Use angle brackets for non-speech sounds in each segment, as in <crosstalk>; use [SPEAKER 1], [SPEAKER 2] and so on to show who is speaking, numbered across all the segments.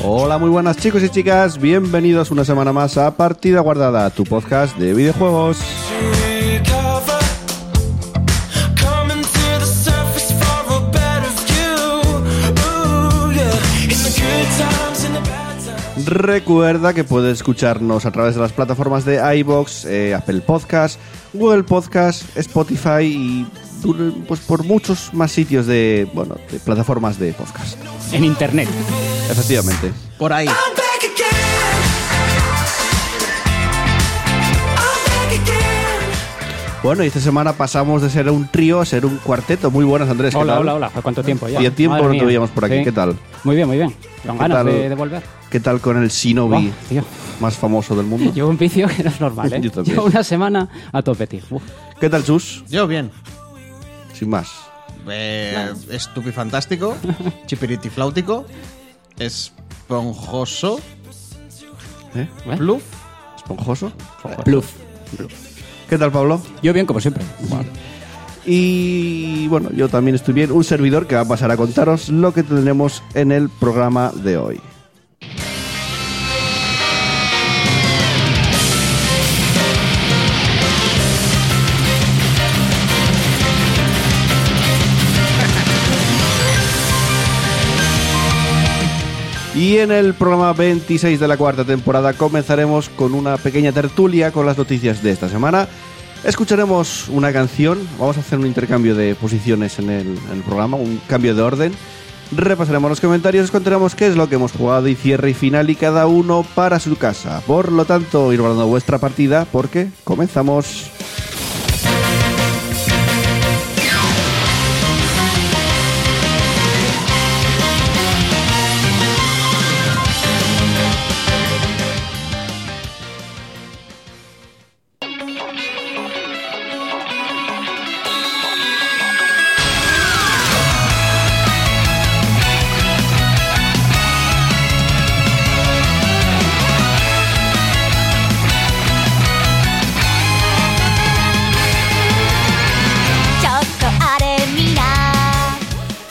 [SPEAKER 1] Hola, muy buenas chicos y chicas, bienvenidos una semana más a Partida Guardada, tu podcast de videojuegos. Recuerda que puedes escucharnos a través de las plataformas de iBox, Apple Podcast, Google Podcast, Spotify y pues por muchos más sitios de, bueno, de plataformas de podcast.
[SPEAKER 2] en internet.
[SPEAKER 1] Efectivamente.
[SPEAKER 2] Por ahí.
[SPEAKER 1] Bueno, y esta semana pasamos de ser un trío a ser un cuarteto. Muy buenas, Andrés. ¿qué
[SPEAKER 2] Hola,
[SPEAKER 1] tal?
[SPEAKER 2] hola, hola. ¿Cuánto tiempo ya?
[SPEAKER 1] Hacía tiempo
[SPEAKER 2] Madre
[SPEAKER 1] no te
[SPEAKER 2] mía.
[SPEAKER 1] veíamos por aquí. ¿Qué tal?
[SPEAKER 2] Muy bien, muy bien. Con
[SPEAKER 1] ¿Qué
[SPEAKER 2] ganas
[SPEAKER 1] tal?
[SPEAKER 2] de, de volver.
[SPEAKER 1] ¿Qué tal con el Shinobi
[SPEAKER 2] Buah, tío.
[SPEAKER 1] más famoso del
[SPEAKER 2] <laughs>
[SPEAKER 1] mundo?
[SPEAKER 2] Llevo un vicio que no
[SPEAKER 1] <laughs>
[SPEAKER 2] es normal, ¿eh?
[SPEAKER 1] Yo también.
[SPEAKER 2] Llevo una semana a tope, tío. Uf.
[SPEAKER 1] ¿Qué tal, Chus?
[SPEAKER 3] Yo bien.
[SPEAKER 1] Sin más.
[SPEAKER 3] Eh,
[SPEAKER 2] <laughs>
[SPEAKER 3] estupifantástico, chipiritifláutico, esponjoso,
[SPEAKER 1] ¿Eh?
[SPEAKER 2] ¿Eh?
[SPEAKER 3] pluf.
[SPEAKER 1] ¿Esponjoso? ¿Qué tal, Pablo?
[SPEAKER 2] Yo bien, como siempre.
[SPEAKER 1] Y bueno, yo también estoy bien. Un servidor que va a pasar a contaros lo que tendremos en el programa de hoy. Y en el programa 26 de la cuarta temporada comenzaremos con una pequeña tertulia con las noticias de esta semana. Escucharemos una canción, vamos a hacer un intercambio de posiciones en el, en el programa, un cambio de orden. Repasaremos los comentarios, os contaremos qué es lo que hemos jugado y cierre y final y cada uno para su casa. Por lo tanto, ir guardando vuestra partida porque comenzamos.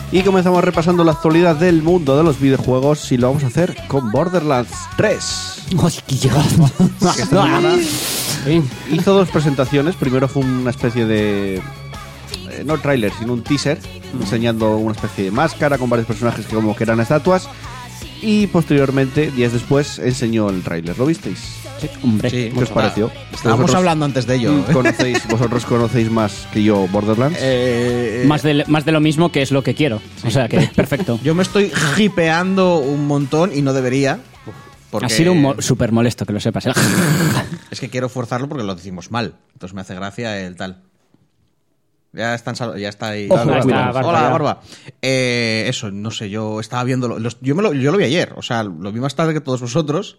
[SPEAKER 1] Y comenzamos repasando la actualidad del mundo de los videojuegos y lo vamos a hacer con Borderlands 3.
[SPEAKER 2] <laughs> Hostia.
[SPEAKER 1] Que <laughs> esta semana-
[SPEAKER 2] <laughs> Sí.
[SPEAKER 1] hizo dos presentaciones. Primero fue una especie de. eh, no tráiler, sino un teaser, enseñando una especie de máscara con varios personajes que como que eran estatuas. Y posteriormente, días después, enseñó el tráiler. ¿Lo visteis?
[SPEAKER 2] Sí, Hombre.
[SPEAKER 3] Sí.
[SPEAKER 1] ¿Qué os
[SPEAKER 3] Ah,
[SPEAKER 1] pareció?
[SPEAKER 3] Estábamos
[SPEAKER 1] Vosotros
[SPEAKER 3] hablando antes de
[SPEAKER 2] Mm,
[SPEAKER 3] ello. ¿eh?
[SPEAKER 1] Conocéis, vosotros conocéis más que yo Borderlands.
[SPEAKER 3] <laughs> Eh,
[SPEAKER 2] Más de, más de lo mismo que es lo que quiero. O sea que,
[SPEAKER 1] <laughs>
[SPEAKER 2] perfecto.
[SPEAKER 3] Yo me estoy hipeando un montón y no debería. Porque
[SPEAKER 2] Ha sido un mo- súper molesto, que lo sepas.
[SPEAKER 1] <laughs>
[SPEAKER 2] ¿eh?
[SPEAKER 3] Es que quiero forzarlo porque lo decimos mal. Entonces me hace gracia el tal. Ya, están, sal- ya está ahí.
[SPEAKER 2] Ojo,
[SPEAKER 3] Hola,
[SPEAKER 2] ahí está,
[SPEAKER 3] Barba.
[SPEAKER 2] Barba,
[SPEAKER 3] Hola,
[SPEAKER 2] ya.
[SPEAKER 3] Barba. Eh, eso, no sé, yo estaba viéndolo. los- yo, me lo, yo lo vi ayer, o sea, lo vi más tarde que todos vosotros.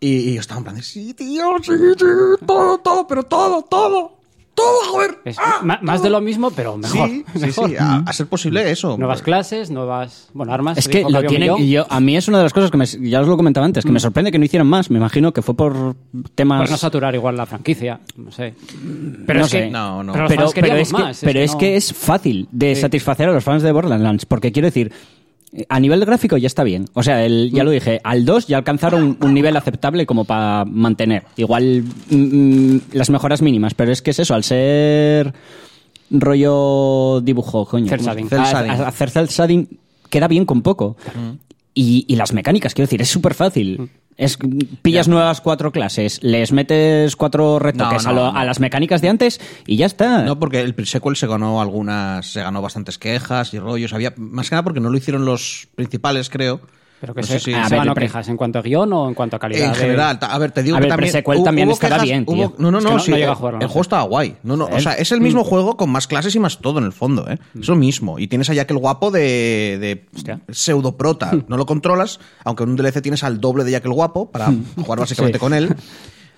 [SPEAKER 3] Y, y yo estaba en plan de, sí, tío, sí, sí, todo, todo, pero todo, todo, todo, joder.
[SPEAKER 2] Es
[SPEAKER 3] ah,
[SPEAKER 2] ma- más de lo mismo, pero Eh, mejor.
[SPEAKER 3] sí, sí,
[SPEAKER 2] <laughs> mejor.
[SPEAKER 1] Ah,
[SPEAKER 3] sí, a, a ser posible eso.
[SPEAKER 2] Nuevas clases, nuevas. Bueno, armas.
[SPEAKER 4] Es que
[SPEAKER 2] dijo
[SPEAKER 4] lo
[SPEAKER 2] había un
[SPEAKER 4] tienen.
[SPEAKER 2] millón.
[SPEAKER 4] Y yo, a mí es una de las cosas que me, ya os lo comentaba antes, que me sorprende que no hicieron más. Me imagino que fue por temas.
[SPEAKER 2] Pues no saturar igual la franquicia, no sé. Pero
[SPEAKER 4] No
[SPEAKER 2] es que
[SPEAKER 4] sé.
[SPEAKER 3] No, no.
[SPEAKER 2] Pero, los
[SPEAKER 4] pero,
[SPEAKER 2] fans
[SPEAKER 4] pero
[SPEAKER 2] queríamos
[SPEAKER 4] es, que,
[SPEAKER 2] más,
[SPEAKER 4] pero es
[SPEAKER 2] no-
[SPEAKER 4] que es fácil de
[SPEAKER 2] Sí.
[SPEAKER 4] satisfacer a los fans de Borderlands, porque quiero decir, eh, a nivel gráfico ya está bien. O sea, el- ya lo
[SPEAKER 2] Mm.
[SPEAKER 4] dije, al 2 ya alcanzaron un, un nivel aceptable como para mantener. Igual mm, mm, las mejoras mínimas, pero es que es eso, al ser rollo dibujo, coño.
[SPEAKER 2] Cel
[SPEAKER 4] ¿cómo se-
[SPEAKER 2] shading. Ah,
[SPEAKER 3] Cel
[SPEAKER 4] a-
[SPEAKER 3] shading.
[SPEAKER 4] a- Hacer cel shading queda bien con poco. Y, y las mecánicas, quiero decir, es súper fácil. Es, pillas nuevas cuatro clases, les metes cuatro retoques
[SPEAKER 3] No,
[SPEAKER 4] a
[SPEAKER 3] no,
[SPEAKER 4] lo-
[SPEAKER 3] no.
[SPEAKER 4] a las mecánicas de antes y ya está.
[SPEAKER 3] No, porque el sequel se ganó algunas, se ganó bastantes quejas y rollos. Había, más que nada porque no lo hicieron los principales, creo.
[SPEAKER 4] Pero que
[SPEAKER 3] No
[SPEAKER 4] se,
[SPEAKER 3] sé si-
[SPEAKER 4] se
[SPEAKER 3] sí,
[SPEAKER 4] van a
[SPEAKER 3] te-
[SPEAKER 4] quejas en cuanto a guión o en cuanto a calidad.
[SPEAKER 3] En
[SPEAKER 4] de-
[SPEAKER 3] general, ta- a ver, te digo
[SPEAKER 4] A
[SPEAKER 3] que
[SPEAKER 4] ver,
[SPEAKER 3] también.
[SPEAKER 4] Prequel
[SPEAKER 3] hu-
[SPEAKER 4] también
[SPEAKER 3] hubo
[SPEAKER 4] estaba bien, tío.
[SPEAKER 3] No, no,
[SPEAKER 4] Es que
[SPEAKER 3] no,
[SPEAKER 4] no-
[SPEAKER 3] sí,
[SPEAKER 4] no llega
[SPEAKER 3] eh,
[SPEAKER 4] a Mm. jugarlo,
[SPEAKER 3] El
[SPEAKER 4] no.
[SPEAKER 3] juego estaba guay. No, no, o
[SPEAKER 4] Él-
[SPEAKER 3] sea, es el mismo juego con más clases y más todo en el fondo, ¿eh? Es lo mismo. Y tienes allá aquel guapo de, de
[SPEAKER 4] Mm. Hostia. <laughs>
[SPEAKER 3] pseudoprota. No lo controlas, aunque en un DLC tienes al doble de Jack el guapo
[SPEAKER 4] <laughs>
[SPEAKER 3] para jugar básicamente con él.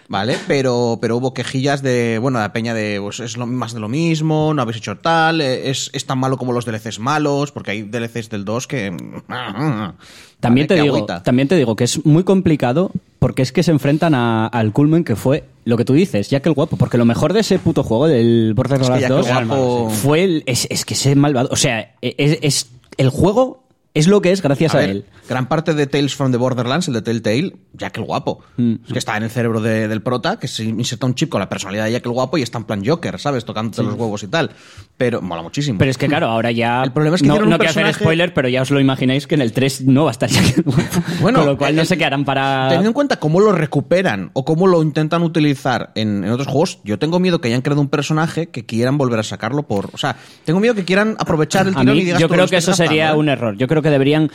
[SPEAKER 3] ¿Vale? Pero, pero hubo quejillas de, bueno, la peña de, pues es lo, más de lo mismo, no habéis hecho tal, eh, es, es tan malo como los DLCs malos, porque hay DLCs del 2 que... mm, ah,
[SPEAKER 2] También
[SPEAKER 3] ¿vale?
[SPEAKER 2] te,
[SPEAKER 3] Que
[SPEAKER 2] digo,
[SPEAKER 3] agüita.
[SPEAKER 2] también te digo que es muy complicado porque es que se enfrentan a- al culmen que fue lo que tú dices, Jack el Guapo. Porque lo mejor de ese puto juego del
[SPEAKER 3] Es que
[SPEAKER 2] Borderlands
[SPEAKER 3] Jack el
[SPEAKER 2] 2
[SPEAKER 3] Guapo-
[SPEAKER 2] fue el, es, es que ese malvado. O sea, e, es, es- el juego es lo que es gracias a,
[SPEAKER 3] A ver,
[SPEAKER 2] él.
[SPEAKER 3] Gran parte de Tales from the Borderlands, el de Telltale, Jack el Guapo.
[SPEAKER 2] Mm.
[SPEAKER 3] Es que está en el cerebro de- del prota, que se inserta un chip con la personalidad de Jack el Guapo y está en plan Joker, ¿sabes? Tocándote los huevos y tal. Pero mola muchísimo.
[SPEAKER 2] Pero es que claro, ahora ya.
[SPEAKER 3] El problema es que
[SPEAKER 2] no,
[SPEAKER 3] hicieron un
[SPEAKER 2] no quiero hacer
[SPEAKER 3] personaje-
[SPEAKER 2] spoiler, pero ya os lo imagináis que en el 3 no va a estar <laughs> Jack el Guapo. Con lo cual no
[SPEAKER 3] el-
[SPEAKER 2] sé qué harán para.
[SPEAKER 3] eh, Teniendo en cuenta cómo lo recuperan o cómo lo intentan utilizar en, en otros juegos, yo tengo miedo que hayan creado un personaje que quieran volver a sacarlo por... O sea, tengo miedo que quieran aprovechar el
[SPEAKER 2] A
[SPEAKER 3] tirón
[SPEAKER 2] mí,
[SPEAKER 3] y digas
[SPEAKER 2] yo
[SPEAKER 3] tú,
[SPEAKER 2] creo
[SPEAKER 3] lo
[SPEAKER 2] que eso
[SPEAKER 3] estás
[SPEAKER 2] sería
[SPEAKER 3] gastando, ¿eh?
[SPEAKER 2] un error. Yo creo que deberían.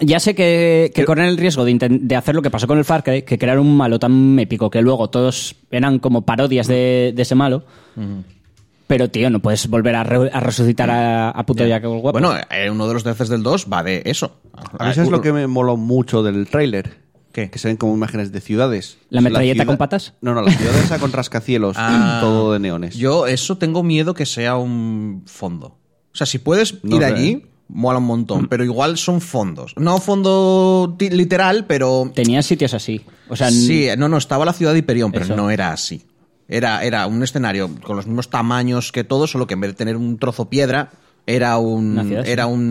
[SPEAKER 2] Ya sé que, que corren el riesgo de, inten- de hacer lo que pasó con el Far Cry, que crearon un malo tan épico que luego todos eran como parodias de, de ese malo. Pero, tío, no puedes volver a, re- a resucitar a, a puto Jack el Guapo.
[SPEAKER 3] Bueno, eh, uno de los DLCs del 2 va de eso. Ah,
[SPEAKER 1] A mí eso es lo que me moló mucho del tráiler.
[SPEAKER 3] ¿Qué?
[SPEAKER 1] Que se ven como imágenes de ciudades.
[SPEAKER 2] ¿La metralleta con patas?
[SPEAKER 1] No, no, la ciudad esa con rascacielos,
[SPEAKER 3] Ah.
[SPEAKER 1] todo de neones.
[SPEAKER 3] Yo eso tengo miedo que sea un fondo. O sea, si puedes
[SPEAKER 1] No
[SPEAKER 3] ir
[SPEAKER 1] sé.
[SPEAKER 3] allí, mola un montón,
[SPEAKER 2] Mm.
[SPEAKER 3] pero igual son fondos. No fondo ti- literal, pero...
[SPEAKER 2] Tenían sitios así. O sea, n-
[SPEAKER 3] sí, no, no, estaba la ciudad de Hiperión, pero
[SPEAKER 2] Eso.
[SPEAKER 3] no era así. Era, era un escenario con los mismos tamaños que todo, solo que en vez de tener un trozo piedra, era
[SPEAKER 2] Una
[SPEAKER 3] un,
[SPEAKER 2] ciudad, sí.
[SPEAKER 3] era un,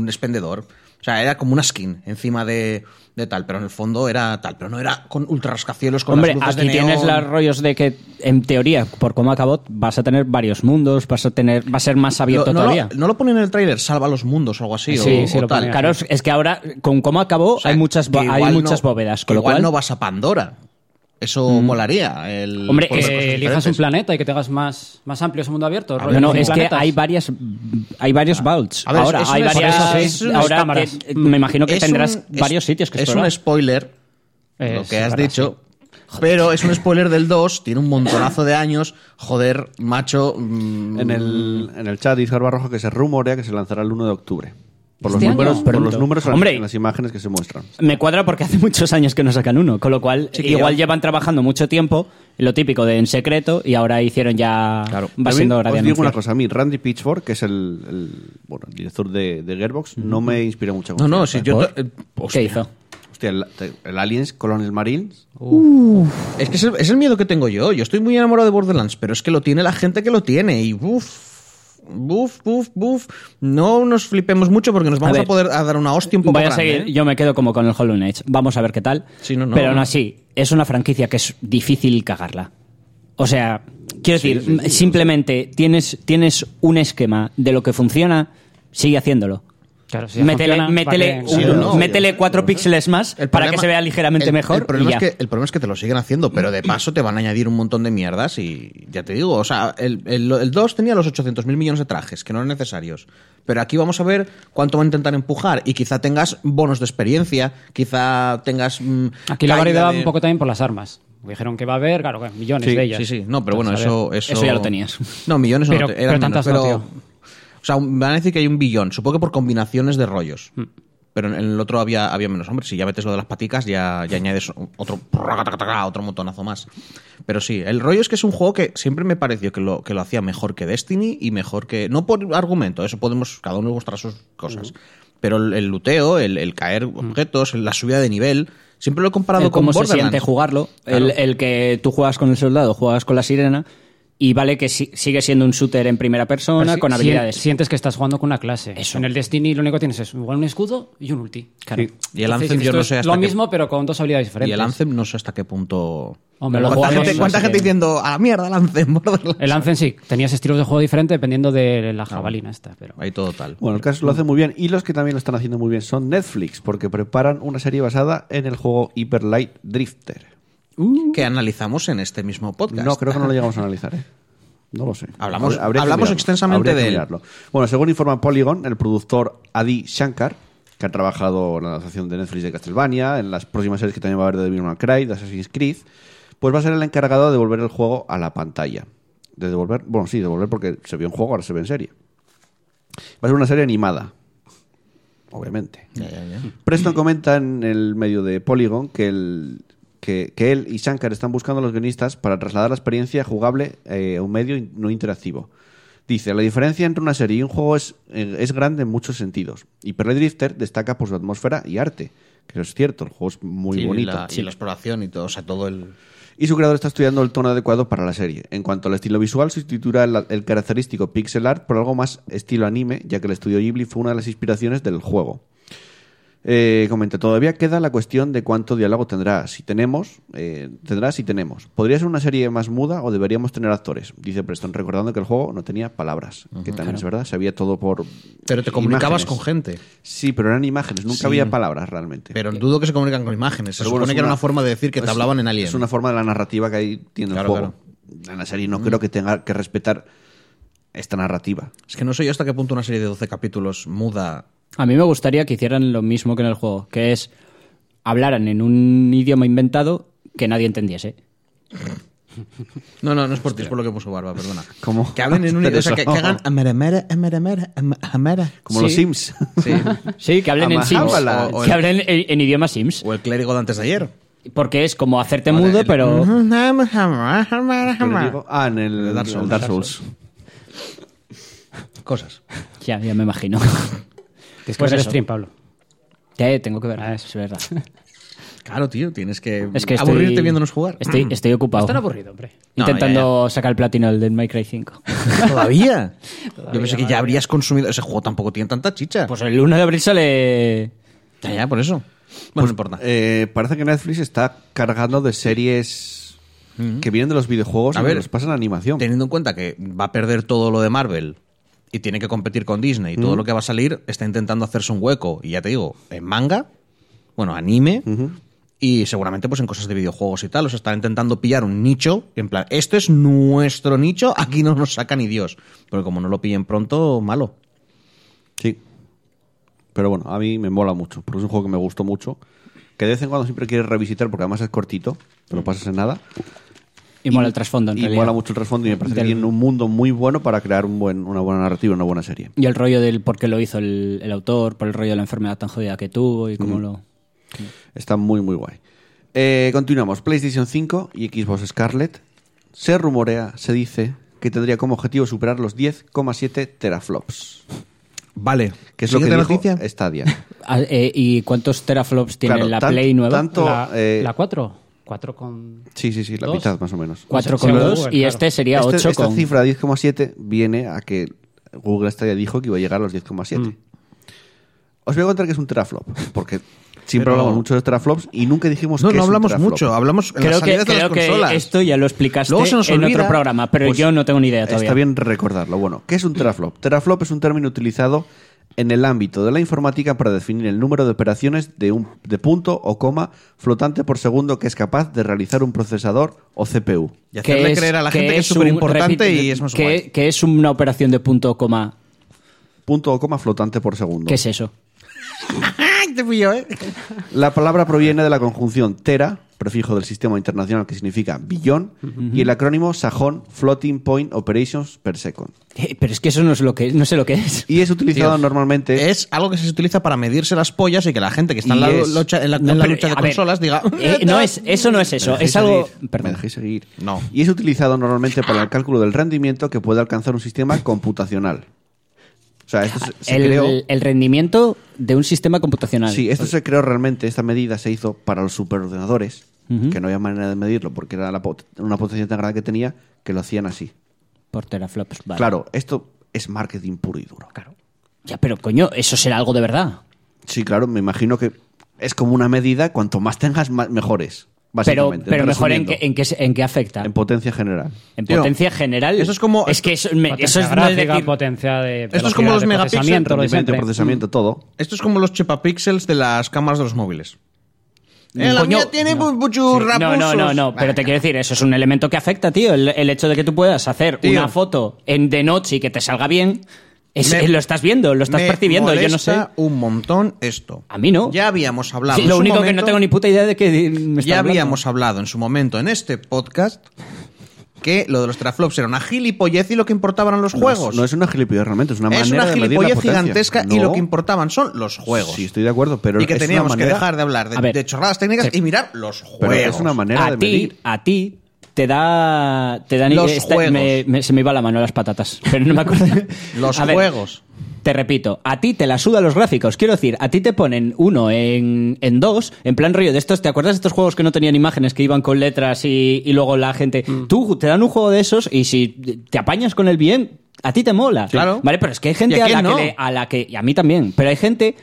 [SPEAKER 3] un expendedor. O sea, era como una skin encima de, de tal, pero en el fondo era tal, pero no era con ultra rascacielos, con
[SPEAKER 2] Hombre,
[SPEAKER 3] las luces
[SPEAKER 2] aquí
[SPEAKER 3] de
[SPEAKER 2] tienes
[SPEAKER 3] neón.
[SPEAKER 2] los rollos de que, en teoría, por cómo acabó, vas a tener varios mundos, vas a tener, va a ser más abierto
[SPEAKER 3] Lo- no,
[SPEAKER 2] todavía.
[SPEAKER 3] Lo, no lo ponen en el tráiler, salva los mundos o algo así.
[SPEAKER 4] Sí,
[SPEAKER 3] o,
[SPEAKER 4] sí,
[SPEAKER 3] o
[SPEAKER 4] lo
[SPEAKER 3] tal.
[SPEAKER 4] ponen.
[SPEAKER 2] Claro, es es que ahora, con cómo acabó,
[SPEAKER 3] O sea,
[SPEAKER 2] hay muchas, bo-
[SPEAKER 3] que
[SPEAKER 2] hay
[SPEAKER 3] igual
[SPEAKER 2] muchas
[SPEAKER 3] no-
[SPEAKER 2] bóvedas. Con lo
[SPEAKER 3] igual
[SPEAKER 2] cual
[SPEAKER 3] no vas a Pandora. Eso molaría. el
[SPEAKER 2] Hombre,
[SPEAKER 3] poner
[SPEAKER 2] eh,
[SPEAKER 3] cosas
[SPEAKER 4] Que elijas
[SPEAKER 3] diferentes.
[SPEAKER 4] un planeta y que te hagas más, más amplio ese mundo abierto.
[SPEAKER 2] No,
[SPEAKER 4] rollo
[SPEAKER 2] no,
[SPEAKER 4] con
[SPEAKER 2] es que
[SPEAKER 4] planetas.
[SPEAKER 2] hay varias hay varios vaults.
[SPEAKER 3] A ver,
[SPEAKER 2] ahora
[SPEAKER 3] es un
[SPEAKER 2] hay
[SPEAKER 3] esfuerzo,
[SPEAKER 2] varias
[SPEAKER 3] es un-
[SPEAKER 2] ahora
[SPEAKER 4] cámaras.
[SPEAKER 2] te- me imagino que
[SPEAKER 3] Es
[SPEAKER 2] tendrás
[SPEAKER 3] un- es-
[SPEAKER 2] varios sitios que
[SPEAKER 3] Es
[SPEAKER 2] explorar.
[SPEAKER 3] un spoiler,
[SPEAKER 4] Eh,
[SPEAKER 3] lo
[SPEAKER 4] sí,
[SPEAKER 3] que has
[SPEAKER 4] verdad,
[SPEAKER 3] dicho. Pero es un spoiler del 2, tiene un montonazo de años. Joder, macho. mm,
[SPEAKER 1] En el, en el chat dice Barrojo que se rumorea que se lanzará el 1 de octubre. Por los
[SPEAKER 2] ¿Este año?
[SPEAKER 1] números, por
[SPEAKER 2] Pronto.
[SPEAKER 1] los números en las-
[SPEAKER 2] Hombre.
[SPEAKER 1] en las imágenes que se muestran.
[SPEAKER 2] Me cuadra porque hace <laughs> muchos años que no sacan uno, con lo cual
[SPEAKER 3] Chiquillo.
[SPEAKER 2] igual llevan trabajando mucho tiempo, lo típico de en secreto y ahora hicieron ya va
[SPEAKER 1] También
[SPEAKER 2] siendo hora de
[SPEAKER 1] os digo
[SPEAKER 2] anunciar.
[SPEAKER 1] una cosa, a mí Randy Pitchford, que es el, el, bueno, el director de, de Gearbox, no me inspira mucha
[SPEAKER 3] No, no,
[SPEAKER 1] confianza.
[SPEAKER 3] si yo.
[SPEAKER 2] ¿Por?
[SPEAKER 3] eh,
[SPEAKER 2] ¿Qué
[SPEAKER 3] hostia,
[SPEAKER 2] hizo?
[SPEAKER 1] Hostia, el, el Aliens, Colonel Marines,
[SPEAKER 3] Es que es el, es el miedo que tengo yo. Yo estoy muy enamorado de Borderlands, pero es que lo tiene la gente que lo tiene. Y buf, buf, buf, buf. No nos flipemos mucho porque nos vamos a,
[SPEAKER 2] ver.
[SPEAKER 3] poder a dar una hostia un poco
[SPEAKER 2] Voy a
[SPEAKER 3] grande,
[SPEAKER 2] seguir,
[SPEAKER 3] ¿eh?
[SPEAKER 2] yo me quedo como con el Hollow Knight. Vamos a ver qué tal.
[SPEAKER 3] Sí, no, no.
[SPEAKER 2] Pero aún así, es una franquicia que es difícil cagarla. O sea, quiero decir, m- simplemente tienes, tienes un esquema de lo que funciona, sigue haciéndolo.
[SPEAKER 4] Claro, Pues si ya
[SPEAKER 2] métele
[SPEAKER 4] funciona,
[SPEAKER 2] métele,
[SPEAKER 4] ¿para qué?
[SPEAKER 2] un-
[SPEAKER 3] Sí, no,
[SPEAKER 2] métele
[SPEAKER 1] sí,
[SPEAKER 2] cuatro píxeles más
[SPEAKER 3] El
[SPEAKER 2] para
[SPEAKER 3] problema-
[SPEAKER 2] que se vea ligeramente
[SPEAKER 3] el-
[SPEAKER 2] mejor.
[SPEAKER 3] El
[SPEAKER 2] y
[SPEAKER 3] problema,
[SPEAKER 2] ya.
[SPEAKER 3] es que, el problema es que te lo siguen haciendo, pero de paso te van a añadir un montón de mierdas y ya te digo, o sea, el, el, 2 tenía los 800 mil millones de trajes que no eran necesarios, pero aquí vamos a ver cuánto van a intentar empujar y quizá tengas bonos de experiencia, quizá tengas... mm,
[SPEAKER 4] Aquí la
[SPEAKER 3] caída
[SPEAKER 4] variedad
[SPEAKER 3] de-
[SPEAKER 4] un poco también por las armas. Dijeron que va a haber, claro, que millones
[SPEAKER 3] Sí,
[SPEAKER 4] de ellas.
[SPEAKER 3] Sí, sí, no, pero bueno,
[SPEAKER 4] Entonces, a ver.
[SPEAKER 3] eso, eso.
[SPEAKER 2] Eso ya lo tenías.
[SPEAKER 3] No, millones
[SPEAKER 4] Pero-
[SPEAKER 3] no. te-
[SPEAKER 4] pero
[SPEAKER 3] eran
[SPEAKER 4] tantas
[SPEAKER 3] menos,
[SPEAKER 4] no,
[SPEAKER 3] pero-
[SPEAKER 4] tío.
[SPEAKER 3] O sea, van a decir que hay un billón, supongo que por combinaciones de rollos.
[SPEAKER 4] Mm.
[SPEAKER 3] Pero en el otro había, había menos. Hombre, si ya metes lo de las paticas, ya,
[SPEAKER 4] Mm.
[SPEAKER 3] ya añades otro, otro montonazo más. Pero sí, el rollo es que es un juego que siempre me pareció que lo, que lo hacía mejor que Destiny y mejor que. No por argumento, eso podemos, cada uno mostrar sus cosas.
[SPEAKER 4] Mm.
[SPEAKER 3] Pero el, el luteo, el, el caer objetos, la subida de nivel, siempre lo he comparado
[SPEAKER 2] el
[SPEAKER 3] con
[SPEAKER 2] cómo se
[SPEAKER 3] Borderlands.
[SPEAKER 2] siente jugarlo,
[SPEAKER 3] Claro.
[SPEAKER 2] el, el que tú juegas con el soldado, juegas con la sirena y vale que si- sigue siendo un shooter en primera persona
[SPEAKER 4] Pero si-
[SPEAKER 2] con
[SPEAKER 4] si-
[SPEAKER 2] habilidades.
[SPEAKER 4] sientes que estás jugando con una clase.
[SPEAKER 2] Eso.
[SPEAKER 4] En el Destiny lo único que tienes es igual un escudo y un ulti.
[SPEAKER 2] Claro.
[SPEAKER 4] Sí.
[SPEAKER 3] Y el
[SPEAKER 4] Entonces,
[SPEAKER 3] Anthem
[SPEAKER 4] dices,
[SPEAKER 3] yo
[SPEAKER 4] esto
[SPEAKER 3] no
[SPEAKER 4] es
[SPEAKER 3] sé hasta
[SPEAKER 4] Lo
[SPEAKER 3] qué-
[SPEAKER 4] mismo, pero con dos habilidades diferentes.
[SPEAKER 3] Y el Anthem no sé hasta qué punto.
[SPEAKER 4] Hombre, lo
[SPEAKER 3] ¿Cuánta
[SPEAKER 4] jugamos,
[SPEAKER 3] gente,
[SPEAKER 4] así
[SPEAKER 3] cuánta gente
[SPEAKER 4] que-
[SPEAKER 3] diciendo a la mierda el Anthem? <laughs> Borderlands"?
[SPEAKER 4] El Anthem sí, tenías estilos de juego diferentes dependiendo de la jabalina esta. Pero...
[SPEAKER 3] Ahí todo tal.
[SPEAKER 1] Bueno, el caso lo hace muy bien. Y los que también lo están haciendo muy bien son Netflix, porque preparan una serie basada en el juego Hyper Light Drifter.
[SPEAKER 4] Uh.
[SPEAKER 3] Que analizamos en este mismo podcast.
[SPEAKER 1] No, creo que no lo
[SPEAKER 3] <laughs>
[SPEAKER 1] llegamos a analizar, ¿eh? No lo sé.
[SPEAKER 3] Hablamos-
[SPEAKER 1] Habría- habría que
[SPEAKER 3] hablamos
[SPEAKER 1] mirarlo,
[SPEAKER 3] extensamente
[SPEAKER 1] habría que
[SPEAKER 3] de él.
[SPEAKER 1] mirarlo. Bueno, según informa Polygon, el productor Adi Shankar, que que han trabajado en la adaptación de Netflix de Castlevania, en las próximas series que también va a haber de Devil May Cry, de Assassin's Creed, pues va a ser el encargado de devolver el juego a la pantalla. De devolver, bueno, sí, devolver porque se vio en juego, ahora se ve en serie. Va a ser una serie animada, obviamente. Preston comenta en el medio de Polygon que, el- que- que él y Shankar están buscando a los guionistas para trasladar la experiencia jugable eh, a un medio in- no interactivo. Dice, la diferencia entre una serie y un juego es, eh, es grande en muchos sentidos. Y Pearl Drifter destaca por su atmósfera y arte. Que eso es cierto, el juego es muy
[SPEAKER 3] y
[SPEAKER 1] bonito.
[SPEAKER 3] La, y la exploración y todo, o sea, todo el...
[SPEAKER 1] Y su creador está estudiando el tono adecuado para la serie. En cuanto al estilo visual, sustituirá el, el característico pixel art por algo más estilo anime, ya que el estudio Ghibli fue una de las inspiraciones del juego. Eh, comenta, todavía queda la cuestión de cuánto diálogo tendrá, si tenemos, eh, tendrá si tenemos. ¿Podría ser una serie más muda o deberíamos tener actores? Dice Preston, recordando que el juego no tenía palabras, que también es verdad, se había todo por
[SPEAKER 3] Pero te comunicabas
[SPEAKER 1] imágenes.
[SPEAKER 3] con gente.
[SPEAKER 1] Sí, pero eran imágenes, nunca
[SPEAKER 3] Sí.
[SPEAKER 1] había palabras realmente.
[SPEAKER 3] Pero dudo que se comunican con imágenes. Se
[SPEAKER 1] Pero
[SPEAKER 3] supone
[SPEAKER 1] bueno, es
[SPEAKER 3] que era una forma de decir que te
[SPEAKER 1] es-
[SPEAKER 3] hablaban en alien.
[SPEAKER 1] Es una forma de la narrativa que ahí tiene
[SPEAKER 3] Claro, Mm.
[SPEAKER 1] el juego. En la serie no creo que tenga que respetar esta narrativa.
[SPEAKER 3] Es que no sé yo hasta qué punto una serie de 12 capítulos muda.
[SPEAKER 2] A mí me gustaría que hicieran lo mismo que en el juego, que es hablaran en un idioma inventado que nadie entendiese.
[SPEAKER 3] No, no, no es por ti, es por lo que puso Barba, perdona.
[SPEAKER 1] <laughs> ¿Cómo?
[SPEAKER 3] Que hablen en un
[SPEAKER 1] Pero
[SPEAKER 3] o sea, que,
[SPEAKER 1] eso-
[SPEAKER 3] que hagan ameremere, ameremere, am- amera.
[SPEAKER 1] Como
[SPEAKER 2] Sí.
[SPEAKER 1] los Sims.
[SPEAKER 3] Sí. <laughs>
[SPEAKER 2] Sí, que hablen en Sims.
[SPEAKER 1] Amahábala.
[SPEAKER 2] Que hablen en, en idioma Sims.
[SPEAKER 3] O el clérigo de antes de ayer.
[SPEAKER 2] Porque es como hacerte
[SPEAKER 3] Vale,
[SPEAKER 2] mudo,
[SPEAKER 3] el-
[SPEAKER 2] pero...
[SPEAKER 1] Pero digo- ah, en el,
[SPEAKER 3] Dark
[SPEAKER 1] el
[SPEAKER 3] Souls.
[SPEAKER 1] Dark Souls.
[SPEAKER 3] Cosas.
[SPEAKER 2] Ya, ya me imagino. <laughs>
[SPEAKER 4] Tienes que
[SPEAKER 2] Pues
[SPEAKER 4] ver el
[SPEAKER 2] eso.
[SPEAKER 4] stream, Pablo.
[SPEAKER 2] Eh, tengo que ver, es verdad.
[SPEAKER 3] Claro, tío, tienes que,
[SPEAKER 2] Es que estoy-
[SPEAKER 3] aburrirte viéndonos jugar.
[SPEAKER 2] Estoy, estoy ocupado.
[SPEAKER 4] Está tan aburrido, hombre.
[SPEAKER 3] Mm. No,
[SPEAKER 2] Intentando sacar el platino del Devil May Cry 5.
[SPEAKER 3] <laughs> ¿Todavía? Yo pensé que ya habrías consumido. Ese juego tampoco tiene tanta chicha.
[SPEAKER 2] Pues el 1 de abril sale...
[SPEAKER 3] ya, ya, por eso. Pues Bueno, no importa.
[SPEAKER 1] Eh, parece que Netflix está cargando de series que vienen de los videojuegos
[SPEAKER 3] Mm-hmm. A
[SPEAKER 1] y
[SPEAKER 3] ver,
[SPEAKER 1] los pasan a animación.
[SPEAKER 3] Teniendo en cuenta que va a perder todo lo de Marvel y tiene que competir con Disney, y todo lo que va a salir está intentando hacerse un hueco. Y ya te digo, en manga, bueno, anime. Y seguramente pues en cosas de videojuegos y tal, o sea, están intentando pillar un nicho, en plan, este es nuestro nicho, aquí no nos saca ni Dios. Porque como no lo pillen pronto, malo.
[SPEAKER 1] Sí. Pero bueno, a mí me mola mucho, porque es un juego que me gustó mucho, que de vez en cuando siempre quieres revisitar, porque además es cortito, te lo
[SPEAKER 3] Mm.
[SPEAKER 1] pasas en nada.
[SPEAKER 2] Y mola el trasfondo, en
[SPEAKER 1] y
[SPEAKER 2] realidad.
[SPEAKER 1] mola mucho el trasfondo y me parece
[SPEAKER 2] Del-
[SPEAKER 1] que tiene un mundo muy bueno para crear un buen, una buena narrativa, una buena serie.
[SPEAKER 2] Y el rollo del por qué lo hizo el, el autor, por el rollo de la enfermedad tan jodida que tuvo y cómo lo...
[SPEAKER 1] Está muy, muy guay. Eh, continuamos. PlayStation 5 y Xbox Scarlett. Se rumorea, se dice, que tendría como objetivo superar los 10,7 teraflops.
[SPEAKER 3] Vale.
[SPEAKER 1] Que es lo que dijo
[SPEAKER 3] Siguiente noticia. <laughs>
[SPEAKER 1] Stadia.
[SPEAKER 2] Ah, eh, ¿Y cuántos teraflops tiene
[SPEAKER 1] Claro,
[SPEAKER 2] la
[SPEAKER 1] tan-
[SPEAKER 2] Play nueva?
[SPEAKER 1] tanto-
[SPEAKER 4] La,
[SPEAKER 1] eh,
[SPEAKER 4] la 4. 4 con...
[SPEAKER 1] Sí, sí, sí, la
[SPEAKER 4] Dos.
[SPEAKER 1] mitad más o menos.
[SPEAKER 2] 4,2
[SPEAKER 4] Según
[SPEAKER 2] y
[SPEAKER 4] Google,
[SPEAKER 2] este
[SPEAKER 4] claro.
[SPEAKER 2] sería
[SPEAKER 1] Este-
[SPEAKER 2] 8
[SPEAKER 1] esta
[SPEAKER 2] con...
[SPEAKER 1] cifra 10,7 viene a que Google Stadia dijo que iba a llegar a los 10,7. Os voy a contar que es un teraflop, porque siempre
[SPEAKER 3] Pero-
[SPEAKER 1] hablamos mucho de teraflops y nunca dijimos
[SPEAKER 3] No,
[SPEAKER 1] que
[SPEAKER 3] no
[SPEAKER 1] es un
[SPEAKER 3] hablamos
[SPEAKER 1] teraflop.
[SPEAKER 3] mucho, hablamos en las
[SPEAKER 2] Creo, que,
[SPEAKER 3] salidas de
[SPEAKER 2] creo
[SPEAKER 3] las
[SPEAKER 2] que
[SPEAKER 3] consolas.
[SPEAKER 2] esto ya lo explicaste
[SPEAKER 3] Luego se nos
[SPEAKER 2] en
[SPEAKER 3] olvida.
[SPEAKER 2] otro programa, pero
[SPEAKER 3] Pues
[SPEAKER 2] yo no tengo ni idea todavía.
[SPEAKER 1] Está bien recordarlo. Bueno, ¿qué es un teraflop? Teraflop es un término utilizado en el ámbito de la informática para definir el número de operaciones de, un, de punto o coma flotante por segundo que es capaz de realizar un procesador o CPU.
[SPEAKER 3] Y hacerle creer a la gente que es
[SPEAKER 2] un-
[SPEAKER 3] súper importante
[SPEAKER 2] repite,
[SPEAKER 3] y es más
[SPEAKER 2] que,
[SPEAKER 3] guay.
[SPEAKER 2] que es una operación de punto coma.
[SPEAKER 1] Punto o coma flotante por segundo.
[SPEAKER 2] ¿Qué es eso?
[SPEAKER 3] Ay, te pillo, ¿eh?
[SPEAKER 1] La palabra proviene de la conjunción tera, prefijo del sistema internacional que significa billón, y el acrónimo sajón Floating Point Operations Per Second.
[SPEAKER 2] Eh, pero es que eso no es lo que no sé lo que es.
[SPEAKER 1] Y es utilizado
[SPEAKER 3] Tío,
[SPEAKER 1] normalmente...
[SPEAKER 3] Es algo que se utiliza para medirse las pollas y que la gente que está en
[SPEAKER 1] Y
[SPEAKER 3] la,
[SPEAKER 1] es-
[SPEAKER 3] lucha, en la, en
[SPEAKER 2] No,
[SPEAKER 3] la
[SPEAKER 2] pero,
[SPEAKER 3] lucha de
[SPEAKER 2] a ver,
[SPEAKER 3] consolas diga...
[SPEAKER 2] eh, no es eso no es
[SPEAKER 1] ¿Me
[SPEAKER 2] eso,
[SPEAKER 1] dejéis
[SPEAKER 2] es algo
[SPEAKER 1] seguir?
[SPEAKER 2] perdón.
[SPEAKER 1] ¿Me dejéis seguir?
[SPEAKER 3] No.
[SPEAKER 1] Y es utilizado normalmente para el cálculo del rendimiento que puede alcanzar un sistema computacional. O sea, esto se, se creó...
[SPEAKER 2] el, el rendimiento de un sistema computacional.
[SPEAKER 3] eh.
[SPEAKER 1] Sí, esto se creó realmente, esta medida se hizo para los superordenadores, que no había manera de medirlo porque era la pot- una potencia tan grande que tenía que lo hacían así.
[SPEAKER 2] por teraflops, vale.
[SPEAKER 1] Claro, esto es marketing puro y duro.
[SPEAKER 2] Ya, pero coño, eso será algo de verdad.
[SPEAKER 1] Sí, claro, me imagino que es como una medida, cuanto más tengas, más, mejores.
[SPEAKER 2] Pero,
[SPEAKER 1] Básicamente,
[SPEAKER 2] pero mejor en qué,
[SPEAKER 1] resumiendo.
[SPEAKER 2] en, qué, se- en qué afecta.
[SPEAKER 1] En potencia general.
[SPEAKER 2] En
[SPEAKER 3] Tío,
[SPEAKER 2] potencia general.
[SPEAKER 3] eso es como-
[SPEAKER 2] Es que eso, me-
[SPEAKER 4] potencia
[SPEAKER 2] eso es no es
[SPEAKER 4] gráfica,
[SPEAKER 2] decir-
[SPEAKER 4] potencia de
[SPEAKER 3] Esto es como los
[SPEAKER 4] velocidad, de
[SPEAKER 3] megapíxeles,
[SPEAKER 4] procesamiento, lo de
[SPEAKER 1] Rendimiento,
[SPEAKER 4] siempre.
[SPEAKER 1] procesamiento, todo.
[SPEAKER 3] Esto es como los chepapíxeles de las cámaras de los móviles. Eh, la
[SPEAKER 2] Coño,
[SPEAKER 3] mía tiene
[SPEAKER 2] no.
[SPEAKER 3] bu-
[SPEAKER 2] Sí.
[SPEAKER 3] buchurrapusos.
[SPEAKER 2] No, no, no, no, pero te quiero decir, eso es un elemento que afecta, tío. El, el hecho de que tú puedas hacer
[SPEAKER 3] Tío.
[SPEAKER 2] una foto en de noche y que te salga bien, Es-
[SPEAKER 3] Me-
[SPEAKER 2] lo estás viendo, lo estás
[SPEAKER 3] Me
[SPEAKER 2] percibiendo, yo no sé.
[SPEAKER 3] molesta un montón esto.
[SPEAKER 2] A mí no.
[SPEAKER 3] Ya habíamos hablado.
[SPEAKER 2] Sí,
[SPEAKER 3] en
[SPEAKER 2] lo
[SPEAKER 3] su
[SPEAKER 2] único que
[SPEAKER 3] momento-
[SPEAKER 2] no tengo ni puta idea de que me está
[SPEAKER 3] Ya
[SPEAKER 2] hablando.
[SPEAKER 3] habíamos hablado en su momento en este podcast que lo de los teraflops era una gilipollez y lo que importaban eran los
[SPEAKER 1] No
[SPEAKER 3] juegos.
[SPEAKER 1] es, no es una gilipollez realmente, es una
[SPEAKER 3] Es
[SPEAKER 1] manera
[SPEAKER 3] una
[SPEAKER 1] de medir la
[SPEAKER 3] gilipollez
[SPEAKER 1] potencia.
[SPEAKER 3] gigantesca y
[SPEAKER 1] No,
[SPEAKER 3] lo que importaban son los juegos.
[SPEAKER 1] Sí, estoy de acuerdo, pero
[SPEAKER 3] y que
[SPEAKER 1] es una
[SPEAKER 3] teníamos que
[SPEAKER 1] manera-
[SPEAKER 3] dejar de hablar de,
[SPEAKER 2] A ver.
[SPEAKER 3] de chorradas técnicas
[SPEAKER 2] Sí.
[SPEAKER 3] y mirar los
[SPEAKER 1] Pero
[SPEAKER 3] juegos.
[SPEAKER 1] es una manera de
[SPEAKER 2] a ti,
[SPEAKER 1] medir.
[SPEAKER 2] a ti te da te dan este,
[SPEAKER 3] Los juegos.
[SPEAKER 2] me- me- se me iba la mano a las patatas, <laughs> pero no me acuerdo.
[SPEAKER 3] <laughs> Los
[SPEAKER 2] A ver,
[SPEAKER 3] juegos.
[SPEAKER 2] Te repito, a ti te la suda los gráficos. Quiero decir, a ti te ponen uno en, en dos, en plan rollo de estos. ¿Te acuerdas de estos juegos que no tenían imágenes, que iban con letras y, y luego la gente.
[SPEAKER 3] Mm.
[SPEAKER 2] Tú te dan un juego de esos y si te apañas con el bien, a ti te mola.
[SPEAKER 3] Claro.
[SPEAKER 2] Vale, pero es que hay gente
[SPEAKER 3] ¿Y a
[SPEAKER 2] a,
[SPEAKER 3] quién
[SPEAKER 2] la
[SPEAKER 3] no?
[SPEAKER 2] que le- a la que. Y a mí también, pero hay gente.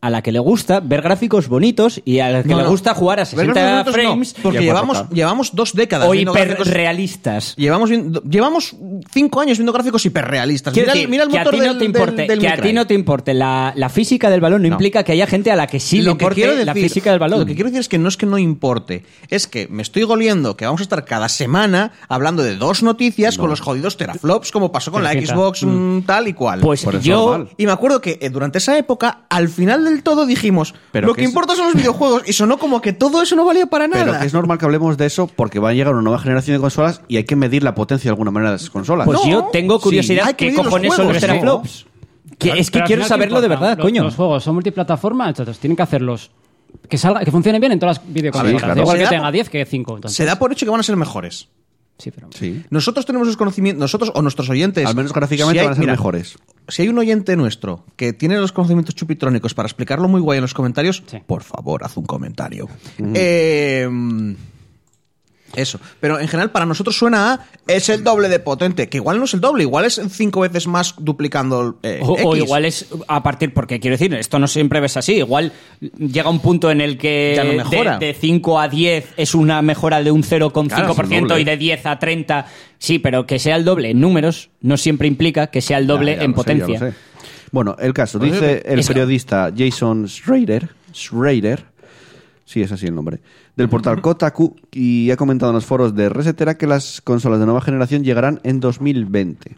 [SPEAKER 2] A la que le gusta ver gráficos bonitos y a la que
[SPEAKER 3] No,
[SPEAKER 2] le
[SPEAKER 3] no.
[SPEAKER 2] gusta jugar a 60
[SPEAKER 3] Vernos nosotros no,
[SPEAKER 2] frames
[SPEAKER 3] porque
[SPEAKER 1] Y a
[SPEAKER 3] llevamos,
[SPEAKER 1] 4K.
[SPEAKER 3] llevamos dos décadas
[SPEAKER 2] o
[SPEAKER 3] viendo gráficos-
[SPEAKER 2] hiperrealistas.
[SPEAKER 3] Llevamos, viendo- llevamos cinco años viendo gráficos hiperrealistas.
[SPEAKER 2] Quiero
[SPEAKER 3] Mira, el-
[SPEAKER 2] decir,
[SPEAKER 3] mira el
[SPEAKER 2] que a
[SPEAKER 3] motor
[SPEAKER 2] ti
[SPEAKER 3] del,
[SPEAKER 2] no te
[SPEAKER 3] del-
[SPEAKER 2] importe,
[SPEAKER 3] del
[SPEAKER 2] que a
[SPEAKER 3] Micrai.
[SPEAKER 2] ti no te importe la, la física del balón no,
[SPEAKER 3] No.
[SPEAKER 2] implica que haya gente a la que sí le
[SPEAKER 3] lo que
[SPEAKER 2] importe
[SPEAKER 3] quiero
[SPEAKER 2] la
[SPEAKER 3] decir-
[SPEAKER 2] física del balón.
[SPEAKER 3] Lo que quiero decir es que no es que no importe, es que me estoy goliendo que vamos a estar cada semana hablando de dos noticias con los jodidos teraflops, como pasó con la
[SPEAKER 4] Terafita.
[SPEAKER 3] Xbox mm, tal y cual.
[SPEAKER 2] pues
[SPEAKER 1] Por eso
[SPEAKER 2] yo
[SPEAKER 1] normal.
[SPEAKER 3] y me acuerdo que eh, durante esa época, al final del todo dijimos,
[SPEAKER 1] Pero
[SPEAKER 3] lo
[SPEAKER 1] que
[SPEAKER 3] que,
[SPEAKER 1] es- <laughs>
[SPEAKER 3] importa son los videojuegos, y sonó como que todo eso no valía para
[SPEAKER 1] Pero
[SPEAKER 3] nada.
[SPEAKER 1] que es normal que hablemos de eso porque va a llegar una nueva generación de consolas y hay que medir la potencia de alguna manera de esas consolas.
[SPEAKER 2] pues
[SPEAKER 3] No.
[SPEAKER 2] yo tengo curiosidad
[SPEAKER 3] Sí, hay que
[SPEAKER 2] qué
[SPEAKER 3] medir los
[SPEAKER 2] cojones son
[SPEAKER 3] juegos,
[SPEAKER 2] los
[SPEAKER 3] ¿no?
[SPEAKER 2] teraflops. Que es que
[SPEAKER 4] Pero
[SPEAKER 2] quiero
[SPEAKER 4] al final, ¿qué
[SPEAKER 2] saberlo de
[SPEAKER 4] importa?
[SPEAKER 2] verdad,
[SPEAKER 4] Los-
[SPEAKER 2] coño.
[SPEAKER 4] Los juegos son multiplataforma, entonces tienen que hacerlos que salga, que funcionen bien en todas las videoconsolas.
[SPEAKER 1] claro.
[SPEAKER 4] Da Igual
[SPEAKER 3] Se
[SPEAKER 4] que
[SPEAKER 3] da-
[SPEAKER 4] tenga 10 que 5. Entonces.
[SPEAKER 3] Se da por hecho que van a ser mejores.
[SPEAKER 4] Sí, pero...
[SPEAKER 1] Sí.
[SPEAKER 3] Nosotros tenemos los conocimientos, nosotros o nuestros oyentes.
[SPEAKER 1] Al menos gráficamente
[SPEAKER 3] si hay-
[SPEAKER 1] van a ser
[SPEAKER 3] mira,
[SPEAKER 1] mejores.
[SPEAKER 3] Si hay un oyente nuestro que tiene los conocimientos chupitrónicos para explicarlo muy guay en los comentarios,
[SPEAKER 4] Sí.
[SPEAKER 3] por favor, haz un comentario. Eh, eso. Pero en general, para nosotros suena a es el doble de potente, que igual no es el doble, igual es cinco veces más duplicando eh,
[SPEAKER 2] O, o
[SPEAKER 3] X.
[SPEAKER 2] igual es a partir, porque quiero decir, esto no siempre ves así. Igual llega un punto en el que
[SPEAKER 3] Ya no mejora.
[SPEAKER 2] de, de 5 a 10 es una mejora de un 0,5%
[SPEAKER 1] Claro, es el doble.
[SPEAKER 2] y de 10 a 30, sí, pero que sea el doble en números no siempre implica que sea el doble
[SPEAKER 1] Ya, ya
[SPEAKER 2] en
[SPEAKER 1] lo sé, ya lo
[SPEAKER 2] potencia.
[SPEAKER 1] sé. bueno, el caso.
[SPEAKER 3] Pues
[SPEAKER 1] Dice el
[SPEAKER 2] Es que-
[SPEAKER 1] periodista Jason Schrader, Schrader, sí, es así el nombre, del portal Kotaku y ha comentado en los foros de Resetera que las consolas de nueva generación llegarán en 2020,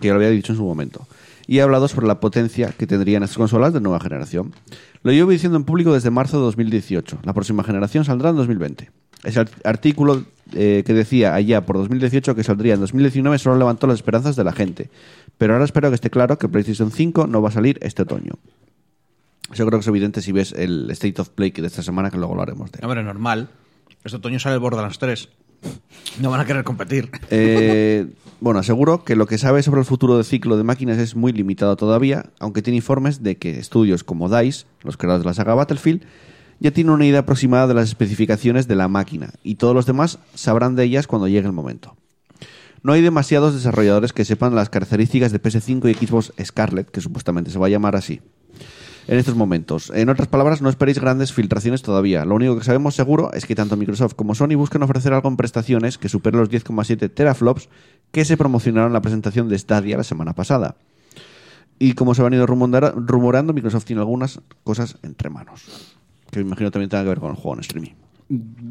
[SPEAKER 1] que ya lo había dicho en su momento. Y ha hablado sobre la potencia que tendrían estas consolas de nueva generación. Lo llevo diciendo en público desde marzo de 2018. La próxima generación saldrá en 2020. Ese art- artículo eh, que decía allá por 2018 que saldría en 2019 solo levantó las esperanzas de la gente. Pero ahora espero que esté claro que PlayStation 5 no va a salir este otoño. Yo creo que es evidente si ves el State of Play que de esta semana, que luego hablaremos de él.
[SPEAKER 3] Hombre, normal. Este otoño sale el Borderlands 3. No van a querer competir.
[SPEAKER 1] Eh, bueno, aseguro que lo que sabe sobre el futuro del ciclo de máquinas es muy limitado todavía, aunque tiene informes de que estudios como DICE, los creadores de la saga Battlefield, ya tienen una idea aproximada de las especificaciones de la máquina, y todos los demás sabrán de ellas cuando llegue el momento. No hay demasiados desarrolladores que sepan las características de PS5 y Xbox Scarlett, que supuestamente se va a llamar así, en estos momentos. En otras palabras, no esperéis grandes filtraciones todavía. Lo único que sabemos seguro es que tanto Microsoft como Sony buscan ofrecer algo en prestaciones que supere los 10,7 teraflops que se promocionaron en la presentación de Stadia la semana pasada. Y como se han ido rumondar- rumorando, Microsoft tiene algunas cosas entre manos. Que me imagino también tenga que ver con el juego en streaming.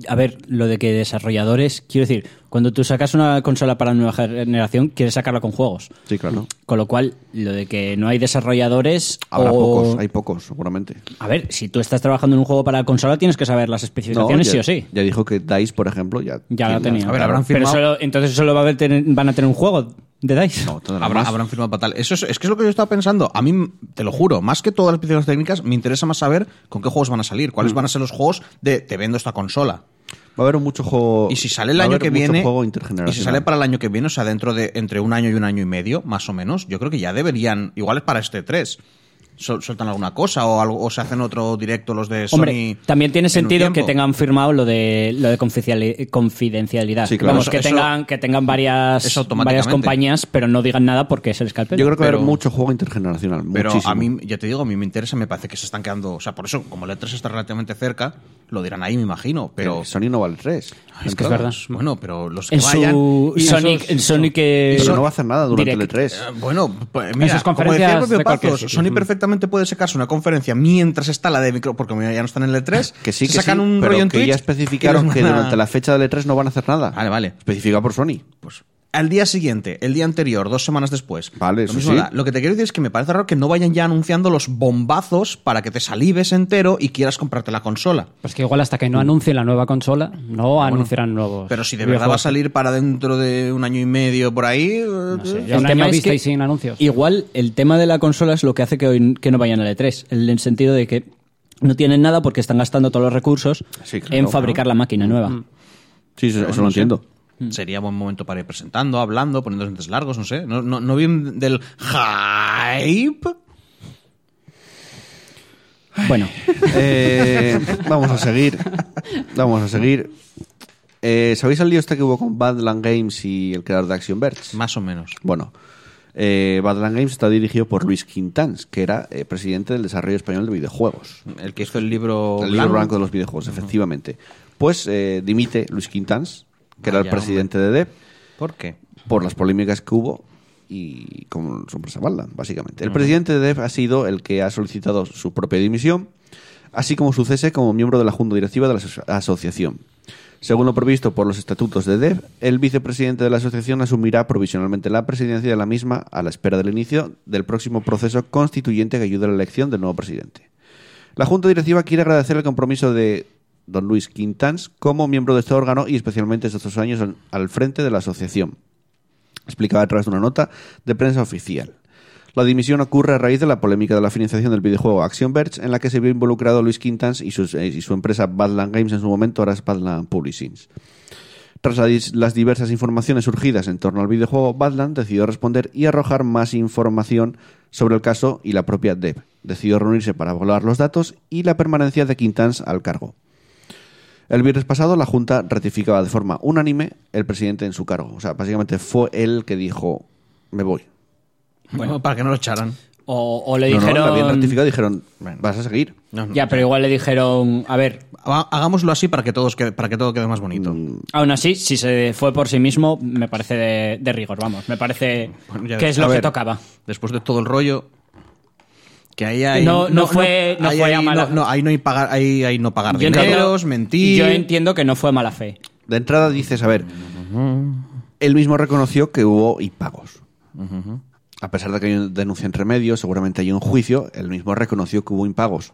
[SPEAKER 2] A ver, lo de que desarrolladores, quiero decir, cuando tú sacas una consola para nueva generación, quieres sacarla con juegos.
[SPEAKER 1] Sí, claro.
[SPEAKER 2] Con lo cual, lo de que no hay desarrolladores
[SPEAKER 1] Habrá
[SPEAKER 2] o-
[SPEAKER 1] pocos, hay pocos, seguramente.
[SPEAKER 2] A ver, si tú estás trabajando en un juego para consola, tienes que saber las especificaciones
[SPEAKER 1] ya,
[SPEAKER 2] sí o sí.
[SPEAKER 1] Ya dijo que DICE, por ejemplo, ya.
[SPEAKER 2] Ya la
[SPEAKER 1] tiene-
[SPEAKER 2] tenía.
[SPEAKER 3] A ver, habrán
[SPEAKER 2] Pero
[SPEAKER 3] firmado-
[SPEAKER 2] solo- entonces solo va a haber tener- van a tener un juego de DICE.
[SPEAKER 1] No, todavía
[SPEAKER 3] Habrá-
[SPEAKER 1] más.
[SPEAKER 3] habrán firmado fatal. Eso es, es que es lo que yo estaba pensando. A mí, te lo juro, más que todas las peticiones técnicas, me interesa más saber con qué juegos van a salir, cuáles
[SPEAKER 1] Mm.
[SPEAKER 3] van a ser los juegos de te vendo esta consola.
[SPEAKER 1] Va a haber mucho juego.
[SPEAKER 3] Y si sale el
[SPEAKER 1] Oh, va a
[SPEAKER 3] año
[SPEAKER 1] haber
[SPEAKER 3] que
[SPEAKER 1] mucho
[SPEAKER 3] viene.
[SPEAKER 1] juego
[SPEAKER 3] y
[SPEAKER 1] intergeneracional.
[SPEAKER 3] si sale para el año que viene, o sea, dentro de entre un año y un año y medio, más o menos, yo creo que ya deberían, igual es para este 3. sol- sueltan alguna cosa o, algo, o se hacen otro directo los de Sony.
[SPEAKER 2] Hombre, también tiene
[SPEAKER 3] en un
[SPEAKER 2] sentido que
[SPEAKER 3] tiempo.
[SPEAKER 2] tengan firmado lo de lo de confidenciali- confidencialidad.
[SPEAKER 1] Sí, claro.
[SPEAKER 2] Vamos,
[SPEAKER 3] Eso-
[SPEAKER 2] que
[SPEAKER 3] eso-
[SPEAKER 2] tengan que tengan varias
[SPEAKER 3] eso automáticamente.
[SPEAKER 2] varias compañías, pero no digan nada porque es el escalpel.
[SPEAKER 1] Yo creo que va a haber
[SPEAKER 3] Pero-
[SPEAKER 1] mucho juego intergeneracional.
[SPEAKER 3] Pero
[SPEAKER 1] muchísimo.
[SPEAKER 3] a mí, ya te digo, a mí me interesa, me parece que se están quedando. O sea, por eso, como el E3 está relativamente cerca, lo dirán ahí, me imagino. Pero.
[SPEAKER 1] Pero Sony no vale 3.
[SPEAKER 3] Ay,
[SPEAKER 2] Ah, Es que es
[SPEAKER 3] claro,
[SPEAKER 2] verdad.
[SPEAKER 3] Bueno, pero los que
[SPEAKER 2] en
[SPEAKER 3] vayan.
[SPEAKER 2] su
[SPEAKER 3] y
[SPEAKER 2] Sonic,
[SPEAKER 3] esos-
[SPEAKER 2] en Sonic eh,
[SPEAKER 1] Pero no va a hacer nada durante
[SPEAKER 2] Direct.
[SPEAKER 1] el E 3.
[SPEAKER 3] Eh, Bueno, pues mira,
[SPEAKER 4] sus
[SPEAKER 3] como decía el
[SPEAKER 4] conferencias
[SPEAKER 3] propio
[SPEAKER 4] de cualquier
[SPEAKER 3] Pazos,
[SPEAKER 4] sitio.
[SPEAKER 3] Sony perfectamente puede sacarse una conferencia mientras está la de micro, porque mira, ya no están en el E3.
[SPEAKER 1] Que sí,
[SPEAKER 3] se
[SPEAKER 1] que
[SPEAKER 3] sacan
[SPEAKER 1] sí,
[SPEAKER 3] un
[SPEAKER 1] pero
[SPEAKER 3] rollo en
[SPEAKER 1] que
[SPEAKER 3] Twitch
[SPEAKER 1] ya
[SPEAKER 3] y
[SPEAKER 1] especificaron
[SPEAKER 3] los
[SPEAKER 1] que
[SPEAKER 3] van a-
[SPEAKER 1] durante la fecha del E3 no E van a hacer nada.
[SPEAKER 3] Vale, vale.
[SPEAKER 1] Especificado por Sony.
[SPEAKER 3] Pues al día siguiente, el día anterior, dos semanas después.
[SPEAKER 1] Vale,
[SPEAKER 3] lo
[SPEAKER 1] eso
[SPEAKER 3] mismo
[SPEAKER 1] sí.
[SPEAKER 3] da. Lo que te quiero decir es que me parece raro que no vayan ya anunciando los bombazos para que te salives entero y quieras comprarte la consola.
[SPEAKER 4] Pues que igual hasta que no anuncien la nueva consola, no anunciarán nuevos.
[SPEAKER 3] Mm. Pero si de verdad va a
[SPEAKER 4] videojuegos.
[SPEAKER 3] salir para dentro de un año y medio por ahí.
[SPEAKER 4] No sé,
[SPEAKER 3] eh,
[SPEAKER 4] ya un año vista y sin anuncios.
[SPEAKER 2] Igual el tema de la consola es lo que hace que, hoy, que no vayan al E3. En el sentido de que no tienen nada porque están gastando todos los recursos
[SPEAKER 1] Sí, claro,
[SPEAKER 2] en fabricar la máquina nueva.
[SPEAKER 1] Sí, eso, eso lo entiendo.
[SPEAKER 2] Hmm.
[SPEAKER 3] Sería buen momento para ir presentando, hablando, poniendo sentes largos, no sé. No, no, no bien del hype.
[SPEAKER 2] Bueno,
[SPEAKER 1] Eh, vamos a seguir. Vamos a seguir. Eh, ¿Sabéis el lío este que hubo con Badland Games y el creador de Action Verge?
[SPEAKER 3] Más o menos.
[SPEAKER 1] Bueno, eh, Badland Games está dirigido por Luis Quintans, que era eh, presidente del desarrollo español de videojuegos.
[SPEAKER 3] El que hizo el libro.
[SPEAKER 1] El libro blanco de los videojuegos, efectivamente. Pues eh, dimite Luis Quintans, que era el
[SPEAKER 3] Vaya,
[SPEAKER 1] presidente de E DEP,
[SPEAKER 3] ¿Por qué?
[SPEAKER 1] por las polémicas que hubo y con su empresa Badland, básicamente. El presidente de DEF ha sido el que ha solicitado su propia dimisión, así como su cese como miembro de la Junta Directiva de la aso- asociación. Según lo previsto por los estatutos de DEF, el vicepresidente de la asociación asumirá provisionalmente la presidencia de la misma a la espera del inicio del próximo proceso constituyente que ayude a la elección del nuevo presidente. La Junta Directiva quiere agradecer el compromiso de don Luis Quintans como miembro de este órgano y especialmente estos dos años al- al frente de la asociación explicaba a través de una nota de prensa oficial. La dimisión ocurre a raíz de la polémica de la financiación del videojuego Action Verge, en la que se vio involucrado Luis Quintans y, sus- eh, y su empresa Badland Games en su momento, ahora es Badland Publishing. Tras la dis- las diversas informaciones surgidas en torno al videojuego, Badland decidió responder y arrojar más información sobre el caso y la propia Dev. Decidió reunirse para evaluar los datos y la permanencia de Quintans al cargo. El viernes pasado la Junta ratificaba de forma unánime el presidente en su cargo. O sea, básicamente fue él que dijo, me voy.
[SPEAKER 3] Bueno, para que no lo echaran.
[SPEAKER 2] o, o le
[SPEAKER 1] No, no,
[SPEAKER 2] dijeron.
[SPEAKER 1] la habían ratificado y dijeron, vas a seguir.
[SPEAKER 3] No, no.
[SPEAKER 2] Ya, pero igual le dijeron, a ver,
[SPEAKER 3] Ha- Hagámoslo así para que, todos quede- para que todo quede más bonito.
[SPEAKER 1] Mm.
[SPEAKER 2] aún así, si se fue por sí mismo, me parece de, de rigor, vamos, me parece
[SPEAKER 3] Bueno, ya
[SPEAKER 2] que es
[SPEAKER 3] ves.
[SPEAKER 2] lo
[SPEAKER 3] A
[SPEAKER 2] que
[SPEAKER 3] ver.
[SPEAKER 2] tocaba.
[SPEAKER 3] Después de todo el rollo. Que ahí hay.
[SPEAKER 2] No- no fue- no
[SPEAKER 3] ahí
[SPEAKER 2] fue
[SPEAKER 3] hay-
[SPEAKER 2] a mala-
[SPEAKER 3] no, no, ahí no hay pagar, ahí, ahí no pagar
[SPEAKER 2] Yo entiendo-
[SPEAKER 3] dineros, mentir.
[SPEAKER 2] Yo entiendo que no fue mala fe.
[SPEAKER 1] De entrada dices, a ver, él mismo reconoció que hubo impagos. A pesar de que hay una denuncia en remedio, seguramente hay un juicio, él mismo reconoció que hubo impagos.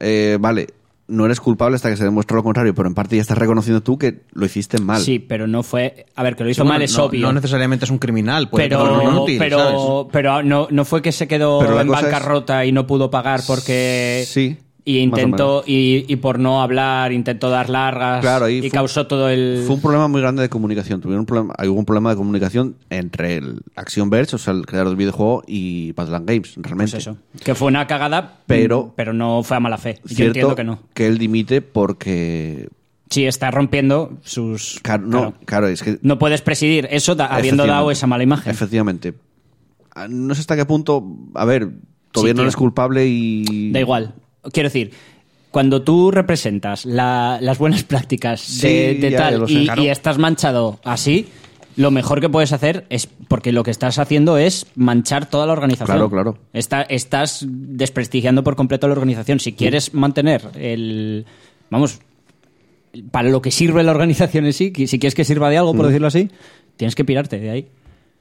[SPEAKER 1] Eh, vale, no eres culpable hasta que se demuestre lo contrario, pero en parte ya estás reconociendo tú que lo hiciste mal.
[SPEAKER 2] Sí, pero no fue. A ver, que lo
[SPEAKER 3] Sí,
[SPEAKER 2] hizo
[SPEAKER 3] bueno,
[SPEAKER 2] mal es
[SPEAKER 3] no,
[SPEAKER 2] obvio.
[SPEAKER 3] No necesariamente es un criminal, puede
[SPEAKER 2] pero
[SPEAKER 3] ser un inútil,
[SPEAKER 2] pero,
[SPEAKER 3] ¿sabes?
[SPEAKER 2] pero no, no fue que se quedó
[SPEAKER 1] Pero la
[SPEAKER 2] en
[SPEAKER 1] cosa es-
[SPEAKER 2] bancarrota y no pudo pagar porque
[SPEAKER 1] Sí,
[SPEAKER 2] y
[SPEAKER 1] más o
[SPEAKER 2] intentó y, y por no hablar intentó dar largas
[SPEAKER 1] Claro, ahí
[SPEAKER 2] y
[SPEAKER 1] fue-
[SPEAKER 2] causó todo el
[SPEAKER 1] Fue un problema muy grande de comunicación. Tuvieron un problema, hubo un problema de comunicación entre el Action Verge, o sea, el creador del videojuego, y Badland Games, realmente.
[SPEAKER 2] pues eso que fue una cagada
[SPEAKER 1] Pero-
[SPEAKER 2] pero no fue a mala fe yo
[SPEAKER 1] Cierto
[SPEAKER 2] entiendo que no
[SPEAKER 1] él dimite porque.
[SPEAKER 2] sí está rompiendo sus
[SPEAKER 1] Claro, no,
[SPEAKER 2] claro.
[SPEAKER 1] claro, es que.
[SPEAKER 2] No puedes presidir eso da- habiendo
[SPEAKER 1] Efectivamente.
[SPEAKER 2] dado esa mala imagen
[SPEAKER 1] Efectivamente. Ah, No sé hasta qué punto. A ver, todavía
[SPEAKER 2] Sí,
[SPEAKER 1] no
[SPEAKER 2] tío.
[SPEAKER 1] eres culpable y.
[SPEAKER 2] da igual quiero decir cuando tú representas la- las buenas <laughs> prácticas de,
[SPEAKER 1] Sí, ya,
[SPEAKER 2] de
[SPEAKER 1] ya
[SPEAKER 2] tal
[SPEAKER 1] lo sé,
[SPEAKER 2] y,
[SPEAKER 1] claro.
[SPEAKER 2] y estás manchado así, lo mejor que puedes hacer es, porque lo que estás haciendo es manchar toda la organización.
[SPEAKER 1] Claro, claro.
[SPEAKER 2] Está- estás desprestigiando por completo la organización. Si quieres mantener el... Vamos, para lo que sirve la organización en sí, que- si quieres que sirva de algo,
[SPEAKER 1] Mm.
[SPEAKER 2] por decirlo así, tienes que pirarte de ahí.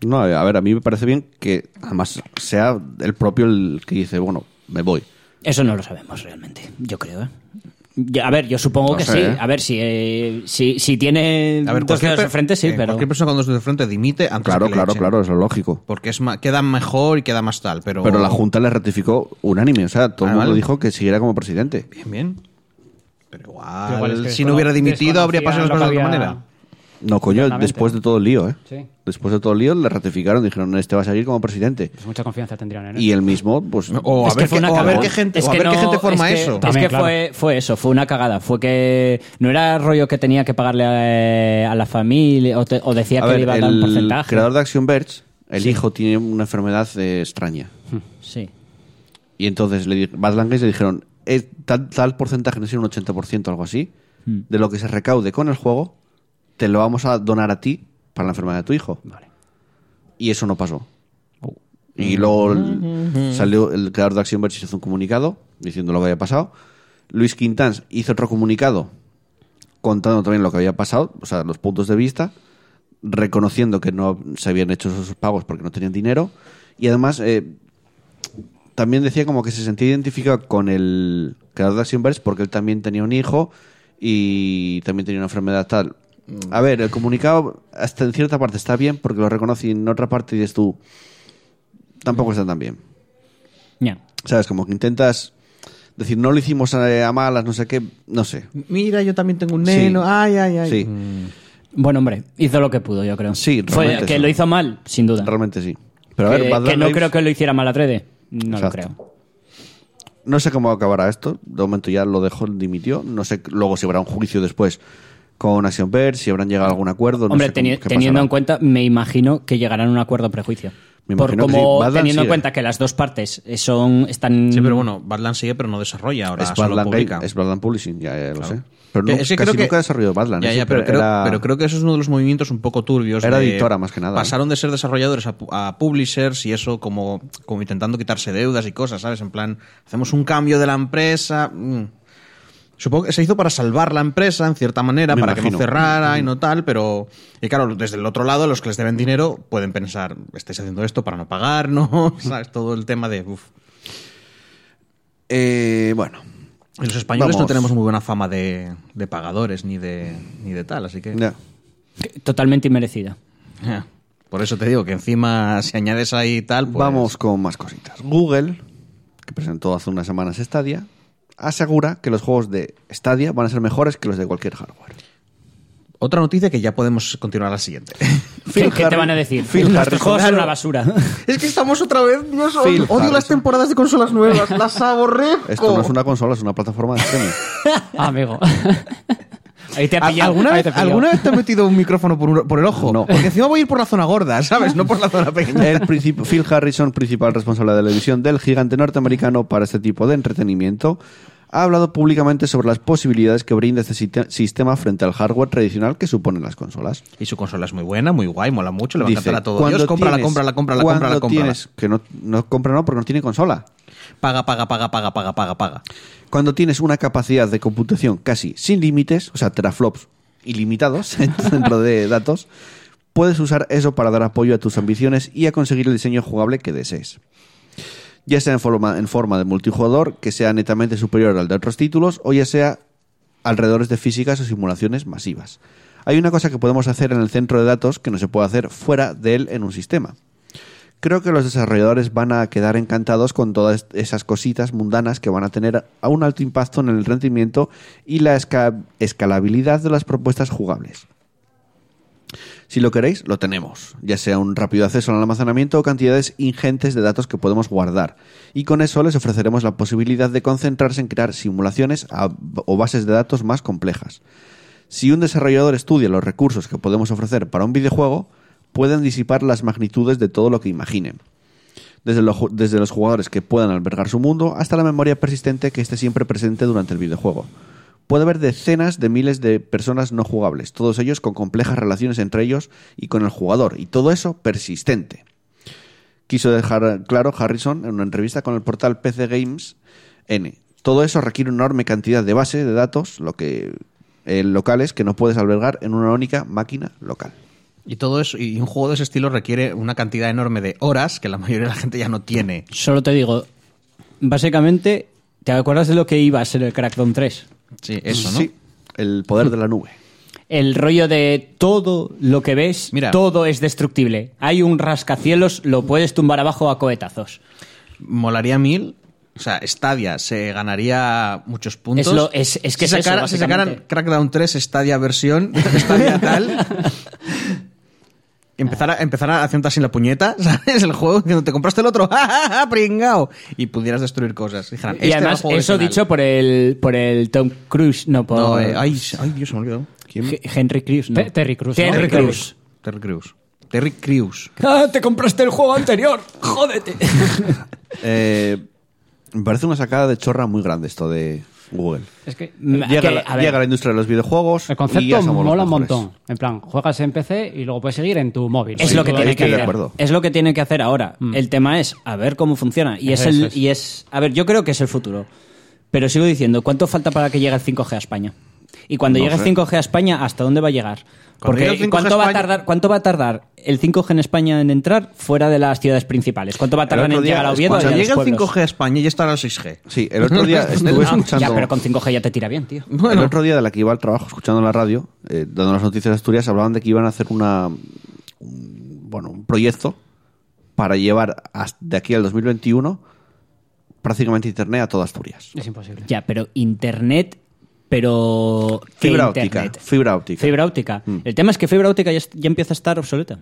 [SPEAKER 1] No, a ver, a mí me parece bien que además sea el propio el que dice, bueno, me voy.
[SPEAKER 2] Eso no lo sabemos realmente, yo creo. ¿eh? Yo- A ver, yo supongo
[SPEAKER 1] No
[SPEAKER 2] que
[SPEAKER 1] sé,
[SPEAKER 2] sí.
[SPEAKER 1] ¿eh?
[SPEAKER 2] A ver, si, eh, si, si tiene
[SPEAKER 3] A ver,
[SPEAKER 2] dos dedos
[SPEAKER 3] pe-
[SPEAKER 2] de frente, sí,
[SPEAKER 3] eh,
[SPEAKER 2] pero...
[SPEAKER 3] cualquier persona con dos dedos de frente dimite antes
[SPEAKER 1] Claro,
[SPEAKER 3] de que le
[SPEAKER 1] claro,
[SPEAKER 3] echen.
[SPEAKER 1] claro, eso es lógico.
[SPEAKER 3] Porque es ma- queda mejor y queda más tal, pero.
[SPEAKER 1] Pero la Junta le ratificó unánime, o sea, todo
[SPEAKER 3] Ah,
[SPEAKER 1] el mundo
[SPEAKER 3] vale.
[SPEAKER 1] dijo que siguiera como presidente.
[SPEAKER 3] Bien, bien. Pero igual,
[SPEAKER 4] Pero igual es que
[SPEAKER 3] si no
[SPEAKER 4] descono-
[SPEAKER 3] hubiera dimitido, habría pasado las cosas de
[SPEAKER 4] desconocían
[SPEAKER 3] otra
[SPEAKER 4] lo que
[SPEAKER 3] manera.
[SPEAKER 4] había-
[SPEAKER 1] No, coño,
[SPEAKER 4] Totalmente.
[SPEAKER 1] después de todo el lío, ¿eh?
[SPEAKER 4] Sí.
[SPEAKER 1] Después de todo el lío le ratificaron, dijeron, este va a seguir como presidente.
[SPEAKER 4] Pues mucha confianza tendrían en él.
[SPEAKER 1] Y él mismo, pues...
[SPEAKER 3] O a
[SPEAKER 2] Es que
[SPEAKER 3] ver
[SPEAKER 2] fue
[SPEAKER 3] qué-
[SPEAKER 2] una
[SPEAKER 3] o a ver
[SPEAKER 2] cagada.
[SPEAKER 3] qué gente
[SPEAKER 2] Es
[SPEAKER 3] o a
[SPEAKER 2] que
[SPEAKER 3] ver qué
[SPEAKER 2] no-
[SPEAKER 3] gente forma
[SPEAKER 2] es que-
[SPEAKER 3] eso.
[SPEAKER 2] Es
[SPEAKER 4] También,
[SPEAKER 2] que
[SPEAKER 4] claro.
[SPEAKER 2] fue, fue eso, fue una cagada. Fue que no era rollo que tenía que pagarle a, a la familia o, te- o decía
[SPEAKER 1] a
[SPEAKER 2] que
[SPEAKER 1] ver,
[SPEAKER 2] le iba a dar un
[SPEAKER 1] el
[SPEAKER 2] porcentaje.
[SPEAKER 1] creador de Action Verge, el hijo tiene una enfermedad eh, extraña.
[SPEAKER 2] Sí.
[SPEAKER 1] Y entonces le, di- Badland Games le dijeron, "Eh, tal, tal porcentaje, no sé, un 80% o algo así, de lo que se recaude con el juego, te lo vamos a donar a ti para la enfermedad de tu hijo. Y eso no pasó. Y luego el- salió el creador de Action Verge y hizo un comunicado diciendo lo que había pasado. Luis Quintans hizo otro comunicado contando también lo que había pasado, o sea, los puntos de vista reconociendo que no se habían hecho esos pagos porque no tenían dinero. Y además, eh, también decía como que se sentía identificado con el creador de Axiomverse porque él también tenía un hijo y también tenía una enfermedad tal. A ver, el comunicado hasta en cierta parte está bien porque lo reconoce y en otra parte dices tú, tampoco está tan bien.
[SPEAKER 2] Ya.
[SPEAKER 1] ¿Sabes? Como que intentas decir, no lo hicimos eh, a, a malas, no sé qué, no sé.
[SPEAKER 3] Mira, yo también tengo un neno.
[SPEAKER 1] Sí.
[SPEAKER 3] Ay, ay, ay.
[SPEAKER 1] Sí,
[SPEAKER 2] Bueno, hombre, hizo lo que pudo, yo creo.
[SPEAKER 1] Sí,
[SPEAKER 2] Fue,
[SPEAKER 1] realmente
[SPEAKER 2] que
[SPEAKER 1] sí.
[SPEAKER 2] lo hizo mal, sin duda.
[SPEAKER 1] realmente sí. Pero a ver,
[SPEAKER 2] que,
[SPEAKER 1] Bad
[SPEAKER 2] que no
[SPEAKER 1] Lives-
[SPEAKER 2] creo que lo hiciera mal a 3D. No lo
[SPEAKER 1] Exacto.
[SPEAKER 2] creo.
[SPEAKER 1] No sé cómo acabará esto. De momento ya lo dejó, dimitió. No sé luego si habrá un juicio después con Action Bear, si habrán llegado a algún acuerdo. no
[SPEAKER 2] Hombre,
[SPEAKER 1] sé cómo-
[SPEAKER 2] teni-
[SPEAKER 1] qué
[SPEAKER 2] teniendo
[SPEAKER 1] pasará.
[SPEAKER 2] en cuenta, me imagino que llegarán a un acuerdo de prejuicio.
[SPEAKER 1] Me
[SPEAKER 2] Por
[SPEAKER 1] imagino que sí.
[SPEAKER 2] como,
[SPEAKER 1] Badlands
[SPEAKER 2] teniendo en
[SPEAKER 1] sigue.
[SPEAKER 2] cuenta que las dos partes eh, son están
[SPEAKER 3] Sí, pero bueno, Badlands sigue, pero no desarrolla ahora.
[SPEAKER 1] Es
[SPEAKER 3] solo
[SPEAKER 1] Badland,
[SPEAKER 3] publica.
[SPEAKER 1] Game- es Badland Publishing, ya, ya lo
[SPEAKER 3] Claro.
[SPEAKER 1] sé. Pero
[SPEAKER 3] Que-
[SPEAKER 1] nu-
[SPEAKER 3] Eh, es que
[SPEAKER 1] casi
[SPEAKER 3] creo que-
[SPEAKER 1] nunca desarrolló Badland.
[SPEAKER 3] Ya, ya, pero, creo, pero creo que eso es uno de los movimientos un poco turbios.
[SPEAKER 1] eh, Era
[SPEAKER 3] de-
[SPEAKER 1] editora, más que nada, ¿eh?
[SPEAKER 3] Pasaron de ser desarrolladores a, pu- a publishers y eso como, como intentando quitarse deudas y cosas, ¿sabes? En plan, hacemos un cambio de la empresa. mm. Supongo que se hizo para salvar la empresa, en cierta manera,
[SPEAKER 1] Me
[SPEAKER 3] para que no
[SPEAKER 1] imagino.
[SPEAKER 3] cerrara y no tal, pero... Y claro, desde el otro lado, los que les deben dinero pueden pensar, estáis haciendo esto para no pagar, ¿no? <laughs> ¿Sabes? Todo el tema de... uf.
[SPEAKER 1] Eh, bueno,
[SPEAKER 3] Y los españoles no
[SPEAKER 1] Vamos.
[SPEAKER 3] tenemos muy buena fama de, de pagadores ni de, ni de tal, así que...
[SPEAKER 1] ya.
[SPEAKER 2] totalmente inmerecida.
[SPEAKER 3] Ya. Por eso te digo que encima si añades ahí tal, pues...
[SPEAKER 1] Vamos con más cositas. Google, que presentó hace unas semanas Stadia, asegura que los juegos de Stadia van a ser mejores que los de cualquier hardware.
[SPEAKER 3] Otra noticia que ya podemos continuar a la siguiente.
[SPEAKER 2] ¿Qué,
[SPEAKER 1] Phil
[SPEAKER 2] qué te
[SPEAKER 1] Harris-
[SPEAKER 2] van a decir?
[SPEAKER 1] Phil
[SPEAKER 2] Nuestros
[SPEAKER 1] Harris-
[SPEAKER 2] juegos son
[SPEAKER 1] Claro.
[SPEAKER 2] una basura.
[SPEAKER 3] <laughs>
[SPEAKER 2] <laughs>
[SPEAKER 3] es que estamos otra vez, Dios,
[SPEAKER 1] Phil
[SPEAKER 3] odio las
[SPEAKER 1] Harris.
[SPEAKER 3] temporadas de consolas nuevas, <laughs> las aborrezco.
[SPEAKER 1] Esto no es una consola, es una plataforma de streaming.
[SPEAKER 3] <laughs>
[SPEAKER 4] Ah, amigo.
[SPEAKER 2] Ahí te ha
[SPEAKER 3] ¿Al-
[SPEAKER 2] pillado.
[SPEAKER 3] ¿Alguna,
[SPEAKER 2] ahí
[SPEAKER 3] vez,
[SPEAKER 2] te ha pillado.
[SPEAKER 3] alguna vez te han metido un micrófono por, un- por el ojo?
[SPEAKER 1] No.
[SPEAKER 3] Porque encima voy a ir por la zona gorda, ¿sabes? No por la zona pequeña.
[SPEAKER 1] El princip- Phil Harrison, principal responsable de la división del gigante norteamericano para este tipo de entretenimiento, ha hablado públicamente sobre las posibilidades que brinda este site- sistema frente al hardware tradicional que suponen las consolas.
[SPEAKER 3] Y su consola es muy buena, muy guay, mola mucho, le va a
[SPEAKER 1] Dice,
[SPEAKER 3] encantar a todo
[SPEAKER 1] cuando
[SPEAKER 3] Dios. Compra la
[SPEAKER 1] tienes-
[SPEAKER 3] compra la compra la
[SPEAKER 1] cuando
[SPEAKER 3] compra la compra.
[SPEAKER 1] tienes- que no, no compra no, porque no tiene consola.
[SPEAKER 3] Paga, paga, paga, paga, paga, paga, paga.
[SPEAKER 1] Cuando tienes una capacidad de computación casi sin límites, o sea, teraflops ilimitados <laughs> dentro de datos, puedes usar eso para dar apoyo a tus ambiciones y a conseguir el diseño jugable que desees. Ya sea en forma, en forma de multijugador, que sea netamente superior al de otros títulos, o ya sea alrededores de físicas o simulaciones masivas. Hay una cosa que podemos hacer en el centro de datos que no se puede hacer fuera de él en un sistema. Creo que los desarrolladores van a quedar encantados con todas esas cositas mundanas que van a tener a un alto impacto en el rendimiento y la esca- escalabilidad de las propuestas jugables. Si lo queréis, lo tenemos, ya sea un rápido acceso al almacenamiento o cantidades ingentes de datos que podemos guardar. Y con eso les ofreceremos la posibilidad de concentrarse en crear simulaciones a- o bases de datos más complejas. Si un desarrollador estudia los recursos que podemos ofrecer para un videojuego, pueden disipar las magnitudes de todo lo que imaginen. Desde, lo ju- desde los jugadores que puedan albergar su mundo hasta la memoria persistente que esté siempre presente durante el videojuego. Puede haber decenas de miles de personas no jugables, todos ellos con complejas relaciones entre ellos y con el jugador, y todo eso persistente quiso dejar claro Harrison en una entrevista con el portal PC Games N. Todo eso requiere una enorme cantidad de bases de datos lo que, eh, locales que no puedes albergar en una única máquina local.
[SPEAKER 3] Y todo eso, y un juego de ese estilo requiere una cantidad enorme de horas que la mayoría de la gente ya no tiene.
[SPEAKER 2] Solo te digo, básicamente, ¿te acuerdas de lo que iba a ser el Crackdown 3?
[SPEAKER 3] Sí, eso, ¿no?
[SPEAKER 1] Sí, el poder de la nube.
[SPEAKER 2] El rollo de todo lo que ves,
[SPEAKER 3] Mira.
[SPEAKER 2] todo es destructible. Hay un rascacielos, lo puedes tumbar abajo a cohetazos.
[SPEAKER 3] Molaría mil. O sea, Stadia se ganaría muchos puntos.
[SPEAKER 2] Es lo- es- es que
[SPEAKER 3] si,
[SPEAKER 2] es eso,
[SPEAKER 3] sacara- si
[SPEAKER 2] básicamente.
[SPEAKER 3] sacaran Crackdown 3 Stadia versión, <laughs> Stadia
[SPEAKER 2] <laughs>
[SPEAKER 3] tal. Empezara, empezara haciendo así la puñeta, <laughs> ¿sabes? El juego diciendo, te compraste el otro, <laughs> ¡Ja, ja, ja, pringao! Y pudieras destruir cosas. Dijeran, "Este
[SPEAKER 2] y
[SPEAKER 3] era el
[SPEAKER 2] además,
[SPEAKER 3] juego
[SPEAKER 2] eso
[SPEAKER 3] original".
[SPEAKER 2] dicho por el, por el Tom Cruise, no por
[SPEAKER 3] No, eh, ay, ay, Dios, se me ha olvidado.
[SPEAKER 2] Ge- Henry Cruise. no.
[SPEAKER 4] Te- Terry Crews, ¿no?
[SPEAKER 2] Terry
[SPEAKER 4] Terry
[SPEAKER 2] Crews.
[SPEAKER 3] Terry Crews. Terry Crews.
[SPEAKER 2] Ah, te compraste el juego
[SPEAKER 4] <laughs>
[SPEAKER 2] anterior. Jódete.
[SPEAKER 1] <laughs> Eh, me parece una sacada de chorra muy grande esto de Google.
[SPEAKER 4] Es que
[SPEAKER 1] Llega,
[SPEAKER 2] Mm, Que,
[SPEAKER 1] la,
[SPEAKER 2] a ver,
[SPEAKER 1] llega la industria de los videojuegos. y
[SPEAKER 4] el
[SPEAKER 1] ya
[SPEAKER 4] concepto
[SPEAKER 1] somos los
[SPEAKER 4] mola un
[SPEAKER 1] mejores.
[SPEAKER 4] montón. En plan, juegas en PC y luego puedes seguir en tu móvil.
[SPEAKER 2] es
[SPEAKER 4] Sí,
[SPEAKER 2] lo que
[SPEAKER 4] todo
[SPEAKER 2] tiene
[SPEAKER 4] esto.
[SPEAKER 2] que
[SPEAKER 1] de
[SPEAKER 2] hacer.
[SPEAKER 1] acuerdo.
[SPEAKER 2] Es lo que tiene que hacer ahora. El tema es a ver cómo funciona. Y es,
[SPEAKER 4] Mm. Eso
[SPEAKER 2] el,
[SPEAKER 4] es.
[SPEAKER 2] y es. A ver, yo creo que es el futuro. Pero sigo diciendo, ¿cuánto falta para que llegue el 5G a España? Y cuando
[SPEAKER 1] No
[SPEAKER 2] llegue
[SPEAKER 1] sé.
[SPEAKER 2] el 5G a España, ¿hasta dónde va a llegar?
[SPEAKER 3] Corrido
[SPEAKER 2] Porque
[SPEAKER 3] 5G
[SPEAKER 2] ¿cuánto va, a
[SPEAKER 3] España-
[SPEAKER 2] tardar, ¿cuánto va a tardar el 5G en España en entrar fuera de las ciudades principales? ¿Cuánto va a
[SPEAKER 1] El
[SPEAKER 2] tardar
[SPEAKER 1] otro
[SPEAKER 2] en
[SPEAKER 1] día,
[SPEAKER 2] llegar a Oviedo y
[SPEAKER 3] Cuando
[SPEAKER 2] a los
[SPEAKER 3] llegue el
[SPEAKER 2] pueblos?
[SPEAKER 3] 5G a España ya estará el 6G.
[SPEAKER 1] Sí, el <laughs> otro día estuve
[SPEAKER 2] No,
[SPEAKER 1] escuchando.
[SPEAKER 2] Ya, pero con 5G ya te tira bien, tío.
[SPEAKER 1] El
[SPEAKER 3] Bueno,
[SPEAKER 1] otro día de la que iba al trabajo escuchando la radio, eh, dando las noticias de Asturias, hablaban de que iban a hacer una un- bueno, un proyecto para llevar hasta- de aquí al 2021 prácticamente internet a toda Asturias.
[SPEAKER 4] Es imposible.
[SPEAKER 2] Ya, pero internet, pero... ¿qué
[SPEAKER 1] Fibra óptica,
[SPEAKER 2] internet?
[SPEAKER 1] fibra óptica.
[SPEAKER 2] Fibra óptica.
[SPEAKER 1] Mm.
[SPEAKER 2] El tema es que fibra óptica ya, es- ya empieza a estar obsoleta.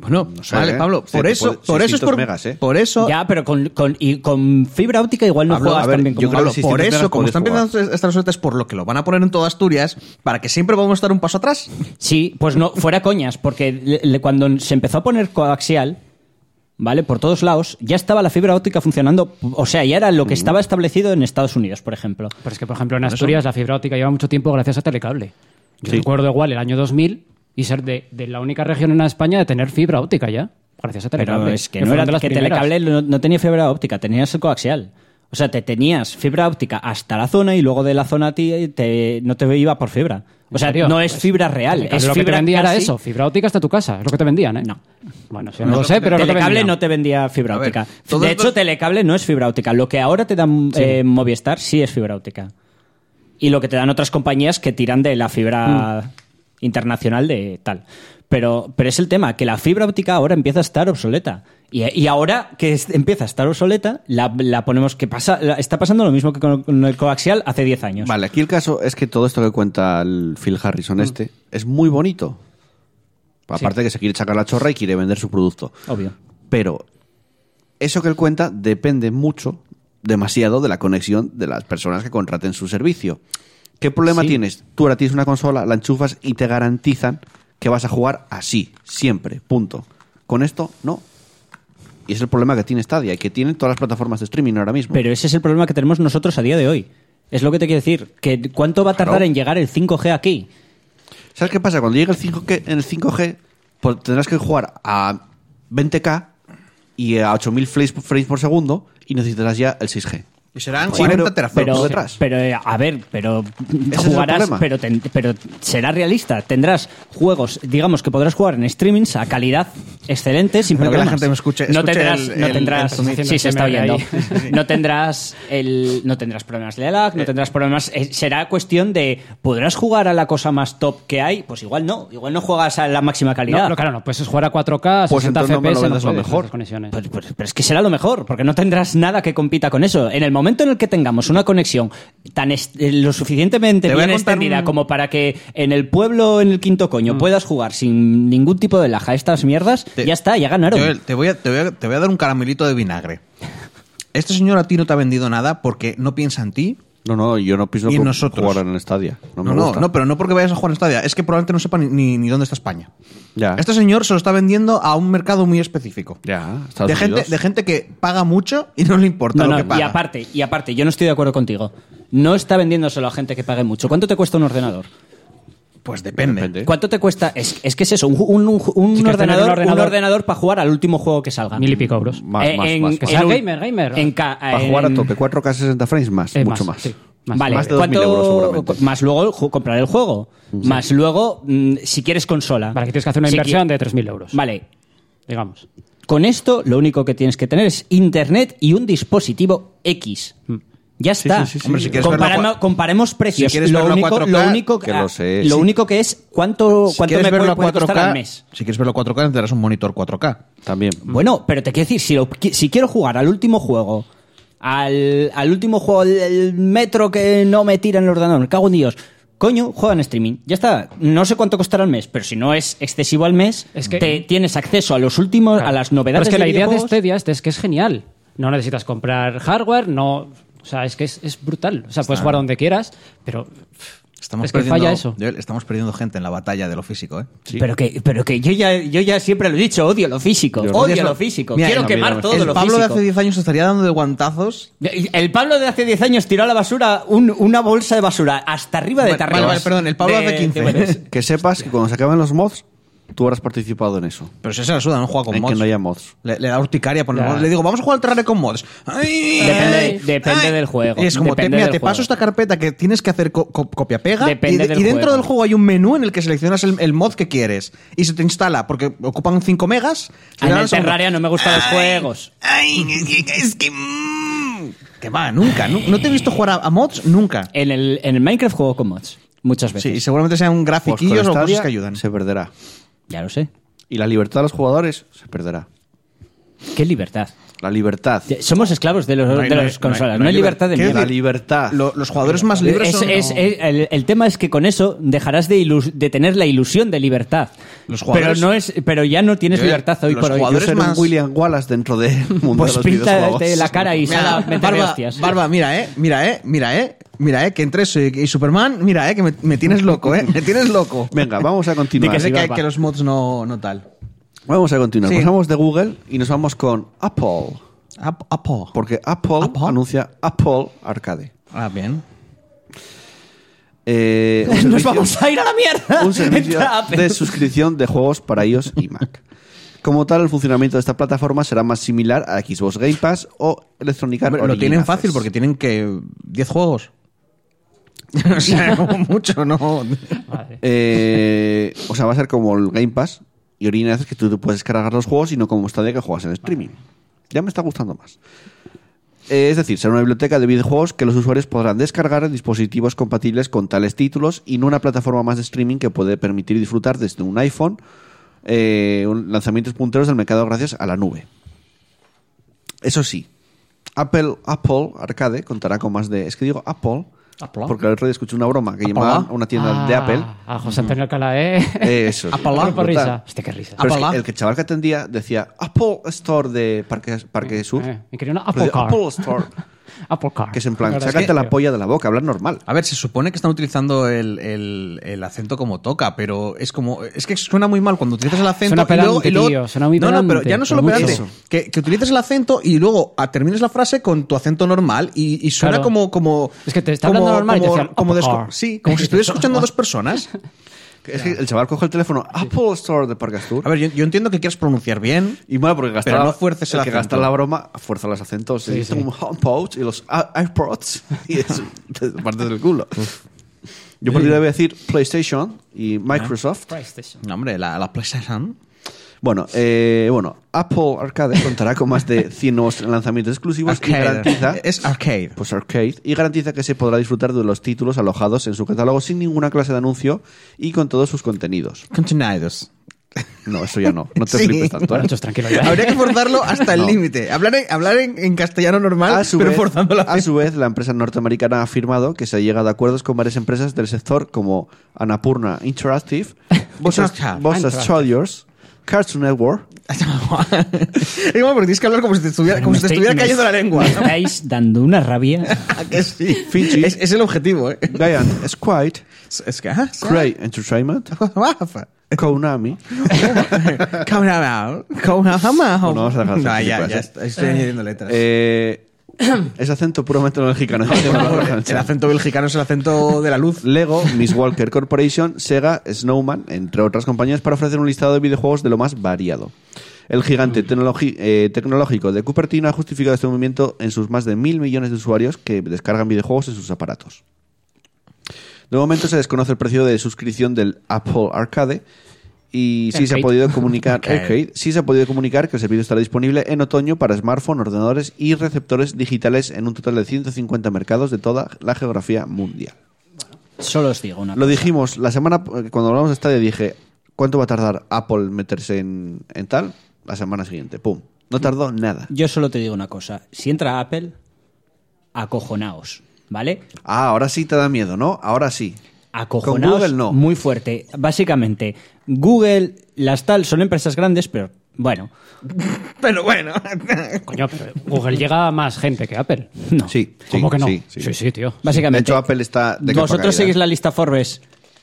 [SPEAKER 3] bueno,
[SPEAKER 1] sé,
[SPEAKER 3] vale,
[SPEAKER 1] ¿eh?
[SPEAKER 3] Pablo,
[SPEAKER 1] Sí,
[SPEAKER 3] por
[SPEAKER 1] te
[SPEAKER 3] eso,
[SPEAKER 1] puede-
[SPEAKER 3] por eso es
[SPEAKER 1] 600
[SPEAKER 3] por,
[SPEAKER 1] megas, ¿eh?
[SPEAKER 3] por eso,
[SPEAKER 2] Ya, pero con, con- y con fibra óptica igual no
[SPEAKER 1] Hablo-
[SPEAKER 2] juegas
[SPEAKER 1] a ver,
[SPEAKER 2] tan bien como
[SPEAKER 1] yo creo
[SPEAKER 2] ahora.
[SPEAKER 1] que sí. 600
[SPEAKER 3] por
[SPEAKER 1] megas
[SPEAKER 3] eso, como
[SPEAKER 1] puedes
[SPEAKER 3] están
[SPEAKER 1] jugar.
[SPEAKER 3] empezando estas ofertas, por lo que lo van a poner en toda Asturias, para que siempre vamos a estar un paso atrás.
[SPEAKER 2] Sí, pues no, fuera coñas, porque le- le- cuando se empezó a poner coaxial, ¿vale? Por todos lados, ya estaba la fibra óptica funcionando, o sea, ya era lo
[SPEAKER 1] Mm.
[SPEAKER 2] que estaba establecido en Estados Unidos, por ejemplo.
[SPEAKER 4] Pero es que, por ejemplo, en Asturias la fibra óptica lleva mucho tiempo gracias a Telecable. Yo recuerdo igual el año 2000 y ser de, de la única región en España de tener fibra óptica ya. Gracias a Telecable.
[SPEAKER 2] Pero es que
[SPEAKER 4] Que
[SPEAKER 2] no
[SPEAKER 4] fueron
[SPEAKER 2] era
[SPEAKER 4] de las
[SPEAKER 2] que
[SPEAKER 4] primeras.
[SPEAKER 2] Telecable no, no tenía fibra óptica, tenías el coaxial. O sea, te tenías fibra óptica hasta la zona y luego de la zona a ti te, no te iba por fibra. O
[SPEAKER 4] ¿En
[SPEAKER 2] sea,
[SPEAKER 4] serio?
[SPEAKER 2] no es
[SPEAKER 4] Pues,
[SPEAKER 2] fibra real,
[SPEAKER 4] Telecable
[SPEAKER 2] es
[SPEAKER 4] lo que te
[SPEAKER 2] fibra
[SPEAKER 4] vendía era
[SPEAKER 2] casi-
[SPEAKER 4] eso, fibra óptica hasta tu casa, es lo que te vendían, ¿eh?
[SPEAKER 2] No.
[SPEAKER 4] Bueno, sí, no, lo sé, pero es lo que
[SPEAKER 2] Telecable
[SPEAKER 4] vendían.
[SPEAKER 2] no te vendía fibra
[SPEAKER 3] A ver,
[SPEAKER 2] óptica.
[SPEAKER 3] todos
[SPEAKER 2] de hecho,
[SPEAKER 3] estos-
[SPEAKER 2] Telecable no es fibra óptica. Lo que ahora te da eh, Movistar sí es fibra óptica. Y lo que te dan otras compañías que tiran de la fibra
[SPEAKER 4] Mm.
[SPEAKER 2] internacional de tal. Pero, pero es el tema, que la fibra óptica ahora empieza a estar obsoleta. Y, y ahora que es- empieza a estar obsoleta, la, la ponemos que pasa, la- está pasando lo mismo que con, con el coaxial hace 10 años.
[SPEAKER 1] Vale, aquí el caso es que todo esto que cuenta el Phil Harrison este es muy bonito. Aparte que se quiere sacar la chorra y quiere vender su producto.
[SPEAKER 2] Obvio.
[SPEAKER 1] Pero eso que él cuenta depende mucho, demasiado, de la conexión de las personas que contraten su servicio. ¿Qué problema tienes? Tú ahora tienes una consola, la enchufas y te garantizan que vas a jugar así, siempre, punto. Con esto, no. Y es el problema que tiene Stadia y que tienen todas las plataformas de streaming ahora mismo.
[SPEAKER 2] Pero ese es el problema que tenemos nosotros a día de hoy. Es lo que te quiero decir, que cuánto va a tardar
[SPEAKER 1] Claro.
[SPEAKER 2] en llegar el 5G aquí.
[SPEAKER 1] ¿Sabes qué pasa? Cuando llegue el 5G, en el 5G pues, tendrás que jugar a 20K y a 8000 frames frames por segundo y necesitarás ya el 6G.
[SPEAKER 3] Y serán
[SPEAKER 1] Bueno,
[SPEAKER 3] 40 teraflops.
[SPEAKER 2] pero,
[SPEAKER 1] detrás.
[SPEAKER 2] pero, eh, a ver, pero
[SPEAKER 1] es el
[SPEAKER 2] jugarás,
[SPEAKER 1] problema.
[SPEAKER 2] pero, ten- pero será realista. Tendrás juegos, digamos que podrás jugar en streamings a calidad excelente sin
[SPEAKER 3] Espero que la
[SPEAKER 2] problemas.
[SPEAKER 3] gente me escuche-
[SPEAKER 2] no
[SPEAKER 3] escuche
[SPEAKER 2] tendrás,
[SPEAKER 3] el-
[SPEAKER 2] no
[SPEAKER 3] el-
[SPEAKER 2] tendrás,
[SPEAKER 4] el- el-
[SPEAKER 2] sí, se está
[SPEAKER 4] el- el-
[SPEAKER 2] oyendo.
[SPEAKER 4] ahí.
[SPEAKER 2] No tendrás el, no tendrás problemas de lag, no tendrás problemas. eh, será cuestión de podrás jugar a la cosa más top que hay, pues igual no, igual no juegas a la máxima calidad.
[SPEAKER 4] No, no, claro, no, pues es jugar a 4K, a
[SPEAKER 1] Pues
[SPEAKER 4] 60
[SPEAKER 1] entonces no me lo
[SPEAKER 4] FPS,
[SPEAKER 1] vendas lo
[SPEAKER 4] puedes,
[SPEAKER 1] mejor.
[SPEAKER 4] esas conexiones.
[SPEAKER 2] Pues- pues- pero es que será lo mejor, porque no tendrás nada que compita con eso. En el momento en el que tengamos una conexión tan est- eh, lo suficientemente
[SPEAKER 3] Te voy a
[SPEAKER 2] bien
[SPEAKER 3] contar
[SPEAKER 2] extendida
[SPEAKER 3] un- Mm.
[SPEAKER 2] como para que en el pueblo, en el quinto coño, puedas jugar sin ningún tipo de laja a estas mierdas,
[SPEAKER 3] Te-
[SPEAKER 2] ya está, ya ganaron.
[SPEAKER 3] Joel, te, voy a, te, voy a, te voy a dar un caramelito de vinagre. Este señor a ti no te ha vendido nada porque no piensa en ti.
[SPEAKER 1] No, no, yo no pienso
[SPEAKER 3] ¿Y
[SPEAKER 1] co-
[SPEAKER 3] nosotros?
[SPEAKER 1] jugar en el Stadia. No,
[SPEAKER 3] No,
[SPEAKER 1] me
[SPEAKER 3] no,
[SPEAKER 1] gusta.
[SPEAKER 3] no, pero no porque vayas a jugar en Stadia. Es que probablemente no sepa ni- ni, ni dónde está España.
[SPEAKER 1] Ya.
[SPEAKER 3] Este señor se lo está vendiendo a un mercado muy específico.
[SPEAKER 1] Ya, Estados
[SPEAKER 3] De gente,
[SPEAKER 1] Unidos.
[SPEAKER 3] de gente que paga mucho y no le importa
[SPEAKER 2] No,
[SPEAKER 3] lo
[SPEAKER 2] no,
[SPEAKER 3] que paga.
[SPEAKER 2] y aparte, y aparte, yo no estoy de acuerdo contigo. No está vendiéndoselo a gente que pague mucho. ¿Cuánto te cuesta un ordenador?
[SPEAKER 3] pues depende.
[SPEAKER 1] Depende. ¿Eh?
[SPEAKER 2] ¿Cuánto te cuesta? Es, es que es eso, un, un- un- un
[SPEAKER 4] Sí, que tener
[SPEAKER 2] ordenador,
[SPEAKER 4] un
[SPEAKER 2] un
[SPEAKER 4] ordenador-
[SPEAKER 2] ordenador, para jugar al último juego que salga.
[SPEAKER 4] Mil y pico euros.
[SPEAKER 1] Más,
[SPEAKER 2] Eh,
[SPEAKER 1] más,
[SPEAKER 2] en-
[SPEAKER 1] más,
[SPEAKER 2] en
[SPEAKER 1] más.
[SPEAKER 4] sea,
[SPEAKER 2] un-
[SPEAKER 4] gamer, gamer.
[SPEAKER 2] en ca-
[SPEAKER 3] Ah,
[SPEAKER 1] Para jugar a
[SPEAKER 2] en-
[SPEAKER 1] tope, 4K 60 frames más,
[SPEAKER 4] Eh,
[SPEAKER 1] mucho
[SPEAKER 4] más,
[SPEAKER 1] más.
[SPEAKER 4] sí.
[SPEAKER 2] vale,
[SPEAKER 1] Más de 2.000
[SPEAKER 2] ¿cuánto,
[SPEAKER 1] euros seguramente.
[SPEAKER 2] cu- Más luego el ju- comprar el juego. Más luego, mm, si quieres consola.
[SPEAKER 4] Vale, que tienes que hacer una
[SPEAKER 2] Si
[SPEAKER 4] inversión
[SPEAKER 2] qui-
[SPEAKER 4] de 3.000 euros.
[SPEAKER 2] Vale,
[SPEAKER 4] Digamos.
[SPEAKER 2] con esto lo único que tienes que tener es internet y un dispositivo X.
[SPEAKER 4] Mm.
[SPEAKER 2] Ya está.
[SPEAKER 1] sí, sí, sí.
[SPEAKER 3] Hombre, si quieres
[SPEAKER 2] Comparamo-
[SPEAKER 3] verlo a cua-
[SPEAKER 2] comparemos precios.
[SPEAKER 3] si quieres
[SPEAKER 2] lo,
[SPEAKER 3] verlo a
[SPEAKER 2] único,
[SPEAKER 3] 4K,
[SPEAKER 2] lo único ah,
[SPEAKER 1] que lo sé,
[SPEAKER 2] lo
[SPEAKER 1] sí.
[SPEAKER 2] único que es cuánto,
[SPEAKER 3] Si
[SPEAKER 2] cuánto
[SPEAKER 3] quieres
[SPEAKER 2] me
[SPEAKER 3] verlo
[SPEAKER 2] puede, puede
[SPEAKER 3] a
[SPEAKER 2] costar
[SPEAKER 3] 4K,
[SPEAKER 2] al mes.
[SPEAKER 3] Si quieres verlo a 4K, necesitarás un monitor 4K.
[SPEAKER 1] También.
[SPEAKER 4] Mm.
[SPEAKER 2] Bueno, pero te quiero decir, si, lo qui- si quiero jugar al último juego, al, al último juego, el, el metro que no me tira en el ordenador, me cago en Dios. Coño, juega en streaming. Ya está. No sé cuánto costará al mes, pero si no es excesivo al mes,
[SPEAKER 4] Es que-
[SPEAKER 2] te- tienes acceso a los últimos, a las
[SPEAKER 4] Pero
[SPEAKER 2] novedades.
[SPEAKER 4] es que
[SPEAKER 2] de
[SPEAKER 4] la idea de
[SPEAKER 2] videojuegos.
[SPEAKER 4] Stadia este es que es genial. No necesitas comprar hardware, no. O sea, es que es, es brutal. O sea, puedes jugar donde quieras, pero.
[SPEAKER 3] Estamos
[SPEAKER 4] Es que
[SPEAKER 3] perdiendo-
[SPEAKER 4] falla eso.
[SPEAKER 3] Joel, estamos perdiendo gente en la batalla de lo físico, ¿eh?
[SPEAKER 2] Pero que, pero que yo ya, yo ya siempre lo he dicho, odio lo físico,
[SPEAKER 1] Yo no.
[SPEAKER 2] odio
[SPEAKER 3] Odias
[SPEAKER 2] lo
[SPEAKER 3] lo-
[SPEAKER 2] físico,
[SPEAKER 3] Mira,
[SPEAKER 2] quiero
[SPEAKER 3] el-
[SPEAKER 2] quemar todo
[SPEAKER 3] el
[SPEAKER 2] lo
[SPEAKER 3] Pablo de
[SPEAKER 2] físico.
[SPEAKER 3] hace 10 años te estaría dando de guantazos.
[SPEAKER 2] El Pablo de hace 10 años tiró a la basura un- una bolsa de basura hasta arriba de
[SPEAKER 3] Vale,
[SPEAKER 1] <laughs>
[SPEAKER 2] tarragona.
[SPEAKER 3] vale, vale, perdón, el Pablo hace 15.
[SPEAKER 1] Que sepas que cuando se acaban los mods, Tú habrás participado en eso.
[SPEAKER 3] Pero si se la suda, no juega con
[SPEAKER 1] en
[SPEAKER 3] mods.
[SPEAKER 1] que no haya mods.
[SPEAKER 3] Le, le da urticaria poner
[SPEAKER 4] Ya.
[SPEAKER 3] mods. Le digo, vamos a jugar al Terraria con mods. Ay,
[SPEAKER 5] Depende-
[SPEAKER 3] Eh, ay,
[SPEAKER 5] depende
[SPEAKER 3] ay.
[SPEAKER 5] del juego,
[SPEAKER 3] Y es como, te,
[SPEAKER 5] depende
[SPEAKER 3] mira,
[SPEAKER 5] del
[SPEAKER 3] te
[SPEAKER 5] juego.
[SPEAKER 3] paso esta carpeta que tienes que hacer co- co- copia-pega. Y,
[SPEAKER 5] Depende
[SPEAKER 3] de-
[SPEAKER 5] del
[SPEAKER 3] y dentro
[SPEAKER 5] juego.
[SPEAKER 3] del juego hay un menú en el que seleccionas el, el mod que quieres. Y se te instala, porque ocupan 5 megas. se
[SPEAKER 5] Ah,
[SPEAKER 3] le
[SPEAKER 5] En
[SPEAKER 3] dan
[SPEAKER 5] el
[SPEAKER 3] al segundo.
[SPEAKER 5] Terraria no me gustan los
[SPEAKER 3] Ay,
[SPEAKER 5] juegos.
[SPEAKER 3] Ay, es que... es que, mm, que va, nunca. nu- No, te he visto jugar a, a mods nunca.
[SPEAKER 2] En el, en el Minecraft juego con mods, muchas
[SPEAKER 3] Sí,
[SPEAKER 2] veces.
[SPEAKER 3] y seguramente sean
[SPEAKER 1] Pues con
[SPEAKER 3] grafiquillos o
[SPEAKER 1] Stadia
[SPEAKER 3] cosas que ayudan.
[SPEAKER 1] Se perderá.
[SPEAKER 2] Ya lo sé.
[SPEAKER 1] Y la libertad de los jugadores se perderá.
[SPEAKER 2] Qué libertad.
[SPEAKER 1] La libertad.
[SPEAKER 2] Somos esclavos de, los,
[SPEAKER 3] No hay-
[SPEAKER 2] de
[SPEAKER 3] no hay-
[SPEAKER 2] las
[SPEAKER 3] no hay-
[SPEAKER 2] consolas. No hay,
[SPEAKER 3] no hay
[SPEAKER 2] libertad de
[SPEAKER 3] liber-
[SPEAKER 2] mierda.
[SPEAKER 1] La
[SPEAKER 3] decir,
[SPEAKER 1] libertad.
[SPEAKER 3] Lo- los jugadores más libres
[SPEAKER 2] Es-
[SPEAKER 3] son...
[SPEAKER 2] es- es- el, el tema es que con eso dejarás de, ilus- de tener la ilusión de libertad.
[SPEAKER 3] Los jugadores-
[SPEAKER 2] pero, no es, pero ya no tienes
[SPEAKER 3] Yo-
[SPEAKER 2] libertad hoy
[SPEAKER 3] los
[SPEAKER 2] por hoy.
[SPEAKER 1] Yo
[SPEAKER 3] jugadores
[SPEAKER 1] seré un
[SPEAKER 3] más-
[SPEAKER 1] William Wallace dentro
[SPEAKER 3] <laughs>
[SPEAKER 1] del mundo
[SPEAKER 2] Pues
[SPEAKER 1] de los
[SPEAKER 2] píntate
[SPEAKER 1] videojuegos.
[SPEAKER 2] la cara y sal a
[SPEAKER 3] Mira,
[SPEAKER 2] meter
[SPEAKER 3] barba,
[SPEAKER 2] hostias.
[SPEAKER 3] barba, mira, eh, mira, eh, mira, eh, mira, eh, que entre eso y, y Superman, mira, eh, que me, me tienes loco, eh, <laughs> me tienes loco.
[SPEAKER 1] Venga, vamos a
[SPEAKER 3] Di
[SPEAKER 1] continuar.
[SPEAKER 3] que sé que,
[SPEAKER 1] Barba.
[SPEAKER 3] que los mods no, no tal.
[SPEAKER 1] Vamos a continuar.
[SPEAKER 3] Sí.
[SPEAKER 1] Pasamos de Google y nos vamos con Apple.
[SPEAKER 3] Ap- Apo.
[SPEAKER 1] Porque Apple,
[SPEAKER 3] Apple.
[SPEAKER 1] anuncia Apple Arcade.
[SPEAKER 3] Ah, bien.
[SPEAKER 1] Eh, un
[SPEAKER 2] <laughs> Nos
[SPEAKER 1] servicio-
[SPEAKER 2] vamos a ir a la mierda. <laughs>
[SPEAKER 1] un servicio
[SPEAKER 2] Entra Apple.
[SPEAKER 1] de suscripción de juegos para iOS y Mac. Como tal, el funcionamiento de esta plataforma será más similar a Xbox Game Pass o Electronic Arts.
[SPEAKER 3] Hombre, lo tienen
[SPEAKER 1] Origin
[SPEAKER 3] fácil
[SPEAKER 1] Access.
[SPEAKER 3] porque tienen que 10 juegos. <laughs> o sea, como
[SPEAKER 2] <laughs>
[SPEAKER 3] mucho, ¿no?
[SPEAKER 4] Vale.
[SPEAKER 1] Eh, o sea, va a ser como el Game Pass y Origin Access que tú te puedes cargar los juegos y no como Stadia que juegas en streaming. Ya me está gustando más. Eh, es decir, será una biblioteca de videojuegos que los usuarios podrán descargar en dispositivos compatibles con tales títulos y no una plataforma más de streaming que puede permitir disfrutar desde un iPhone eh, un- lanzamientos punteros del mercado gracias a la nube. Eso sí, Apple, Apple Arcade contará con más de... Es que digo Apple,
[SPEAKER 3] Apple.
[SPEAKER 1] porque el otro día escuché una broma que
[SPEAKER 3] Apple.
[SPEAKER 1] llamaba a una tienda de
[SPEAKER 4] Ah,
[SPEAKER 1] Apple.
[SPEAKER 4] A José Antonio Alcalá, ¿eh?
[SPEAKER 1] Eso.
[SPEAKER 3] Apalá.
[SPEAKER 1] brutal.
[SPEAKER 4] <laughs> Por risa. Hostia, qué risa.
[SPEAKER 1] Pero es que
[SPEAKER 3] Apalá.
[SPEAKER 1] el que chaval que atendía decía Apple Store de Parque, Parque Sur.
[SPEAKER 4] Eh, me quería una
[SPEAKER 1] Pero
[SPEAKER 4] Apple
[SPEAKER 1] dice,
[SPEAKER 4] Car.
[SPEAKER 1] Apple Store.
[SPEAKER 4] Apple Car.
[SPEAKER 1] Que es en plan,
[SPEAKER 4] Claro, es
[SPEAKER 1] sácate
[SPEAKER 4] que-
[SPEAKER 1] la polla de la boca, hablar normal.
[SPEAKER 3] A ver, se supone que están utilizando el, el- el acento como toca, pero es como. Es que suena muy mal cuando utilizas el acento.
[SPEAKER 4] Suena
[SPEAKER 3] y luego-
[SPEAKER 4] pedante,
[SPEAKER 3] y luego-
[SPEAKER 4] tío, suena muy
[SPEAKER 3] No, no, pero
[SPEAKER 4] pedante,
[SPEAKER 3] ya no solo
[SPEAKER 4] por
[SPEAKER 3] pedante.
[SPEAKER 4] mucho.
[SPEAKER 3] Que, que utilizas el acento y luego ah, termines la frase con tu acento normal y, y suena
[SPEAKER 4] Claro.
[SPEAKER 3] como, como.
[SPEAKER 4] Es que te está
[SPEAKER 3] como-
[SPEAKER 4] hablando normal y te
[SPEAKER 3] como-
[SPEAKER 4] decían,
[SPEAKER 3] como
[SPEAKER 4] "Upper
[SPEAKER 3] desco-
[SPEAKER 4] car".
[SPEAKER 3] Sí, como si estuvieras escuchando a dos personas.
[SPEAKER 4] <laughs>
[SPEAKER 1] Es que el chaval coge el teléfono Apple Store de Parque Sur.
[SPEAKER 3] A ver, yo, yo entiendo que quieras pronunciar bien.
[SPEAKER 1] y mal, porque gastar
[SPEAKER 3] Pero
[SPEAKER 1] la-
[SPEAKER 3] no fuerces el
[SPEAKER 1] que
[SPEAKER 3] acento.
[SPEAKER 1] gasta la broma, fuerza los acentos. Se
[SPEAKER 4] Sí,
[SPEAKER 1] dice
[SPEAKER 4] sí.
[SPEAKER 1] un HomePod y los A- AirPods. <laughs> Y es te partes del culo. Yo por ti debe decir PlayStation y
[SPEAKER 4] Ah.
[SPEAKER 1] Microsoft.
[SPEAKER 3] No, hombre, la, la PlayStation.
[SPEAKER 1] Bueno, eh, bueno, Apple Arcade contará con más
[SPEAKER 3] <laughs>
[SPEAKER 1] de 100 nuevos lanzamientos exclusivos y garantiza...
[SPEAKER 3] Es arcade.
[SPEAKER 1] pues arcade y garantiza que se podrá disfrutar de los títulos alojados en su catálogo sin ninguna clase de anuncio y con todos sus contenidos. <laughs>
[SPEAKER 3] Continuados.
[SPEAKER 1] No, eso ya no. No te
[SPEAKER 3] Sí.
[SPEAKER 1] flipes tanto. ¿eh?
[SPEAKER 4] Bueno, chos,
[SPEAKER 1] <laughs>
[SPEAKER 4] tranquilo ya.
[SPEAKER 3] Habría que forzarlo hasta el
[SPEAKER 1] No.
[SPEAKER 3] límite. Hablar, en, hablar en, en castellano normal,
[SPEAKER 1] A su,
[SPEAKER 3] pero
[SPEAKER 1] vez,
[SPEAKER 3] forzando la
[SPEAKER 1] a su vez, la empresa norteamericana ha afirmado que se ha llegado a acuerdos con varias empresas del sector como Anapurna Interactive, Boss
[SPEAKER 3] <laughs> Interactive.
[SPEAKER 1] Boss Studios, Cartoon Network,
[SPEAKER 3] es <laughs> igual porque tienes que hablar como si te estuviera, como
[SPEAKER 2] Me
[SPEAKER 3] si te
[SPEAKER 2] estoy-
[SPEAKER 3] estuviera
[SPEAKER 2] me
[SPEAKER 3] cayendo la lengua.
[SPEAKER 2] Me estáis dando una rabia.
[SPEAKER 3] <laughs> ¿A que sí?
[SPEAKER 1] Fiji.
[SPEAKER 3] Es, es el objetivo, ¿eh?
[SPEAKER 1] Gaia
[SPEAKER 3] <laughs>
[SPEAKER 1] Squid,
[SPEAKER 3] Es, es que... ah, sí.
[SPEAKER 1] Cray Entertainment,
[SPEAKER 3] Guapa.
[SPEAKER 1] Konami,
[SPEAKER 3] <laughs> Kaunamau. Kaunamau.
[SPEAKER 1] No, no, vamos a dejar de
[SPEAKER 3] No,
[SPEAKER 1] hacer
[SPEAKER 3] ya,
[SPEAKER 1] gilipollas.
[SPEAKER 3] ya
[SPEAKER 2] ¿eh?
[SPEAKER 3] está- estoy añadiendo letras. <laughs> <coughs>
[SPEAKER 1] eh, es acento puramente mexicano.
[SPEAKER 3] el acento belgicano es el acento de la luz.
[SPEAKER 1] Lego, Miss Walker Corporation, Sega, Snowman, entre otras compañías, para ofrecer un listado de videojuegos de lo más variado. El gigante tecnologi- eh, tecnológico de Cupertino ha justificado este movimiento en sus más de mil millones de usuarios que descargan videojuegos en sus aparatos. De momento se desconoce el precio de suscripción del Apple Arcade y sí se ha
[SPEAKER 4] Arcade.
[SPEAKER 1] podido comunicar
[SPEAKER 3] Arcade.
[SPEAKER 1] Arcade, sí se ha podido comunicar que el servicio estará disponible en otoño para smartphone, ordenadores y receptores digitales en un total de 150 mercados de toda la geografía mundial.
[SPEAKER 2] Solo os digo una
[SPEAKER 1] Lo dijimos la semana eh, cuando hablamos de Stadia dije cuánto va a tardar Apple meterse en, en tal la semana siguiente. Pum, no tardó nada.
[SPEAKER 2] Yo solo te digo una cosa. Si entra Apple, acojonaos, ¿vale?
[SPEAKER 1] Ah, ahora sí te da miedo, ¿no? Ahora sí.
[SPEAKER 2] Acojonaos
[SPEAKER 1] Con Google no.
[SPEAKER 2] muy fuerte. Básicamente, Google, las tal, son empresas grandes, pero bueno,
[SPEAKER 3] Pero bueno.
[SPEAKER 4] Coño, pero Google llega a más gente que Apple.
[SPEAKER 2] no.
[SPEAKER 1] Sí, sí,
[SPEAKER 4] ¿Cómo que no?
[SPEAKER 1] Sí, sí.
[SPEAKER 4] sí, tío.
[SPEAKER 2] Básicamente.
[SPEAKER 1] De hecho, Apple está de capa caída.
[SPEAKER 2] Vosotros seguís la lista Forbes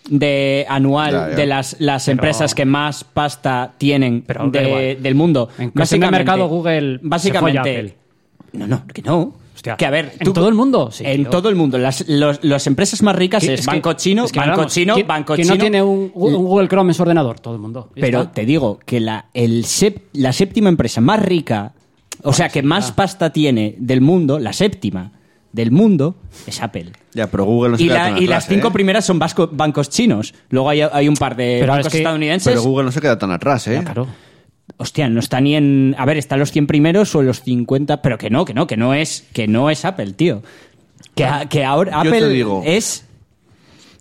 [SPEAKER 2] de anual
[SPEAKER 1] ¿eh? Ya, ya.
[SPEAKER 2] de las, las empresas que más pasta tienen
[SPEAKER 4] Pero da
[SPEAKER 2] de-
[SPEAKER 4] igual.
[SPEAKER 2] del mundo.
[SPEAKER 4] En cuestión de mercado, Google se
[SPEAKER 2] Básicamente.
[SPEAKER 4] folla a Apple.
[SPEAKER 2] No, no, que no.
[SPEAKER 4] Hostia,
[SPEAKER 2] Que a ver,
[SPEAKER 4] en
[SPEAKER 2] tú-
[SPEAKER 4] todo el mundo. Sí,
[SPEAKER 2] en
[SPEAKER 4] tío.
[SPEAKER 2] todo el mundo. Las, los- las empresas más ricas
[SPEAKER 4] Que-
[SPEAKER 2] es,
[SPEAKER 4] es que-
[SPEAKER 2] Banco Chino,
[SPEAKER 4] es que,
[SPEAKER 2] Banco
[SPEAKER 4] vamos,
[SPEAKER 2] Chino,
[SPEAKER 4] ¿quién-
[SPEAKER 2] Banco
[SPEAKER 4] ¿quién
[SPEAKER 2] Chino.
[SPEAKER 4] no tiene un, un Google Chrome en su ordenador? Todo el mundo. Ya
[SPEAKER 2] Pero
[SPEAKER 4] está.
[SPEAKER 2] te digo que la, el sep- la séptima empresa más rica, o sea, que más
[SPEAKER 4] Ah.
[SPEAKER 2] pasta tiene del mundo, la séptima del mundo, es Apple.
[SPEAKER 1] Ya, pero Google no se
[SPEAKER 2] Y,
[SPEAKER 1] queda
[SPEAKER 2] la-
[SPEAKER 1] tan
[SPEAKER 2] y
[SPEAKER 1] atrás.
[SPEAKER 2] las cinco
[SPEAKER 1] ¿eh?
[SPEAKER 2] primeras son vasco- bancos chinos. Luego hay, hay un par de
[SPEAKER 4] Pero ahora
[SPEAKER 2] bancos
[SPEAKER 4] es que-
[SPEAKER 2] estadounidenses.
[SPEAKER 1] Pero Google no se queda tan atrás, ¿eh?
[SPEAKER 4] Ya, claro.
[SPEAKER 2] Hostia, no está ni en. A ver, están los 100 primeros o los 50. Pero que no, que no, que no es, que no es Apple, tío. Que, a- que ahora
[SPEAKER 1] Ah. Yo te
[SPEAKER 2] Apple
[SPEAKER 1] digo.
[SPEAKER 2] es.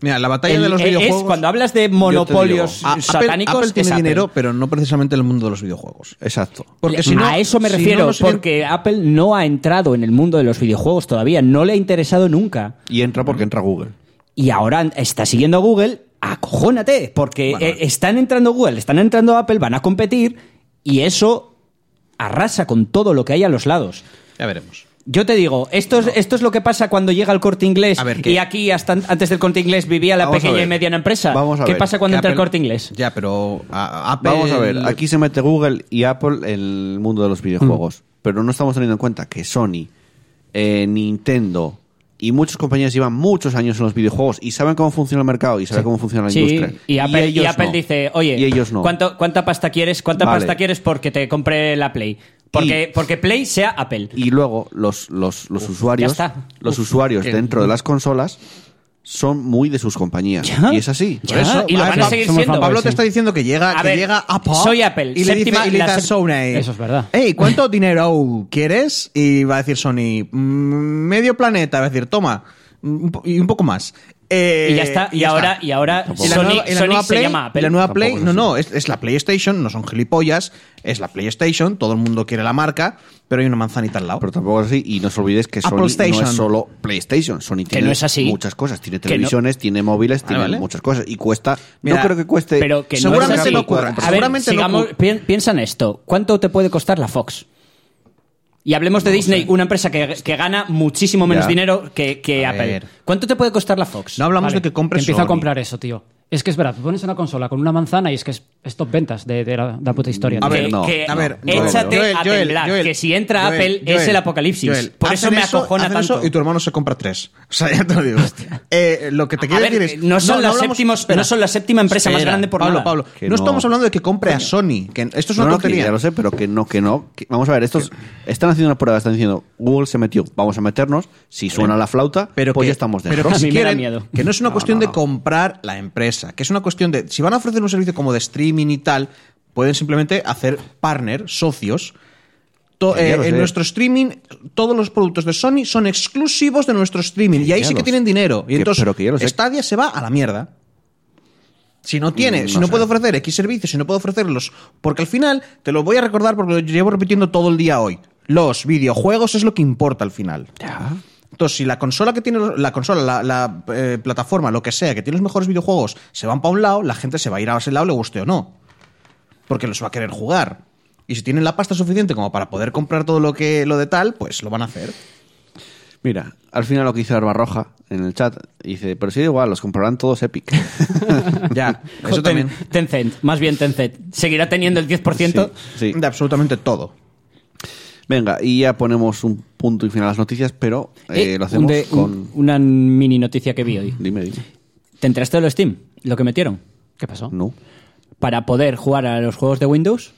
[SPEAKER 3] Mira, la batalla
[SPEAKER 2] el-
[SPEAKER 3] de los
[SPEAKER 2] es-
[SPEAKER 3] videojuegos.
[SPEAKER 2] Es cuando hablas de monopolios
[SPEAKER 3] A- Apple-
[SPEAKER 2] satánicos.
[SPEAKER 3] Apple tiene
[SPEAKER 2] es Apple.
[SPEAKER 3] dinero, pero no precisamente en el mundo de los videojuegos.
[SPEAKER 1] Exacto.
[SPEAKER 3] Porque si no-
[SPEAKER 2] a eso me
[SPEAKER 3] si
[SPEAKER 2] refiero,
[SPEAKER 3] no, no serían-
[SPEAKER 2] porque Apple no ha entrado en el mundo de los videojuegos todavía, no le ha interesado nunca.
[SPEAKER 1] Y entra porque entra Google.
[SPEAKER 2] Y ahora está siguiendo a Google, acojónate, porque
[SPEAKER 3] Bueno.
[SPEAKER 2] eh, están entrando Google, están entrando Apple, van a competir y eso arrasa con todo lo que hay a los lados.
[SPEAKER 3] Ya veremos.
[SPEAKER 2] Yo te digo, esto es, esto es lo que pasa cuando llega el corte inglés
[SPEAKER 3] A ver, ¿qué?
[SPEAKER 2] y aquí hasta an- antes del corte inglés vivía la
[SPEAKER 1] Vamos a
[SPEAKER 2] pequeña y
[SPEAKER 1] ver.
[SPEAKER 2] mediana empresa.
[SPEAKER 1] Vamos a
[SPEAKER 2] ¿Qué
[SPEAKER 1] ver.
[SPEAKER 2] pasa cuando
[SPEAKER 3] Que
[SPEAKER 2] entra el
[SPEAKER 3] Apple-
[SPEAKER 2] corte inglés?
[SPEAKER 3] Ya, pero a- a Apple-
[SPEAKER 1] Vamos a ver, aquí se mete Google y Apple en el mundo de los
[SPEAKER 2] Mm.
[SPEAKER 1] videojuegos, pero no estamos teniendo en cuenta que Sony, eh, Nintendo y muchas compañías llevan muchos años en los videojuegos y saben cómo funciona el mercado y saben cómo funciona la industria.
[SPEAKER 2] Sí, y Apple, y
[SPEAKER 1] ellos
[SPEAKER 2] Apple
[SPEAKER 1] no.
[SPEAKER 2] dice, oye,
[SPEAKER 1] y ellos no.
[SPEAKER 2] ¿cuánto- ¿cuánta pasta quieres? ¿Cuánta
[SPEAKER 1] Vale.
[SPEAKER 2] pasta quieres porque te compré la Play? Porque,
[SPEAKER 1] Y-
[SPEAKER 2] porque Play sea Apple.
[SPEAKER 1] Y luego los, los, los usuarios,
[SPEAKER 2] ya está.
[SPEAKER 1] los usuarios
[SPEAKER 3] que-
[SPEAKER 1] dentro de las consolas son muy de sus compañías
[SPEAKER 2] Ya.
[SPEAKER 1] y es así.
[SPEAKER 2] Ya, y lo
[SPEAKER 3] Ah,
[SPEAKER 2] van a
[SPEAKER 3] Pablo-
[SPEAKER 2] seguir
[SPEAKER 4] somos
[SPEAKER 2] siendo.
[SPEAKER 3] Pablo te está diciendo que llega,
[SPEAKER 2] A
[SPEAKER 3] que
[SPEAKER 2] ver,
[SPEAKER 3] llega Apple.
[SPEAKER 2] soy Apple,
[SPEAKER 3] Y le
[SPEAKER 2] séptima-
[SPEAKER 3] dice, y le
[SPEAKER 2] la
[SPEAKER 3] dice a
[SPEAKER 2] sép-
[SPEAKER 3] Sony.
[SPEAKER 4] Eso es verdad.
[SPEAKER 3] Hey, ¿cuánto dinero quieres? Y va a decir Sony, "Mm, medio planeta. Va a decir, toma, un po- y un poco más. Eh,
[SPEAKER 2] Y ya está, y ahora- y ahora
[SPEAKER 3] Y la
[SPEAKER 2] Sony-
[SPEAKER 3] nueva- y la
[SPEAKER 2] Sony
[SPEAKER 3] nueva
[SPEAKER 2] se
[SPEAKER 3] Play-
[SPEAKER 2] llama Apple.
[SPEAKER 3] y La nueva
[SPEAKER 1] Tampoco
[SPEAKER 3] Play,
[SPEAKER 1] es
[SPEAKER 3] no,
[SPEAKER 1] así.
[SPEAKER 3] no, es, es la PlayStation, no son gilipollas, es la PlayStation, todo el mundo quiere la marca, pero hay una manzanita al lado.
[SPEAKER 1] Pero tampoco es así. Y no os olvidéis que
[SPEAKER 3] Apple
[SPEAKER 1] Sony no
[SPEAKER 3] Station.
[SPEAKER 1] es solo PlayStation. Sony tiene
[SPEAKER 2] no es así.
[SPEAKER 1] muchas cosas. Tiene
[SPEAKER 2] Que no. Ah,
[SPEAKER 1] televisiones, tiene móviles, tiene
[SPEAKER 3] vale.
[SPEAKER 1] muchas cosas. Y cuesta.
[SPEAKER 3] Mira,
[SPEAKER 1] no creo que cueste.
[SPEAKER 2] Pero que
[SPEAKER 3] Seguramente
[SPEAKER 2] no es así.
[SPEAKER 3] no ocurra.
[SPEAKER 2] A ver,
[SPEAKER 3] Seguramente no
[SPEAKER 2] sigamos-
[SPEAKER 3] ocurra.
[SPEAKER 2] pi- piensa en esto. ¿Cuánto te puede costar la Fox? Y hablemos de Disney, una empresa que, que gana muchísimo menos
[SPEAKER 1] Ya.
[SPEAKER 2] dinero que, que
[SPEAKER 3] A
[SPEAKER 2] Apple.
[SPEAKER 3] ver.
[SPEAKER 2] ¿Cuánto te puede costar la Fox?
[SPEAKER 3] No hablamos
[SPEAKER 4] Vale,
[SPEAKER 3] de que compres
[SPEAKER 4] Empieza a
[SPEAKER 3] Sony.
[SPEAKER 4] comprar eso, tío. Es que es verdad, tú pones una consola con una manzana y es que es, es top ventas de, de la, de la puta historia.
[SPEAKER 1] A
[SPEAKER 4] tío.
[SPEAKER 2] que-
[SPEAKER 1] ver, no,
[SPEAKER 2] que
[SPEAKER 1] a
[SPEAKER 3] ver, no,
[SPEAKER 2] Eh, échate
[SPEAKER 3] Joel,
[SPEAKER 2] a
[SPEAKER 3] Joel,
[SPEAKER 2] temblar,
[SPEAKER 3] Joel,
[SPEAKER 2] que si entra
[SPEAKER 3] Joel,
[SPEAKER 2] Apple es
[SPEAKER 3] Joel,
[SPEAKER 2] el apocalipsis.
[SPEAKER 3] Joel,
[SPEAKER 2] Por eso
[SPEAKER 3] hacen
[SPEAKER 2] me acojona
[SPEAKER 3] hacen
[SPEAKER 2] tanto.
[SPEAKER 3] eso y tu hermano se compra tres. <laughs> O sea, ya te lo digo. Eh, lo que te
[SPEAKER 2] A
[SPEAKER 3] quiero
[SPEAKER 2] ver,
[SPEAKER 3] decir es...
[SPEAKER 2] no son las
[SPEAKER 3] hablamos-
[SPEAKER 2] séptimos- no son la séptima empresa más grande por
[SPEAKER 3] Pablo,
[SPEAKER 2] nada.
[SPEAKER 3] Pablo,
[SPEAKER 1] Que no.
[SPEAKER 3] no, estamos hablando de que compre a Sony. Que esto es una
[SPEAKER 1] no, no, que
[SPEAKER 3] tontería.
[SPEAKER 1] ya lo sé, pero que no, que no. que- vamos a ver, estos están haciendo una prueba. Están diciendo, Google se metió, vamos a meternos. Si suena la flauta,
[SPEAKER 3] pero
[SPEAKER 1] pues
[SPEAKER 3] que,
[SPEAKER 1] ya estamos
[SPEAKER 3] pero
[SPEAKER 1] dentro.
[SPEAKER 3] que si
[SPEAKER 2] A mí me da
[SPEAKER 3] quieren,
[SPEAKER 2] miedo.
[SPEAKER 3] que no es una cuestión de comprar la empresa, que es una cuestión de si van a ofrecer un servicio como de streaming y tal, pueden simplemente hacer partner, socios. To-
[SPEAKER 1] Que ya
[SPEAKER 3] eh,
[SPEAKER 1] lo
[SPEAKER 3] en
[SPEAKER 1] sé.
[SPEAKER 3] nuestro streaming, todos los productos de Sony son exclusivos de nuestro streaming y ahí
[SPEAKER 1] ya
[SPEAKER 3] sí que
[SPEAKER 1] lo
[SPEAKER 3] tienen
[SPEAKER 1] sé.
[SPEAKER 3] dinero. Y
[SPEAKER 1] Que-
[SPEAKER 3] entonces,
[SPEAKER 1] pero que ya lo sé.
[SPEAKER 3] Stadia se va a la mierda. Si no tiene,
[SPEAKER 1] Mm,
[SPEAKER 3] si
[SPEAKER 1] no
[SPEAKER 3] no
[SPEAKER 1] sé.
[SPEAKER 3] puede ofrecer X servicios, si no puede ofrecerlos, porque al final, te lo voy a recordar porque lo llevo repitiendo todo el día hoy. Los videojuegos es lo que importa al final. Entonces, si la consola que tiene la consola, la, la, eh, plataforma, lo que sea, que tiene los mejores videojuegos, se van para un lado, la gente se va a ir a ese lado, le guste o no. Porque los va a querer jugar. Y si tienen la pasta suficiente como para poder comprar todo lo que lo de tal, pues lo van a hacer.
[SPEAKER 1] Mira, al final lo que dice Barbarroja en el chat, dice, pero sí, da igual, los comprarán todos Epic.
[SPEAKER 3] <laughs>
[SPEAKER 1] <laughs>
[SPEAKER 3] Ya,
[SPEAKER 2] Ten-
[SPEAKER 3] eso también.
[SPEAKER 2] Tencent, más bien Tencent. Seguirá teniendo el 10%.
[SPEAKER 1] Sí, sí.
[SPEAKER 3] De absolutamente todo.
[SPEAKER 1] Venga, y ya ponemos un punto y final a las noticias, pero eh,
[SPEAKER 2] Eh,
[SPEAKER 1] lo hacemos
[SPEAKER 2] un de-
[SPEAKER 1] con.
[SPEAKER 2] un- una mini noticia que vi hoy.
[SPEAKER 1] Dime, dime.
[SPEAKER 2] ¿Te enteraste de lo Steam? Lo que metieron.
[SPEAKER 4] ¿Qué pasó?
[SPEAKER 1] No.
[SPEAKER 2] Para poder jugar a los juegos de Windows.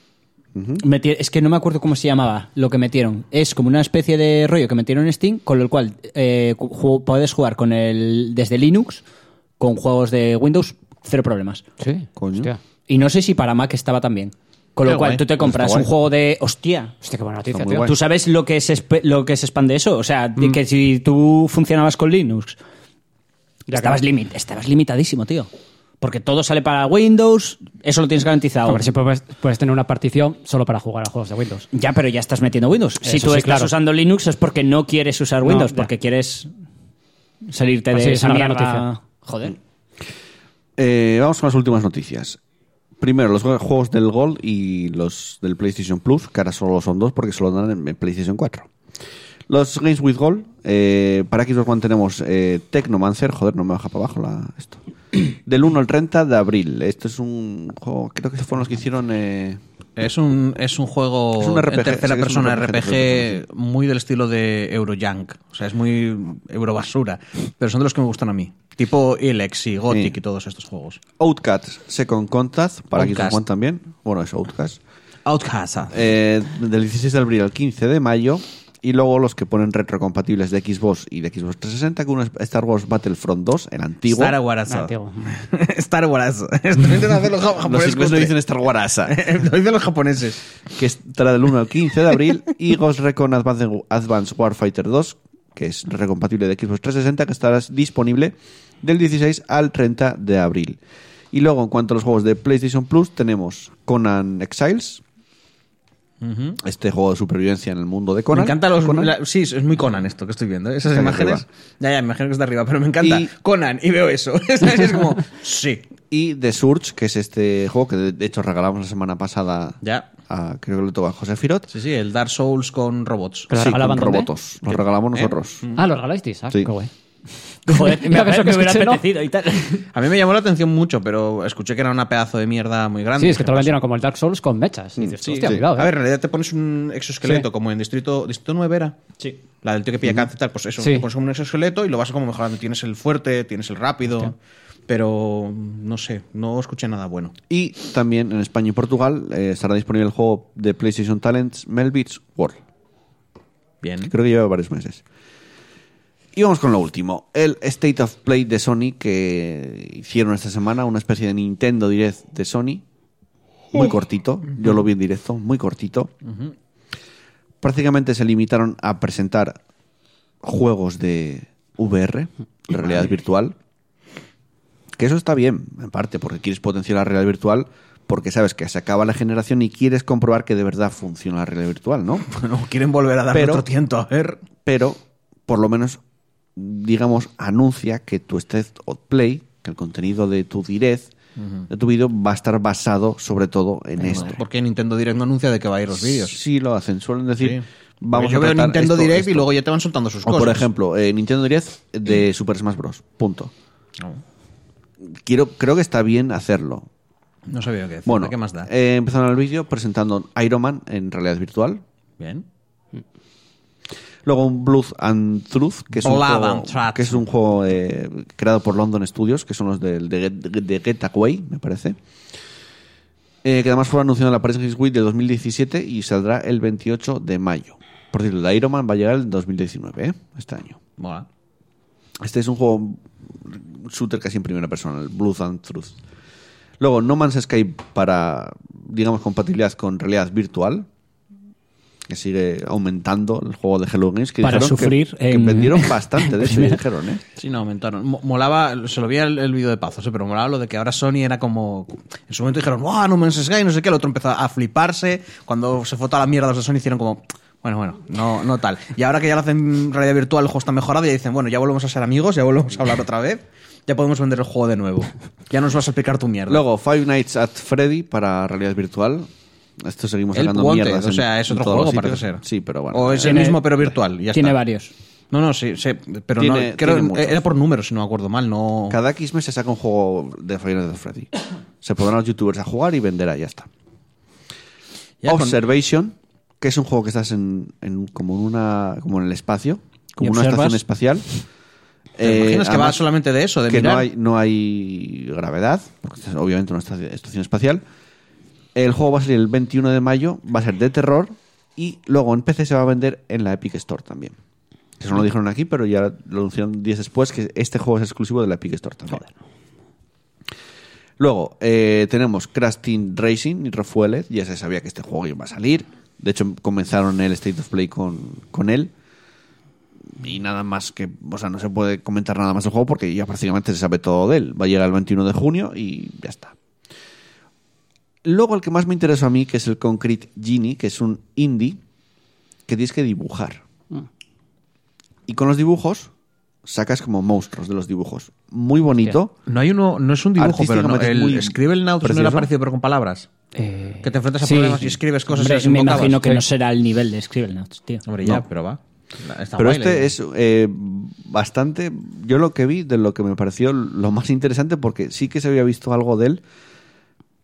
[SPEAKER 2] meti- Es que no me acuerdo cómo se llamaba lo que metieron. Es como una especie de rollo que metieron en Steam, con lo cual eh, cu- ju- puedes jugar con el, desde Linux con juegos de Windows, cero problemas.
[SPEAKER 4] Sí,
[SPEAKER 1] Coño.
[SPEAKER 4] Hostia.
[SPEAKER 2] Y no sé si para Mac estaba también. Con lo
[SPEAKER 3] Qué
[SPEAKER 2] cual
[SPEAKER 3] guay.
[SPEAKER 2] tú
[SPEAKER 4] Pues
[SPEAKER 2] te compras
[SPEAKER 1] Está
[SPEAKER 2] un
[SPEAKER 1] guay.
[SPEAKER 2] juego de. ¡Hostia!
[SPEAKER 4] Hostia, qué buena
[SPEAKER 1] Está
[SPEAKER 4] noticia,
[SPEAKER 1] muy
[SPEAKER 4] tío.
[SPEAKER 1] guay.
[SPEAKER 2] ¿Tú sabes lo que se, espe- lo que se expande eso? O sea,
[SPEAKER 4] Mm.
[SPEAKER 2] de que si tú funcionabas con Linux,
[SPEAKER 4] Ya
[SPEAKER 2] estabas,
[SPEAKER 4] que-
[SPEAKER 2] limi- estabas limitadísimo, tío. Porque todo sale para Windows, eso lo tienes garantizado.
[SPEAKER 4] A ver si puedes, puedes tener una partición solo para jugar a juegos de Windows.
[SPEAKER 2] Ya, pero ya estás metiendo Windows. si
[SPEAKER 4] Eso
[SPEAKER 2] tú
[SPEAKER 4] sí,
[SPEAKER 2] estás
[SPEAKER 4] claro.
[SPEAKER 2] usando Linux es porque no quieres usar
[SPEAKER 4] No,
[SPEAKER 2] Windows,
[SPEAKER 4] ya.
[SPEAKER 2] porque quieres salirte de
[SPEAKER 4] Así es,
[SPEAKER 2] esa
[SPEAKER 4] una gran
[SPEAKER 2] mierda.
[SPEAKER 4] noticia. <laughs>
[SPEAKER 2] Joder.
[SPEAKER 1] Eh, vamos con las últimas noticias. Primero, los jue- juegos del Gold y los del PlayStation Plus, que ahora solo son dos porque solo dan en en PlayStation 4. Los
[SPEAKER 2] <clears throat>
[SPEAKER 1] Games with Gold, eh, para Xbox One tenemos eh, Tecnomancer, joder, no me baja para abajo la, esto. del 1 al 30 de abril. Esto es un juego, creo que fueron los que hicieron... eh,
[SPEAKER 3] Es un, es un juego
[SPEAKER 1] Es un RPG,
[SPEAKER 3] en tercera
[SPEAKER 1] sí, es un
[SPEAKER 3] persona
[SPEAKER 1] RPG,
[SPEAKER 3] RPG,
[SPEAKER 1] sí.
[SPEAKER 3] muy del estilo de Eurojunk. O sea, es muy Eurobasura. Pero son de los que me gustan a mí. Tipo Ilex y Gothic
[SPEAKER 1] Sí.
[SPEAKER 3] y todos estos juegos.
[SPEAKER 1] Outcast Second Contact, para
[SPEAKER 3] Outcast.
[SPEAKER 1] Xbox One también. Bueno, es Outcast.
[SPEAKER 3] Outcast.
[SPEAKER 1] Eh, del 16 de abril al 15 de mayo. Y luego los que ponen retrocompatibles de Xbox y de Xbox 360, que uno es Star Wars Battlefront 2, el antiguo.
[SPEAKER 3] Star Wars.
[SPEAKER 4] Ah, tío.
[SPEAKER 3] <laughs> Star Wars. Esto lo intentan hacer los ja-
[SPEAKER 1] Los
[SPEAKER 3] japoneses.
[SPEAKER 1] ingleses lo dicen Star Wars.
[SPEAKER 3] <laughs> Lo dicen los japoneses.
[SPEAKER 1] que estará del 1 al 15 de abril, <laughs> y Ghost Recon Advanced, Advanced Warfighter 2, que es recompatible de Xbox 360, que estará disponible del 16 al 30 de abril. Y luego, en cuanto a los juegos de PlayStation Plus, tenemos Conan Exiles, este juego de supervivencia en el mundo de Conan.
[SPEAKER 3] me encantan los.
[SPEAKER 1] Conan.
[SPEAKER 3] la- sí, es muy Conan esto que estoy viendo. Esas
[SPEAKER 1] Está de
[SPEAKER 3] imágenes.
[SPEAKER 1] arriba.
[SPEAKER 3] Ya, ya, me imagino que está arriba, pero me encanta.
[SPEAKER 1] Y-
[SPEAKER 3] Conan, y veo eso. <laughs> es como. Sí.
[SPEAKER 1] Y The Surge, que es este juego que de- de hecho regalamos la semana pasada.
[SPEAKER 3] Ya.
[SPEAKER 1] a- creo que lo tocó a José Firot.
[SPEAKER 3] Sí, sí, el Dark Souls con robots.
[SPEAKER 4] ¿Que lo
[SPEAKER 1] Sí, con
[SPEAKER 4] regalaban dónde?
[SPEAKER 1] robotos. Lo regalamos nosotros.
[SPEAKER 4] Ah, lo regalasteis. Ah,
[SPEAKER 1] Sí. <laughs>
[SPEAKER 4] qué guay.
[SPEAKER 2] Joder, me,
[SPEAKER 4] Ya ves
[SPEAKER 2] me,
[SPEAKER 4] lo que
[SPEAKER 2] hubiera
[SPEAKER 4] escuché, ¿no?
[SPEAKER 2] apetecido y tal.
[SPEAKER 3] A mí me llamó la atención mucho, pero escuché que era una pedazo de mierda muy grande.
[SPEAKER 4] Sí, es que te lo
[SPEAKER 3] Dije,
[SPEAKER 4] vendieron como el Dark Souls con mechas. Y dices,
[SPEAKER 1] Mm, Sí,
[SPEAKER 4] hostia,
[SPEAKER 1] sí.
[SPEAKER 4] cuidado, ¿eh?
[SPEAKER 3] A ver, en realidad te pones un exoesqueleto,
[SPEAKER 4] Sí.
[SPEAKER 3] como en Distrito, Distrito 9 era.
[SPEAKER 2] Sí.
[SPEAKER 3] La del tío que pilla cáncer y tal, pues eso,
[SPEAKER 4] Sí.
[SPEAKER 3] te pones como un exoesqueleto y lo vas como mejorando. Tienes el fuerte, tienes el rápido, pero no sé, no escuché nada bueno.
[SPEAKER 1] Y también en España y Portugal eh, estará disponible el juego de PlayStation Talents Melbits World.
[SPEAKER 3] Bien.
[SPEAKER 1] Creo que lleva varios meses. Y vamos con lo último. El State of Play de Sony que hicieron esta semana, una especie de Nintendo Direct de Sony. Muy cortito. Yo lo vi en directo, muy cortito. Prácticamente se limitaron a presentar juegos de VR, realidad virtual. Que eso está bien, en parte, porque quieres potenciar la realidad virtual, porque sabes que se acaba la generación y quieres comprobar que de verdad funciona la realidad virtual, ¿no?
[SPEAKER 3] Bueno, quieren volver a dar
[SPEAKER 1] Pero-
[SPEAKER 3] otro tiento, a ver.
[SPEAKER 1] pero por lo menos, digamos, anuncia que tu State of Play, que el contenido de tu direct, de tu vídeo, va a estar basado sobre todo en esto.
[SPEAKER 3] ¿Por qué Nintendo Direct no anuncia de que va a ir los vídeos?
[SPEAKER 1] Este. Sí lo hacen, suelen decir,
[SPEAKER 3] Sí.
[SPEAKER 1] vamos
[SPEAKER 3] Yo
[SPEAKER 1] a
[SPEAKER 3] veo
[SPEAKER 1] tratar
[SPEAKER 3] Nintendo
[SPEAKER 1] esto,
[SPEAKER 3] Direct y
[SPEAKER 1] esto.
[SPEAKER 3] luego ya te van soltando sus
[SPEAKER 1] O
[SPEAKER 3] cosas.
[SPEAKER 1] por ejemplo, eh, Nintendo Direct de Super Smash Bros. Punto.
[SPEAKER 3] No,
[SPEAKER 1] Quiero, creo que está bien hacerlo.
[SPEAKER 3] no sabía qué decir.
[SPEAKER 1] Bueno,
[SPEAKER 3] ¿Qué más da?
[SPEAKER 1] eh, empezaron el vídeo presentando Iron Man en realidad virtual.
[SPEAKER 3] Bien.
[SPEAKER 1] Luego un Blues and Truth, que es un
[SPEAKER 3] Blood
[SPEAKER 1] juego,
[SPEAKER 3] and Truth.
[SPEAKER 1] que es un juego eh, creado por London Studios, que son los del- de, Get- de Getaway, me parece. Eh, que además fue anunciado en la Paris Games Week de 2017 y saldrá el 28 de mayo. Por cierto, el de Iron Man va a llegar en 2019, ¿eh? este año.
[SPEAKER 3] Mola.
[SPEAKER 1] Este es un juego un shooter casi en primera persona, el Blood and Truth. Luego, No Man's Sky para, digamos, compatibilidad con realidad virtual, que sigue aumentando el juego de Hello Games, que,
[SPEAKER 2] Para
[SPEAKER 1] dijeron que-
[SPEAKER 2] sufrir
[SPEAKER 1] que,
[SPEAKER 2] en- <laughs>
[SPEAKER 1] vendieron bastante, de hecho, dijeron, ¿eh?
[SPEAKER 3] Sí, no, aumentaron. Mo- Molaba, se lo vi el, el vídeo de Pazos, eh, pero molaba lo de que ahora Sony era como. En su momento dijeron, ¡Wow! No Man's Sky, no sé qué. El otro empezó a fliparse. Cuando se fue toda la mierda, los de Sony hicieron como. Bueno, bueno, no, no tal. Y ahora que ya lo hacen realidad virtual, el juego está mejorado y ya dicen, bueno, ya volvemos a ser amigos, ya volvemos a hablar otra vez, ya podemos vender el juego de nuevo. Ya nos vas a explicar tu mierda.
[SPEAKER 1] Luego, Five Nights at Freddy para realidad virtual. Esto seguimos
[SPEAKER 3] El
[SPEAKER 1] sacando
[SPEAKER 3] Wanted,
[SPEAKER 1] mierdas.
[SPEAKER 3] o
[SPEAKER 1] en-
[SPEAKER 3] sea, es
[SPEAKER 1] en
[SPEAKER 3] otro
[SPEAKER 1] todos
[SPEAKER 3] juego,
[SPEAKER 1] los
[SPEAKER 3] parece
[SPEAKER 1] sitios.
[SPEAKER 3] ser.
[SPEAKER 1] Sí, pero bueno.
[SPEAKER 3] O es el
[SPEAKER 2] Tiene-
[SPEAKER 3] mismo, pero virtual. Ya
[SPEAKER 2] Tiene
[SPEAKER 3] está.
[SPEAKER 2] varios.
[SPEAKER 3] No, no, sí, sí pero no-
[SPEAKER 1] Tiene-
[SPEAKER 3] creo-
[SPEAKER 1] tiene muchos.
[SPEAKER 3] era por números, si no me acuerdo mal. No...
[SPEAKER 1] Cada X meses se saca un juego de Five Nights at Freddy. Se pondrán los youtubers a jugar y venderá, ya está.
[SPEAKER 3] Ya con-
[SPEAKER 1] Observation, que es un juego que estás en, en- como en una como en el espacio, como
[SPEAKER 2] Y
[SPEAKER 1] en una
[SPEAKER 2] observas.
[SPEAKER 1] estación espacial.
[SPEAKER 3] ¿Te
[SPEAKER 1] Eh,
[SPEAKER 3] imaginas que va
[SPEAKER 1] además,
[SPEAKER 3] solamente de eso? De
[SPEAKER 1] que no
[SPEAKER 3] mirar?
[SPEAKER 1] hay no hay gravedad, porque es obviamente una estación, estación espacial. El juego va a salir el 21 de mayo, va a ser de terror y luego en PC se va a vender en la Epic Store también. Eso no lo dijeron aquí, pero ya lo anunciaron días después que este juego es exclusivo de la Epic Store también. Luego, eh, tenemos Crash Team Racing y Refueled. Ya se sabía que este juego iba a salir. De hecho, comenzaron el State of Play con, con él. Y nada más que. O sea, no se puede comentar nada más del juego porque ya prácticamente se sabe todo de él. Va a llegar el 21 de junio y ya está. Luego, el que más me interesó a mí, que es el Concrete Genie, que es un indie que tienes que dibujar.
[SPEAKER 3] Mm.
[SPEAKER 1] Y con los dibujos sacas como monstruos de los dibujos. Muy bonito.
[SPEAKER 3] No hay uno, no es un dibujo, pero no,
[SPEAKER 1] Artísticamente es
[SPEAKER 3] el,
[SPEAKER 1] muy
[SPEAKER 3] escribe el Nautilus no
[SPEAKER 1] precioso.
[SPEAKER 3] era parecido, pero con palabras.
[SPEAKER 4] Eh,
[SPEAKER 3] Que te enfrentas a
[SPEAKER 4] sí.
[SPEAKER 3] problemas y escribes cosas y
[SPEAKER 2] Hombre,
[SPEAKER 3] las
[SPEAKER 2] me
[SPEAKER 3] invocabas.
[SPEAKER 2] imagino que
[SPEAKER 3] Sí.
[SPEAKER 2] no será el nivel de Scribblenauts, tío.
[SPEAKER 3] Hombre, ya,
[SPEAKER 1] No.
[SPEAKER 3] pero va. Está
[SPEAKER 1] Pero
[SPEAKER 3] guay la
[SPEAKER 1] este
[SPEAKER 3] idea.
[SPEAKER 1] es eh, bastante, yo lo que vi, de lo que me pareció lo más interesante, porque sí que se había visto algo de él,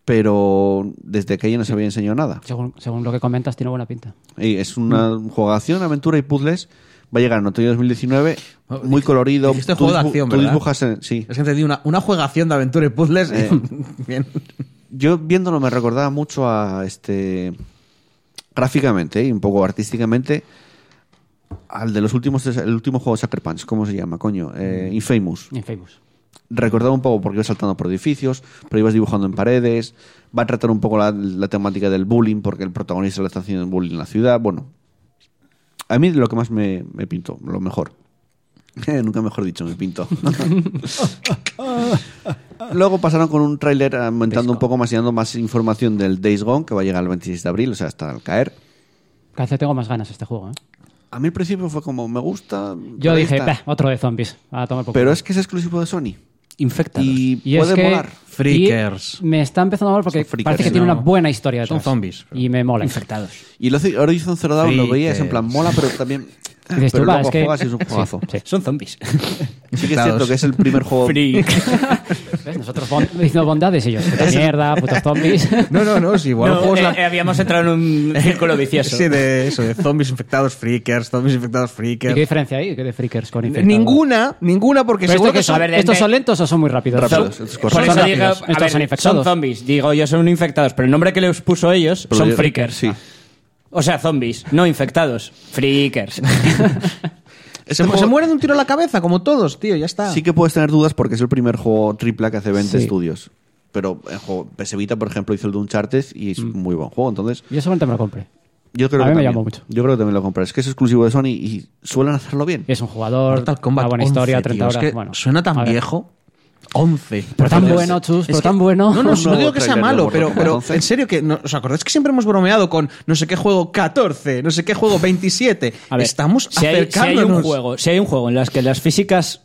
[SPEAKER 1] pero desde que ella no se había enseñado nada.
[SPEAKER 4] Según, según lo que comentas, tiene buena pinta.
[SPEAKER 1] Y es una jugación, aventura y puzzles. Va a llegar en otoño de 2019, muy colorido.
[SPEAKER 3] Dijiste
[SPEAKER 1] Tú
[SPEAKER 3] juego de
[SPEAKER 1] disbu-
[SPEAKER 3] acción,
[SPEAKER 1] tú
[SPEAKER 3] ¿verdad?
[SPEAKER 1] dibujas en- sí.
[SPEAKER 3] Es que entendí una, una juegación de aventura y puzzles.
[SPEAKER 1] Eh.
[SPEAKER 3] Bien.
[SPEAKER 1] Yo viéndolo me recordaba mucho a este. gráficamente ¿eh? y un poco artísticamente. Al de los últimos, el último juego de Sucker Punch, ¿cómo se llama, coño? Eh, Infamous.
[SPEAKER 4] En Facebook.
[SPEAKER 1] recordaba un poco porque ibas saltando por edificios, pero ibas dibujando en paredes. Va a tratar un poco la, la temática del bullying, porque el protagonista le está haciendo bullying en la ciudad. Bueno, a mí lo que más me, me pintó, lo mejor. <laughs> Nunca mejor dicho, me pintó. <laughs> Luego pasaron con un tráiler aumentando un poco más y dando más información del Days Gone, que va a llegar el 26 de abril, o sea, hasta al caer.
[SPEAKER 4] Cada vez tengo más ganas este juego, ¿eh?
[SPEAKER 1] A mí al principio fue como, me gusta.
[SPEAKER 4] Yo
[SPEAKER 1] pero
[SPEAKER 4] dije,
[SPEAKER 1] está.
[SPEAKER 4] "Bah, otro de zombies. A tomar por
[SPEAKER 1] Pero
[SPEAKER 4] culo".
[SPEAKER 1] es que es exclusivo de Sony.
[SPEAKER 2] Infectados.
[SPEAKER 1] Y,
[SPEAKER 4] Y
[SPEAKER 1] puede
[SPEAKER 4] es que-
[SPEAKER 1] volar.
[SPEAKER 3] Freakers.
[SPEAKER 4] y me está empezando a molar porque
[SPEAKER 1] Son freakers,
[SPEAKER 4] parece que
[SPEAKER 1] ¿no?
[SPEAKER 4] tiene una buena historia detrás.
[SPEAKER 3] Son zombies, pero-
[SPEAKER 4] Y
[SPEAKER 2] <laughs>
[SPEAKER 4] me mola.
[SPEAKER 1] Y el Horizon- Horizon Zero Dawn lo
[SPEAKER 3] Sí,
[SPEAKER 1] veías
[SPEAKER 3] que-
[SPEAKER 1] en plan mola, pero también.
[SPEAKER 4] <laughs> Y dices tú,
[SPEAKER 1] pero
[SPEAKER 4] "Va,
[SPEAKER 1] luego
[SPEAKER 4] es que-
[SPEAKER 1] juegas y es un juegazo.
[SPEAKER 4] Sí.
[SPEAKER 2] Son
[SPEAKER 3] <laughs>
[SPEAKER 1] Sí
[SPEAKER 2] zombies.
[SPEAKER 1] que es cierto
[SPEAKER 3] Infectados.
[SPEAKER 1] que es el
[SPEAKER 4] <laughs>
[SPEAKER 1] primer juego.
[SPEAKER 4] <laughs> ¿Ves? Nosotros bon- diciendo bondades y ellos, puta mierda, putos
[SPEAKER 3] <laughs>
[SPEAKER 4] zombies.
[SPEAKER 3] <laughs> No, no, no, sí, <laughs> igual
[SPEAKER 2] No,
[SPEAKER 3] juegos
[SPEAKER 2] eh,
[SPEAKER 3] la-
[SPEAKER 2] eh, habíamos entrado en
[SPEAKER 3] <laughs>
[SPEAKER 2] un círculo vicioso.
[SPEAKER 3] Sí, de eso, de zombies infectados freakers, zombies infectados
[SPEAKER 4] ¿Y
[SPEAKER 3] freakers.
[SPEAKER 4] qué diferencia hay de Freakers con Infectados?
[SPEAKER 3] Ninguna, ninguna, porque
[SPEAKER 4] Pero esto
[SPEAKER 3] seguro
[SPEAKER 4] que
[SPEAKER 3] que
[SPEAKER 4] son-
[SPEAKER 2] a ver, de-
[SPEAKER 4] ¿Estos
[SPEAKER 2] de-
[SPEAKER 4] son lentos o son muy rápidos?
[SPEAKER 1] Rápidos.
[SPEAKER 4] Son-
[SPEAKER 1] Estos
[SPEAKER 2] Por
[SPEAKER 1] son
[SPEAKER 2] eso
[SPEAKER 4] rápidos.
[SPEAKER 2] digo, a
[SPEAKER 4] Estos
[SPEAKER 2] ver,
[SPEAKER 4] son
[SPEAKER 2] Son
[SPEAKER 4] infectados.
[SPEAKER 2] zombies. Digo, yo son infectados, pero el nombre que les puso ellos
[SPEAKER 1] pero
[SPEAKER 2] son
[SPEAKER 1] yo-
[SPEAKER 2] freakers.
[SPEAKER 1] Sí.
[SPEAKER 2] O sea, zombies, no infectados.
[SPEAKER 3] <laughs>
[SPEAKER 2] Freakers.
[SPEAKER 4] este
[SPEAKER 3] se,
[SPEAKER 1] Este juego-
[SPEAKER 3] se mueren de un tiro a la cabeza, como todos, tío, ya está.
[SPEAKER 1] Sí que puedes tener dudas porque es el primer juego triple A que hace 20
[SPEAKER 4] Sí.
[SPEAKER 1] estudios. Pero el juego PS Vita, por ejemplo, hizo el de Uncharted y es un muy buen juego. Entonces,
[SPEAKER 4] Yo solamente me lo compré.
[SPEAKER 1] yo creo
[SPEAKER 4] Mm. A
[SPEAKER 1] que.
[SPEAKER 4] mí me
[SPEAKER 1] también-
[SPEAKER 4] llamó mucho.
[SPEAKER 1] Yo creo que también lo compras. Es que es exclusivo de Sony y suelen hacerlo bien.
[SPEAKER 4] Es un jugador,
[SPEAKER 3] Mortal Kombat
[SPEAKER 4] una buena
[SPEAKER 3] 11,
[SPEAKER 4] Ah, historia,
[SPEAKER 3] tío,
[SPEAKER 4] 30
[SPEAKER 3] es
[SPEAKER 4] horas.
[SPEAKER 3] que
[SPEAKER 4] bueno,
[SPEAKER 3] suena
[SPEAKER 4] a
[SPEAKER 3] tan
[SPEAKER 4] ver.
[SPEAKER 3] viejo. 11.
[SPEAKER 4] Pero tan
[SPEAKER 3] Entonces,
[SPEAKER 4] bueno, Chus,
[SPEAKER 3] es
[SPEAKER 4] pero
[SPEAKER 3] que-
[SPEAKER 4] tan bueno.
[SPEAKER 3] No, no,
[SPEAKER 1] Un
[SPEAKER 3] no
[SPEAKER 1] nuevo
[SPEAKER 3] digo que sea
[SPEAKER 1] tráiler de
[SPEAKER 3] malo,
[SPEAKER 1] Mortal
[SPEAKER 3] pero,
[SPEAKER 1] Kombat
[SPEAKER 3] pero
[SPEAKER 1] 11.
[SPEAKER 3] en serio que. No, ¿Os acordáis que siempre hemos bromeado con no sé qué juego 14, no sé qué juego 27?
[SPEAKER 2] A ver,
[SPEAKER 3] Estamos
[SPEAKER 2] si hay, si hay
[SPEAKER 3] acercándonos.
[SPEAKER 2] un juego, si hay un juego en las que las físicas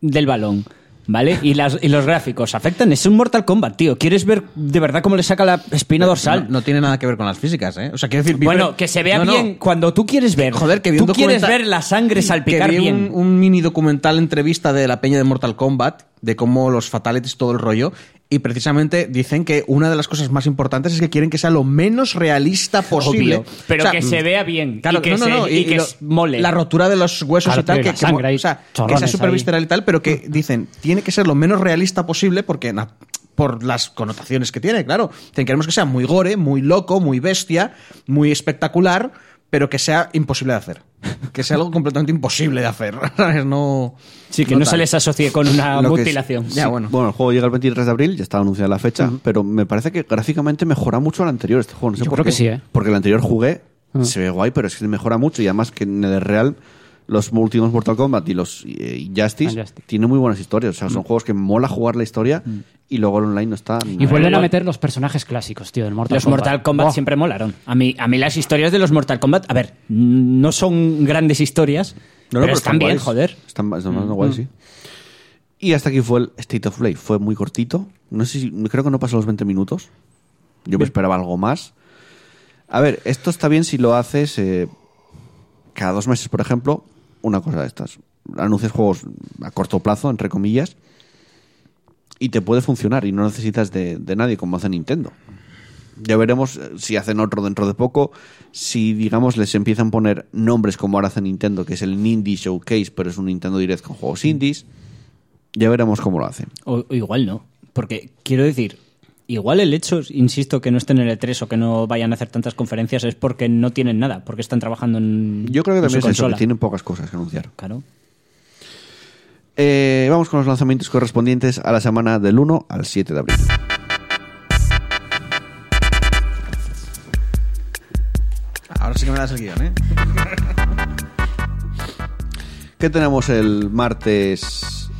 [SPEAKER 2] del balón, ¿vale? Y, las, y los gráficos afectan, es un Mortal Kombat, tío. ¿Quieres ver de verdad cómo le saca la espina dorsal?
[SPEAKER 3] No, no tiene nada que ver con las físicas, ¿eh? O sea, quiero decir. vi-
[SPEAKER 2] Bueno, que se vea
[SPEAKER 3] No, no.
[SPEAKER 2] bien cuando tú quieres ver.
[SPEAKER 3] Joder, que vi un
[SPEAKER 2] Tú quieres
[SPEAKER 3] documental-
[SPEAKER 2] ver la sangre salpicar
[SPEAKER 3] que vi
[SPEAKER 2] bien.
[SPEAKER 3] Un, un mini documental entrevista de la peña de Mortal Kombat, de cómo los fatalities, todo el rollo. Y precisamente dicen que una de las cosas más importantes es que quieren que sea lo menos realista posible.
[SPEAKER 2] Obvio. Pero que se vea bien.
[SPEAKER 3] Claro,
[SPEAKER 2] y que,
[SPEAKER 3] no, no,
[SPEAKER 2] se-
[SPEAKER 3] no,
[SPEAKER 2] y que
[SPEAKER 3] lo-
[SPEAKER 2] s- mole.
[SPEAKER 3] La rotura de los huesos
[SPEAKER 4] Claro,
[SPEAKER 3] y tal,
[SPEAKER 4] tío, y
[SPEAKER 3] que,
[SPEAKER 4] la sangre
[SPEAKER 3] que,
[SPEAKER 4] ahí,
[SPEAKER 3] o sea, que sea
[SPEAKER 4] chorrones
[SPEAKER 3] súper
[SPEAKER 4] ahí.
[SPEAKER 3] visceral y tal, pero que dicen, tiene que ser lo menos realista posible porque na- por las connotaciones que tiene, claro. Dicen, Queremos que sea muy gore, muy loco, muy bestia, muy espectacular, pero que sea imposible de hacer. Que sea algo completamente imposible de hacer. <laughs> ¿sabes? No,
[SPEAKER 2] Sí, que no, se
[SPEAKER 3] tal.
[SPEAKER 2] les asocie con una
[SPEAKER 1] Lo que es-
[SPEAKER 2] mutilación.
[SPEAKER 3] Ya, bueno.
[SPEAKER 1] el juego llega el 23 de abril, ya estaba anunciada la fecha, pero me parece que gráficamente mejora mucho al anterior este juego. No sé
[SPEAKER 4] Yo
[SPEAKER 1] por
[SPEAKER 4] creo
[SPEAKER 1] qué.
[SPEAKER 4] que sí, ¿eh? Ah.
[SPEAKER 1] Porque el anterior jugué, se ve guay, pero es que mejora mucho y además que en el real los últimos Mortal Kombat y los eh, Injustice
[SPEAKER 4] Injustice. Mm.
[SPEAKER 1] tienen muy buenas historias. O sea, son juegos que mola jugar la historia y luego el online no está...
[SPEAKER 4] Y vuelven a
[SPEAKER 2] Igual.
[SPEAKER 4] meter los personajes clásicos, tío, del Mortal
[SPEAKER 2] Los
[SPEAKER 4] Kombat. Oh.
[SPEAKER 2] Mortal Kombat
[SPEAKER 4] Buah.
[SPEAKER 2] siempre molaron. A mí, a mí las historias de los Mortal Kombat, a ver, no son grandes historias,
[SPEAKER 1] No, no,
[SPEAKER 2] pero, están bien,
[SPEAKER 1] guays.
[SPEAKER 2] joder. Mm,
[SPEAKER 1] Están, están bastante guays, sí. Y hasta aquí fue el State of Play. Fue muy cortito. No sé si, creo que no pasó los 20 minutos. Yo me esperaba algo más. A ver, esto está bien si lo haces eh, cada dos meses, por ejemplo, una cosa de estas. Anuncias juegos a corto plazo, entre comillas, y te puede funcionar y no necesitas de, de nadie como hace Nintendo. Ya veremos eh, si hacen otro dentro de poco, si digamos les empiezan a poner nombres como ahora hace Nintendo, que es el Nindie Showcase, pero es un Nintendo Direct con juegos indies. Ya veremos cómo lo hacen.
[SPEAKER 2] O, o igual no. Porque quiero decir, igual el hecho, insisto, que no estén en el E3 o que no vayan a hacer tantas conferencias es porque no tienen nada, porque están trabajando en.
[SPEAKER 1] Yo creo que
[SPEAKER 2] en su
[SPEAKER 1] también es eso,
[SPEAKER 2] consola.
[SPEAKER 1] que tienen pocas cosas que anunciar.
[SPEAKER 2] Claro.
[SPEAKER 1] Eh, vamos con los lanzamientos correspondientes a la semana del 1 al 7 de abril.
[SPEAKER 3] Ahora sí que me das el guión, ¿eh?
[SPEAKER 1] ¿Qué tenemos el martes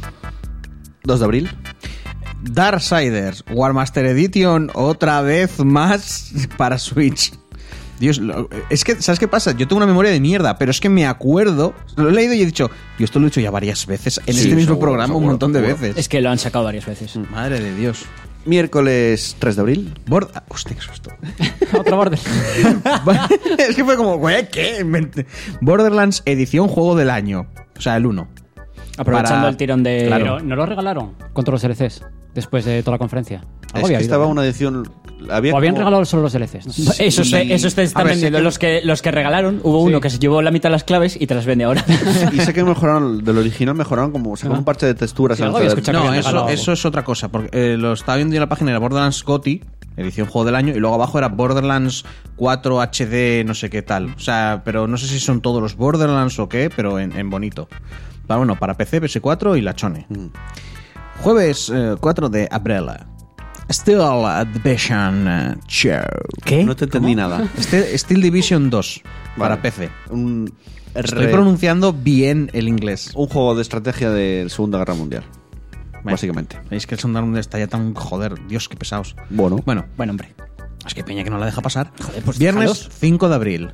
[SPEAKER 1] 2 de abril?
[SPEAKER 3] Darksiders, War Master Edition, otra vez más para Switch. Dios, lo- es que, ¿sabes qué pasa? Yo tengo una memoria de mierda, pero es que me acuerdo, lo he leído y he dicho, yo esto lo he hecho ya varias veces en
[SPEAKER 1] Sí,
[SPEAKER 3] este mismo
[SPEAKER 1] seguro,
[SPEAKER 3] programa un
[SPEAKER 1] seguro,
[SPEAKER 3] montón de
[SPEAKER 1] seguro.
[SPEAKER 3] veces.
[SPEAKER 2] Es que lo han sacado varias veces.
[SPEAKER 3] Madre de Dios.
[SPEAKER 1] miércoles 3 de abril.
[SPEAKER 3] Borda. ah, Hostia, qué susto.
[SPEAKER 4] <laughs>
[SPEAKER 3] <laughs>
[SPEAKER 4] Otro borde.
[SPEAKER 3] es que fue como, güey, ¿qué? Inventé. Borderlands edición juego del año. O sea, el 1.
[SPEAKER 2] Aprovechando
[SPEAKER 3] Para-
[SPEAKER 2] el tirón de.
[SPEAKER 3] Claro.
[SPEAKER 4] Pero no lo regalaron contra los LCs después de toda la conferencia.
[SPEAKER 1] Es
[SPEAKER 4] Algo
[SPEAKER 1] que
[SPEAKER 4] había habido,
[SPEAKER 1] estaba
[SPEAKER 4] ¿no?
[SPEAKER 1] una edición. Había
[SPEAKER 4] O habían
[SPEAKER 1] como-
[SPEAKER 4] regalado solo los LCs. no sé.
[SPEAKER 2] Eso, se, eso se
[SPEAKER 3] A
[SPEAKER 2] están
[SPEAKER 3] ver,
[SPEAKER 2] vendiendo.
[SPEAKER 3] sí que-
[SPEAKER 2] Los, que, los que regalaron, hubo uno que se llevó la mitad de las claves y te las vende ahora.
[SPEAKER 1] <laughs>
[SPEAKER 2] <laughs>
[SPEAKER 1] Y sé que mejoraron, del original mejoraron como sacaron un parche de texturas.
[SPEAKER 4] Sí,
[SPEAKER 1] al
[SPEAKER 4] algo había
[SPEAKER 1] hacer-
[SPEAKER 4] escuchado.
[SPEAKER 3] No,
[SPEAKER 4] habían
[SPEAKER 3] eso,
[SPEAKER 4] regalado
[SPEAKER 3] eso es otra cosa. Porque eh, lo estaba viendo yo en la página, era Borderlands GOTY, edición juego del año, y luego abajo era Borderlands 4 HD, no sé qué tal. O sea, pero no sé si son todos los Borderlands o qué, pero en, en bonito. Para, bueno, para PC, PS4 y la Chone.
[SPEAKER 1] Mm.
[SPEAKER 3] Jueves eh, 4 de abril. Still Division eh, Show. ¿Eh?
[SPEAKER 2] ¿Qué?
[SPEAKER 1] No te entendí nada.
[SPEAKER 3] <laughs> Still, Steel Division 2 para
[SPEAKER 1] Vale.
[SPEAKER 3] PC.
[SPEAKER 1] Un,
[SPEAKER 3] Estoy
[SPEAKER 1] re-
[SPEAKER 3] pronunciando bien el inglés.
[SPEAKER 1] un juego de estrategia de Segunda Guerra Mundial.
[SPEAKER 3] Bueno.
[SPEAKER 1] Básicamente.
[SPEAKER 3] Es que el Sound está ya tan joder, Dios, qué pesados.
[SPEAKER 1] Bueno.
[SPEAKER 3] Bueno,
[SPEAKER 2] Bueno, hombre.
[SPEAKER 3] Es que Peña que no la deja pasar.
[SPEAKER 2] pues
[SPEAKER 3] Viernes
[SPEAKER 2] déjalos.
[SPEAKER 3] 5 de abril.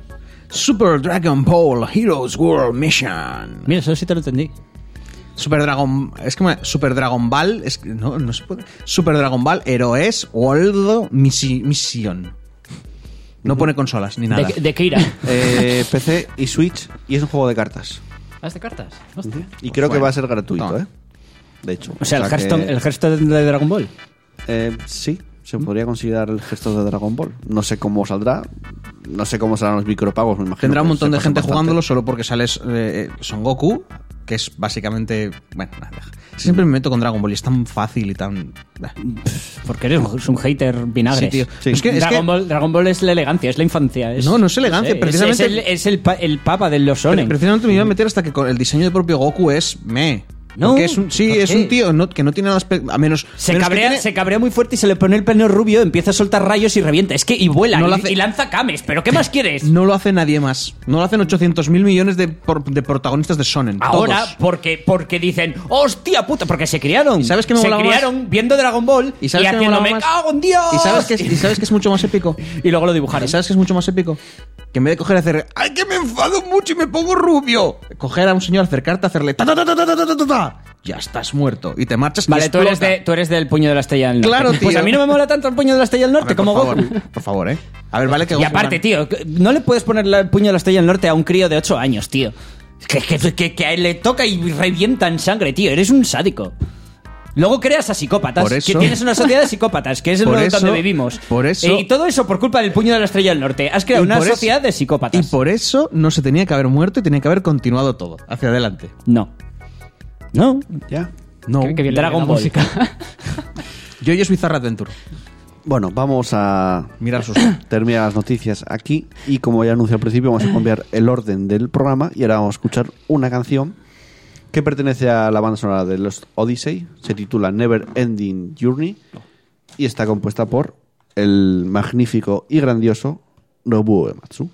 [SPEAKER 3] Super Dragon Ball Heroes World Mission.
[SPEAKER 2] Mira, eso sí te lo entendí.
[SPEAKER 3] Super Dragon. Es que me- Super Dragon Ball. Es, que no, no se puede. Super Dragon Ball Heroes World Misi- Mission. No pone consolas ni nada.
[SPEAKER 2] ¿De, de qué
[SPEAKER 4] <laughs>
[SPEAKER 2] irá?
[SPEAKER 1] Eh, PC y Switch, y es un juego de cartas.
[SPEAKER 4] ¿Has de cartas? Hostia.
[SPEAKER 1] Y creo que
[SPEAKER 3] Bueno.
[SPEAKER 1] va a ser gratuito,
[SPEAKER 3] Toma.
[SPEAKER 1] ¿eh? De hecho.
[SPEAKER 2] O sea, el
[SPEAKER 1] que-
[SPEAKER 2] Hearthstone, el Hearthstone de Dragon Ball.
[SPEAKER 1] eh, sí,
[SPEAKER 3] ¿Mm?
[SPEAKER 1] se podría considerar el gesto de Dragon Ball. No sé cómo saldrá. No sé cómo serán los micropagos, me imagino.
[SPEAKER 3] Tendrá un
[SPEAKER 1] que
[SPEAKER 3] montón
[SPEAKER 1] se
[SPEAKER 3] de
[SPEAKER 1] pasan
[SPEAKER 3] gente
[SPEAKER 1] bastante.
[SPEAKER 3] jugándolo solo porque sales eh, Son Goku, que es básicamente. Bueno, nada, deja. Siempre me meto con Dragon Ball y es tan fácil y tan. bah.
[SPEAKER 2] Porque eres un- un hater vinagre.
[SPEAKER 3] Sí, tío. Sí. Es que- es
[SPEAKER 2] Dragon,
[SPEAKER 3] que-
[SPEAKER 2] Ball, Dragon Ball es la elegancia, es la infancia. es-
[SPEAKER 3] No, no es elegancia,
[SPEAKER 2] es-
[SPEAKER 3] precisamente-
[SPEAKER 2] Es, el, es el pa- el papa de los
[SPEAKER 3] Pero
[SPEAKER 2] shonen.
[SPEAKER 3] Precisamente me iba a meter hasta que con el diseño del propio Goku es me.
[SPEAKER 2] No,
[SPEAKER 3] Porque es un, sí,
[SPEAKER 2] ¿por
[SPEAKER 3] es
[SPEAKER 2] qué?
[SPEAKER 3] un tío no- que no tiene nada aspecto. A menos.
[SPEAKER 2] Se
[SPEAKER 3] menos que
[SPEAKER 2] cabrea,
[SPEAKER 3] tiene-
[SPEAKER 2] se cabrea muy fuerte y se le pone el pelo rubio, empieza a soltar rayos y revienta. Es que y vuela
[SPEAKER 3] No lo
[SPEAKER 2] y,
[SPEAKER 3] hace-
[SPEAKER 2] y lanza cames. ¿Pero qué más quieres?
[SPEAKER 3] No lo hace nadie más. No lo hacen 800 mil millones de, por- de protagonistas de Sonen.
[SPEAKER 2] Ahora, porque, porque dicen, hostia puta, porque se criaron.
[SPEAKER 3] ¿Y sabes qué me
[SPEAKER 2] se
[SPEAKER 3] molaba más?
[SPEAKER 2] criaron viendo Dragon Ball y,
[SPEAKER 3] ¿Y sabes qué me
[SPEAKER 2] haciendo,
[SPEAKER 3] molaba
[SPEAKER 2] me
[SPEAKER 3] más?
[SPEAKER 2] cago en Dios.
[SPEAKER 3] ¿Y sabes, que es, y sabes que es mucho más épico?
[SPEAKER 2] <laughs> Y luego lo
[SPEAKER 3] ¿Y
[SPEAKER 2] dibujaron.
[SPEAKER 3] sabes que es mucho más épico? Que en vez de coger y hacer. ¡Ay, que me enfado mucho y me pongo rubio! Coger a un señor, acercarte, hacerle. Ta, ta, ta, ta, ta, ta, ta, ta, ta. Ya estás muerto. Y te marchas. y
[SPEAKER 2] Vale, tú eres,
[SPEAKER 3] explota.
[SPEAKER 2] de- tú eres del puño de la estrella del norte.
[SPEAKER 3] Claro,
[SPEAKER 2] Pues
[SPEAKER 3] tío.
[SPEAKER 2] a mí no me mola tanto el puño de la estrella del
[SPEAKER 3] A
[SPEAKER 2] norte
[SPEAKER 3] ver,
[SPEAKER 2] como
[SPEAKER 3] por
[SPEAKER 2] Goku.
[SPEAKER 3] favor, por favor, eh. A ver, vale que
[SPEAKER 2] Y
[SPEAKER 3] Goku
[SPEAKER 2] aparte,
[SPEAKER 3] gana.
[SPEAKER 2] tío, no le puedes poner la- el puño de la estrella del norte a un crío de 8 años, tío. Que, que- que- que a él le toca y revienta en sangre, tío. Eres un sádico. Luego creas a psicópatas,
[SPEAKER 3] Por eso-
[SPEAKER 2] que tienes una sociedad de psicópatas, que es el
[SPEAKER 3] Por
[SPEAKER 2] lugar
[SPEAKER 3] eso-
[SPEAKER 2] donde vivimos. Eh,
[SPEAKER 3] por eso-
[SPEAKER 2] y todo eso por culpa del puño de la estrella del norte. Has creado
[SPEAKER 3] Y
[SPEAKER 2] una
[SPEAKER 3] por eso-
[SPEAKER 2] sociedad de psicópatas.
[SPEAKER 3] Y por eso no se tenía que haber muerto y tenía que haber continuado todo, hacia adelante.
[SPEAKER 2] No. No.
[SPEAKER 1] Ya.
[SPEAKER 3] No.
[SPEAKER 4] Qué- qué bien le
[SPEAKER 2] Dragon
[SPEAKER 4] viene la
[SPEAKER 2] Ball.
[SPEAKER 4] música.
[SPEAKER 3] Yo y es Bizarra Adventure.
[SPEAKER 1] Bueno, vamos a
[SPEAKER 3] Mirar <coughs> sus.
[SPEAKER 1] terminar las noticias aquí. Y como ya anuncié al principio, vamos a cambiar el orden del programa. Y ahora vamos a escuchar una canción que pertenece a la banda sonora de Lost Odyssey. Se titula Never Ending Journey. Y está compuesta por el magnífico y grandioso Nobuo Ematsu.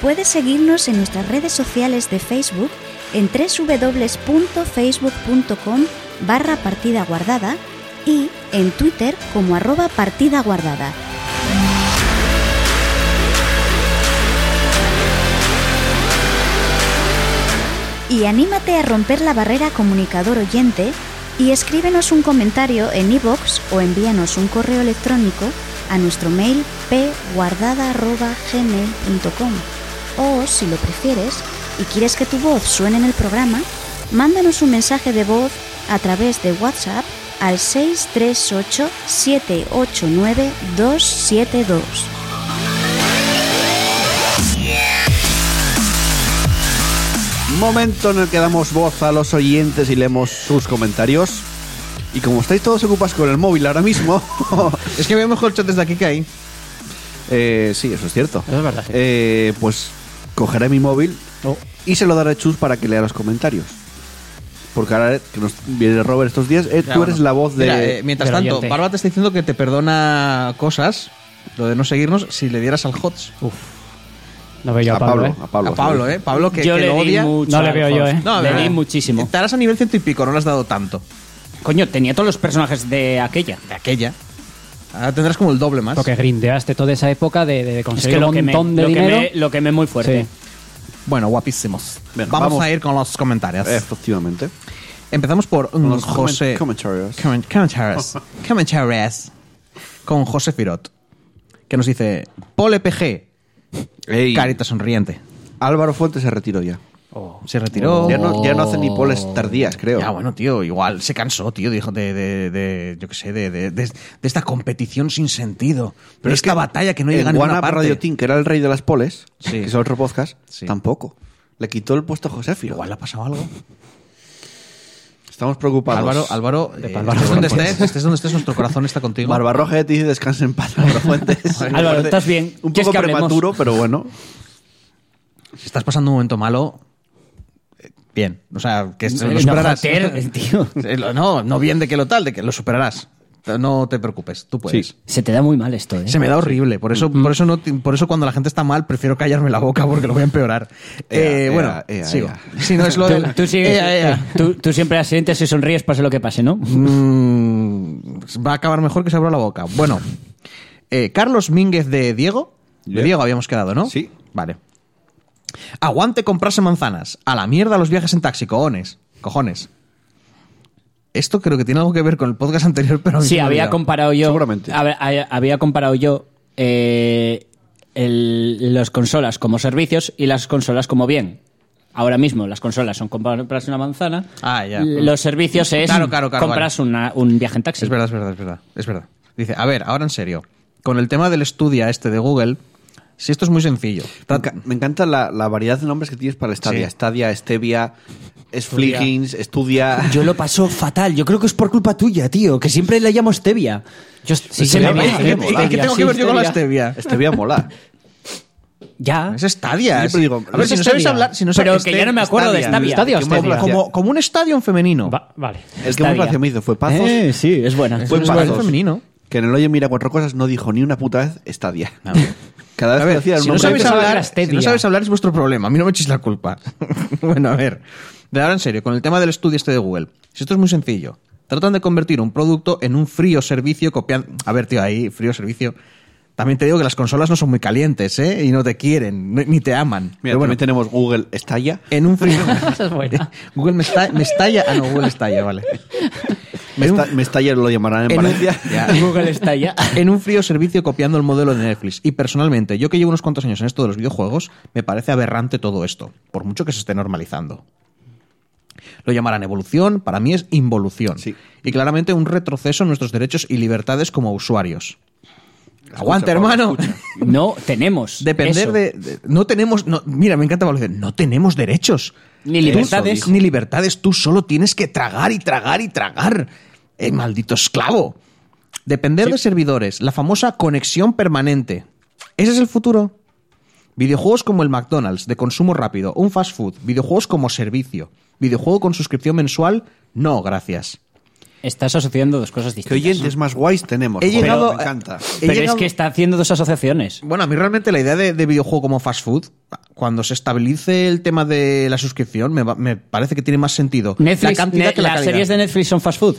[SPEAKER 6] Puedes seguirnos en nuestras redes sociales de Facebook en www.facebook.com barra partida guardada y en Twitter como arroba partida guardada. Y anímate a romper la barrera comunicador oyente y escríbenos un comentario en iVoox o envíanos un correo electrónico a nuestro mail pguardada.gmail.com o, si lo prefieres y quieres que tu voz suene en el programa, mándanos un mensaje de voz a través de WhatsApp al 638 789 272.
[SPEAKER 1] Momento en el que damos voz a los oyentes y leemos sus comentarios. Y como estáis todos ocupados con el móvil ahora mismo, <laughs>
[SPEAKER 3] Es que veo mejor el chat desde aquí que ahí.
[SPEAKER 1] eh, sí, eso es cierto.
[SPEAKER 4] Eso es verdad, sí.
[SPEAKER 1] Eh, pues cogeré mi móvil y se lo daré a Chus para que lea los comentarios. Porque ahora que nos viene Robert estos días, eh,
[SPEAKER 3] Ya,
[SPEAKER 1] tú
[SPEAKER 3] bueno.
[SPEAKER 1] eres la voz de.
[SPEAKER 3] Mira, eh, mientras
[SPEAKER 4] del
[SPEAKER 3] tanto,
[SPEAKER 4] oyente.
[SPEAKER 3] Barba te está diciendo que te perdona cosas, lo de no seguirnos, si le dieras al HOTS.
[SPEAKER 4] No veo yo
[SPEAKER 1] a, Pablo,
[SPEAKER 4] ¿eh?
[SPEAKER 1] a Pablo.
[SPEAKER 3] a Uh, Pablo, ¿eh? Pablo que,
[SPEAKER 2] yo
[SPEAKER 3] que
[SPEAKER 2] le
[SPEAKER 3] lo
[SPEAKER 2] di
[SPEAKER 3] odia.
[SPEAKER 2] mucho
[SPEAKER 4] No le
[SPEAKER 2] al
[SPEAKER 4] veo yo,
[SPEAKER 2] Fox.
[SPEAKER 4] ¿eh.
[SPEAKER 3] No,
[SPEAKER 2] le
[SPEAKER 3] verdad.
[SPEAKER 2] di muchísimo.
[SPEAKER 3] Estarás a nivel ciento y pico, no lo has dado tanto.
[SPEAKER 2] Coño, tenía todos los personajes de aquella.
[SPEAKER 3] De aquella. Ahora tendrás como el doble más.
[SPEAKER 4] Porque grindeaste toda esa época de, de
[SPEAKER 2] Es
[SPEAKER 4] conseguir
[SPEAKER 2] que lo
[SPEAKER 4] un
[SPEAKER 2] que me,
[SPEAKER 4] montón de
[SPEAKER 2] lo que
[SPEAKER 4] dinero.
[SPEAKER 2] me- lo quemé muy fuerte.
[SPEAKER 4] Sí.
[SPEAKER 3] Bueno, guapísimos.
[SPEAKER 1] Venga,
[SPEAKER 3] vamos,
[SPEAKER 1] vamos.
[SPEAKER 3] a ir con los comentarios.
[SPEAKER 1] Efectivamente.
[SPEAKER 3] Empezamos por mm,
[SPEAKER 1] Los comen-
[SPEAKER 3] José.
[SPEAKER 1] comentarios.
[SPEAKER 3] Comen-
[SPEAKER 1] <laughs>
[SPEAKER 3] Comentarios. Comentarios. Con José Firot. Que nos dice: Pole PG,
[SPEAKER 1] Ey,
[SPEAKER 3] carita sonriente.
[SPEAKER 1] Álvaro Fuentes se retiró ya.
[SPEAKER 3] Se retiró.
[SPEAKER 1] Oh. Ya, no, ya no hace ni poles tardías, creo.
[SPEAKER 3] Ya, bueno, tío, igual se cansó, tío, dijo de, de, de- yo qué sé, de, de, de- de esta competición sin sentido, pero
[SPEAKER 1] Pero es
[SPEAKER 3] esta
[SPEAKER 1] que
[SPEAKER 3] batalla que no
[SPEAKER 1] el
[SPEAKER 3] llega a ninguna
[SPEAKER 1] Guanapa
[SPEAKER 3] parte.
[SPEAKER 1] Radio Team, que era el rey de las poles,
[SPEAKER 3] Sí.
[SPEAKER 1] que es otro podcast,
[SPEAKER 3] Sí.
[SPEAKER 1] tampoco. Le quitó el puesto a José Firo.
[SPEAKER 3] Igual le ha pasado algo.
[SPEAKER 1] Estamos preocupados.
[SPEAKER 3] Álvaro, Álvaro, eh,
[SPEAKER 1] Álvaro
[SPEAKER 3] estés donde
[SPEAKER 1] Fuentes.
[SPEAKER 3] estés, estés donde estés, nuestro corazón está contigo.
[SPEAKER 1] Barbarroja te dice descansa en paz, Álvaro Fuentes. Me
[SPEAKER 2] Álvaro,
[SPEAKER 1] parece
[SPEAKER 2] ¿estás bien?
[SPEAKER 1] <laughs> Un
[SPEAKER 2] ¿Quieres
[SPEAKER 1] poco
[SPEAKER 2] que hablemos?
[SPEAKER 1] prematuro, pero bueno.
[SPEAKER 3] Si estás pasando un momento malo, eh, bien, o sea, que esto
[SPEAKER 2] Eh,
[SPEAKER 3] lo
[SPEAKER 2] no,
[SPEAKER 3] superarás.
[SPEAKER 2] joder, tío.
[SPEAKER 3] <laughs> Eh, lo- No, no bien de que lo tal, de que lo superarás. No te preocupes, tú puedes.
[SPEAKER 1] Sí.
[SPEAKER 2] Se te da muy mal esto, ¿eh?
[SPEAKER 3] Se me da horrible, por eso,
[SPEAKER 2] Mm-hmm.
[SPEAKER 3] por eso no, te- por eso cuando la gente está mal prefiero callarme la boca porque lo voy a empeorar. Eh,
[SPEAKER 1] Ea,
[SPEAKER 3] bueno,
[SPEAKER 1] ea, ea,
[SPEAKER 3] sigo.
[SPEAKER 1] ea.
[SPEAKER 3] Si no es lo
[SPEAKER 2] Tú-
[SPEAKER 3] del-
[SPEAKER 2] tú, sigues- eh,
[SPEAKER 3] Ea, ea.
[SPEAKER 2] tú- tú siempre asientes y sonríes, pase lo que pase, ¿no?
[SPEAKER 3] Mm, va a acabar mejor que se abra la boca. Bueno, eh, Carlos Mínguez de Diego. De
[SPEAKER 1] Yeah.
[SPEAKER 3] Diego habíamos quedado, ¿no?
[SPEAKER 1] Sí.
[SPEAKER 3] Vale. Aguante comprarse manzanas. A la mierda los viajes en taxi, cojones. Cojones. Esto creo que tiene algo que ver con el podcast anterior, pero... a mí
[SPEAKER 2] Sí,
[SPEAKER 3] se me ha
[SPEAKER 2] había
[SPEAKER 3] olvidado.
[SPEAKER 2] comparado yo.
[SPEAKER 1] Seguramente.
[SPEAKER 2] hab- hab- había comparado yo eh, el- las consolas como servicios y las consolas como bien. Ahora mismo las consolas son compras una manzana.
[SPEAKER 3] Ah, ya.
[SPEAKER 2] Los servicios es
[SPEAKER 3] Claro, claro, claro,
[SPEAKER 2] compras una- un viaje en taxi.
[SPEAKER 3] Es verdad, es verdad, es verdad. Es verdad. Dice, a ver, ahora en serio. Con el tema del estudia este de Google, si esto es muy sencillo.
[SPEAKER 1] Me,
[SPEAKER 3] Trata-
[SPEAKER 1] enca- me encanta la, la variedad de nombres que tienes para Stadia.
[SPEAKER 3] Sí.
[SPEAKER 1] Stadia, Stevia, Sfliggins, Estudia.
[SPEAKER 2] Yo lo paso fatal. Yo creo que es por culpa tuya, tío, que siempre la llamo Stevia.
[SPEAKER 4] Yo- sí,
[SPEAKER 2] se
[SPEAKER 4] sí,
[SPEAKER 2] me
[SPEAKER 4] sí,
[SPEAKER 2] va,
[SPEAKER 4] sí,
[SPEAKER 2] ¿eh?
[SPEAKER 4] sí,
[SPEAKER 3] ¿Y
[SPEAKER 4] sí,
[SPEAKER 3] qué tengo
[SPEAKER 4] sí,
[SPEAKER 3] que ver yo con la
[SPEAKER 4] Stevia.
[SPEAKER 3] stevia?
[SPEAKER 1] Stevia mola.
[SPEAKER 2] Ya.
[SPEAKER 3] Ah, Es Stadia.
[SPEAKER 1] Siempre
[SPEAKER 3] es-
[SPEAKER 1] digo,
[SPEAKER 3] a ver, si no sabéis
[SPEAKER 4] Stadia.
[SPEAKER 3] hablar, si no
[SPEAKER 2] Pero
[SPEAKER 3] sabéis-
[SPEAKER 2] que ya no me acuerdo de Stadia.
[SPEAKER 4] Stadia,
[SPEAKER 1] Que me
[SPEAKER 4] Stadia.
[SPEAKER 1] mola.
[SPEAKER 3] Como, como un estadio en femenino.
[SPEAKER 4] Va- vale.
[SPEAKER 1] El que más
[SPEAKER 2] Stadia.
[SPEAKER 1] gracia me hizo fue Pazos.
[SPEAKER 2] Eh, sí, es buena.
[SPEAKER 1] Fue
[SPEAKER 3] es
[SPEAKER 1] Pazos.
[SPEAKER 3] verdad, femenino.
[SPEAKER 1] Que en el Oye Mira Cuatro Cosas no dijo ni una puta vez Stadia. <laughs> Cada vez
[SPEAKER 3] Ah,
[SPEAKER 1] que
[SPEAKER 3] A ver,
[SPEAKER 1] decía el
[SPEAKER 3] si no
[SPEAKER 1] nombre
[SPEAKER 3] sabéis
[SPEAKER 4] que se llama
[SPEAKER 3] hablar,
[SPEAKER 4] Stadia.
[SPEAKER 3] si no sabéis hablar es vuestro problema. A mí no me echéis
[SPEAKER 1] <laughs>
[SPEAKER 3] la culpa. bueno, a ver. De ahora en serio, con el tema del estudio este de Google. Si esto es muy sencillo. Tratan de convertir un producto en un frío servicio copiando... A ver, tío, ahí, frío servicio... También te digo que las consolas no son muy calientes, ¿eh? Y no te quieren, ni- ni te aman.
[SPEAKER 1] Mira,
[SPEAKER 3] Pero bueno,
[SPEAKER 1] también tenemos Google Stadia.
[SPEAKER 3] en un
[SPEAKER 2] <laughs>
[SPEAKER 3] frío...
[SPEAKER 4] Esa es buena.
[SPEAKER 3] Google me, está, me estalla... Ah, no, Google estalla, vale.
[SPEAKER 1] Me,
[SPEAKER 3] En un-
[SPEAKER 1] esta- me Stadia lo llamarán en,
[SPEAKER 3] en un-
[SPEAKER 1] Valencia.
[SPEAKER 3] <laughs>
[SPEAKER 1] <laughs>
[SPEAKER 3] Ya.
[SPEAKER 2] Google está ya.
[SPEAKER 3] en un frío servicio copiando el modelo de Netflix. Y personalmente, yo que llevo unos cuantos años en esto de los videojuegos, me parece aberrante todo esto, por mucho que se esté normalizando. Lo llamarán evolución, para mí es involución.
[SPEAKER 1] Sí.
[SPEAKER 3] Y claramente un retroceso en nuestros derechos y libertades como usuarios. Aguanta,
[SPEAKER 1] Pablo,
[SPEAKER 3] hermano.
[SPEAKER 1] escucha.
[SPEAKER 2] No, tenemos.
[SPEAKER 3] Depender
[SPEAKER 2] eso.
[SPEAKER 3] de, de- No tenemos. no- mira, me encanta Pablo decir, no tenemos derechos.
[SPEAKER 2] Ni
[SPEAKER 3] Tú-
[SPEAKER 2] libertades.
[SPEAKER 3] ni libertades. Tú solo tienes que tragar y tragar y tragar. Eh, maldito esclavo. Depender de servidores, la famosa conexión permanente. Ese es el futuro. Videojuegos como el McDonald's, de consumo rápido, un fast food, videojuegos como servicio, videojuego con suscripción mensual, no, gracias.
[SPEAKER 2] Estás asociando dos cosas
[SPEAKER 1] ¿Qué
[SPEAKER 2] distintas.
[SPEAKER 1] oyentes más guays tenemos?
[SPEAKER 3] He
[SPEAKER 1] Joder,
[SPEAKER 3] llegado-
[SPEAKER 1] Me encanta.
[SPEAKER 3] He
[SPEAKER 2] Pero
[SPEAKER 3] llegado-
[SPEAKER 2] es que está haciendo dos asociaciones.
[SPEAKER 3] Bueno, a mí realmente la idea de, de videojuego como fast food, cuando se estabilice el tema de la suscripción, me, va- me parece que tiene más sentido.
[SPEAKER 2] Netflix,
[SPEAKER 3] la cantidad
[SPEAKER 2] ne-
[SPEAKER 3] que la
[SPEAKER 2] las
[SPEAKER 3] calidad.
[SPEAKER 2] series de Netflix son fast food.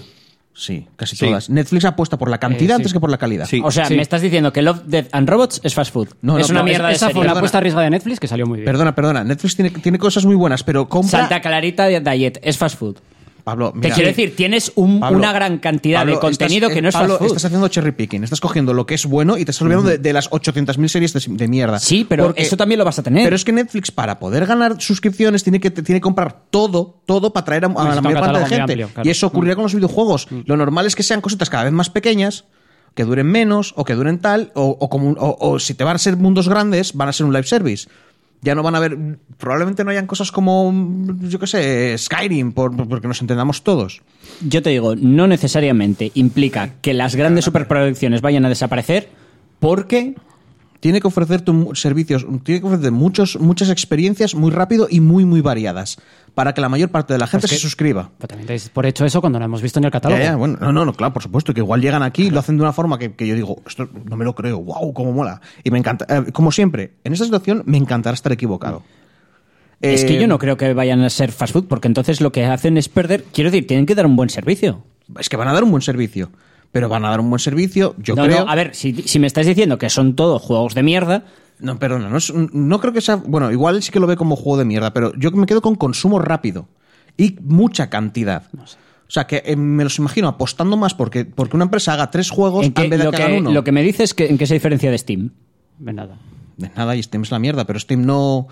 [SPEAKER 3] Sí, casi
[SPEAKER 1] Sí.
[SPEAKER 3] todas. Netflix apuesta por la cantidad
[SPEAKER 4] Eh, sí.
[SPEAKER 3] antes que por la calidad.
[SPEAKER 1] Sí.
[SPEAKER 2] O sea,
[SPEAKER 4] Sí.
[SPEAKER 2] me estás diciendo que Love, Death and Robots es fast food.
[SPEAKER 3] No,
[SPEAKER 2] es
[SPEAKER 3] no,
[SPEAKER 2] una
[SPEAKER 3] no,
[SPEAKER 2] mierda
[SPEAKER 4] Esa
[SPEAKER 2] de
[SPEAKER 4] fue
[SPEAKER 2] serie.
[SPEAKER 4] una apuesta arriesgada de Netflix que salió muy bien.
[SPEAKER 3] Perdona, perdona. Netflix tiene, tiene cosas muy buenas, pero compra.
[SPEAKER 2] Santa Clarita de Diet es fast food.
[SPEAKER 3] Pablo,
[SPEAKER 2] Te
[SPEAKER 3] mira,
[SPEAKER 2] quiero decir, tienes un-
[SPEAKER 3] Pablo,
[SPEAKER 2] una gran cantidad
[SPEAKER 3] Pablo,
[SPEAKER 2] de contenido
[SPEAKER 3] estás- eh,
[SPEAKER 2] que no es
[SPEAKER 3] Pablo,
[SPEAKER 2] fast food.
[SPEAKER 3] Estás haciendo cherry picking, estás cogiendo lo que es bueno y te estás olvidando de, de las 800.000 series de, de mierda.
[SPEAKER 2] Sí, pero
[SPEAKER 3] Porque-
[SPEAKER 2] eso también lo vas a
[SPEAKER 4] ¿Eh?
[SPEAKER 2] tener.
[SPEAKER 3] Pero es que Netflix, para poder ganar suscripciones, tiene que, tiene que comprar todo, todo para traer a, a
[SPEAKER 4] Necesita
[SPEAKER 3] la mayor
[SPEAKER 4] un
[SPEAKER 3] parte de
[SPEAKER 4] catálogo muy
[SPEAKER 3] gente.
[SPEAKER 4] amplio, claro. Mm.
[SPEAKER 3] Y eso ocurrirá con los videojuegos. Lo normal es que sean cositas cada vez más pequeñas, que duren menos, o que duren tal, o, o como un- o- o si te van a ser mundos grandes, van a ser un live service. Ya no van a haber. Probablemente no hayan cosas como, yo qué sé, Skyrim, por- por- porque nos entendamos todos.
[SPEAKER 2] Yo te digo, no necesariamente implica que las grandes superproducciones vayan a desaparecer porque
[SPEAKER 3] Tiene que ofrecerte un- servicios, tiene que ofrecer muchos, muchas experiencias muy rápido y muy, muy variadas para que la mayor parte de la gente
[SPEAKER 4] Pues que-
[SPEAKER 3] se suscriba.
[SPEAKER 4] Pero también dais por hecho eso cuando no hemos visto en el catálogo.
[SPEAKER 3] Ya, ya, bueno, no, no, no, claro, por supuesto, que igual llegan aquí y lo hacen de una forma que, que yo digo, esto no me lo creo, wow, cómo mola. Y me encanta, eh, como siempre, en esta situación me encantará estar equivocado.
[SPEAKER 2] es
[SPEAKER 3] Eh,
[SPEAKER 2] que yo no creo que vayan a ser fast food porque entonces lo que hacen es perder, quiero decir, tienen que dar un buen servicio.
[SPEAKER 3] Es que van a dar un buen servicio, pero van a dar un buen servicio, yo
[SPEAKER 2] No,
[SPEAKER 3] creo...
[SPEAKER 2] no, a ver, si, si me estás diciendo que son todos juegos de mierda,
[SPEAKER 3] No, perdona, no, es- no creo que sea... Bueno, igual sí que lo ve como juego de mierda, pero yo me quedo con consumo rápido y mucha cantidad. O sea, que eh, me los imagino apostando más porque, porque una empresa haga tres juegos
[SPEAKER 2] ¿en qué-
[SPEAKER 3] en vez de
[SPEAKER 2] lo,
[SPEAKER 3] que hagan
[SPEAKER 2] que,
[SPEAKER 3] uno.
[SPEAKER 2] lo que me dices es que, en qué se diferencia de Steam.
[SPEAKER 4] De Pues nada.
[SPEAKER 3] De nada, y Steam es la mierda, pero Steam no...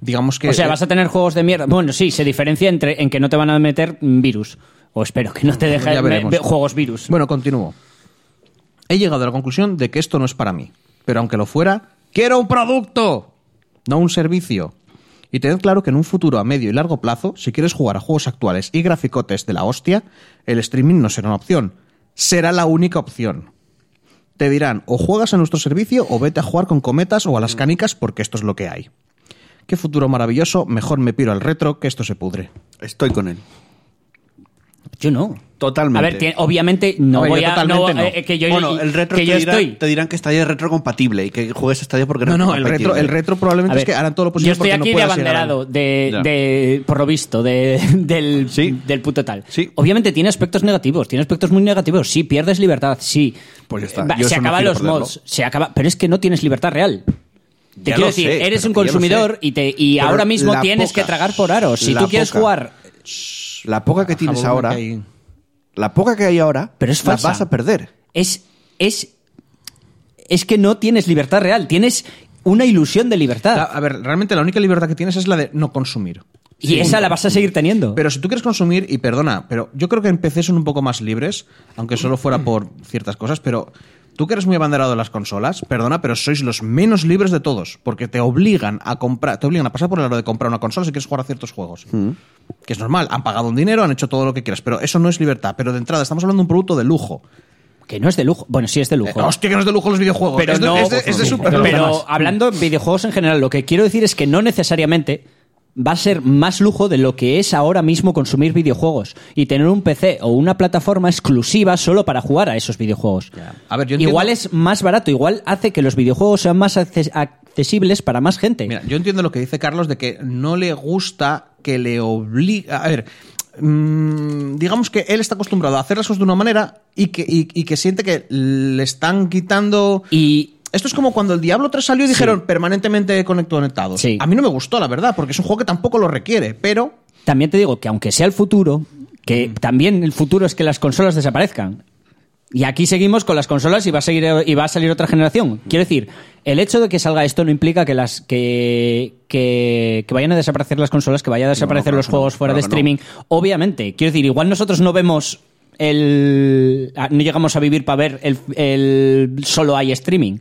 [SPEAKER 3] Digamos que...
[SPEAKER 2] O sea, vas a tener juegos de mierda. Bueno, sí, se diferencia entre en que no te van a meter mm, virus. O espero que no te
[SPEAKER 3] Ya
[SPEAKER 2] dejen me-
[SPEAKER 3] veremos.
[SPEAKER 2] ve- juegos virus.
[SPEAKER 3] Bueno, continúo. He llegado a la conclusión de que esto no es para mí. Pero aunque lo fuera, quiero un producto, no un servicio. Y tened claro que en un futuro a medio y largo plazo, si quieres jugar a juegos actuales y graficotes de la hostia, el streaming no será una opción. Será la única opción. Te dirán, o juegas a nuestro servicio o vete a jugar con cometas o
[SPEAKER 2] Mm.
[SPEAKER 3] a las canicas porque esto es lo que hay. Qué futuro maravilloso, mejor me piro al retro que esto se pudre.
[SPEAKER 1] Estoy con él.
[SPEAKER 2] Yo no.
[SPEAKER 1] Totalmente.
[SPEAKER 2] A ver, tie- obviamente no
[SPEAKER 3] A ver, yo
[SPEAKER 2] voy a.
[SPEAKER 3] totalmente
[SPEAKER 2] no,
[SPEAKER 3] no.
[SPEAKER 2] eh, que yo,
[SPEAKER 1] bueno, el retro
[SPEAKER 2] que
[SPEAKER 1] te,
[SPEAKER 2] yo
[SPEAKER 1] dirá-
[SPEAKER 2] estoy.
[SPEAKER 1] te dirán que Stadia es retrocompatible y que juegues Stadia porque
[SPEAKER 3] No,
[SPEAKER 1] es
[SPEAKER 3] no, el retro,
[SPEAKER 1] retrocompatible.
[SPEAKER 3] el retro
[SPEAKER 2] A
[SPEAKER 3] probablemente
[SPEAKER 2] ver,
[SPEAKER 3] es que harán todo lo posible
[SPEAKER 2] Yo estoy
[SPEAKER 3] porque no
[SPEAKER 2] aquí de
[SPEAKER 3] puedas llegar a-
[SPEAKER 2] abanderado, de,
[SPEAKER 1] Ya.
[SPEAKER 2] de- por lo visto, de- <laughs> del,
[SPEAKER 1] Sí.
[SPEAKER 2] del puto tal.
[SPEAKER 1] Sí.
[SPEAKER 2] Obviamente tiene aspectos negativos, tiene aspectos muy negativos. Sí, pierdes libertad, sí. Eh,
[SPEAKER 1] Pues ya está,
[SPEAKER 2] Va,
[SPEAKER 1] yo
[SPEAKER 2] se
[SPEAKER 1] eso no
[SPEAKER 2] acaban
[SPEAKER 1] quiero
[SPEAKER 2] los
[SPEAKER 1] perderlo.
[SPEAKER 2] mods, se acaba, pero es que no tienes libertad real. Te
[SPEAKER 1] Ya
[SPEAKER 2] quiero
[SPEAKER 1] lo
[SPEAKER 2] decir,
[SPEAKER 1] sé, pero
[SPEAKER 2] eres un
[SPEAKER 1] que ya lo
[SPEAKER 2] consumidor
[SPEAKER 1] sé.
[SPEAKER 2] y, te, y
[SPEAKER 1] Pero
[SPEAKER 2] ahora mismo
[SPEAKER 1] la
[SPEAKER 2] tienes
[SPEAKER 1] poca,
[SPEAKER 2] que tragar por aros. Si
[SPEAKER 1] la
[SPEAKER 2] tú quieres
[SPEAKER 1] poca.
[SPEAKER 2] jugar,
[SPEAKER 1] La poca que tienes
[SPEAKER 3] Baja volumen
[SPEAKER 1] ahora,
[SPEAKER 3] Ah, que hay.
[SPEAKER 1] la poca que hay ahora,
[SPEAKER 2] Pero es
[SPEAKER 1] la
[SPEAKER 2] falsa.
[SPEAKER 1] vas a perder.
[SPEAKER 2] es, es, es que no tienes libertad real, tienes una ilusión de libertad.
[SPEAKER 3] La- a ver, realmente la única libertad que tienes es la de no consumir.
[SPEAKER 2] y esa la vas a seguir teniendo.
[SPEAKER 3] Pero si tú quieres consumir, y perdona, pero yo creo que en PC son un poco más libres, aunque solo
[SPEAKER 2] <clears throat>
[SPEAKER 3] fuera por ciertas cosas, pero tú que eres muy abanderado de las consolas, perdona, pero sois los menos libres de todos, porque te obligan a comprar, te obligan a pasar por el aro de comprar una consola si quieres jugar a ciertos juegos.
[SPEAKER 2] Hmm.
[SPEAKER 3] Que es normal, han pagado un dinero, han hecho todo lo que quieras, pero eso no es libertad. Pero de entrada, estamos hablando de un producto de lujo.
[SPEAKER 2] que no es de lujo. Bueno, sí es de
[SPEAKER 3] Eh,
[SPEAKER 2] lujo.
[SPEAKER 3] hostia, que no es de lujo los videojuegos.
[SPEAKER 2] pero
[SPEAKER 3] es de,
[SPEAKER 2] no,
[SPEAKER 3] es de- es de super lujo.
[SPEAKER 2] pero hablando de videojuegos en general, lo que quiero decir es que no necesariamente va a ser más lujo de lo que es ahora mismo consumir videojuegos y tener un PC o una plataforma exclusiva solo para jugar a esos videojuegos.
[SPEAKER 3] A ver, yo entiendo-
[SPEAKER 2] igual es más barato, igual hace que los videojuegos sean más acces- accesibles para más gente.
[SPEAKER 3] Mira, yo entiendo lo que dice Carlos de que no le gusta que le obliga. A ver. mm, digamos que él está acostumbrado a hacer las cosas de una manera y que, y- y que siente que le están quitando.
[SPEAKER 2] y
[SPEAKER 3] Esto es como cuando el Diablo 3 salió y dijeron permanentemente conect- conectados.
[SPEAKER 2] Sí.
[SPEAKER 3] A mí no me gustó, la verdad, porque es un juego que tampoco lo requiere, pero.
[SPEAKER 2] también te digo que aunque sea el futuro, que
[SPEAKER 1] Mm.
[SPEAKER 2] también el futuro es que las consolas desaparezcan. Y aquí seguimos con las consolas y va a seguir y va a salir otra generación. Quiero decir, el hecho de que salga esto no implica que las que, que, que vayan a desaparecer las consolas, que vayan a desaparecer
[SPEAKER 1] claro
[SPEAKER 2] los
[SPEAKER 1] que no,
[SPEAKER 2] juegos fuera
[SPEAKER 1] claro
[SPEAKER 2] de
[SPEAKER 1] que no.
[SPEAKER 2] streaming. Obviamente, quiero decir, igual nosotros no vemos el ah, no llegamos a vivir para ver el, el solo hay streaming.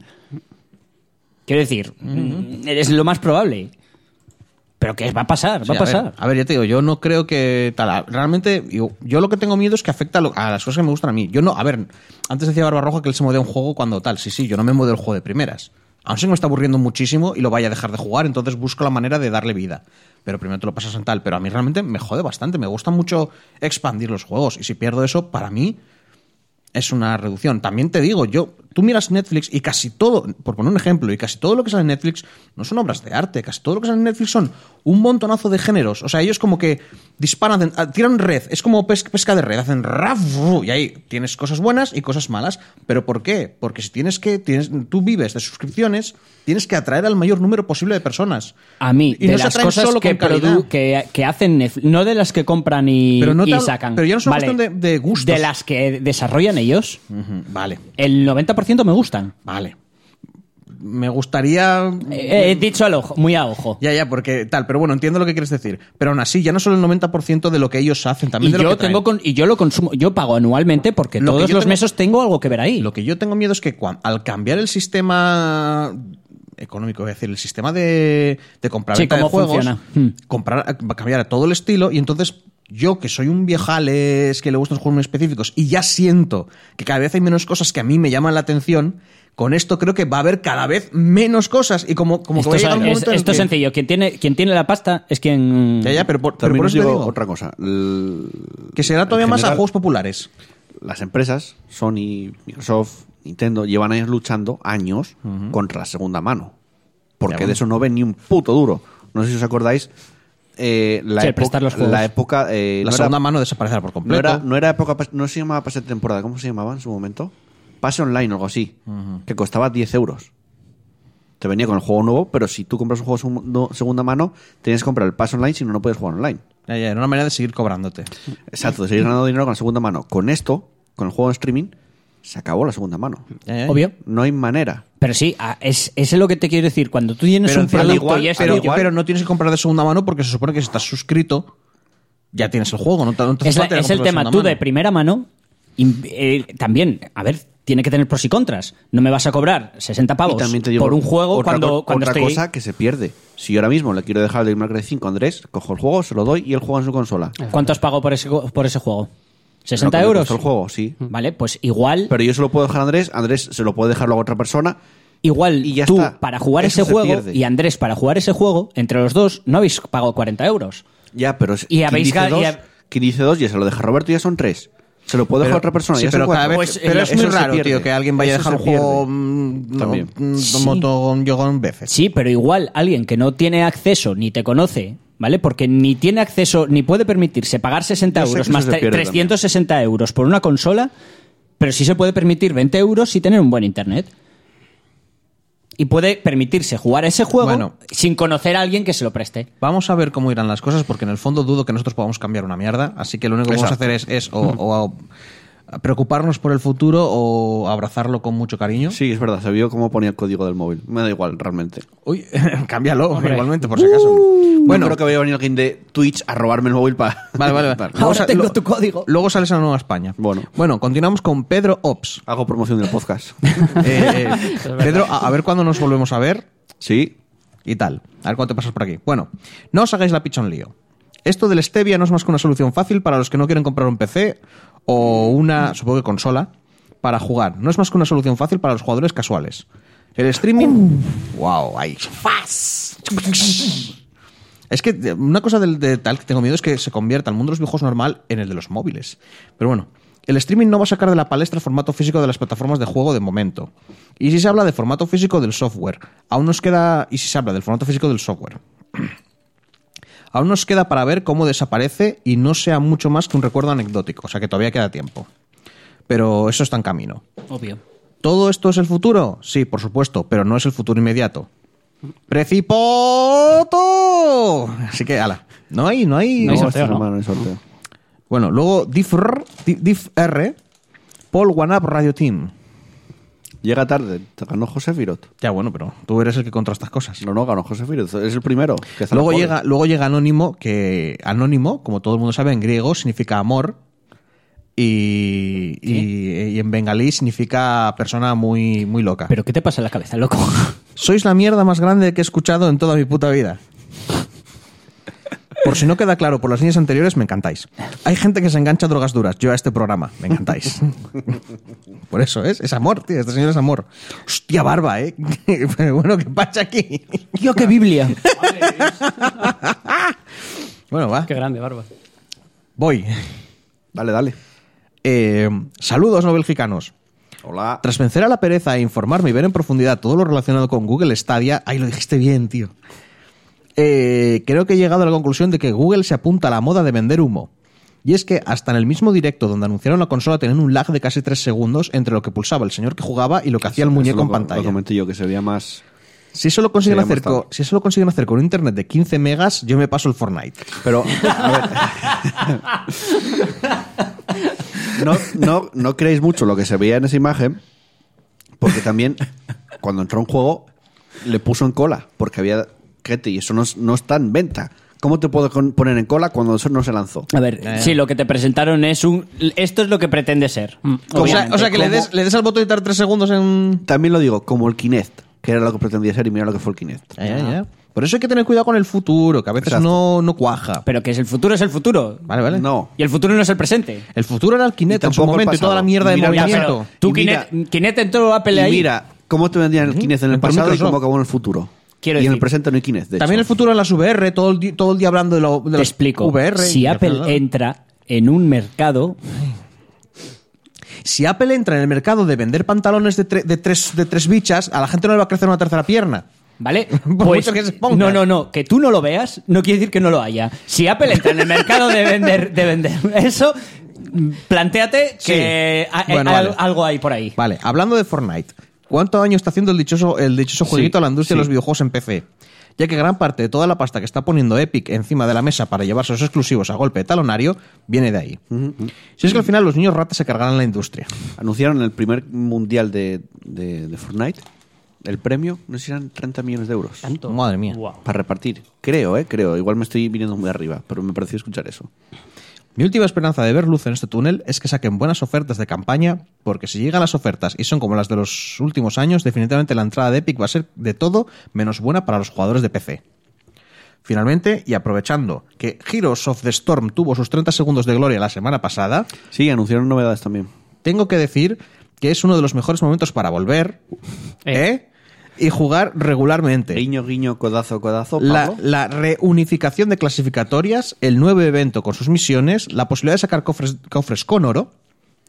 [SPEAKER 2] Quiero decir, mm, es lo más probable. Pero que va a pasar, va
[SPEAKER 3] Sí,
[SPEAKER 2] a pasar.
[SPEAKER 3] ver, A ver, ya te digo, yo no creo que tal. Realmente, yo, yo lo que tengo miedo es que afecta a, lo- a las cosas que me gustan a mí. Yo no, a ver, antes decía Barbarroja que él se modea un juego cuando tal. Sí, sí, yo no me modeo el juego de primeras. Aún si me está aburriendo muchísimo y lo vaya a dejar de jugar, entonces busco la manera de darle vida. pero primero te lo pasas en tal. Pero a mí realmente me jode bastante, me gusta mucho expandir los juegos y si pierdo eso, para mí es una reducción. También te digo, yo, tú miras Netflix y casi todo, por poner un ejemplo, y casi todo lo que sale en Netflix no son obras de arte, casi todo lo que sale en Netflix son un montonazo de géneros. O sea, ellos como que disparan, hacen- ah, tiran red, es como pes- pesca de red, hacen raf, y ahí tienes cosas buenas y cosas malas. ¿Pero por qué? Porque si tienes que, tienes, tú vives de suscripciones, tienes que atraer al mayor número posible de personas.
[SPEAKER 2] A mí,
[SPEAKER 3] Y
[SPEAKER 2] de
[SPEAKER 3] no se
[SPEAKER 2] las
[SPEAKER 3] atraen
[SPEAKER 2] cosas
[SPEAKER 3] solo
[SPEAKER 2] que,
[SPEAKER 3] con calidad.
[SPEAKER 2] produ- que, que hacen Netflix, no de las que compran y,
[SPEAKER 3] Pero no te
[SPEAKER 2] y
[SPEAKER 3] hablo-
[SPEAKER 2] sacan.
[SPEAKER 3] pero ya no es una cuestión de- de gustos.
[SPEAKER 2] De las que desarrollan ellos,
[SPEAKER 3] Ujú, Vale,
[SPEAKER 2] el 90% me gustan.
[SPEAKER 3] vale. Me gustaría...
[SPEAKER 2] Eh, eh, dicho al ojo, muy a ojo.
[SPEAKER 3] Ya, ya, porque tal, pero bueno, entiendo lo que quieres decir. Pero aún así, ya no solo el 90% de lo que ellos hacen, también
[SPEAKER 2] Y
[SPEAKER 3] de lo
[SPEAKER 2] yo,
[SPEAKER 3] que traen.
[SPEAKER 2] tengo con- y yo lo consumo, yo pago anualmente porque
[SPEAKER 3] Lo que
[SPEAKER 2] todos
[SPEAKER 3] yo
[SPEAKER 2] los
[SPEAKER 3] tengo-
[SPEAKER 2] meses tengo algo que ver ahí.
[SPEAKER 3] Lo que yo tengo miedo es que cuan- al cambiar el sistema económico, es decir, el sistema de, de compraventa
[SPEAKER 2] Sí,
[SPEAKER 3] de
[SPEAKER 2] cómo
[SPEAKER 3] juegos,
[SPEAKER 2] funciona. Hmm.
[SPEAKER 3] comprar, va a cambiar a todo el estilo y entonces yo que soy un viejales que le gustan los juegos muy específicos y ya siento que cada vez hay menos cosas que a mí me llaman la atención, con esto creo que va a haber cada vez menos cosas y como, como que
[SPEAKER 2] esto
[SPEAKER 3] va a
[SPEAKER 2] es,
[SPEAKER 3] llegar un
[SPEAKER 2] es-
[SPEAKER 3] momento en
[SPEAKER 2] esto es
[SPEAKER 3] que-
[SPEAKER 2] sencillo. Quien tiene, quien tiene la pasta es quien.
[SPEAKER 3] Ya, ya, pero por, pero
[SPEAKER 1] También
[SPEAKER 3] por
[SPEAKER 1] os
[SPEAKER 3] eso te
[SPEAKER 1] digo
[SPEAKER 3] digo
[SPEAKER 1] otra cosa. L-
[SPEAKER 3] que será todavía
[SPEAKER 1] en
[SPEAKER 3] más a
[SPEAKER 1] general-
[SPEAKER 3] juegos populares.
[SPEAKER 1] las empresas, Sony, Microsoft, Nintendo, llevan años luchando, años, contra la segunda mano. Porque
[SPEAKER 3] Ya, bueno.
[SPEAKER 1] de eso no ven ni un puto duro. No sé si os acordáis. eh, la,
[SPEAKER 2] Sí, el
[SPEAKER 1] época-
[SPEAKER 2] prestar los juegos.
[SPEAKER 1] la época. eh, no
[SPEAKER 3] la
[SPEAKER 1] era-
[SPEAKER 3] segunda mano desaparecerá por
[SPEAKER 1] no
[SPEAKER 3] completo.
[SPEAKER 1] era, no era época. pas- No se llamaba pase de temporada. ¿Cómo se llamaba en su momento? Pase online o algo así. Que costaba 10 euros. Te venía con el juego nuevo, pero si tú compras un juego seg- no- segunda mano, tienes que comprar el pase online, si no, no puedes jugar online.
[SPEAKER 3] Ya, ya, era una manera de seguir cobrándote.
[SPEAKER 1] Exacto, de seguir ganando dinero con la segunda mano. Con esto, con el juego en streaming, se acabó la segunda mano.
[SPEAKER 3] Ya, ya.
[SPEAKER 2] Obvio.
[SPEAKER 1] No hay manera.
[SPEAKER 2] Pero sí, a- es, es lo que te quiero decir. Cuando tú tienes
[SPEAKER 3] Pero,
[SPEAKER 2] un
[SPEAKER 3] encima,
[SPEAKER 2] producto
[SPEAKER 3] igual-
[SPEAKER 2] y es
[SPEAKER 3] pero,
[SPEAKER 2] tuyo-
[SPEAKER 3] pero no tienes que comprar de segunda mano porque se supone que si estás suscrito ya tienes el juego. No te, no te hace
[SPEAKER 2] es, la-
[SPEAKER 3] falta ir a
[SPEAKER 2] es el
[SPEAKER 3] comprarlo de
[SPEAKER 2] tema.
[SPEAKER 3] segunda
[SPEAKER 2] Tú
[SPEAKER 3] mano.
[SPEAKER 2] de primera mano, in- eh, también, a ver, tiene que tener pros y contras. No me vas a cobrar 60
[SPEAKER 1] Y
[SPEAKER 2] pavos
[SPEAKER 1] también te digo,
[SPEAKER 2] por un juego
[SPEAKER 1] otra
[SPEAKER 2] cuando,
[SPEAKER 1] co-
[SPEAKER 2] cuando
[SPEAKER 1] otra
[SPEAKER 2] estoy-
[SPEAKER 1] cosa que se pierde. Si yo ahora mismo le quiero dejar el Devil May Cry 5 a Andrés, cojo el juego, se lo doy y él juega en su consola.
[SPEAKER 2] ¿Cuánto has pagado por ese, go- por ese juego?
[SPEAKER 1] Lo que
[SPEAKER 2] ¿60
[SPEAKER 1] me
[SPEAKER 2] euros?
[SPEAKER 1] costó el juego, sí.
[SPEAKER 2] Vale, pues igual,
[SPEAKER 1] Pero yo se lo puedo dejar a Andrés, Andrés se lo puede dejar luego a otra persona.
[SPEAKER 2] igual
[SPEAKER 1] y ya
[SPEAKER 2] tú
[SPEAKER 1] está.
[SPEAKER 2] para jugar
[SPEAKER 1] Eso
[SPEAKER 2] ese
[SPEAKER 1] se
[SPEAKER 2] juego
[SPEAKER 1] pierde.
[SPEAKER 2] y Andrés para jugar ese juego, entre los dos, no habéis pagado 40 euros.
[SPEAKER 1] Ya, pero es-
[SPEAKER 2] Y
[SPEAKER 1] quien
[SPEAKER 2] habéis
[SPEAKER 1] dice
[SPEAKER 2] ga- y
[SPEAKER 1] dos,
[SPEAKER 2] hab-
[SPEAKER 1] quien dice dos, ya se lo deja Roberto, ya son tres. Se lo puedo dejar a otra persona,
[SPEAKER 3] Sí,
[SPEAKER 1] ya
[SPEAKER 3] pero
[SPEAKER 1] son cuatro.
[SPEAKER 3] cada vez-
[SPEAKER 2] Pues,
[SPEAKER 3] pero
[SPEAKER 2] eh,
[SPEAKER 3] es muy
[SPEAKER 1] eso se
[SPEAKER 3] raro,
[SPEAKER 1] pierde.
[SPEAKER 3] tío, que alguien
[SPEAKER 1] Eso
[SPEAKER 3] vaya a dejar
[SPEAKER 1] se
[SPEAKER 3] un juego
[SPEAKER 1] pierde.
[SPEAKER 3] mm, no,
[SPEAKER 1] También.
[SPEAKER 3] mm,
[SPEAKER 2] Sí.
[SPEAKER 3] moto yogón veces.
[SPEAKER 2] Sí, pero igual alguien que no tiene acceso ni te conoce, ¿vale? Porque ni tiene acceso ni puede permitirse pagar 60
[SPEAKER 1] Yo sé
[SPEAKER 2] euros
[SPEAKER 1] que eso
[SPEAKER 2] más
[SPEAKER 1] se
[SPEAKER 2] tre-
[SPEAKER 1] pierde
[SPEAKER 2] 360 euros por una consola, pero sí se puede permitir 20 euros y tener un buen internet. Y puede permitirse jugar a ese juego
[SPEAKER 3] Bueno.
[SPEAKER 2] sin conocer a alguien que se lo preste.
[SPEAKER 3] Vamos a ver cómo irán las cosas, porque en el fondo dudo que nosotros podamos cambiar una mierda. Así que lo único que vamos a
[SPEAKER 1] Exacto.
[SPEAKER 3] hacer es, es o, o a- preocuparnos por el futuro o abrazarlo con mucho cariño.
[SPEAKER 1] Sí, es verdad, se vio cómo ponía el código del móvil. Me da igual, realmente.
[SPEAKER 3] Uy, <laughs> cámbialo igualmente, por si acaso.
[SPEAKER 1] Bueno,
[SPEAKER 3] bueno,
[SPEAKER 1] creo que vaya a venir alguien de Twitch a robarme el móvil para. <laughs>
[SPEAKER 3] vale, vale. vale.
[SPEAKER 2] Ahora
[SPEAKER 3] sa-
[SPEAKER 2] tengo tu código.
[SPEAKER 3] Luego sales a la Nueva España.
[SPEAKER 1] Bueno.
[SPEAKER 3] Bueno, continuamos con Pedro Ops.
[SPEAKER 1] <laughs> Hago promoción del podcast.
[SPEAKER 3] Eh, eh, Pedro, a, a ver cuándo nos volvemos a ver
[SPEAKER 1] sí.
[SPEAKER 3] y tal. A ver cuándo te pasas por aquí. Bueno, no os hagáis la pichón lío. Esto del Stevia no es más que una solución fácil para los que no quieren comprar un PC o una, supongo que consola, para jugar. No es más que una solución fácil para los jugadores casuales. El streaming. ¡Wow! Ahí. ¡Fas! Es que de- una cosa del de tal que tengo miedo es que se convierta el mundo de los viejos normal en el de los móviles. Pero bueno, el streaming no va a sacar de la palestra el formato físico de las plataformas de juego de momento. Y si se habla de formato físico del software, aún nos queda. Y si se habla del formato físico del software. <clears throat> Aún nos queda para ver cómo desaparece y no sea mucho más que un recuerdo anecdótico. O sea que todavía queda tiempo. Pero eso está en camino.
[SPEAKER 2] Obvio.
[SPEAKER 3] ¿Todo esto es el futuro? Sí, por supuesto, pero no es el futuro inmediato. ¡Precipoto! Así que, ala. No hay, no hay.
[SPEAKER 4] No hay
[SPEAKER 1] No,
[SPEAKER 4] sorteo,
[SPEAKER 1] esta
[SPEAKER 4] ¿no?
[SPEAKER 1] semana no hay sorteo.
[SPEAKER 3] Bueno, luego DIFR, Di- DIFR, Paul One Up Radio Team.
[SPEAKER 1] Llega tarde, te ganó José Firot.
[SPEAKER 3] Ya bueno, pero tú eres el que contra estas cosas.
[SPEAKER 1] No, no, ganó José Firot, es el primero. que está
[SPEAKER 3] Luego
[SPEAKER 1] en el
[SPEAKER 3] llega,
[SPEAKER 1] podio.
[SPEAKER 3] luego llega Anónimo, que Anónimo, como todo el mundo sabe, en griego significa amor. Y, y- y en bengalí significa persona muy, muy loca.
[SPEAKER 2] ¿Pero qué te pasa en la cabeza,
[SPEAKER 3] <laughs>
[SPEAKER 2] loco?
[SPEAKER 3] Sois la mierda más grande que he escuchado en toda mi puta vida. Por si no queda claro, por las líneas anteriores me encantáis. Hay gente que se engancha a drogas duras. Yo a este programa, me encantáis. Por eso es, es amor, tío. Este señor es amor. Hostia, barba,
[SPEAKER 2] <laughs>
[SPEAKER 3] <laughs> ¿eh? Pero bueno, ¿qué pasa aquí?
[SPEAKER 2] Yo qué Biblia.
[SPEAKER 3] Bueno, va.
[SPEAKER 4] Qué grande, Barba.
[SPEAKER 3] Voy.
[SPEAKER 1] Dale, dale.
[SPEAKER 3] Eh, saludos, no belgicanos.
[SPEAKER 1] Hola.
[SPEAKER 3] Tras vencer a la pereza e informarme y ver en profundidad todo lo relacionado con Google Stadia, ahí lo dijiste bien, tío. Eh, creo que he llegado a la conclusión de que Google se apunta a la moda de vender humo. Y es que hasta en el mismo directo donde anunciaron la consola tenían un lag de casi 3 segundos entre lo que pulsaba el señor que jugaba y lo que hacía el muñeco
[SPEAKER 1] Eso
[SPEAKER 3] en
[SPEAKER 1] lo- Lo
[SPEAKER 3] pantalla.
[SPEAKER 1] comenté yo, que se veía más...
[SPEAKER 3] Si eso, lo consiguen
[SPEAKER 1] Sería más
[SPEAKER 3] hacer con,
[SPEAKER 1] tarde.
[SPEAKER 3] si eso lo consiguen hacer con un internet de 15 megas, yo me paso el Fortnite.
[SPEAKER 1] Pero, a
[SPEAKER 3] <laughs>
[SPEAKER 1] ver. No, no, no creéis mucho lo que se veía en esa imagen, porque también cuando entró en juego le puso en cola, porque había gente y eso no, es- no está en venta. ¿Cómo te puedo con- poner en cola cuando eso no se lanzó?
[SPEAKER 2] A ver,
[SPEAKER 3] Eh.
[SPEAKER 2] sí, lo que te presentaron es un... Esto es lo que pretende ser.
[SPEAKER 3] O sea,
[SPEAKER 2] obviamente.
[SPEAKER 3] o sea, que le des, le des al botón y tardar 3 segundos en...
[SPEAKER 1] También lo digo, como el Kinect, que era lo que pretendía ser y mira lo que fue el Kinect.
[SPEAKER 3] Ya, ya, ya. Por eso hay que tener cuidado con el futuro, que a veces
[SPEAKER 1] Exacto.
[SPEAKER 3] no, no cuaja.
[SPEAKER 2] Pero que es el futuro es el futuro.
[SPEAKER 3] Vale, vale.
[SPEAKER 1] No.
[SPEAKER 2] Y el futuro no es el presente.
[SPEAKER 3] El futuro era el Kinect
[SPEAKER 1] Y
[SPEAKER 3] en su
[SPEAKER 1] tampoco el
[SPEAKER 3] momento y toda
[SPEAKER 1] pasado.
[SPEAKER 3] la mierda de
[SPEAKER 1] Mira,
[SPEAKER 2] Ya,
[SPEAKER 3] movimiento.
[SPEAKER 2] pero tú,
[SPEAKER 1] Y mira-
[SPEAKER 2] Kinect, Kinect entró Apple
[SPEAKER 1] Y
[SPEAKER 2] ahí.
[SPEAKER 1] mira, cómo te vendían el Kinect en el
[SPEAKER 3] Por
[SPEAKER 1] pasado y
[SPEAKER 3] Microsoft.
[SPEAKER 1] cómo acabó en el futuro.
[SPEAKER 2] Quiero
[SPEAKER 1] y en el
[SPEAKER 2] decir-
[SPEAKER 1] presente no hay Kinect, de
[SPEAKER 3] También el
[SPEAKER 1] hecho.
[SPEAKER 3] futuro en las VR, todo el, di- todo el día hablando de, lo, de
[SPEAKER 2] te
[SPEAKER 3] las
[SPEAKER 2] explico.
[SPEAKER 3] VR.
[SPEAKER 2] si
[SPEAKER 3] y-
[SPEAKER 2] Apple entra en un mercado,
[SPEAKER 3] si Apple entra en el mercado de vender pantalones de, tre- de tres, de tres bichas, a la gente no le va a crecer una tercera pierna.
[SPEAKER 2] ¿vale?
[SPEAKER 3] <laughs>
[SPEAKER 2] Pues
[SPEAKER 3] Por mucho que se ponga.
[SPEAKER 2] no, no, no. Que tú no lo veas no quiere decir que no lo haya. Si Apple entra en el mercado de vender, de vender eso, planteate que
[SPEAKER 3] Sí.
[SPEAKER 2] a-
[SPEAKER 3] Bueno,
[SPEAKER 2] a-
[SPEAKER 3] vale.
[SPEAKER 2] algo hay por ahí.
[SPEAKER 3] Vale, hablando de Fortnite, ¿cuánto daño está haciendo el dichoso, el dichoso jueguito a la industria de los videojuegos en PC? Ya que gran parte de toda la pasta que está poniendo Epic encima de la mesa para llevarse los exclusivos a golpe de talonario viene de ahí. Si es que al final los niños ratas se cargarán la industria.
[SPEAKER 1] Anunciaron el primer mundial de, de, de Fortnite. El premio, no sé si eran 30 millones de euros.
[SPEAKER 3] Madre mía.
[SPEAKER 1] Para repartir. Creo, eh, creo. Igual me estoy viniendo muy arriba, pero me pareció escuchar eso.
[SPEAKER 3] Mi última esperanza de ver luz en este túnel es que saquen buenas ofertas de campaña, porque si llegan las ofertas y son como las de los últimos años, definitivamente la entrada de Epic va a ser de todo menos buena para los jugadores de PC. Finalmente, y aprovechando que Heroes of the Storm tuvo sus 30 segundos de gloria la semana pasada,
[SPEAKER 1] Sí, anunciaron novedades también.
[SPEAKER 3] tengo que decir que es uno de los mejores momentos para volver ¿eh? y jugar regularmente.
[SPEAKER 1] Guiño, guiño, codazo, codazo.
[SPEAKER 3] La,
[SPEAKER 1] Pablo.
[SPEAKER 3] la reunificación de clasificatorias, el nuevo evento con sus misiones, la posibilidad de sacar cofres, cofres con oro,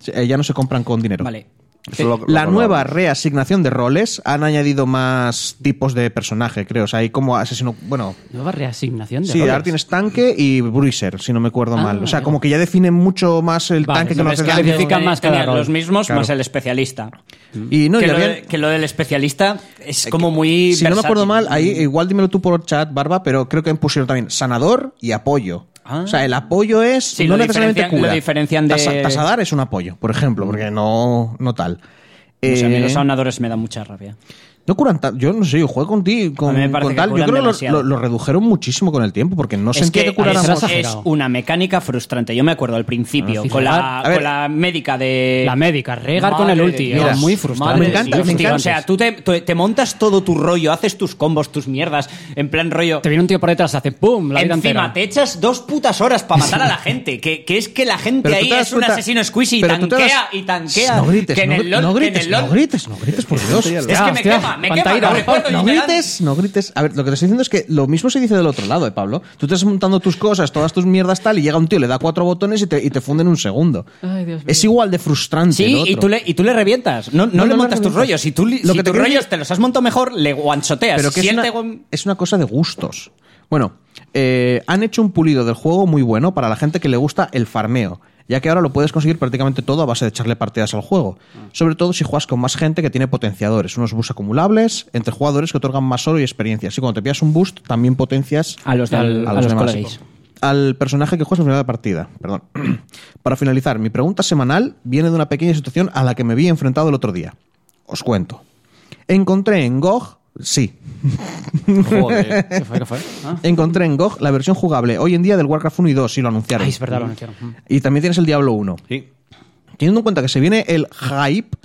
[SPEAKER 3] eh, ya no se compran con dinero.
[SPEAKER 2] Vale.
[SPEAKER 1] Eso lo- lo
[SPEAKER 3] La
[SPEAKER 1] acordamos.
[SPEAKER 3] nueva reasignación de roles, han añadido más tipos de personaje, creo. O sea, hay como asesino. Bueno,
[SPEAKER 4] Nueva reasignación de
[SPEAKER 3] sí,
[SPEAKER 4] roles.
[SPEAKER 3] ahora tienes tanque y bruiser, si no me acuerdo
[SPEAKER 4] Ah,
[SPEAKER 3] mal. O sea,
[SPEAKER 4] vale.
[SPEAKER 3] como que ya definen mucho más el
[SPEAKER 4] Vale,
[SPEAKER 3] tanque que
[SPEAKER 4] no
[SPEAKER 3] no
[SPEAKER 4] les
[SPEAKER 3] hace
[SPEAKER 4] cambia
[SPEAKER 3] daño.
[SPEAKER 4] Especifican más cada
[SPEAKER 2] Tenían
[SPEAKER 4] rol.
[SPEAKER 2] los mismos
[SPEAKER 3] Claro.
[SPEAKER 2] más el especialista.
[SPEAKER 3] Y no, y
[SPEAKER 2] que, lo
[SPEAKER 3] habían-
[SPEAKER 2] de- que lo del especialista es como muy.
[SPEAKER 3] si no me acuerdo
[SPEAKER 2] versátil.
[SPEAKER 3] mal, ahí igual dímelo tú por chat, Barba, pero creo que pusieron también sanador y apoyo.
[SPEAKER 2] Ah.
[SPEAKER 3] O sea, el apoyo es
[SPEAKER 2] Sí,
[SPEAKER 3] no
[SPEAKER 2] lo
[SPEAKER 3] necesariamente
[SPEAKER 2] diferencian-
[SPEAKER 3] cura.
[SPEAKER 2] lo diferencian de-
[SPEAKER 3] Tasa- tasadar es un apoyo, por ejemplo, porque no, no tal.
[SPEAKER 2] O sea, a mí
[SPEAKER 3] Eh,
[SPEAKER 2] los aunadores me dan mucha rabia.
[SPEAKER 3] no curan tal. Yo no sé, yo juego con ti, con,
[SPEAKER 2] A mí me parece
[SPEAKER 3] con
[SPEAKER 2] que
[SPEAKER 3] tal. Yo
[SPEAKER 2] curan
[SPEAKER 3] creo que lo-
[SPEAKER 2] demasiado.
[SPEAKER 3] lo, lo redujeron muchísimo con el tiempo, porque no
[SPEAKER 2] es
[SPEAKER 3] sentía
[SPEAKER 2] que
[SPEAKER 3] que, curáramos.
[SPEAKER 2] es, es
[SPEAKER 4] exagerado.
[SPEAKER 2] una mecánica frustrante. Yo me acuerdo al principio,
[SPEAKER 4] sí,
[SPEAKER 2] con, la,
[SPEAKER 4] a
[SPEAKER 3] ver.
[SPEAKER 2] con la médica de.
[SPEAKER 4] La médica, regar con
[SPEAKER 2] Madre
[SPEAKER 4] el
[SPEAKER 2] de
[SPEAKER 4] ulti.
[SPEAKER 2] Dios.
[SPEAKER 4] era
[SPEAKER 3] Mira,
[SPEAKER 4] muy
[SPEAKER 3] eh, me
[SPEAKER 4] frustrante.
[SPEAKER 3] encanta,
[SPEAKER 4] muy
[SPEAKER 3] me encanta.
[SPEAKER 2] O
[SPEAKER 4] frustrante.
[SPEAKER 2] sea, tú te, tú- te montas todo tu rollo, haces tus combos, tus mierdas. En plan rollo.
[SPEAKER 4] te viene un tío por detrás, hace ¡pum! La vida
[SPEAKER 2] Encima
[SPEAKER 4] entera.
[SPEAKER 2] te echas dos putas horas para matar a la gente. Que, que es que la gente
[SPEAKER 3] Pero tú
[SPEAKER 2] ahí
[SPEAKER 3] te das
[SPEAKER 2] es un
[SPEAKER 3] cuenta-
[SPEAKER 2] asesino squishy y
[SPEAKER 3] pero tú te
[SPEAKER 2] tanquea
[SPEAKER 3] das-
[SPEAKER 2] y tanquea.
[SPEAKER 3] No grites,
[SPEAKER 2] que en
[SPEAKER 3] no,
[SPEAKER 2] el LOL-
[SPEAKER 3] no
[SPEAKER 2] que en
[SPEAKER 3] grites,
[SPEAKER 2] el
[SPEAKER 3] no
[SPEAKER 2] LOL- Este
[SPEAKER 3] grites, no grites,
[SPEAKER 2] <laughs>
[SPEAKER 3] por
[SPEAKER 2] Es
[SPEAKER 3] Dios.
[SPEAKER 2] que me
[SPEAKER 4] Hostia,
[SPEAKER 2] quema, me
[SPEAKER 4] cuánta
[SPEAKER 2] quema. no
[SPEAKER 4] ira, por favor.
[SPEAKER 2] recuerdo
[SPEAKER 3] No
[SPEAKER 2] ni me dan-
[SPEAKER 3] grites, no grites. A ver, lo que te estoy diciendo es que lo mismo se dice del otro lado, eh, Pablo. Tú te estás montando tus cosas, todas tus mierdas tal, y llega un tío, le da cuatro botones y te, y te funde en un segundo.
[SPEAKER 4] Ay, Dios mío.
[SPEAKER 3] Es igual de frustrante. el
[SPEAKER 2] Sí,
[SPEAKER 3] otro.
[SPEAKER 2] y tú, le, y tú le revientas. No, no,
[SPEAKER 3] No,
[SPEAKER 2] le
[SPEAKER 3] no le
[SPEAKER 2] montas tus
[SPEAKER 3] revientas.
[SPEAKER 2] rollos. Si, tú, li-
[SPEAKER 3] Lo
[SPEAKER 2] si
[SPEAKER 3] que te
[SPEAKER 2] tus
[SPEAKER 3] quiero
[SPEAKER 2] rollos
[SPEAKER 3] decir-
[SPEAKER 2] te los has montado mejor, le guanchoteas.
[SPEAKER 3] Pero que
[SPEAKER 2] Si
[SPEAKER 3] es
[SPEAKER 2] él
[SPEAKER 3] una,
[SPEAKER 2] te guan-
[SPEAKER 3] es una cosa de gustos. Bueno, eh, han hecho un pulido del juego muy bueno para la gente que le gusta el farmeo, ya que ahora lo puedes conseguir prácticamente todo a base de echarle partidas al juego.
[SPEAKER 2] Ah.
[SPEAKER 3] Sobre todo si juegas con más gente que tiene potenciadores, unos boosts acumulables entre jugadores que otorgan más oro y experiencia. Así que cuando te pillas un boost, también potencias
[SPEAKER 2] A los de- a los coleguis.
[SPEAKER 3] Al personaje que juegas al final de la partida. Perdón. <clears throat> Para finalizar, mi pregunta semanal viene de una pequeña situación a la que me vi enfrentado el otro día. Os cuento. Encontré en GOG, sí, Pues
[SPEAKER 4] ¿Qué fue? ¿Qué fue? Ah.
[SPEAKER 3] Encontré en GOG la versión jugable hoy en día del Warcraft 1 y 2, y lo anunciaron.
[SPEAKER 4] Ay, es verdad, lo anunciaron. Mm.
[SPEAKER 3] Y también tienes el Diablo 1.
[SPEAKER 1] Sí.
[SPEAKER 3] Teniendo en cuenta que se viene el hype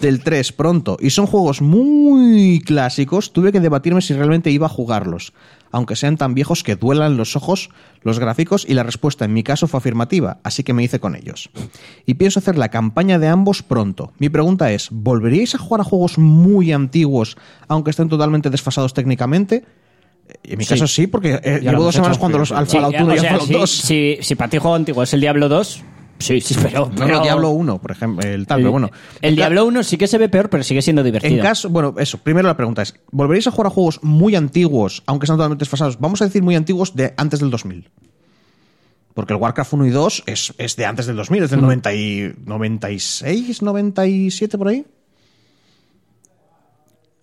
[SPEAKER 3] del 3 pronto, y son juegos muy clásicos, tuve que debatirme si realmente iba a jugarlos. Aunque sean tan viejos que duelan los ojos, los gráficos, y la respuesta en mi caso fue afirmativa, así que me hice con ellos. Y pienso hacer la campaña de ambos pronto. Mi pregunta es, ¿volveríais a jugar a juegos muy antiguos, aunque estén totalmente desfasados técnicamente? En mi caso sí, porque eh, llevo dos semanas
[SPEAKER 4] hemos hecho,
[SPEAKER 3] cuando los, al Fallout 1
[SPEAKER 2] o
[SPEAKER 3] y al
[SPEAKER 2] sea,
[SPEAKER 3] Fallout
[SPEAKER 2] si,
[SPEAKER 3] 2.
[SPEAKER 2] Si, si para ti juego antiguo es el Diablo 2, sí, sí, pero.
[SPEAKER 3] No,
[SPEAKER 2] pero-
[SPEAKER 3] no, Diablo 1, por ejemplo, el tal,
[SPEAKER 2] El,
[SPEAKER 3] pero bueno.
[SPEAKER 2] el
[SPEAKER 3] En ca-
[SPEAKER 2] Diablo 1 sí que se ve peor, pero sigue siendo divertido.
[SPEAKER 3] En caso, bueno, eso, primero la pregunta es, ¿volveréis a jugar a juegos muy antiguos, aunque sean totalmente desfasados? Vamos a decir muy antiguos de antes del 2000. Porque el Warcraft 1 y 2 es, es de antes del 2000, es del 90 y- 96, 97 por ahí.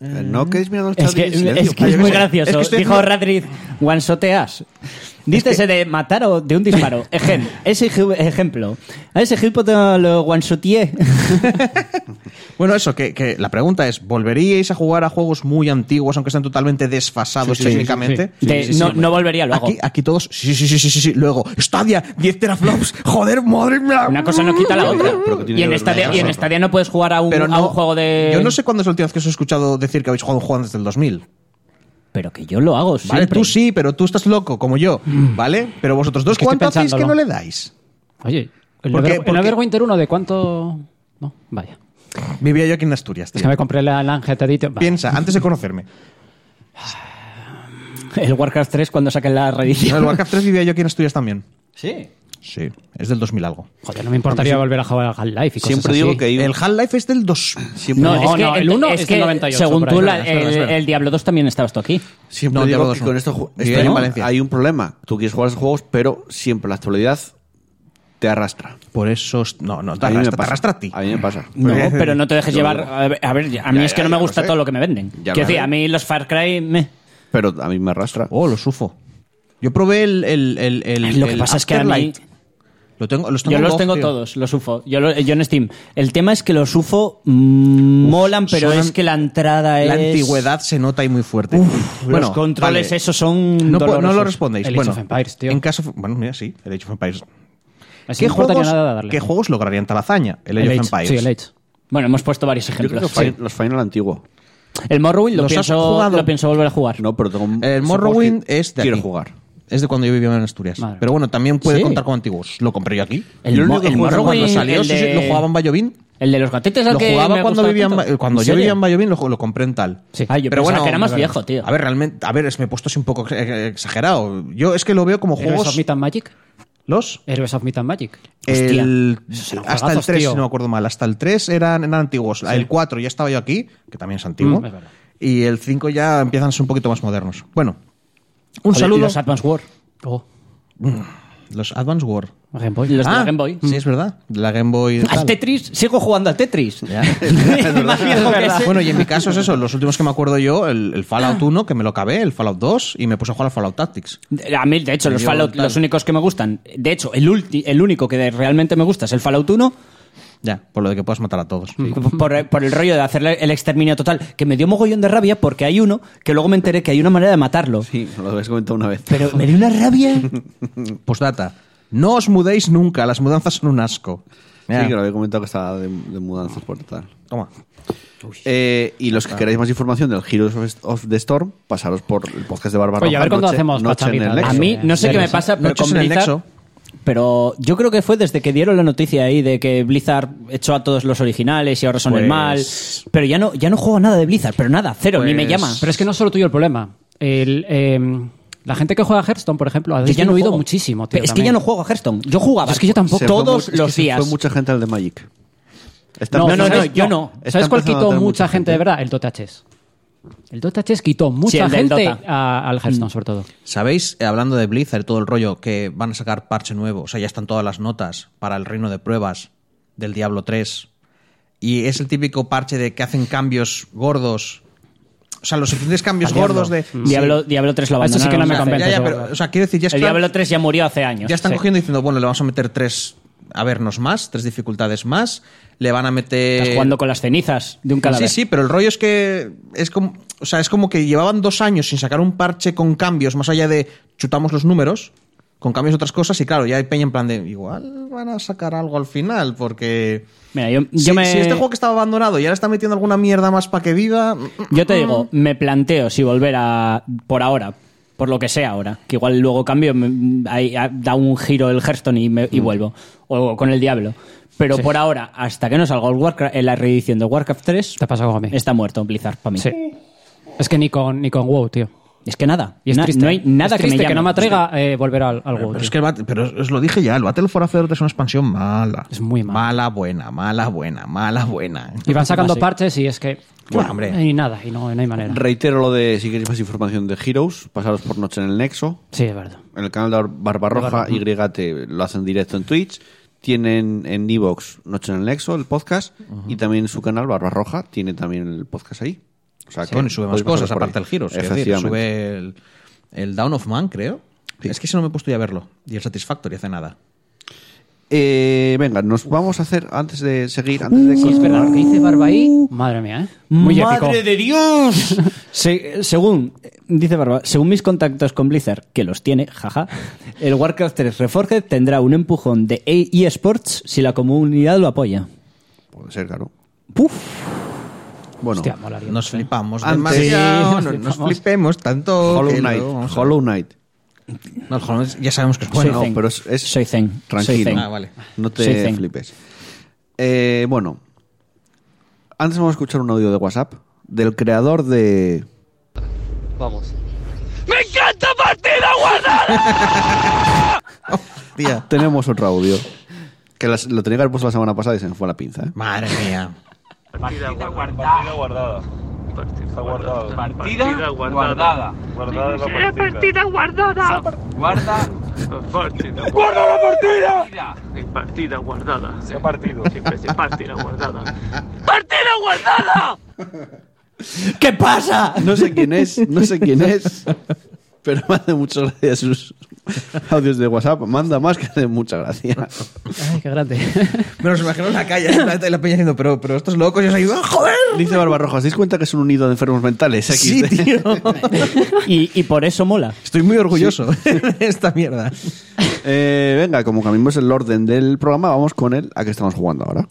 [SPEAKER 1] Eh, ¿No queréis mirar los
[SPEAKER 2] Es
[SPEAKER 1] chats
[SPEAKER 2] que
[SPEAKER 1] en
[SPEAKER 2] es,
[SPEAKER 1] silencio?
[SPEAKER 2] que es
[SPEAKER 3] yo qué
[SPEAKER 2] muy
[SPEAKER 3] sé.
[SPEAKER 2] gracioso.
[SPEAKER 3] Es que estoy
[SPEAKER 2] Dijo
[SPEAKER 3] haciendo-
[SPEAKER 2] Radrid, guansoteas. Dícese de matar o de un disparo.
[SPEAKER 3] <laughs>
[SPEAKER 2] Ejem- ese ej- ejemplo. A ese ejemplo te lo guansoteé.
[SPEAKER 3] Bueno, eso, que, que la pregunta es, ¿volveríais a jugar a juegos muy antiguos, aunque sean totalmente desfasados
[SPEAKER 4] Sí, sí,
[SPEAKER 3] técnicamente?
[SPEAKER 4] sí,
[SPEAKER 2] De- no, no volvería, lo hago.
[SPEAKER 3] Aquí, aquí todos, sí, sí, sí, sí, sí, sí, luego, Stadia, 10 teraflops, joder, madre mía.
[SPEAKER 2] Una cosa no quita la otra.
[SPEAKER 1] Pero que tiene
[SPEAKER 2] Y
[SPEAKER 1] que ver
[SPEAKER 2] en,
[SPEAKER 1] una
[SPEAKER 2] Stadia,
[SPEAKER 1] cosa
[SPEAKER 2] y en
[SPEAKER 1] con
[SPEAKER 2] Stadia no puedes jugar a un,
[SPEAKER 3] Pero
[SPEAKER 2] a
[SPEAKER 3] no,
[SPEAKER 2] un juego de.
[SPEAKER 3] Yo no sé cuándo es la última vez que os he escuchado decir que habéis jugado un juego antes del 2000.
[SPEAKER 2] Pero que yo lo hago.
[SPEAKER 3] Vale,
[SPEAKER 2] siempre.
[SPEAKER 3] tú sí, pero tú estás loco, como yo,
[SPEAKER 2] Mm.
[SPEAKER 3] ¿vale? Pero vosotros dos,
[SPEAKER 4] Es que estoy
[SPEAKER 3] ¿cuánto hacéis que no
[SPEAKER 4] pensándolo.
[SPEAKER 3] le dais?
[SPEAKER 4] Oye, el,
[SPEAKER 3] Porque-
[SPEAKER 4] Over- el
[SPEAKER 3] porque-
[SPEAKER 4] Overwinter 1 de cuánto... No, vaya.
[SPEAKER 3] Vivía yo aquí en Asturias,
[SPEAKER 4] Es
[SPEAKER 3] tío.
[SPEAKER 4] que me compré la Lange Tadito. Va.
[SPEAKER 3] Piensa, antes
[SPEAKER 2] <laughs>
[SPEAKER 3] de conocerme.
[SPEAKER 2] El Warcraft 3 cuando saquen la
[SPEAKER 3] No, el
[SPEAKER 2] reedición.
[SPEAKER 3] Warcraft 3 vivía yo aquí en Asturias también.
[SPEAKER 2] Sí.
[SPEAKER 3] Sí, es del 2000 algo.
[SPEAKER 4] Joder, no me importaría volver a jugar al Half-Life y cosas
[SPEAKER 1] Siempre digo
[SPEAKER 4] así.
[SPEAKER 1] que hay
[SPEAKER 3] El Half-Life es del 2.
[SPEAKER 1] siempre
[SPEAKER 2] No,
[SPEAKER 4] No,
[SPEAKER 2] es que
[SPEAKER 4] no,
[SPEAKER 2] el,
[SPEAKER 4] el uno
[SPEAKER 2] es
[SPEAKER 4] es
[SPEAKER 2] que
[SPEAKER 4] del 98
[SPEAKER 2] según
[SPEAKER 4] por
[SPEAKER 2] tú,
[SPEAKER 4] ahí.
[SPEAKER 2] la-
[SPEAKER 4] Espera, espera,
[SPEAKER 2] el,
[SPEAKER 4] espera.
[SPEAKER 2] el Diablo 2 también estabas tú aquí.
[SPEAKER 1] Siempre
[SPEAKER 3] No,
[SPEAKER 1] digo
[SPEAKER 3] Diablo
[SPEAKER 1] que
[SPEAKER 3] dos
[SPEAKER 1] con
[SPEAKER 3] no.
[SPEAKER 1] estos ju-
[SPEAKER 3] Estoy
[SPEAKER 1] esto
[SPEAKER 3] en
[SPEAKER 1] no,
[SPEAKER 3] Valencia.
[SPEAKER 1] hay un problema. Tú quieres jugar a esos juegos, pero siempre la actualidad te arrastra.
[SPEAKER 3] Por eso... es- No, no, te
[SPEAKER 1] A mí me
[SPEAKER 3] arrastra, te
[SPEAKER 1] pasa.
[SPEAKER 3] arrastra a ti.
[SPEAKER 1] A mí me pasa.
[SPEAKER 2] No, pero no te dejes
[SPEAKER 1] Yo
[SPEAKER 2] llevar.
[SPEAKER 1] digo.
[SPEAKER 2] A ver, a, ver, a mí
[SPEAKER 1] Ya,
[SPEAKER 2] es que
[SPEAKER 1] ya,
[SPEAKER 2] no me
[SPEAKER 1] ya lo
[SPEAKER 2] gusta
[SPEAKER 1] sé.
[SPEAKER 2] todo lo que me venden.
[SPEAKER 1] Ya
[SPEAKER 2] Quiero
[SPEAKER 1] me
[SPEAKER 2] decir,
[SPEAKER 1] veo.
[SPEAKER 2] a mí los Far Cry me.
[SPEAKER 1] Pero a mí me arrastra.
[SPEAKER 3] Oh, los UFO. Yo probé el... el, el, el-
[SPEAKER 2] Lo que
[SPEAKER 3] el
[SPEAKER 2] pasa es que a mí-
[SPEAKER 3] Afterlight. Lo tengo, los tengo
[SPEAKER 2] Yo
[SPEAKER 3] en
[SPEAKER 2] los
[SPEAKER 3] GOG,
[SPEAKER 2] tengo
[SPEAKER 3] tío.
[SPEAKER 2] todos, los UFO. Yo, lo- yo en Steam. El tema es que los UFO mm, molan, pero
[SPEAKER 3] son-
[SPEAKER 2] es que la entrada es.
[SPEAKER 3] La antigüedad se nota ahí muy fuerte.
[SPEAKER 2] los controles
[SPEAKER 3] vale.
[SPEAKER 2] esos son
[SPEAKER 3] No, po- no
[SPEAKER 2] dolorosos.
[SPEAKER 3] lo respondéis.
[SPEAKER 4] El Age
[SPEAKER 3] bueno,
[SPEAKER 4] of Empires, tío.
[SPEAKER 3] En caso, bueno, mira, sí, el Age of Empires.
[SPEAKER 4] Así
[SPEAKER 3] ¿Qué
[SPEAKER 4] no importaría
[SPEAKER 3] juegos,
[SPEAKER 4] nada darle.
[SPEAKER 3] ¿Qué juegos lograrían tal hazaña? El Age
[SPEAKER 4] El
[SPEAKER 3] of
[SPEAKER 4] Age,
[SPEAKER 3] Empires.
[SPEAKER 4] Sí, el Age.
[SPEAKER 2] Bueno, hemos puesto varios
[SPEAKER 1] Yo creo que Fi-
[SPEAKER 2] ejemplos.
[SPEAKER 1] los Final antiguo.
[SPEAKER 2] El Morrowind lo
[SPEAKER 3] ¿Los has
[SPEAKER 2] pienso,
[SPEAKER 3] jugado?
[SPEAKER 2] lo pienso volver a jugar.
[SPEAKER 1] No, pero tengo
[SPEAKER 3] El
[SPEAKER 1] son
[SPEAKER 3] Morrowind
[SPEAKER 1] juegos que
[SPEAKER 3] es de
[SPEAKER 1] Quiero
[SPEAKER 3] aquí.
[SPEAKER 1] jugar.
[SPEAKER 3] Es de cuando yo vivía en Asturias.
[SPEAKER 4] Madre.
[SPEAKER 3] Pero bueno, también puede
[SPEAKER 2] Sí.
[SPEAKER 3] contar como antiguos. Lo compré yo aquí.
[SPEAKER 2] El,
[SPEAKER 1] Yo lo
[SPEAKER 2] mo-
[SPEAKER 1] único que
[SPEAKER 2] el
[SPEAKER 1] juego es
[SPEAKER 2] Morrowind,
[SPEAKER 3] cuando salió,
[SPEAKER 2] el
[SPEAKER 3] sí, sí,
[SPEAKER 2] de-
[SPEAKER 3] lo jugaba en Bayovín.
[SPEAKER 2] El de los gatitos, al
[SPEAKER 3] Lo
[SPEAKER 2] que
[SPEAKER 3] jugaba
[SPEAKER 2] me
[SPEAKER 3] cuando
[SPEAKER 2] gustaba
[SPEAKER 3] vivía en,
[SPEAKER 2] tanto.
[SPEAKER 3] Ba- cuando
[SPEAKER 2] ¿En
[SPEAKER 3] yo
[SPEAKER 2] serio?
[SPEAKER 3] vivía en Bayovín, lo, lo compré en tal.
[SPEAKER 4] Sí.
[SPEAKER 2] Ah, yo
[SPEAKER 3] pero
[SPEAKER 2] pensaba
[SPEAKER 3] bueno,
[SPEAKER 2] que era más
[SPEAKER 3] hombre,
[SPEAKER 2] viejo, tío.
[SPEAKER 3] A ver, realmente, a ver, es- me he puesto así un poco eh, exagerado. Yo es que lo veo como
[SPEAKER 4] ¿Héroes of
[SPEAKER 3] juegos.
[SPEAKER 4] Myth and Magic?
[SPEAKER 3] Los
[SPEAKER 4] ¿Héroes of Myth and Magic?
[SPEAKER 2] Hostia.
[SPEAKER 3] El-
[SPEAKER 4] serán
[SPEAKER 3] hasta el
[SPEAKER 4] juegazos,
[SPEAKER 3] 3,
[SPEAKER 4] tío.
[SPEAKER 3] si no me acuerdo mal, hasta el 3 eran, eran antiguos. El 4 ya estaba yo aquí, que también es antiguo.
[SPEAKER 4] Mm, es verdad.
[SPEAKER 3] y el 5 ya empiezan a ser un poquito más modernos. Bueno, un
[SPEAKER 2] Joder, y
[SPEAKER 3] saludo.
[SPEAKER 2] Los Advance War.
[SPEAKER 4] Oh,
[SPEAKER 3] Los Advance War.
[SPEAKER 4] Game Boy.
[SPEAKER 2] Los de
[SPEAKER 3] Ah,
[SPEAKER 2] la Game Boy. Ah, este
[SPEAKER 3] Sí, es verdad. De la Game Boy. y
[SPEAKER 2] Al
[SPEAKER 3] tal.
[SPEAKER 2] Tetris, sigo jugando al Tetris. <laughs> Más
[SPEAKER 3] Es
[SPEAKER 2] viejo que
[SPEAKER 3] verdad.
[SPEAKER 2] ese.
[SPEAKER 3] Bueno, y en mi caso es eso. Los últimos que me acuerdo yo, el, el Fallout 1, que me lo acabé, el Fallout 2, y me puse a jugar al Fallout Tactics.
[SPEAKER 2] A mí, de hecho, los
[SPEAKER 3] Yo,
[SPEAKER 2] Fallout,
[SPEAKER 3] tal.
[SPEAKER 2] los únicos que me gustan. De hecho, el, ulti- el único que de- realmente me gusta es el Fallout 1.
[SPEAKER 3] Ya, por lo de que puedas matar a todos.
[SPEAKER 2] <laughs> Por, por el rollo de hacerle el exterminio total, que me dio mogollón de rabia porque hay uno que luego me enteré que hay una manera de matarlo.
[SPEAKER 1] Sí, lo habéis comentado una vez.
[SPEAKER 2] Pero me dio una rabia.
[SPEAKER 3] <laughs> Postdata. No os mudéis nunca, las mudanzas son un asco. Mira,
[SPEAKER 1] Sí, que lo había comentado que estaba de, de mudanzas por total.
[SPEAKER 3] Toma.
[SPEAKER 1] Eh, y los que queráis más información del Heroes of- of the Storm, pasaros por el podcast de Bárbara.
[SPEAKER 4] Oye, a ver
[SPEAKER 1] Roja,
[SPEAKER 4] cuándo
[SPEAKER 1] Noche-
[SPEAKER 4] hacemos
[SPEAKER 1] Noche en el
[SPEAKER 4] pachanguita.
[SPEAKER 1] Nexo.
[SPEAKER 2] A mí, no sé
[SPEAKER 4] Ya
[SPEAKER 2] qué me
[SPEAKER 4] ves.
[SPEAKER 2] pasa, pero
[SPEAKER 3] Noches
[SPEAKER 2] con
[SPEAKER 3] en el
[SPEAKER 2] Blizzard.
[SPEAKER 3] Nexo.
[SPEAKER 2] Pero yo creo que fue desde que dieron la noticia ahí de que Blizzard echó a todos los originales y ahora son el
[SPEAKER 3] Pues-
[SPEAKER 2] mal. Pero ya no, ya no juego a nada de Blizzard, pero nada, cero, ni me
[SPEAKER 3] Pues-
[SPEAKER 2] llama.
[SPEAKER 4] Pero es que no es solo tuyo el problema. El, eh, la gente que juega a Hearthstone, por ejemplo, ha
[SPEAKER 2] Que ya no
[SPEAKER 4] disminuido
[SPEAKER 2] juego.
[SPEAKER 4] muchísimo.
[SPEAKER 2] Pero
[SPEAKER 4] Tío,
[SPEAKER 2] es que
[SPEAKER 4] también.
[SPEAKER 2] ya no juego a Hearthstone. Yo jugaba
[SPEAKER 4] Es que yo tampoco.
[SPEAKER 1] Se fue mu-
[SPEAKER 2] todos
[SPEAKER 1] es que
[SPEAKER 2] los
[SPEAKER 1] se
[SPEAKER 2] días.
[SPEAKER 1] fue mucha gente al de Magic. Está
[SPEAKER 4] No, no,
[SPEAKER 1] empezando-
[SPEAKER 4] no,
[SPEAKER 2] ¿sabes?
[SPEAKER 4] yo
[SPEAKER 2] No.
[SPEAKER 4] no.
[SPEAKER 1] Está
[SPEAKER 4] ¿Sabes cuál
[SPEAKER 1] empezando a
[SPEAKER 4] quitó
[SPEAKER 1] tener
[SPEAKER 4] mucha
[SPEAKER 1] mucha
[SPEAKER 4] gente de verdad? El Dota Chess. El Dota Chess quitó mucha
[SPEAKER 2] el del
[SPEAKER 4] gente
[SPEAKER 2] Dota. Mm.
[SPEAKER 4] a- al Hearthstone, sobre todo.
[SPEAKER 3] ¿Sabéis, eh, hablando de Blizzard, todo el rollo, que van a sacar parche nuevo? O sea, ya están todas las notas para el reino de pruebas del Diablo 3. Y es el típico parche de que hacen cambios gordos. O sea, los suficientes cambios gordos de.
[SPEAKER 2] Diablo, Diablo 3 lo
[SPEAKER 4] Eso sí que no
[SPEAKER 2] abandonaron,
[SPEAKER 4] me
[SPEAKER 2] o sea,
[SPEAKER 4] convence.
[SPEAKER 3] Ya, ya,
[SPEAKER 4] eso.
[SPEAKER 3] pero, o sea, quiero decir, ya, es
[SPEAKER 2] El
[SPEAKER 3] clar-
[SPEAKER 2] Diablo 3 ya murió hace años.
[SPEAKER 3] ya están
[SPEAKER 2] Sí.
[SPEAKER 3] cogiendo y diciendo, bueno, le vamos a meter tres avernos más, tres dificultades más. Le van a meter.
[SPEAKER 2] Estás jugando con las cenizas de un cadáver.
[SPEAKER 3] eh, Sí, sí, pero el rollo es que es como, o sea, es como que llevaban dos años sin sacar un parche con cambios, más allá de chutamos los números, con cambios de otras cosas, y claro, ya hay peña en plan de igual van a sacar algo al final, porque
[SPEAKER 2] Mira, yo, yo
[SPEAKER 3] si,
[SPEAKER 2] me-
[SPEAKER 3] si este juego que estaba abandonado y ahora está metiendo alguna mierda más para que viva, mm,
[SPEAKER 2] yo te
[SPEAKER 4] Mm.
[SPEAKER 2] digo, me planteo si volver a. por ahora. Por lo que sea ahora, que igual luego cambio, me- ahí, ah, da un giro el Hearthstone y, me- y
[SPEAKER 4] Mm.
[SPEAKER 2] vuelvo. O con el Diablo. Pero por ahora, hasta que no salga el Warcraft, en la reedición de Warcraft 3,
[SPEAKER 4] Te ha pasado como a mí.
[SPEAKER 2] está muerto Blizzard para mí.
[SPEAKER 4] Sí. Es que ni con, ni con WoW, tío.
[SPEAKER 2] Es que nada.
[SPEAKER 4] Y es
[SPEAKER 2] Na-
[SPEAKER 4] triste.
[SPEAKER 2] No hay nada
[SPEAKER 4] Es
[SPEAKER 2] que me
[SPEAKER 4] triste que,
[SPEAKER 2] llame.
[SPEAKER 4] no me atraiga eh, volver al, al WoW,
[SPEAKER 3] Pero
[SPEAKER 4] tío.
[SPEAKER 3] es que el Bat- pero os lo dije ya, el Battle for Azeroth es una expansión mala.
[SPEAKER 4] Es muy mala.
[SPEAKER 3] Mala, buena, mala, buena, mala, buena.
[SPEAKER 4] Y van sacando
[SPEAKER 2] Básico.
[SPEAKER 4] parches y es que.
[SPEAKER 3] Bueno, hombre.
[SPEAKER 4] Y nada, y no, no hay manera.
[SPEAKER 1] Reitero lo de si queréis más información de Heroes, pasaros por noche en el Nexo.
[SPEAKER 4] Sí, es verdad.
[SPEAKER 1] En el canal de Barbarroja y lo hacen directo en Twitch. Tienen en Evox Noche en el Nexo, el podcast. Y también en su canal Barbarroja tiene también el podcast ahí. O sea,
[SPEAKER 3] Bueno, y sube más
[SPEAKER 1] podéis pasaros
[SPEAKER 3] cosas
[SPEAKER 1] por
[SPEAKER 3] aparte
[SPEAKER 1] ahí.
[SPEAKER 3] del giro. sí, Es decir,
[SPEAKER 1] Efectivamente.
[SPEAKER 3] sube el, el Down of Man, creo. Es que eso no me he puesto ya a verlo. Y el Satisfactory hace nada.
[SPEAKER 1] Eh, venga, nos vamos a hacer, antes de seguir, antes de
[SPEAKER 4] Uh. Sí, es verdad. Lo que
[SPEAKER 1] continuar-
[SPEAKER 4] dice Barba ahí. Madre mía, ¿eh? Muy épico.
[SPEAKER 2] de Dios! <laughs> Se- según, dice Barba, según mis contactos con Blizzard, que los tiene, jaja, el Warcraft 3 Reforged tendrá un empujón de E- eSports si la comunidad lo apoya.
[SPEAKER 1] Puede ser, claro.
[SPEAKER 2] ¡Puf!
[SPEAKER 1] Bueno,
[SPEAKER 4] Hostia, molaría.
[SPEAKER 3] Nos flipamos
[SPEAKER 1] Antes-
[SPEAKER 3] demasiado, no
[SPEAKER 4] Sí, nos
[SPEAKER 3] <laughs> nos
[SPEAKER 4] flipamos.
[SPEAKER 3] flipemos tanto.
[SPEAKER 1] Hollow
[SPEAKER 3] que
[SPEAKER 1] Knight.
[SPEAKER 3] luego vamos a-
[SPEAKER 1] Hollow Knight.
[SPEAKER 3] No, el Hollow Knight ya sabemos que es bueno.
[SPEAKER 1] no,
[SPEAKER 2] Soy zen.
[SPEAKER 1] pero es, es-
[SPEAKER 2] Soy zen. Soy
[SPEAKER 1] Tranquilo.
[SPEAKER 2] zen.
[SPEAKER 3] Ah, vale.
[SPEAKER 1] No
[SPEAKER 2] Soy
[SPEAKER 1] te
[SPEAKER 2] zen.
[SPEAKER 1] flipes. Eh, bueno, antes vamos a escuchar un audio de WhatsApp del creador de.
[SPEAKER 3] pues, Tía.
[SPEAKER 1] Tenemos otro audio que las- lo tenía que haber puesto la semana pasada y se me fue la pinza. ¿eh?
[SPEAKER 3] Madre mía.
[SPEAKER 7] Partida, guardada. Partida guardada. Partida guardada. Guardada la partida. guardada. Guarda. Partida. Guarda la partida. Partida guardada. Se ha partido. Siempre se partida guardada. Partida guardada.
[SPEAKER 2] ¿Qué pasa?
[SPEAKER 1] Ah, No sé quién es, no sé quién es, pero me hace muchas gracias sus audios de WhatsApp. Manda más que hace muchas gracias.
[SPEAKER 4] Ay, qué grande.
[SPEAKER 3] Me los imagino en la calle, en la, en la peña diciendo, pero, pero estos locos ya se han ido. ¡Joder!
[SPEAKER 1] Dice Barbarroja, ¿os dais cuenta que es un unido de enfermos mentales?
[SPEAKER 3] Sí,
[SPEAKER 1] XD?
[SPEAKER 3] tío.
[SPEAKER 2] Y, y por eso mola.
[SPEAKER 3] Estoy muy orgulloso <laughs> de esta mierda.
[SPEAKER 1] Eh, venga, como cambiamos el orden del programa, vamos con él a qué estamos jugando ahora.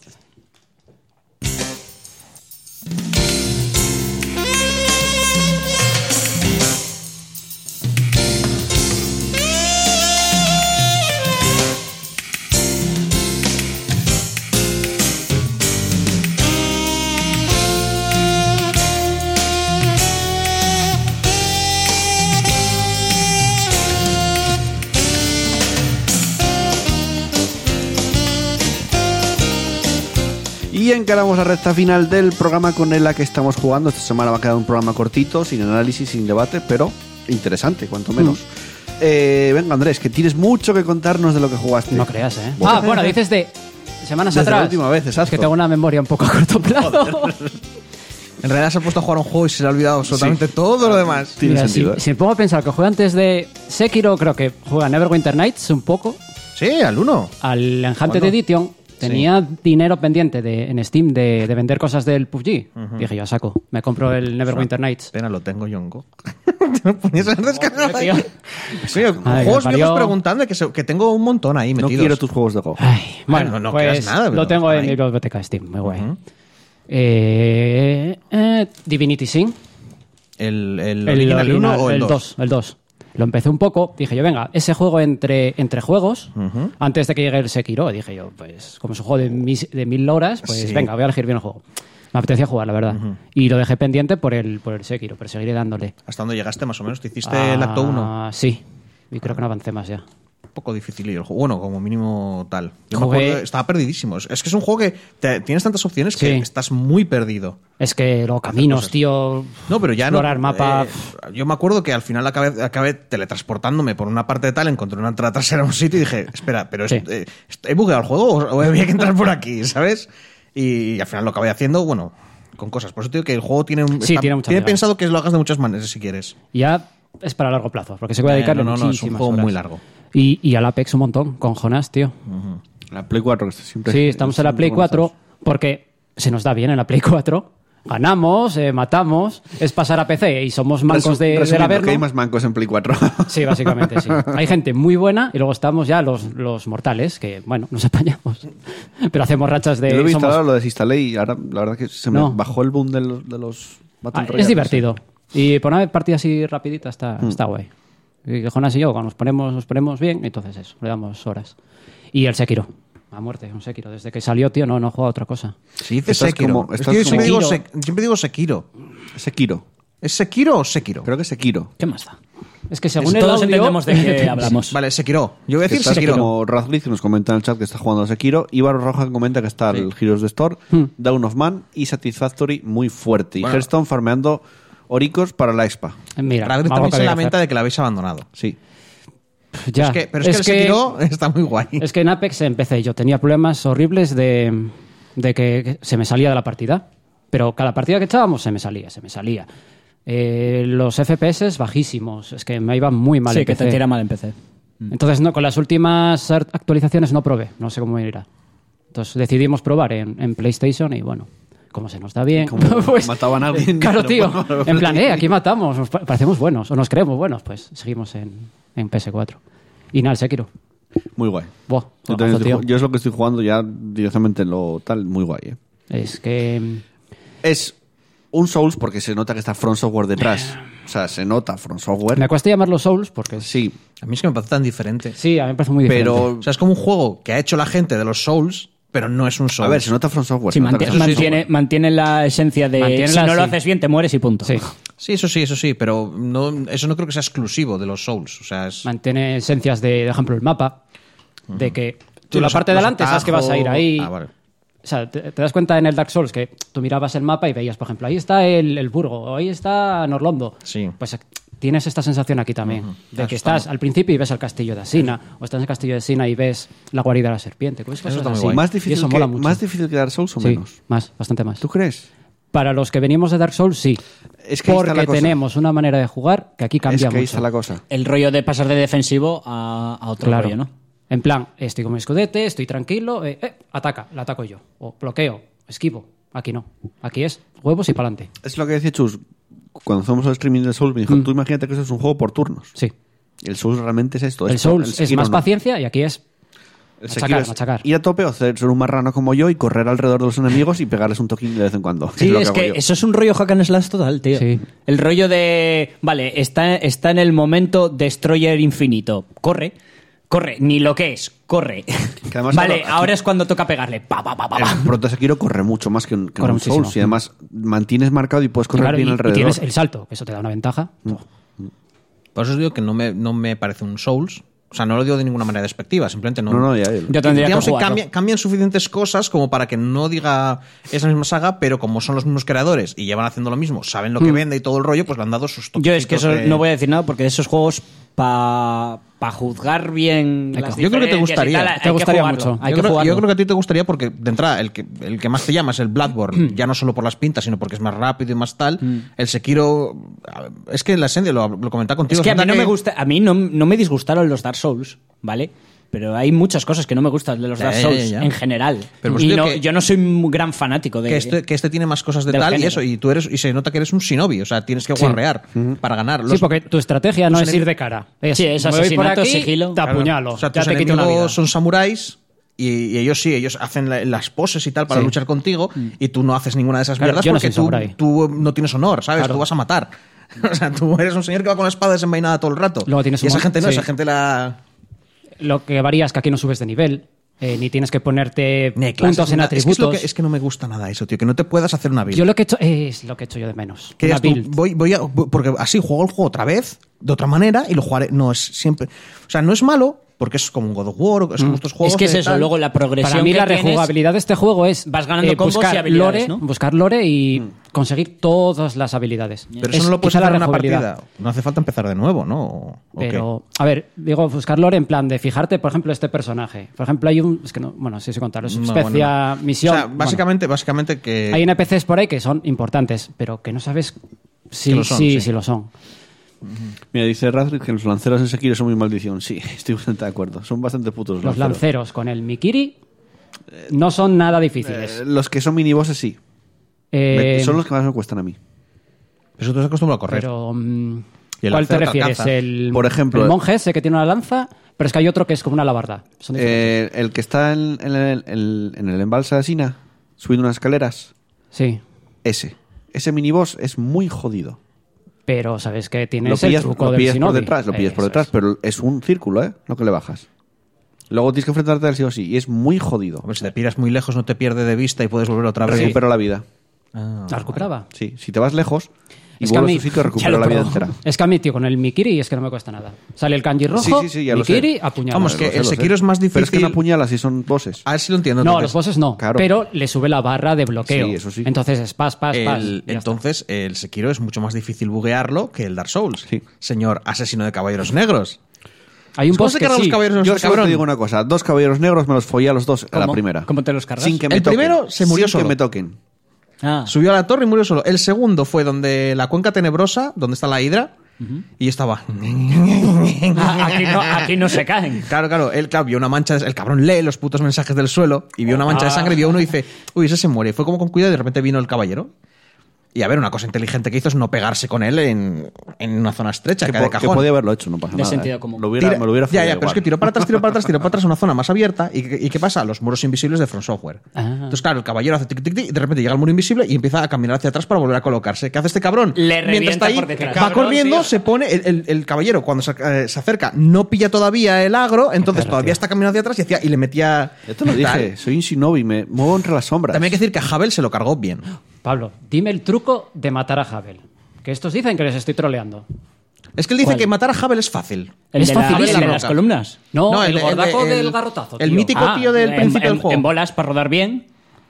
[SPEAKER 1] Y encaramos la recta final del programa con el a que estamos jugando. Esta semana va a quedar un programa cortito, sin análisis, sin debate, pero interesante, cuanto menos.
[SPEAKER 4] Mm.
[SPEAKER 1] Eh, venga, Andrés, que tienes mucho que contarnos de lo que jugaste.
[SPEAKER 4] No creas, ¿eh?
[SPEAKER 1] Bueno.
[SPEAKER 4] Ah, bueno, dices de semanas
[SPEAKER 1] Desde la
[SPEAKER 4] atrás.
[SPEAKER 1] última vez, exacto.
[SPEAKER 4] Es que tengo una memoria un poco a corto plazo.
[SPEAKER 3] En realidad se ha puesto a jugar un juego y se le ha olvidado absolutamente todo lo demás.
[SPEAKER 1] Tiene
[SPEAKER 4] <laughs> Mira,
[SPEAKER 1] sentido,
[SPEAKER 4] si,
[SPEAKER 1] ¿eh?
[SPEAKER 4] si me pongo a pensar que juega antes de Sekiro, creo que juega Neverwinter Nights un poco.
[SPEAKER 3] Sí, al uno.
[SPEAKER 4] Al Enhanced
[SPEAKER 3] ¿Cuándo?
[SPEAKER 4] Edition tenía dinero pendiente de, en Steam de, de vender cosas del PUBG. Dije, yo a saco, me compro el Neverwinter Nights.
[SPEAKER 3] Pena, lo tengo yongo. <laughs> Te lo ponías a descargar ahí. Coño,
[SPEAKER 4] Madre que
[SPEAKER 3] juegos
[SPEAKER 4] parió.
[SPEAKER 3] viejos preguntando que, se- que tengo un montón ahí
[SPEAKER 1] No
[SPEAKER 3] metidos.
[SPEAKER 1] quiero tus juegos de juego.
[SPEAKER 4] Ay, bueno,
[SPEAKER 3] no, no
[SPEAKER 4] pues
[SPEAKER 3] creas nada, pero
[SPEAKER 4] lo tengo
[SPEAKER 3] está
[SPEAKER 4] en mi
[SPEAKER 3] ahí.
[SPEAKER 4] biblioteca Steam, muy guay. Eh, eh, Divinity Sin,
[SPEAKER 3] ¿El, el,
[SPEAKER 4] el,
[SPEAKER 3] original, el uno
[SPEAKER 4] original,
[SPEAKER 3] o el
[SPEAKER 4] el
[SPEAKER 3] 2?
[SPEAKER 4] 2, el 2. Lo empecé un poco, dije yo, venga, ese juego entre, entre juegos, antes de que llegue el Sekiro, dije yo, pues como es un juego de, mis- de mil horas, pues
[SPEAKER 3] Sí.
[SPEAKER 4] venga, voy a elegir bien el juego. Me apetecía jugar, la verdad. Y lo dejé pendiente por el, por el Sekiro, pero seguiré dándole.
[SPEAKER 3] ¿Hasta dónde llegaste más o menos? ¿Te hiciste ¿Este el
[SPEAKER 4] Ah,
[SPEAKER 3] acto Ah. 1?
[SPEAKER 4] Sí, y creo que no avancé más ya.
[SPEAKER 3] Un poco difícil el juego. Bueno, como mínimo tal. Yo me
[SPEAKER 4] Jugué-
[SPEAKER 3] acuerdo, estaba perdidísimo. Es es que es un juego que te- tienes tantas opciones que
[SPEAKER 4] Sí.
[SPEAKER 3] estás muy perdido.
[SPEAKER 4] Es que los caminos,
[SPEAKER 3] cosas.
[SPEAKER 4] tío.
[SPEAKER 3] No, pero ya
[SPEAKER 4] explorar
[SPEAKER 3] no.
[SPEAKER 4] mapa.
[SPEAKER 3] eh, yo me acuerdo que al final acabé, acabé teletransportándome por una parte de tal, encontré una entrada trasera en un sitio y dije, espera, pero es-
[SPEAKER 4] Sí.
[SPEAKER 3] eh, ¿he bugueado el juego o, o había que entrar por aquí, <laughs> ¿sabes? Y, al final lo acabé haciendo, bueno, con cosas. Por eso te digo que el juego tiene un.
[SPEAKER 4] Sí, tiene mucha pegada.
[SPEAKER 3] pensado que lo hagas de muchas maneras si quieres.
[SPEAKER 4] Ya es para largo plazo, porque se puede
[SPEAKER 3] Eh,
[SPEAKER 4] dedicarle
[SPEAKER 3] no, no, no, es un
[SPEAKER 4] muchísimas
[SPEAKER 3] juego
[SPEAKER 4] horas.
[SPEAKER 3] muy largo.
[SPEAKER 4] Y, y al Apex un montón, con Jonas, tío.
[SPEAKER 1] La Play 4, que siempre.
[SPEAKER 4] Sí, estamos en la Play 4 porque se nos da bien en la Play 4. Ganamos, eh, matamos, es pasar a PC y somos mancos de, del
[SPEAKER 1] la
[SPEAKER 4] Averno.
[SPEAKER 1] hay más mancos en Play 4.
[SPEAKER 4] <laughs> Sí, básicamente, sí. Hay gente muy buena y luego estamos ya los, los mortales, que, bueno, nos apañamos. <laughs> Pero hacemos rachas de...
[SPEAKER 1] <laughs> Yo lo he
[SPEAKER 4] somos-
[SPEAKER 1] instalado, lo desinstalé y ahora la verdad que se me
[SPEAKER 4] No.
[SPEAKER 1] bajó el boom de los, de los Battle
[SPEAKER 4] Ah, es
[SPEAKER 1] Royales.
[SPEAKER 4] divertido. Y por una partida así rapidita está, está guay. Y que Jonas y yo, cuando nos ponemos, nos ponemos bien, entonces eso, le damos horas. Y el Sekiro. A muerte, un Sekiro. Desde que salió, tío, no, no juega otra cosa.
[SPEAKER 3] Si dices
[SPEAKER 1] Estás
[SPEAKER 3] Sekiro.
[SPEAKER 1] como-
[SPEAKER 3] es
[SPEAKER 1] estás
[SPEAKER 3] que yo siempre,
[SPEAKER 1] como-
[SPEAKER 3] Digo, Sek- siempre digo Sekiro.
[SPEAKER 1] Sekiro.
[SPEAKER 3] ¿Es Sekiro o Sekiro?
[SPEAKER 1] Creo que es Sekiro.
[SPEAKER 2] ¿Qué más da?
[SPEAKER 4] Es que según el
[SPEAKER 5] Todos
[SPEAKER 4] audio-
[SPEAKER 2] <laughs>
[SPEAKER 5] entendemos de
[SPEAKER 4] <laughs>
[SPEAKER 5] qué hablamos.
[SPEAKER 3] Vale, Sekiro. Yo voy a
[SPEAKER 1] Que
[SPEAKER 3] decir
[SPEAKER 1] está
[SPEAKER 3] Sekiro.
[SPEAKER 1] como Razliz, que nos comenta en el chat que está jugando a Sekiro. Iván Roja comenta que está el Heroes de Store,
[SPEAKER 4] Hmm.
[SPEAKER 1] Down of Man y Satisfactory muy fuerte. Y
[SPEAKER 3] Bueno.
[SPEAKER 1] Hearthstone farmeando oricos para la expa.
[SPEAKER 4] Mira,
[SPEAKER 3] Radrid
[SPEAKER 4] vamos
[SPEAKER 3] también
[SPEAKER 4] a
[SPEAKER 3] se
[SPEAKER 4] ver,
[SPEAKER 3] lamenta de que la habéis abandonado.
[SPEAKER 1] Sí.
[SPEAKER 4] ya.
[SPEAKER 3] Es que- pero es, que, el Sekiro <laughs> está muy guay.
[SPEAKER 4] Es que en Apex empecé, yo tenía problemas horribles de, de que se me salía de la partida. Pero cada partida que echábamos se me salía, se me salía. Eh, los FPS bajísimos, es que me iba muy mal.
[SPEAKER 5] sí,
[SPEAKER 4] en
[SPEAKER 5] que te
[SPEAKER 4] PC.
[SPEAKER 5] tira mal en PC.
[SPEAKER 4] Entonces, no, con las últimas ar- actualizaciones no probé, no sé cómo irá. Entonces decidimos probar en, en PlayStation y bueno, como se nos da bien. <laughs> pues,
[SPEAKER 1] Como mataban a alguien,
[SPEAKER 4] Claro,
[SPEAKER 1] pero
[SPEAKER 4] tío.
[SPEAKER 1] bueno,
[SPEAKER 4] en plan, eh, aquí matamos, nos pa- parecemos buenos, o nos creemos buenos, pues seguimos en, en PS4. Y nada, el Sekiro.
[SPEAKER 1] Muy guay.
[SPEAKER 4] Buah,
[SPEAKER 1] Yo,
[SPEAKER 4] juegazo,
[SPEAKER 1] también estoy
[SPEAKER 4] tío.
[SPEAKER 1] ju- yo es lo que estoy jugando ya directamente en lo tal, muy guay. ¿eh?
[SPEAKER 4] Es que. mm,
[SPEAKER 1] Es un Souls porque se nota que está Front Software detrás. O sea, se nota Front
[SPEAKER 4] Me
[SPEAKER 1] Software.
[SPEAKER 4] cuesta llamarlo Souls porque. es-
[SPEAKER 1] Sí,
[SPEAKER 3] A mí es que me parece tan diferente.
[SPEAKER 4] Sí, a mí me parece muy diferente.
[SPEAKER 1] pero...
[SPEAKER 3] O sea, es como un juego que ha hecho la gente de los Souls, pero no es un Souls.
[SPEAKER 1] A ver, se nota Front Software.
[SPEAKER 5] Sí,
[SPEAKER 1] se nota que
[SPEAKER 5] mantiene,
[SPEAKER 1] es Front
[SPEAKER 5] mantiene, mantiene la esencia de
[SPEAKER 4] Mantiene
[SPEAKER 5] si
[SPEAKER 4] la-
[SPEAKER 5] no lo
[SPEAKER 4] sí.
[SPEAKER 5] haces bien te mueres y punto.
[SPEAKER 4] Sí,
[SPEAKER 3] Sí, eso sí, eso sí, pero no, eso no creo que sea exclusivo de los Souls. O sea, es...
[SPEAKER 4] mantiene esencias de, por ejemplo, el mapa. De que tú
[SPEAKER 3] Sí,
[SPEAKER 4] la
[SPEAKER 3] los-
[SPEAKER 4] parte de
[SPEAKER 3] los
[SPEAKER 4] delante sabes que vas a ir
[SPEAKER 3] atajos.
[SPEAKER 4] ahí.
[SPEAKER 3] Ah, vale.
[SPEAKER 4] O sea, te, te das cuenta en el Dark Souls que tú mirabas el mapa y veías, por ejemplo, ahí está el, el Burgo, o ahí está Norlondo.
[SPEAKER 3] Sí.
[SPEAKER 4] Pues eh, tienes esta sensación aquí también. De
[SPEAKER 3] Claro,
[SPEAKER 4] que
[SPEAKER 3] está
[SPEAKER 4] estás
[SPEAKER 3] muy-
[SPEAKER 4] al principio y ves al castillo de Asina, o estás en el castillo de Asina y ves la guarida de la serpiente. cosas
[SPEAKER 3] Eso está muy
[SPEAKER 4] así.
[SPEAKER 3] guay.
[SPEAKER 1] Más
[SPEAKER 4] Y
[SPEAKER 1] difícil,
[SPEAKER 4] eso
[SPEAKER 1] que,
[SPEAKER 4] mola mucho.
[SPEAKER 1] más difícil que Dark Souls o
[SPEAKER 4] Sí,
[SPEAKER 1] menos.
[SPEAKER 4] más, bastante más.
[SPEAKER 1] ¿Tú crees?
[SPEAKER 4] Para los que venimos de Dark Souls, sí.
[SPEAKER 1] Es que ahí está
[SPEAKER 4] Porque
[SPEAKER 1] la cosa.
[SPEAKER 4] tenemos una manera de jugar que aquí cambia
[SPEAKER 1] es que ahí
[SPEAKER 4] mucho.
[SPEAKER 1] está la cosa.
[SPEAKER 5] El rollo de pasar de defensivo a, a otro
[SPEAKER 4] Claro.
[SPEAKER 5] rollo, ¿no?
[SPEAKER 4] En plan, estoy con mi escudete, estoy tranquilo, eh, eh, ataca, la ataco yo. O bloqueo, esquivo. Aquí no. Aquí es huevos y pa'lante.
[SPEAKER 1] Es lo que decía Chus. Cuando fuimos al streaming de Souls, me dijo, tú imagínate que eso es un juego por turnos.
[SPEAKER 4] Mm. Sí.
[SPEAKER 1] El Souls realmente es esto.
[SPEAKER 4] el
[SPEAKER 1] esto,
[SPEAKER 4] Souls es
[SPEAKER 1] Sekiro
[SPEAKER 4] más
[SPEAKER 1] Pues no.
[SPEAKER 4] paciencia y aquí es.
[SPEAKER 1] El
[SPEAKER 4] machacar,
[SPEAKER 1] Sekiro es
[SPEAKER 4] machacar.
[SPEAKER 1] Ir a tope o ser ser un marrano como yo y correr alrededor de los enemigos y pegarles un toquín de vez en cuando. que
[SPEAKER 5] Sí,
[SPEAKER 1] lo
[SPEAKER 5] es
[SPEAKER 1] hago
[SPEAKER 5] que
[SPEAKER 1] yo.
[SPEAKER 5] eso es un rollo hack and slash total, tío.
[SPEAKER 4] Sí.
[SPEAKER 5] El rollo de, vale, está, está en el momento destroyer infinito. Corre, corre, ni lo que es, corre.
[SPEAKER 3] <laughs>
[SPEAKER 1] Que además,
[SPEAKER 5] vale,
[SPEAKER 1] claro, aquí-
[SPEAKER 5] ahora es cuando toca pegarle. Pa, pa, pa, pa, pa.
[SPEAKER 1] El Proto Sekiro corre mucho más que un, que
[SPEAKER 4] ah. Corre
[SPEAKER 1] un
[SPEAKER 4] muchísimo.
[SPEAKER 1] Souls y además mantienes marcado y puedes correr
[SPEAKER 4] claro,
[SPEAKER 1] bien
[SPEAKER 4] y- y
[SPEAKER 1] alrededor.
[SPEAKER 4] tienes el salto, que eso te da una ventaja.
[SPEAKER 3] Por eso os digo que no me, no me parece un Souls. O sea, no lo digo de ninguna manera despectiva, simplemente no.
[SPEAKER 1] No, no, ya, ya.
[SPEAKER 5] Yo tendría que
[SPEAKER 3] Digamos que
[SPEAKER 5] jugarlo.
[SPEAKER 3] cambia- cambian suficientes cosas como para que no diga esa misma saga, pero como son los mismos creadores y llevan haciendo lo mismo, saben lo que vende y todo el rollo, pues le han dado sus toques.
[SPEAKER 5] Yo es que eso no voy a decir nada porque de esos juegos para juzgar bien
[SPEAKER 4] Hay que-
[SPEAKER 5] las
[SPEAKER 3] Yo creo que te
[SPEAKER 5] diferencias y
[SPEAKER 3] gustaría,
[SPEAKER 5] tal,
[SPEAKER 3] te
[SPEAKER 5] hay que
[SPEAKER 4] gustaría
[SPEAKER 5] jugarlo,
[SPEAKER 4] mucho.
[SPEAKER 5] hay
[SPEAKER 3] yo,
[SPEAKER 5] que
[SPEAKER 3] creo,
[SPEAKER 5] jugarlo.
[SPEAKER 3] yo creo que a ti te gustaría porque, de entrada, el que, el que más te llama es el Bloodborne,
[SPEAKER 5] Mm.
[SPEAKER 3] ya no solo por las pintas, sino porque es más rápido y más tal. El Sekiro, a ver, es que la esencia, lo, lo comentaba contigo.
[SPEAKER 5] Es que a
[SPEAKER 3] es
[SPEAKER 5] mí
[SPEAKER 3] verdad
[SPEAKER 5] no me gusta, a mí no, no me disgustaron los Dark Souls, ¿vale? Pero hay muchas cosas que no me gustan de los
[SPEAKER 3] Ya,
[SPEAKER 5] Dark
[SPEAKER 3] ya,
[SPEAKER 5] Souls
[SPEAKER 3] ya, ya.
[SPEAKER 5] en general.
[SPEAKER 3] Pero pues
[SPEAKER 5] y
[SPEAKER 3] digo
[SPEAKER 5] no-
[SPEAKER 3] que-
[SPEAKER 5] yo no soy un gran fanático de
[SPEAKER 3] Que este, que este tiene más cosas de
[SPEAKER 5] Del
[SPEAKER 3] tal y
[SPEAKER 5] género.
[SPEAKER 3] eso, y tú eres, y se nota que eres un shinobi, o sea, tienes que guarrear para ganar.
[SPEAKER 4] sí,
[SPEAKER 3] Los-
[SPEAKER 4] porque tu estrategia no
[SPEAKER 3] los
[SPEAKER 4] es ir
[SPEAKER 3] enem-
[SPEAKER 4] de cara.
[SPEAKER 5] Sí, es
[SPEAKER 4] me voy por
[SPEAKER 5] asesinato,
[SPEAKER 4] aquí,
[SPEAKER 5] sigilo.
[SPEAKER 4] Te
[SPEAKER 3] Claro.
[SPEAKER 4] apuñalo.
[SPEAKER 3] O sea,
[SPEAKER 4] ya
[SPEAKER 3] tus
[SPEAKER 4] te quito una vida.
[SPEAKER 3] enemigos son samuráis y, y ellos sí, ellos hacen la- las poses y tal para luchar contigo y tú Mm. no haces ninguna de esas
[SPEAKER 4] Claro,
[SPEAKER 3] mierdas
[SPEAKER 4] yo no
[SPEAKER 3] porque
[SPEAKER 4] soy samurái.
[SPEAKER 3] tú, tú no tienes honor, ¿sabes?
[SPEAKER 4] Claro.
[SPEAKER 3] Tú vas a matar. <laughs> O sea, tú eres un señor que va con la espada desenvainada todo el rato.
[SPEAKER 4] Luego tienes
[SPEAKER 3] y
[SPEAKER 4] un
[SPEAKER 3] esa
[SPEAKER 4] mon-
[SPEAKER 3] gente no,
[SPEAKER 4] sí.
[SPEAKER 3] esa gente la...
[SPEAKER 4] Lo que varía es que aquí no subes de nivel, eh, ni tienes que ponerte
[SPEAKER 3] Ne, clases,
[SPEAKER 4] puntos en
[SPEAKER 3] na- es que
[SPEAKER 4] atributos.
[SPEAKER 3] Es, lo que, es que no me gusta nada eso, tío, que no te puedas hacer una build.
[SPEAKER 4] Yo lo que he hecho es lo que he hecho yo de menos.
[SPEAKER 3] Que
[SPEAKER 4] una
[SPEAKER 3] digas tú,
[SPEAKER 4] build.
[SPEAKER 3] voy, voy a, voy- porque así juego el juego otra vez, de otra manera, y lo jugaré. No, es siempre. O sea, no es malo, porque es como un God of War, o Mm. es como estos juegos.
[SPEAKER 5] Es que es
[SPEAKER 3] de
[SPEAKER 5] eso,
[SPEAKER 3] tal.
[SPEAKER 5] luego la progresión
[SPEAKER 4] Para mí
[SPEAKER 5] que
[SPEAKER 4] la
[SPEAKER 5] tienes-
[SPEAKER 4] rejugabilidad de este juego es
[SPEAKER 5] Vas ganando combos
[SPEAKER 4] buscar
[SPEAKER 5] y habilidades,
[SPEAKER 4] lore,
[SPEAKER 5] ¿no?
[SPEAKER 4] buscar lore y conseguir todas las habilidades.
[SPEAKER 3] Mm. Pero
[SPEAKER 4] Es
[SPEAKER 3] eso no lo puedes
[SPEAKER 4] quizá
[SPEAKER 3] hacer en
[SPEAKER 4] la
[SPEAKER 3] una
[SPEAKER 4] rejugabilidad.
[SPEAKER 3] partida. No hace falta empezar de nuevo, ¿no? ¿O- o qué?
[SPEAKER 4] Pero, a ver, digo, buscar lore en plan de fijarte, por ejemplo, este personaje. Por ejemplo, hay un. Es que no, bueno, sí sé contarlo. Es
[SPEAKER 3] No,
[SPEAKER 4] especia,
[SPEAKER 3] bueno, no.
[SPEAKER 4] misión.
[SPEAKER 3] O sea,
[SPEAKER 4] bueno.
[SPEAKER 3] básicamente, básicamente que.
[SPEAKER 4] hay NPCs por ahí que son importantes, pero que no sabes si
[SPEAKER 3] Que lo son,
[SPEAKER 4] si-
[SPEAKER 3] sí.
[SPEAKER 4] si lo son.
[SPEAKER 1] Mira, dice Radrid que los lanceros en Sekiro son muy maldición. Sí, <laughs> estoy bastante de acuerdo. Son bastante putos
[SPEAKER 4] Los lanceros con el Mikiri no son nada difíciles.
[SPEAKER 1] Eh, los que son minibosses sí. Me-
[SPEAKER 4] Eh,
[SPEAKER 1] son los que más me cuestan a mí.
[SPEAKER 3] Eso tú estás acostumbrado a correr.
[SPEAKER 4] Pero, mm,
[SPEAKER 3] Y el
[SPEAKER 4] ¿cuál
[SPEAKER 3] lancero
[SPEAKER 4] te
[SPEAKER 3] te
[SPEAKER 4] refieres?
[SPEAKER 3] alcanza.
[SPEAKER 4] el,
[SPEAKER 1] Por ejemplo,
[SPEAKER 4] el
[SPEAKER 1] eh.
[SPEAKER 4] monje ese que tiene una lanza, pero es que hay otro que es como una labarda. Son diferentes.
[SPEAKER 1] Eh, el que está en, en el, en- en el embalse de Sina, subiendo unas escaleras,
[SPEAKER 4] sí,
[SPEAKER 1] ese. Ese miniboss es muy jodido.
[SPEAKER 4] pero sabes que tienes
[SPEAKER 1] Lo pillas,
[SPEAKER 4] el truco
[SPEAKER 1] lo
[SPEAKER 4] del
[SPEAKER 1] pillas por
[SPEAKER 4] shinobi.
[SPEAKER 1] detrás, lo pillas por
[SPEAKER 4] Eso
[SPEAKER 1] detrás,
[SPEAKER 4] es.
[SPEAKER 1] pero es un círculo, ¿eh? Lo que le bajas. Luego tienes que enfrentarte al sí o sí, y es muy jodido.
[SPEAKER 3] Hombre, si te piras muy lejos, no te pierde de vista y puedes volver otra vez.
[SPEAKER 1] Recupero la vida.
[SPEAKER 3] Ah,
[SPEAKER 4] La recuperaba.
[SPEAKER 1] Sí, si te vas lejos, y
[SPEAKER 4] Es que a
[SPEAKER 1] vuelve a
[SPEAKER 4] mí-
[SPEAKER 1] su sitio y
[SPEAKER 4] <laughs> ya
[SPEAKER 1] recupera
[SPEAKER 4] lo
[SPEAKER 1] la vida
[SPEAKER 4] probó.
[SPEAKER 1] entera.
[SPEAKER 4] Es que a mí, tío, con el Mikiri es que no me cuesta nada. Sale el kanji rojo,
[SPEAKER 1] Sí, sí, sí, ya lo sé.
[SPEAKER 4] Mikiri, apuñalado.
[SPEAKER 3] Vamos, que
[SPEAKER 1] Lo sé,
[SPEAKER 3] el
[SPEAKER 1] lo sé.
[SPEAKER 3] Sekiro es más
[SPEAKER 1] ¿eh? Pero es que no
[SPEAKER 3] difícil.
[SPEAKER 1] apuñala si son bosses.
[SPEAKER 3] A ver si lo entiendo.
[SPEAKER 4] No, a
[SPEAKER 3] entonces.
[SPEAKER 4] los bosses no.
[SPEAKER 1] Claro.
[SPEAKER 4] Pero le sube la barra de bloqueo.
[SPEAKER 1] Sí, eso sí.
[SPEAKER 4] Entonces es pas, pas, pas.
[SPEAKER 3] El-
[SPEAKER 4] ya está.
[SPEAKER 3] entonces, el Sekiro es mucho más difícil buguearlo que el Dark Souls.
[SPEAKER 1] Sí.
[SPEAKER 3] Señor asesino de caballeros negros.
[SPEAKER 4] Hay un
[SPEAKER 3] ¿Cómo
[SPEAKER 4] boss
[SPEAKER 3] se
[SPEAKER 4] que
[SPEAKER 3] cargan los
[SPEAKER 4] sí.
[SPEAKER 3] caballeros negros?
[SPEAKER 1] Yo
[SPEAKER 3] este
[SPEAKER 1] solo
[SPEAKER 3] cabrón?
[SPEAKER 1] te digo una cosa, dos caballeros negros me los follé a los dos a la
[SPEAKER 2] ¿Cómo?
[SPEAKER 1] primera.
[SPEAKER 2] ¿Cómo te los cargas?
[SPEAKER 1] Sin que me
[SPEAKER 3] El
[SPEAKER 1] toquen.
[SPEAKER 3] primero se murió
[SPEAKER 1] Sin
[SPEAKER 3] solo.
[SPEAKER 1] que me toquen.
[SPEAKER 2] Ah,
[SPEAKER 3] Subió a la torre y murió solo. El segundo fue donde la cuenca tenebrosa, donde está la hidra, y estaba.
[SPEAKER 2] Ah, aquí, no, aquí no se caen.
[SPEAKER 3] Claro, claro, él claro, vio una mancha, de- el cabrón lee los putos mensajes del suelo y vio una mancha de sangre y vio uno y dice, uy, ese se muere. Fue como con cuidado y de repente vino el caballero. Y a ver, una cosa inteligente que hizo es no pegarse con él en, en una zona estrecha, que,
[SPEAKER 1] Que,
[SPEAKER 3] era de
[SPEAKER 1] po- que
[SPEAKER 3] cajón.
[SPEAKER 1] podía haberlo hecho, no pasa
[SPEAKER 2] De
[SPEAKER 1] nada.
[SPEAKER 2] sentido
[SPEAKER 1] ¿eh?
[SPEAKER 2] común.
[SPEAKER 1] Lo hubiera,
[SPEAKER 3] Tira-
[SPEAKER 1] me lo hubiera
[SPEAKER 3] ya,
[SPEAKER 1] follado
[SPEAKER 3] ya, pero es
[SPEAKER 1] igual.
[SPEAKER 3] que tiró para atrás, tiró para atrás, tiró para atrás una zona más abierta. ¿Y, qué- y qué pasa? Los muros invisibles de From Software.
[SPEAKER 2] Ah.
[SPEAKER 3] Entonces, claro, el caballero hace tic tic tic y de repente llega al muro invisible y empieza a caminar hacia atrás para volver a colocarse. ¿Qué hace este cabrón?
[SPEAKER 2] Le revienta
[SPEAKER 3] ahí,
[SPEAKER 2] por detrás.
[SPEAKER 3] va
[SPEAKER 2] Cabrón,
[SPEAKER 3] corriendo,
[SPEAKER 2] tío.
[SPEAKER 3] se pone. El, el- el caballero, cuando se, eh, se acerca, no pilla todavía el agro, entonces todavía está caminando hacia atrás y, hacía- y le metía.
[SPEAKER 1] Ya te lo
[SPEAKER 3] tal.
[SPEAKER 1] dije, soy un shinobi, me muevo entre las sombras.
[SPEAKER 3] También hay que decir que a Havel se lo cargó bien.
[SPEAKER 4] Pablo, dime el truco de matar a Havel. Que estos dicen que les estoy troleando.
[SPEAKER 3] Es que él dice que matar a Havel es fácil.
[SPEAKER 2] El
[SPEAKER 4] Es
[SPEAKER 2] de, la-
[SPEAKER 4] facilísimo.
[SPEAKER 2] el de las columnas.
[SPEAKER 4] No, el,
[SPEAKER 3] de-
[SPEAKER 4] gordaco
[SPEAKER 3] de-
[SPEAKER 4] del garrotazo.
[SPEAKER 3] El
[SPEAKER 4] tío.
[SPEAKER 3] mítico
[SPEAKER 2] Ah,
[SPEAKER 3] tío del
[SPEAKER 2] en-
[SPEAKER 3] principio
[SPEAKER 2] en-
[SPEAKER 3] del juego.
[SPEAKER 2] En bolas para rodar bien.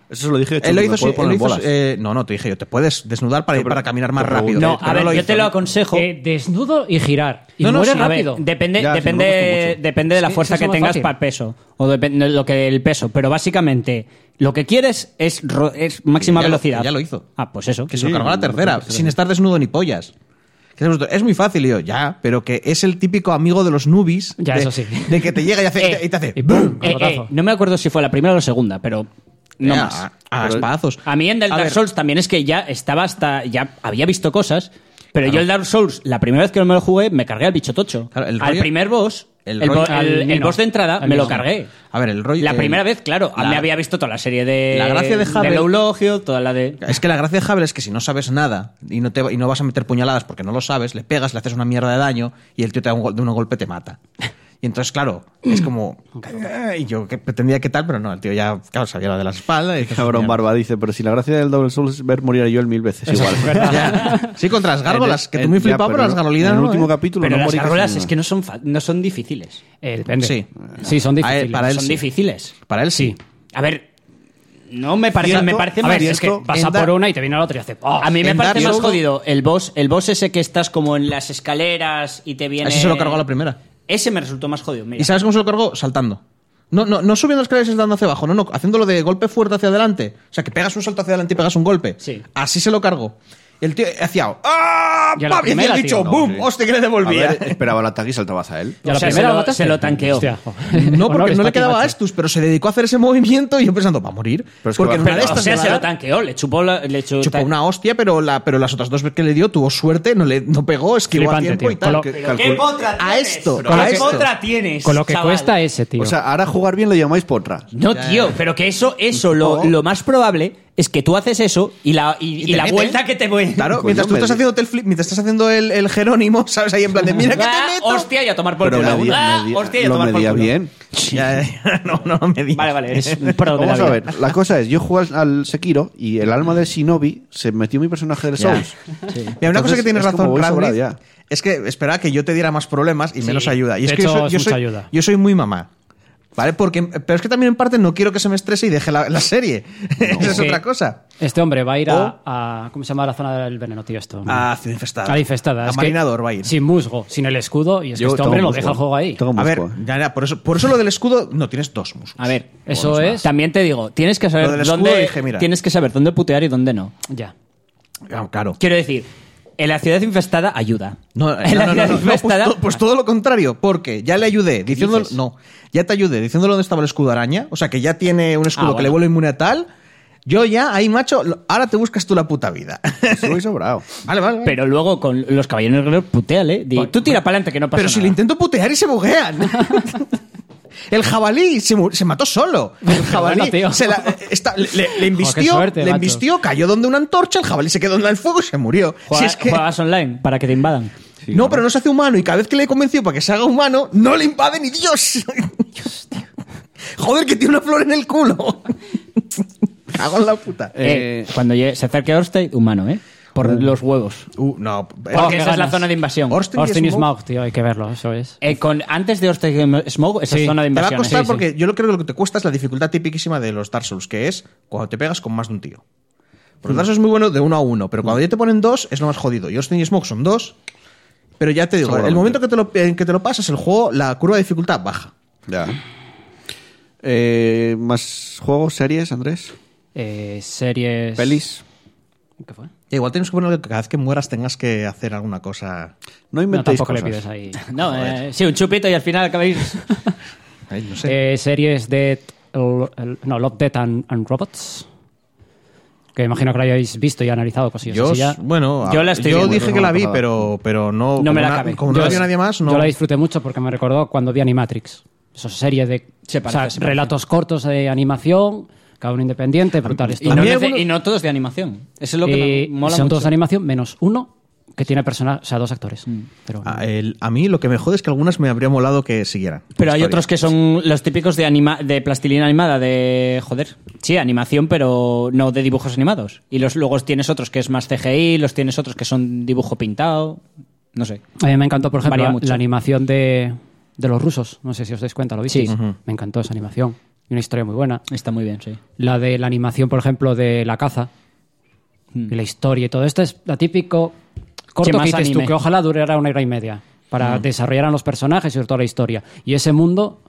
[SPEAKER 1] Eso se lo dije, hecho,
[SPEAKER 3] Él lo
[SPEAKER 1] me
[SPEAKER 3] hizo,
[SPEAKER 1] puedo
[SPEAKER 3] sí,
[SPEAKER 1] poner
[SPEAKER 3] él lo hizo,
[SPEAKER 1] bolas.
[SPEAKER 3] eh, no, no, te dije yo, te puedes desnudar para, ir- para caminar más rápido.
[SPEAKER 2] No,
[SPEAKER 3] Pero
[SPEAKER 2] a ver,
[SPEAKER 3] lo
[SPEAKER 2] yo
[SPEAKER 3] hizo,
[SPEAKER 2] te lo
[SPEAKER 3] ¿no?
[SPEAKER 2] aconsejo.
[SPEAKER 4] Eh, desnudo y girar. Y
[SPEAKER 3] No, no,
[SPEAKER 4] muere
[SPEAKER 3] sí,
[SPEAKER 2] A ver,
[SPEAKER 4] rápido.
[SPEAKER 2] depende,
[SPEAKER 1] Ya, sí, me gusta
[SPEAKER 2] depende,
[SPEAKER 1] mucho.
[SPEAKER 2] depende de la
[SPEAKER 4] Sí,
[SPEAKER 2] fuerza
[SPEAKER 4] sí, es
[SPEAKER 2] que
[SPEAKER 4] más
[SPEAKER 2] tengas
[SPEAKER 4] fácil.
[SPEAKER 2] para peso. O depende de lo que el peso. Pero básicamente, lo que quieres es, ro- es máxima
[SPEAKER 3] Ya lo-
[SPEAKER 2] velocidad.
[SPEAKER 3] ya lo hizo.
[SPEAKER 2] Ah, pues eso.
[SPEAKER 3] Que se lo cargó a la tercera, sin estar desnudo ni pollas. Que Es brutal. Es muy fácil, y yo, ya, pero que es el típico amigo de los nubis.
[SPEAKER 4] Ya,
[SPEAKER 3] de,
[SPEAKER 4] eso sí.
[SPEAKER 3] De que te llega
[SPEAKER 2] <laughs>
[SPEAKER 3] y, hace, y te hace.
[SPEAKER 4] y
[SPEAKER 3] ¡bum!
[SPEAKER 4] ¡bum!
[SPEAKER 2] Eh, eh,
[SPEAKER 4] Garrotazo.
[SPEAKER 2] no me acuerdo si fue la primera o la segunda, pero no
[SPEAKER 3] Eh,
[SPEAKER 2] más.
[SPEAKER 3] A, a espadazos.
[SPEAKER 2] A mí en el
[SPEAKER 3] A
[SPEAKER 2] Dark
[SPEAKER 3] ver,
[SPEAKER 2] Souls también es que ya estaba hasta. Ya había visto cosas, pero yo el Dark Souls, la primera vez que me lo jugué, me cargué al bicho tocho.
[SPEAKER 3] Claro, el
[SPEAKER 2] al
[SPEAKER 3] rollo-
[SPEAKER 2] primer boss,
[SPEAKER 3] el
[SPEAKER 2] el,
[SPEAKER 3] rollo-
[SPEAKER 2] bo- el-
[SPEAKER 4] al
[SPEAKER 2] el
[SPEAKER 4] Nino.
[SPEAKER 2] boss de entrada,
[SPEAKER 4] Al
[SPEAKER 2] me lo
[SPEAKER 4] Nino.
[SPEAKER 2] cargué.
[SPEAKER 3] A ver, el rollo.
[SPEAKER 2] La
[SPEAKER 3] el-
[SPEAKER 2] primera vez, claro,
[SPEAKER 3] la-
[SPEAKER 2] me había visto toda la serie de.
[SPEAKER 3] La gracia de Havel-
[SPEAKER 2] Low Logio, toda la de.
[SPEAKER 3] Es que la gracia de Havel es que si no sabes nada y no, te, y no vas a meter puñaladas porque no lo sabes, le pegas, le haces una mierda de daño y el tío te da un, gol- de un golpe te mata. Y entonces, claro, es como. "Eh", Y yo que pretendía que tal, pero no, el tío ya, claro, sabía la de la espalda.
[SPEAKER 1] <laughs>
[SPEAKER 3] Y
[SPEAKER 1] Cabrón barba dice, pero si la gracia del Double Soul es ver morir a Joel mil veces igual.
[SPEAKER 3] Ya. Sí, contra las gárgolas, que
[SPEAKER 1] En-
[SPEAKER 3] tú muy
[SPEAKER 1] ya,
[SPEAKER 3] flipado, pero
[SPEAKER 1] no-
[SPEAKER 3] las gargolinas.
[SPEAKER 1] En el
[SPEAKER 3] no,
[SPEAKER 1] último
[SPEAKER 3] ¿eh?
[SPEAKER 1] capítulo
[SPEAKER 2] Pero
[SPEAKER 1] no
[SPEAKER 2] las
[SPEAKER 1] morirás
[SPEAKER 2] gargolas
[SPEAKER 1] ninguna.
[SPEAKER 2] es que no son, fa- no son difíciles.
[SPEAKER 4] Eh, depende.
[SPEAKER 3] Sí.
[SPEAKER 4] Sí, son
[SPEAKER 3] A él-
[SPEAKER 4] difíciles.
[SPEAKER 3] para él
[SPEAKER 2] son
[SPEAKER 3] sí.
[SPEAKER 2] difíciles.
[SPEAKER 3] Para él sí.
[SPEAKER 2] A ver, no me parece.
[SPEAKER 1] Cierto.
[SPEAKER 2] Me parece
[SPEAKER 1] A
[SPEAKER 2] más.
[SPEAKER 1] ver,
[SPEAKER 2] es que
[SPEAKER 1] esto-
[SPEAKER 4] Pasa
[SPEAKER 3] En Dark-
[SPEAKER 4] por una y te viene la otra y hace. ¡oh!
[SPEAKER 2] A mí me
[SPEAKER 3] En
[SPEAKER 2] parece
[SPEAKER 3] Dark
[SPEAKER 2] más
[SPEAKER 3] Souls-
[SPEAKER 2] jodido el boss, el boss ese que estás como en las escaleras y te viene.
[SPEAKER 3] Así se lo cargó a la primera.
[SPEAKER 2] Ese me resultó más jodido. mira.
[SPEAKER 3] ¿Y sabes cómo se lo cargó? Saltando. No, no, no subiendo las escaleras y dando hacia abajo, no, no, haciéndolo de golpe fuerte hacia adelante. O sea, que pegas un salto hacia adelante y pegas un golpe.
[SPEAKER 2] Sí.
[SPEAKER 3] Así se lo cargó. Y el tío hacía. ¡Ah!
[SPEAKER 4] Y a la
[SPEAKER 3] ¡Pam! Y
[SPEAKER 4] primera,
[SPEAKER 3] el bicho,
[SPEAKER 4] tío, no,
[SPEAKER 3] ¡boom!
[SPEAKER 1] sí.
[SPEAKER 3] ¡Hostia, que le
[SPEAKER 1] A
[SPEAKER 3] devolvía!
[SPEAKER 1] ver, esperaba el ataque y saltabas a él.
[SPEAKER 4] Y a la
[SPEAKER 2] O sea,
[SPEAKER 4] primera
[SPEAKER 2] se lo-
[SPEAKER 4] mataste.
[SPEAKER 2] se lo tanqueó.
[SPEAKER 4] <laughs> Hostia.
[SPEAKER 3] <laughs> No, porque
[SPEAKER 4] Honores
[SPEAKER 3] no le
[SPEAKER 4] para ti,
[SPEAKER 3] quedaba
[SPEAKER 4] macho.
[SPEAKER 3] a Estus, pero se dedicó a hacer ese movimiento y yo pensando, va a morir.
[SPEAKER 1] Pero es que
[SPEAKER 3] porque
[SPEAKER 1] va-
[SPEAKER 3] en una
[SPEAKER 2] Pero,
[SPEAKER 3] de
[SPEAKER 2] o
[SPEAKER 3] estas
[SPEAKER 2] sea,
[SPEAKER 3] le
[SPEAKER 2] se
[SPEAKER 3] va
[SPEAKER 2] lo
[SPEAKER 3] a dar-
[SPEAKER 2] tanqueó, le chupó la- le chupó
[SPEAKER 3] chupó una hostia, pero, la, pero las otras dos veces que le dio tuvo suerte, no, le, no pegó, esquivó a
[SPEAKER 4] Flipante,
[SPEAKER 3] tiempo
[SPEAKER 4] tío.
[SPEAKER 3] y tal.
[SPEAKER 4] Con
[SPEAKER 1] Que
[SPEAKER 2] ¿Qué
[SPEAKER 1] calcul-
[SPEAKER 2] potra
[SPEAKER 3] A
[SPEAKER 2] tienes?
[SPEAKER 3] esto,
[SPEAKER 2] ¿Pero
[SPEAKER 3] a
[SPEAKER 2] ¿Qué
[SPEAKER 3] esto.
[SPEAKER 2] potra tienes?
[SPEAKER 4] Con lo que
[SPEAKER 2] chaval?
[SPEAKER 4] cuesta ese, tío.
[SPEAKER 1] O sea, ahora jugar bien lo llamáis potra.
[SPEAKER 2] No, tío, pero que eso, eso, lo, lo más probable es que tú haces eso y la, y,
[SPEAKER 3] te
[SPEAKER 2] y la
[SPEAKER 3] mete.
[SPEAKER 2] vuelta que te voy.
[SPEAKER 3] Claro,
[SPEAKER 1] Coño,
[SPEAKER 3] mientras tú
[SPEAKER 1] me
[SPEAKER 3] estás
[SPEAKER 1] di-
[SPEAKER 3] haciendo el flip, mientras estás haciendo el, el Jerónimo, ¿sabes? Ahí en plan de mira que
[SPEAKER 2] Ah,
[SPEAKER 3] te meto.
[SPEAKER 2] Hostia, y a tomar por
[SPEAKER 1] Pero
[SPEAKER 2] culo.
[SPEAKER 1] medía-
[SPEAKER 2] Ah,
[SPEAKER 1] medía-
[SPEAKER 2] hostia, y a
[SPEAKER 1] lo
[SPEAKER 2] tomar por
[SPEAKER 1] medía
[SPEAKER 2] culo.
[SPEAKER 1] bien.
[SPEAKER 3] Ya, ya, no, no me digas.
[SPEAKER 1] <laughs>
[SPEAKER 2] Vale, vale, eres un pro de la
[SPEAKER 1] Vamos a
[SPEAKER 2] vida.
[SPEAKER 1] ver, la cosa es, yo jugué al- al Sekiro y el alma del Shinobi se metió en mi personaje del
[SPEAKER 3] Ya.
[SPEAKER 1] Souls.
[SPEAKER 3] Mira, una cosa
[SPEAKER 1] Entonces,
[SPEAKER 3] que tienes
[SPEAKER 1] es como
[SPEAKER 3] razón,
[SPEAKER 1] voy sobrado
[SPEAKER 3] Radcliffe,
[SPEAKER 1] ya.
[SPEAKER 3] es que esperaba que yo te diera más problemas y menos ayuda. Y
[SPEAKER 4] de
[SPEAKER 3] es que
[SPEAKER 4] hecho,
[SPEAKER 3] yo, soy,
[SPEAKER 4] es
[SPEAKER 3] yo
[SPEAKER 4] mucha
[SPEAKER 3] soy-
[SPEAKER 4] ayuda.
[SPEAKER 3] yo soy muy mamá. ¿Vale? Porque, pero es que también en parte no quiero que se me estrese y deje la, la serie. <laughs> Esa es
[SPEAKER 4] Sí.
[SPEAKER 3] otra cosa.
[SPEAKER 4] Este hombre va a ir
[SPEAKER 3] O-
[SPEAKER 4] a, a- ¿Cómo se llama la zona del veneno, tío? Esto.
[SPEAKER 1] Ah,
[SPEAKER 3] A Ciudad Infestada.
[SPEAKER 4] A la infestada.
[SPEAKER 3] A
[SPEAKER 4] es que
[SPEAKER 3] Marinador va a ir.
[SPEAKER 4] Sin musgo, sin el escudo. Y es que
[SPEAKER 1] Yo
[SPEAKER 4] este
[SPEAKER 1] tengo
[SPEAKER 4] hombre lo
[SPEAKER 1] musgo.
[SPEAKER 4] deja el juego ahí.
[SPEAKER 1] Tengo
[SPEAKER 3] A ver,
[SPEAKER 1] musgo, eh.
[SPEAKER 3] ya, ya, por, eso, por eso lo del escudo, no, tienes dos musgos.
[SPEAKER 4] Ah.
[SPEAKER 2] A ver,
[SPEAKER 4] Eso
[SPEAKER 2] bueno,
[SPEAKER 4] es-
[SPEAKER 2] También te digo, tienes que
[SPEAKER 3] Lo del
[SPEAKER 2] saber
[SPEAKER 3] escudo
[SPEAKER 2] dónde
[SPEAKER 3] dije, mira.
[SPEAKER 2] tienes que saber dónde putear y dónde no.
[SPEAKER 4] Ya.
[SPEAKER 3] Ah, claro.
[SPEAKER 2] Quiero decir, en la ciudad infestada ayuda.
[SPEAKER 3] No,
[SPEAKER 4] <laughs>
[SPEAKER 3] eh,
[SPEAKER 2] <laughs> en la
[SPEAKER 3] no, no, no,
[SPEAKER 2] ciudad
[SPEAKER 3] no, no, pues,
[SPEAKER 2] infestada.
[SPEAKER 3] to- pues todo lo contrario, porque ya le ayudé diciéndolo.
[SPEAKER 2] dices?
[SPEAKER 3] No, ya te ayudé diciéndolo dónde estaba el escudo araña. O sea, que ya tiene un escudo
[SPEAKER 2] Ah,
[SPEAKER 3] que le
[SPEAKER 2] bueno.
[SPEAKER 3] vuelve inmune a tal. Yo ya, ahí, macho, lo- ahora te buscas tú la puta vida. <laughs>
[SPEAKER 1] Sí, voy
[SPEAKER 4] <laughs>
[SPEAKER 1] sobrado.
[SPEAKER 3] vale, vale. vale.
[SPEAKER 2] Pero luego con los caballeros negros, puteale. di, tú tira para adelante que no pasa
[SPEAKER 3] Pues, Pero si le
[SPEAKER 2] nada.
[SPEAKER 3] intento putear y se buguean. El jabalí se, mu- se mató solo. El jabalí
[SPEAKER 4] Bueno, tío.
[SPEAKER 3] se la- eh, está- le, le- le invistió,
[SPEAKER 4] qué suerte,
[SPEAKER 3] le
[SPEAKER 4] macho.
[SPEAKER 3] invistió, cayó donde una antorcha, el jabalí se quedó en el fuego y se murió. Si
[SPEAKER 2] Juega-
[SPEAKER 3] es que-
[SPEAKER 2] Juegas online para que te invadan.
[SPEAKER 3] no, pero no se hace humano y cada vez que le he convencido para que se haga humano, no le invade ni Dios. <laughs> Joder, que tiene una flor en el culo. Cago en la puta. Eh,
[SPEAKER 2] Eh, cuando llegue- se acerque a Orsted, humano, ¿eh? por los huevos.
[SPEAKER 3] Uh, no.
[SPEAKER 2] Porque
[SPEAKER 4] qué
[SPEAKER 2] esa es la
[SPEAKER 4] ganas.
[SPEAKER 2] zona de invasión.
[SPEAKER 3] Austin,
[SPEAKER 4] Austin
[SPEAKER 3] y
[SPEAKER 4] y
[SPEAKER 3] Smoke.
[SPEAKER 4] Smoke, tío, hay que verlo, eso es.
[SPEAKER 2] Eh, con, antes de Austin Smoke, esa
[SPEAKER 4] Sí.
[SPEAKER 2] es zona de
[SPEAKER 3] Te va a
[SPEAKER 2] invasión.
[SPEAKER 3] costar
[SPEAKER 2] Sí, sí.
[SPEAKER 3] porque yo lo creo que lo que te cuesta es la dificultad tipiquísima de los Dark Souls, que es cuando te pegas con más de un tío. Porque
[SPEAKER 2] Hmm.
[SPEAKER 3] Dark Souls es muy bueno de uno a uno, pero cuando ya te ponen dos es lo más jodido. Y Austin y Smoke son dos, pero ya te digo, el
[SPEAKER 1] Seguramente.
[SPEAKER 3] momento que te lo, en que te lo pasas el juego, la curva de dificultad baja.
[SPEAKER 1] Ya. Eh, ¿Más juegos, series, Andrés?
[SPEAKER 4] Eh, series.
[SPEAKER 1] ¿Pelis?
[SPEAKER 4] ¿Qué fue?
[SPEAKER 3] Ya, igual tienes que ponerle que cada vez que mueras tengas que hacer alguna cosa.
[SPEAKER 1] No
[SPEAKER 4] No,
[SPEAKER 1] inventéis
[SPEAKER 4] tampoco le
[SPEAKER 1] cosas.
[SPEAKER 3] <laughs>
[SPEAKER 4] pides ahí.
[SPEAKER 2] No, eh, sí, un chupito y al final acabáis.
[SPEAKER 3] Ay, no sé.
[SPEAKER 4] Eh, series de. No, Love, Death and, and Robots. Que imagino que lo hayáis visto y analizado pues cosillas
[SPEAKER 3] yo,
[SPEAKER 4] así ya.
[SPEAKER 3] bueno,
[SPEAKER 2] Yo
[SPEAKER 3] a-
[SPEAKER 2] la estoy
[SPEAKER 3] yo
[SPEAKER 2] viendo,
[SPEAKER 3] dije
[SPEAKER 1] no
[SPEAKER 3] que
[SPEAKER 1] me
[SPEAKER 3] la vi,
[SPEAKER 1] acordaba.
[SPEAKER 3] pero, pero no.
[SPEAKER 2] No
[SPEAKER 3] como
[SPEAKER 2] me la
[SPEAKER 3] na-
[SPEAKER 2] acabé.
[SPEAKER 3] Como no
[SPEAKER 2] Yo
[SPEAKER 3] la vi
[SPEAKER 2] es-
[SPEAKER 3] nadie más, no.
[SPEAKER 4] Yo la disfruté mucho porque me recordó cuando vi Animatrix. Esas series de
[SPEAKER 2] Se parece,
[SPEAKER 4] o sea,
[SPEAKER 2] se parece.
[SPEAKER 4] relatos cortos de animación, cada uno independiente, brutales.
[SPEAKER 2] Y
[SPEAKER 4] todos.
[SPEAKER 2] no,
[SPEAKER 3] mí
[SPEAKER 2] nece-
[SPEAKER 3] algunos-
[SPEAKER 2] y no todos de animación. Eso es lo que
[SPEAKER 1] Eh,
[SPEAKER 4] Y
[SPEAKER 2] me mola
[SPEAKER 4] son
[SPEAKER 2] mucho. Mm.
[SPEAKER 4] todos de animación menos uno que tiene personajes, o sea, dos actores. Pero bueno.
[SPEAKER 3] A, el- a mí lo que me jode es que algunas me habría molado que siguieran.
[SPEAKER 2] Pero hay
[SPEAKER 3] Historia.
[SPEAKER 2] otros que son los típicos de, anima de plastilina animada, de. Joder. Sí, animación, pero no de dibujos animados. Y los, luego tienes otros que es más CGI, los tienes otros que son dibujo pintado. No sé.
[SPEAKER 4] a mí me encantó, por ejemplo,
[SPEAKER 2] varía
[SPEAKER 4] la-
[SPEAKER 2] mucho.
[SPEAKER 4] la animación de, de los rusos. No sé si os dais cuenta, lo visteis. Me encantó esa animación. Y una historia muy buena.
[SPEAKER 2] Está muy bien, sí.
[SPEAKER 4] La de la animación, por ejemplo, de la caza. Y la historia y todo esto es la típico corto
[SPEAKER 2] Mm. Sí,
[SPEAKER 4] que
[SPEAKER 2] más
[SPEAKER 4] dices tú,
[SPEAKER 2] anime. Mm.
[SPEAKER 4] que ojalá durara una hora y media para desarrollar a los personajes y sobre todo la historia. Y ese mundo,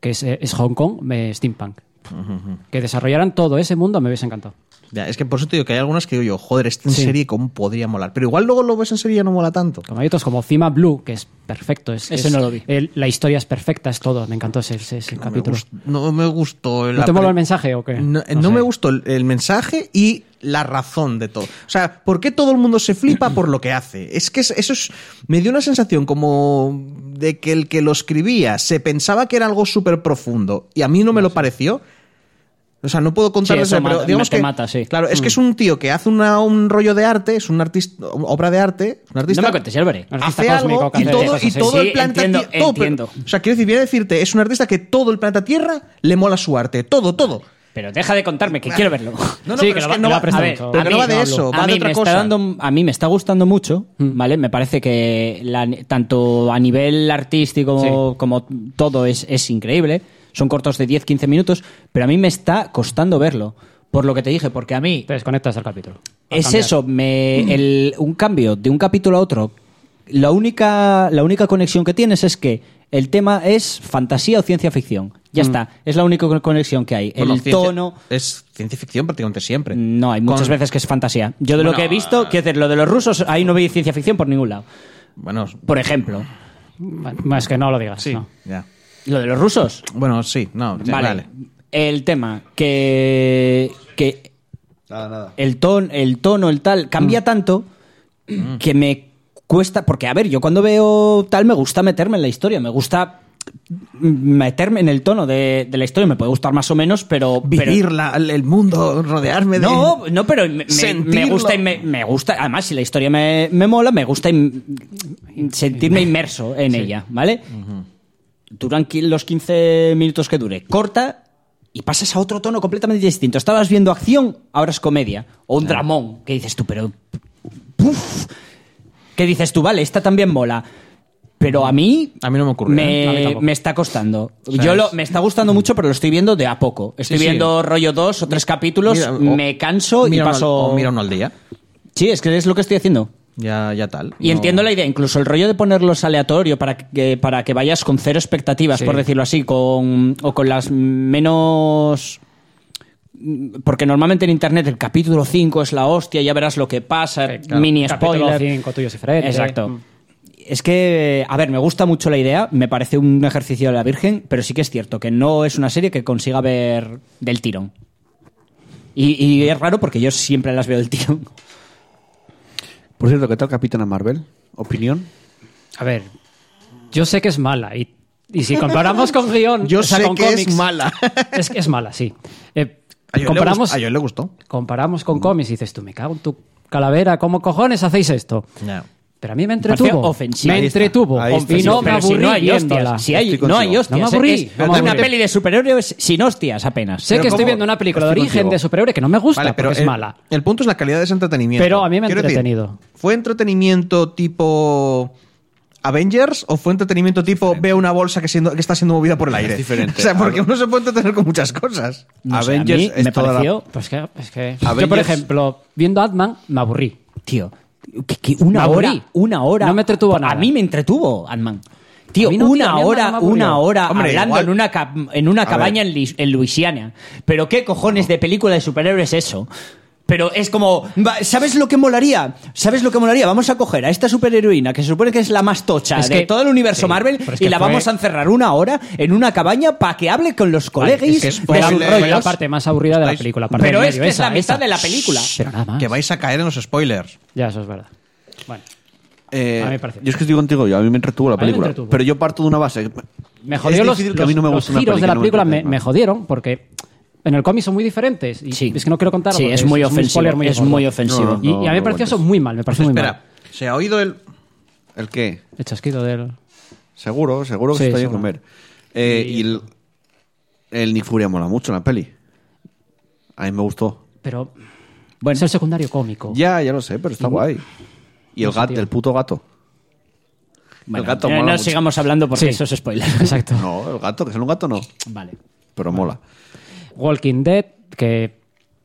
[SPEAKER 4] que es, eh, es Hong Kong, eh, steampunk. Que desarrollaran todo ese mundo me hubiese encantado.
[SPEAKER 3] Ya, es que por eso te digo que hay algunas que digo yo, joder, esta en
[SPEAKER 4] Sí.
[SPEAKER 3] serie cómo podría molar. Pero igual luego lo ves en serie y ya no mola tanto.
[SPEAKER 4] Como hay otros como Cima Blue, que es perfecto. Es,
[SPEAKER 2] Ese
[SPEAKER 4] es-
[SPEAKER 2] no lo vi.
[SPEAKER 4] el- la historia es perfecta, es todo. Me encantó ese, ese- ese
[SPEAKER 3] No me,
[SPEAKER 4] capítulo.
[SPEAKER 3] gust- no me gustó.
[SPEAKER 4] ¿No te mola el mensaje o qué?
[SPEAKER 3] No, eh,
[SPEAKER 4] No
[SPEAKER 3] no
[SPEAKER 4] sé.
[SPEAKER 3] me gustó el, el mensaje y la razón de todo. O sea, ¿por qué todo el mundo se flipa por lo que hace? Es que es- eso es, me dio una sensación como de que el que lo escribía se pensaba que era algo súper profundo y a mí no me lo pareció. O sea, no puedo contarles,
[SPEAKER 2] eso
[SPEAKER 3] pero
[SPEAKER 2] mata-
[SPEAKER 3] digamos
[SPEAKER 2] te
[SPEAKER 3] que
[SPEAKER 2] mata, sí. Mm.
[SPEAKER 3] claro, es que es un tío que hace una- un rollo de arte, es un artista, obra de arte, un artista.
[SPEAKER 2] no me cuentes, ya lo veré.
[SPEAKER 4] Artista
[SPEAKER 3] Hace
[SPEAKER 4] cósmico
[SPEAKER 3] algo
[SPEAKER 4] que
[SPEAKER 3] y
[SPEAKER 4] hace
[SPEAKER 3] todo,
[SPEAKER 4] cosas
[SPEAKER 3] y
[SPEAKER 4] así.
[SPEAKER 3] todo
[SPEAKER 2] Sí,
[SPEAKER 3] el planeta
[SPEAKER 2] entiendo,
[SPEAKER 3] Tierra. todo, pero-
[SPEAKER 2] entiendo.
[SPEAKER 3] o sea, quiero decir, voy a decirte, es un artista que todo el planeta Tierra le mola su arte. Todo, todo.
[SPEAKER 2] Pero deja de contarme, que quiero verlo. <laughs>
[SPEAKER 3] No, no,
[SPEAKER 4] Sí,
[SPEAKER 3] pero
[SPEAKER 4] que
[SPEAKER 3] es
[SPEAKER 4] lo
[SPEAKER 3] que
[SPEAKER 4] va-
[SPEAKER 3] no
[SPEAKER 4] lo
[SPEAKER 3] va,
[SPEAKER 4] va a prestar
[SPEAKER 3] a ver,
[SPEAKER 4] mucho.
[SPEAKER 3] pero
[SPEAKER 4] A
[SPEAKER 3] no
[SPEAKER 4] mí-
[SPEAKER 3] va de
[SPEAKER 4] no hablo.
[SPEAKER 3] eso, va
[SPEAKER 2] a
[SPEAKER 3] de
[SPEAKER 2] mí
[SPEAKER 3] otra
[SPEAKER 2] me
[SPEAKER 3] cosa. Mm.
[SPEAKER 2] Está dando, a mí me está gustando mucho, ¿vale? Me parece que la- tanto a nivel artístico
[SPEAKER 4] Sí.
[SPEAKER 2] como todo es, es increíble. Son cortos de 10-15 minutos, pero a mí me está costando verlo. Por lo que te dije, porque a mí
[SPEAKER 4] Te desconectas del capítulo. A
[SPEAKER 2] es
[SPEAKER 4] cambiar.
[SPEAKER 2] eso, me, el- un cambio de un capítulo a otro. La única, la única conexión que tienes es que el tema es fantasía o ciencia ficción. Ya está, es la única conexión que hay.
[SPEAKER 3] Mm. Bueno,
[SPEAKER 2] el
[SPEAKER 3] ciencia-
[SPEAKER 2] tono.
[SPEAKER 3] Es ciencia ficción prácticamente siempre.
[SPEAKER 2] No, hay muchas
[SPEAKER 3] Con-
[SPEAKER 2] veces que es fantasía. Yo de lo
[SPEAKER 3] Bueno, ah.
[SPEAKER 2] que he visto, quiero decir, lo de los rusos, ahí no vi ciencia ficción por ningún lado.
[SPEAKER 3] Bueno,
[SPEAKER 2] Por ejemplo,
[SPEAKER 4] Bueno, es que no lo digas.
[SPEAKER 3] sí.
[SPEAKER 4] no.
[SPEAKER 3] ya.
[SPEAKER 2] lo de los rusos.
[SPEAKER 3] Bueno, sí, no, ya,
[SPEAKER 2] vale.
[SPEAKER 3] vale.
[SPEAKER 2] El tema, que, que
[SPEAKER 1] Nada, nada.
[SPEAKER 2] el, ton, el tono, el tal, cambia
[SPEAKER 3] Mm.
[SPEAKER 2] tanto que me cuesta. Porque, a ver, yo cuando veo tal me gusta meterme en la historia, me gusta meterme en el tono de, de la historia. Me puede gustar más o menos, pero. pero-
[SPEAKER 3] Vivir la- el mundo, rodearme de.
[SPEAKER 2] No, no, pero me, me- me
[SPEAKER 3] Sentirlo.
[SPEAKER 2] gusta y me, me gusta. Además, si la historia me, me mola, me gusta in- sentirme inmerso en ella, ¿vale? Duran qui- los 15 minutos que dure. Corta y pasas a otro tono completamente distinto. Estabas viendo acción, ahora es comedia. O un dramón, que dices tú, pero. ¡puf! Que dices tú, vale, esta también mola. Pero a mí.
[SPEAKER 3] A mí no me ocurre, ¿eh? A mí
[SPEAKER 2] Me,
[SPEAKER 3] tampoco.
[SPEAKER 2] me está costando.
[SPEAKER 3] sea,
[SPEAKER 2] Yo
[SPEAKER 3] es-
[SPEAKER 2] lo- me está gustando mucho, pero lo estoy viendo de a poco. Estoy
[SPEAKER 3] Sí, sí.
[SPEAKER 2] viendo rollo dos o tres capítulos,
[SPEAKER 3] Mira, o-
[SPEAKER 2] me canso y
[SPEAKER 3] mira uno al-
[SPEAKER 2] paso.
[SPEAKER 3] o mira uno al día.
[SPEAKER 2] Sí, es que es lo que estoy haciendo.
[SPEAKER 3] Ya, ya tal.
[SPEAKER 2] Y
[SPEAKER 3] No-
[SPEAKER 2] entiendo la idea, incluso el rollo de ponerlos aleatorio para que, para que vayas con cero expectativas,
[SPEAKER 4] Sí.
[SPEAKER 2] por decirlo así, con, o con las menos... Porque normalmente en internet el capítulo 5 es la hostia, ya verás lo que pasa,
[SPEAKER 4] Sí, claro.
[SPEAKER 2] mini
[SPEAKER 4] Capítulo
[SPEAKER 2] spoiler.
[SPEAKER 4] cinco, tuyo es diferente.
[SPEAKER 2] Exacto.
[SPEAKER 4] Mm.
[SPEAKER 2] Es que, a ver, me gusta mucho la idea, me parece un ejercicio de la Virgen, pero sí que es cierto que no es una serie que consiga ver del tirón. Y, y es raro porque yo siempre las veo del tirón.
[SPEAKER 1] Por cierto, ¿qué tal Capitana Marvel? ¿Opinión?
[SPEAKER 4] A ver, yo sé que es mala y, y si comparamos con guión,
[SPEAKER 3] Yo
[SPEAKER 4] o sea,
[SPEAKER 3] sé
[SPEAKER 4] con
[SPEAKER 3] que
[SPEAKER 4] cómics,
[SPEAKER 3] es mala.
[SPEAKER 4] <laughs> Es que es mala, sí. Eh,
[SPEAKER 3] A Joel le
[SPEAKER 4] comparamos,
[SPEAKER 3] gust- a Joel le gustó.
[SPEAKER 4] comparamos con cómics y dices tú, me cago en tu calavera, ¿cómo cojones hacéis esto?
[SPEAKER 3] Ya.
[SPEAKER 4] Pero a mí me
[SPEAKER 5] Parecía
[SPEAKER 4] <laughs> entretuvo.
[SPEAKER 5] ofensiva.
[SPEAKER 4] Me
[SPEAKER 5] Ahí está.
[SPEAKER 4] entretuvo.
[SPEAKER 1] Ahí está.
[SPEAKER 4] Y no me
[SPEAKER 5] Pero
[SPEAKER 4] aburrí
[SPEAKER 5] si no hay
[SPEAKER 4] viéndola.
[SPEAKER 5] hostias. Si hay,
[SPEAKER 1] Estoy
[SPEAKER 5] no hay
[SPEAKER 1] contigo.
[SPEAKER 5] hostias.
[SPEAKER 4] No me aburrí,
[SPEAKER 5] Es- es
[SPEAKER 4] no me
[SPEAKER 5] una
[SPEAKER 4] aburrí.
[SPEAKER 5] peli de superhéroes sin hostias apenas.
[SPEAKER 4] Sé que estoy
[SPEAKER 3] ¿cómo?
[SPEAKER 4] viendo una película de
[SPEAKER 1] Estoy
[SPEAKER 4] origen
[SPEAKER 1] contigo.
[SPEAKER 4] de superhéroe que no me gusta
[SPEAKER 3] Vale, pero
[SPEAKER 4] porque
[SPEAKER 3] el-
[SPEAKER 4] es mala.
[SPEAKER 3] El punto es la calidad de ese entretenimiento.
[SPEAKER 4] Pero a mí me ha
[SPEAKER 3] Quiero decir,
[SPEAKER 4] entretenido.
[SPEAKER 3] ¿Fue entretenimiento tipo Avengers o fue entretenimiento tipo veo una bolsa que, siendo- que está siendo movida por el aire?
[SPEAKER 1] diferente.
[SPEAKER 3] <laughs> O sea, porque uno se puede entretener con muchas cosas.
[SPEAKER 5] No sé,
[SPEAKER 1] Avengers
[SPEAKER 5] a mí
[SPEAKER 1] es
[SPEAKER 5] me
[SPEAKER 1] toda la-
[SPEAKER 5] pareció,
[SPEAKER 4] Pues que, es que... Yo, por
[SPEAKER 1] Avengers-
[SPEAKER 4] ejemplo, viendo Atman, me aburrí.
[SPEAKER 5] tío, que, que una
[SPEAKER 4] Me aburrí.
[SPEAKER 5] hora, una hora.
[SPEAKER 4] No me entretuvo nada.
[SPEAKER 5] A mí me entretuvo Ant-Man. Tío,
[SPEAKER 4] A mí no, tío,
[SPEAKER 5] una
[SPEAKER 4] a mí Ant-Man
[SPEAKER 5] hora,
[SPEAKER 4] no me aburrió.
[SPEAKER 5] una hora
[SPEAKER 3] Hombre,
[SPEAKER 5] hablando
[SPEAKER 3] igual-
[SPEAKER 5] en una, ca- en una
[SPEAKER 3] A
[SPEAKER 5] cabaña
[SPEAKER 3] ver.
[SPEAKER 5] en, Lis- en Luisiana. Pero qué cojones de película de superhéroes es eso. Pero es como, va, ¿sabes lo que molaría? ¿Sabes lo que molaría? Vamos a coger a esta superheroína que se supone que es la más tocha
[SPEAKER 4] Es
[SPEAKER 5] de
[SPEAKER 4] que-
[SPEAKER 5] todo el universo
[SPEAKER 4] sí,
[SPEAKER 5] Marvel
[SPEAKER 4] pero es
[SPEAKER 5] y
[SPEAKER 4] que
[SPEAKER 5] la
[SPEAKER 4] fue-
[SPEAKER 5] vamos a encerrar una hora en una cabaña para que hable con los colegas
[SPEAKER 4] Vale, es que
[SPEAKER 3] es
[SPEAKER 5] de
[SPEAKER 4] Fue la,
[SPEAKER 5] sus
[SPEAKER 3] spoiler,
[SPEAKER 4] fue la
[SPEAKER 5] rollos.
[SPEAKER 4] parte más aburrida de la
[SPEAKER 3] Vais-
[SPEAKER 4] película. parte
[SPEAKER 5] Pero
[SPEAKER 4] del
[SPEAKER 5] es
[SPEAKER 4] medio,
[SPEAKER 5] que es
[SPEAKER 4] esa,
[SPEAKER 5] la mitad
[SPEAKER 4] esa.
[SPEAKER 5] de la película.
[SPEAKER 4] Pero nada más.
[SPEAKER 3] Que vais a caer en los spoilers.
[SPEAKER 4] Ya, eso es verdad. Bueno,
[SPEAKER 1] Eh,
[SPEAKER 4] A mí me pareció.
[SPEAKER 1] yo es que estoy contigo yo, a mí me entretuvo la
[SPEAKER 4] A mí me
[SPEAKER 1] película.
[SPEAKER 4] entretuvo.
[SPEAKER 1] Pero yo parto de una base.
[SPEAKER 4] me
[SPEAKER 1] Es
[SPEAKER 4] jodió los,
[SPEAKER 1] difícil que
[SPEAKER 4] los-
[SPEAKER 1] a mí no me
[SPEAKER 4] los
[SPEAKER 1] guste una
[SPEAKER 4] giros de la
[SPEAKER 1] que no me
[SPEAKER 4] película, me,
[SPEAKER 1] entretenga.
[SPEAKER 4] me jodieron porque en el cómic son muy diferentes. Y
[SPEAKER 5] Sí.
[SPEAKER 4] es que no quiero contar
[SPEAKER 5] Sí,
[SPEAKER 4] porque
[SPEAKER 5] es muy
[SPEAKER 4] un
[SPEAKER 5] ofensivo,
[SPEAKER 4] spoiler
[SPEAKER 5] es
[SPEAKER 4] gordo.
[SPEAKER 5] muy ofensivo.
[SPEAKER 4] Y,
[SPEAKER 1] No,
[SPEAKER 4] y a mí me
[SPEAKER 1] no
[SPEAKER 4] pareció eso
[SPEAKER 1] aguantes.
[SPEAKER 4] muy mal, me pareció muy
[SPEAKER 3] Espera,
[SPEAKER 4] mal.
[SPEAKER 3] ¿se ha oído el...?
[SPEAKER 1] ¿El qué?
[SPEAKER 4] El chasquido del...
[SPEAKER 1] Seguro, seguro que
[SPEAKER 4] Sí,
[SPEAKER 1] se está bien
[SPEAKER 4] seguro.
[SPEAKER 1] comer. Eh, y el, el Nick Furia mola mucho en la peli. A mí me gustó.
[SPEAKER 4] Pero... Bueno. Es el secundario cómico.
[SPEAKER 1] Ya, ya lo sé, pero está guay. Y el gato, el puto gato.
[SPEAKER 5] Bueno,
[SPEAKER 1] el gato
[SPEAKER 5] eh,
[SPEAKER 1] mola.
[SPEAKER 5] no
[SPEAKER 1] mucho.
[SPEAKER 5] sigamos hablando porque
[SPEAKER 4] Sí.
[SPEAKER 5] eso es spoiler.
[SPEAKER 4] Exacto.
[SPEAKER 1] No, el gato, que es un gato no,
[SPEAKER 5] Vale.
[SPEAKER 1] pero mola.
[SPEAKER 4] Walking Dead, que...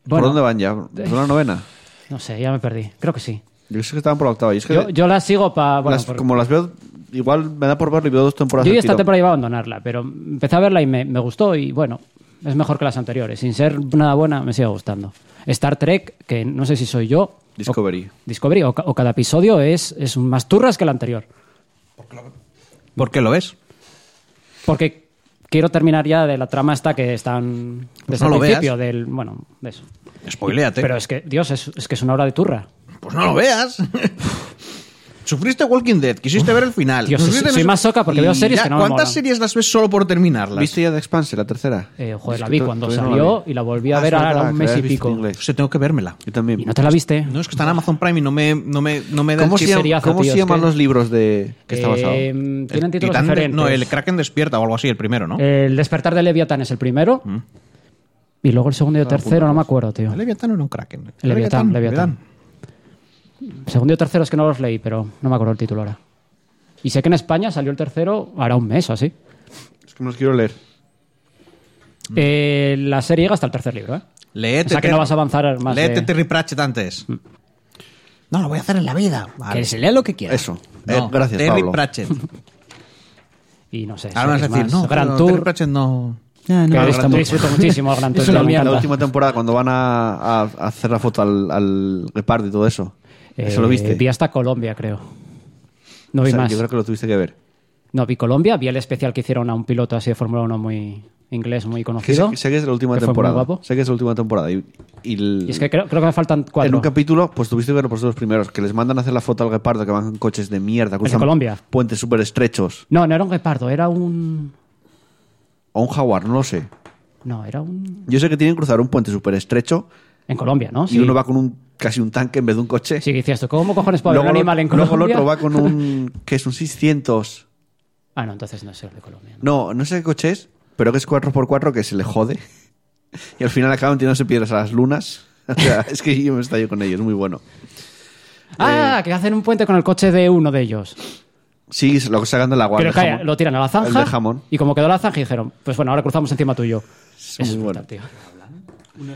[SPEAKER 1] ¿Por
[SPEAKER 4] bueno,
[SPEAKER 1] dónde van ya? ¿Por la novena?
[SPEAKER 4] No sé, ya me perdí. Creo que sí.
[SPEAKER 1] Yo sé que estaban por la octava. Y es que
[SPEAKER 4] Yo, yo la sigo para... Bueno,
[SPEAKER 1] las-
[SPEAKER 4] por-
[SPEAKER 1] como las veo, igual me da por verlo y veo dos temporadas.
[SPEAKER 4] Yo
[SPEAKER 1] al
[SPEAKER 4] ya esta
[SPEAKER 1] tirón.
[SPEAKER 4] temporada iba a abandonarla, pero empecé a verla y me, me gustó y bueno, es mejor que las anteriores. Sin ser nada buena, me sigue gustando. Star Trek, que no sé si soy yo.
[SPEAKER 1] Discovery.
[SPEAKER 4] O, Discovery, o, ca- o cada episodio es, es más turras que el anterior.
[SPEAKER 3] ¿Por qué lo ves?
[SPEAKER 4] Porque quiero terminar ya de la trama esta que están desde
[SPEAKER 3] no
[SPEAKER 4] el
[SPEAKER 3] lo
[SPEAKER 4] principio
[SPEAKER 3] veas.
[SPEAKER 4] del... Bueno, de eso.
[SPEAKER 3] Spoiléate.
[SPEAKER 4] Pero es que, Dios, es, es que es una obra de turra.
[SPEAKER 3] Pues no lo veas. <laughs> Sufriste Walking Dead, quisiste ver el final.
[SPEAKER 4] Tío,
[SPEAKER 3] Sufriste
[SPEAKER 4] soy-
[SPEAKER 3] no
[SPEAKER 4] soy
[SPEAKER 3] sé-
[SPEAKER 4] más soca porque
[SPEAKER 3] Y
[SPEAKER 4] veo series
[SPEAKER 3] ya,
[SPEAKER 4] que no me
[SPEAKER 3] ¿Cuántas
[SPEAKER 4] molan.
[SPEAKER 3] series las ves solo por terminarlas?
[SPEAKER 1] ¿Viste ya The Expanse, la tercera?
[SPEAKER 4] Eh,
[SPEAKER 1] Es
[SPEAKER 4] joder, la
[SPEAKER 1] que
[SPEAKER 4] vi
[SPEAKER 1] to-
[SPEAKER 4] cuando
[SPEAKER 1] todavía no
[SPEAKER 4] salió
[SPEAKER 1] la vi.
[SPEAKER 4] y la volví a
[SPEAKER 1] Ah,
[SPEAKER 4] ver
[SPEAKER 1] es verdad,
[SPEAKER 4] ahora
[SPEAKER 1] que
[SPEAKER 4] un
[SPEAKER 1] la
[SPEAKER 4] mes y
[SPEAKER 1] habías visto en
[SPEAKER 4] pico.
[SPEAKER 1] inglés.
[SPEAKER 3] Hostia, Pues tengo que vérmela.
[SPEAKER 1] Yo también.
[SPEAKER 4] ¿Y no te la viste?
[SPEAKER 3] No, es que está en Amazon Prime y no me, no me, no me da
[SPEAKER 1] ¿Cómo
[SPEAKER 3] el
[SPEAKER 1] se,
[SPEAKER 3] chip.
[SPEAKER 1] llama-
[SPEAKER 4] seriazo,
[SPEAKER 1] cómo
[SPEAKER 4] tío,
[SPEAKER 1] se
[SPEAKER 4] es
[SPEAKER 1] llaman
[SPEAKER 4] que-
[SPEAKER 1] los libros de que está basado?
[SPEAKER 4] Eh, tienen
[SPEAKER 3] El
[SPEAKER 4] títulos
[SPEAKER 3] Titán de-
[SPEAKER 4] diferentes. Eh,
[SPEAKER 3] no, el Kraken despierta o algo así, el primero, ¿no?
[SPEAKER 4] El despertar de Leviatán es el primero.
[SPEAKER 1] Mm.
[SPEAKER 4] Y luego el segundo y el tercero, no me acuerdo, tío.
[SPEAKER 3] ¿El Leviatán o no un Kraken?
[SPEAKER 4] El Leviatán, Leviatán. Segundo y tercero es que no los leí, pero no me acuerdo el título ahora. Y sé que en España salió el tercero hará un mes o así.
[SPEAKER 1] Es que me los quiero leer. Mm.
[SPEAKER 4] Eh, la serie llega hasta el tercer libro, ¿eh?
[SPEAKER 3] Leete,
[SPEAKER 4] O sea, que
[SPEAKER 3] Ter-
[SPEAKER 4] no vas a avanzar más eh. Mm.
[SPEAKER 3] Léete
[SPEAKER 4] de-
[SPEAKER 3] Terry Pratchett antes. No, lo voy a hacer en la vida. Vale.
[SPEAKER 5] Que se lea lo que quiera.
[SPEAKER 1] Eso.
[SPEAKER 3] No,
[SPEAKER 1] Eh, gracias,
[SPEAKER 3] Terry
[SPEAKER 1] Pablo.
[SPEAKER 3] Pratchett.
[SPEAKER 4] Y no sé.
[SPEAKER 3] Ahora me vas a
[SPEAKER 4] series
[SPEAKER 3] decir,
[SPEAKER 4] más.
[SPEAKER 3] no,
[SPEAKER 4] Gran
[SPEAKER 3] no, Terry
[SPEAKER 4] Tour.
[SPEAKER 3] Pratchett no...
[SPEAKER 4] que
[SPEAKER 1] Ah,
[SPEAKER 4] he visto-
[SPEAKER 1] Gran Tour.
[SPEAKER 4] disfruto muchísimo
[SPEAKER 1] <laughs>
[SPEAKER 4] Gran Tour.
[SPEAKER 1] Eso
[SPEAKER 4] me
[SPEAKER 1] la, la
[SPEAKER 4] encanta.
[SPEAKER 1] última temporada, cuando van a, a- a hacer la foto al, al reparto y todo eso. ¿Eso lo
[SPEAKER 4] Eh,
[SPEAKER 1] viste?
[SPEAKER 4] Vi hasta Colombia, creo. No
[SPEAKER 1] O
[SPEAKER 4] vi
[SPEAKER 1] sea,
[SPEAKER 4] más.
[SPEAKER 1] Yo creo que lo tuviste que ver.
[SPEAKER 4] No, vi Colombia, vi el especial que hicieron a un piloto así de Fórmula 1 muy inglés,
[SPEAKER 1] Que
[SPEAKER 4] muy
[SPEAKER 1] sé,
[SPEAKER 4] conocido.
[SPEAKER 1] sé que es la última
[SPEAKER 4] que fue muy
[SPEAKER 1] temporada.
[SPEAKER 4] guapo.
[SPEAKER 1] Sé que es la última temporada. Y, y el-
[SPEAKER 4] Y es que creo, creo que me faltan
[SPEAKER 1] en
[SPEAKER 4] cuatro.
[SPEAKER 1] un capítulo, pues tuviste que ver por los primeros, que les mandan a hacer la foto al reparto, que van con coches de mierda, cruzan
[SPEAKER 4] Colombia?
[SPEAKER 1] puentes súper estrechos.
[SPEAKER 4] No, no era un guepardo, era un...
[SPEAKER 1] O un jaguar, no lo sé.
[SPEAKER 4] No, era un...
[SPEAKER 1] Yo sé que tienen que cruzar un puente súper estrecho
[SPEAKER 4] En Colombia, ¿no?
[SPEAKER 1] y uno va con un casi un tanque en vez de un coche.
[SPEAKER 4] Ah, Sí, que decías tú, ¿cómo cojones puede haber
[SPEAKER 1] luego,
[SPEAKER 4] un
[SPEAKER 1] lo-
[SPEAKER 4] animal en Colombia?
[SPEAKER 1] luego el otro va con
[SPEAKER 4] <laughs>
[SPEAKER 1] un... que es un 600.
[SPEAKER 4] Ah, no, entonces no es el de Colombia. ¿no?
[SPEAKER 1] No, no sé qué coche es, pero que es 4x4 que se le jode. Y al final acaban tirándose piedras a las lunas. <laughs> O sea, es que yo me estallo con ellos, muy bueno. Eh.
[SPEAKER 4] Ah, que hacen un puente con el coche de uno de ellos.
[SPEAKER 1] Sí, es lo que sacan del agua.
[SPEAKER 4] Pero
[SPEAKER 1] el
[SPEAKER 4] que
[SPEAKER 1] jamón.
[SPEAKER 4] lo tiran a la
[SPEAKER 1] El de
[SPEAKER 4] zanja
[SPEAKER 1] jamón.
[SPEAKER 4] y como quedó la zanja dijeron, pues bueno, ahora cruzamos encima tuyo.
[SPEAKER 1] Es
[SPEAKER 4] Eso
[SPEAKER 1] muy
[SPEAKER 4] es
[SPEAKER 1] bueno.
[SPEAKER 4] brutal,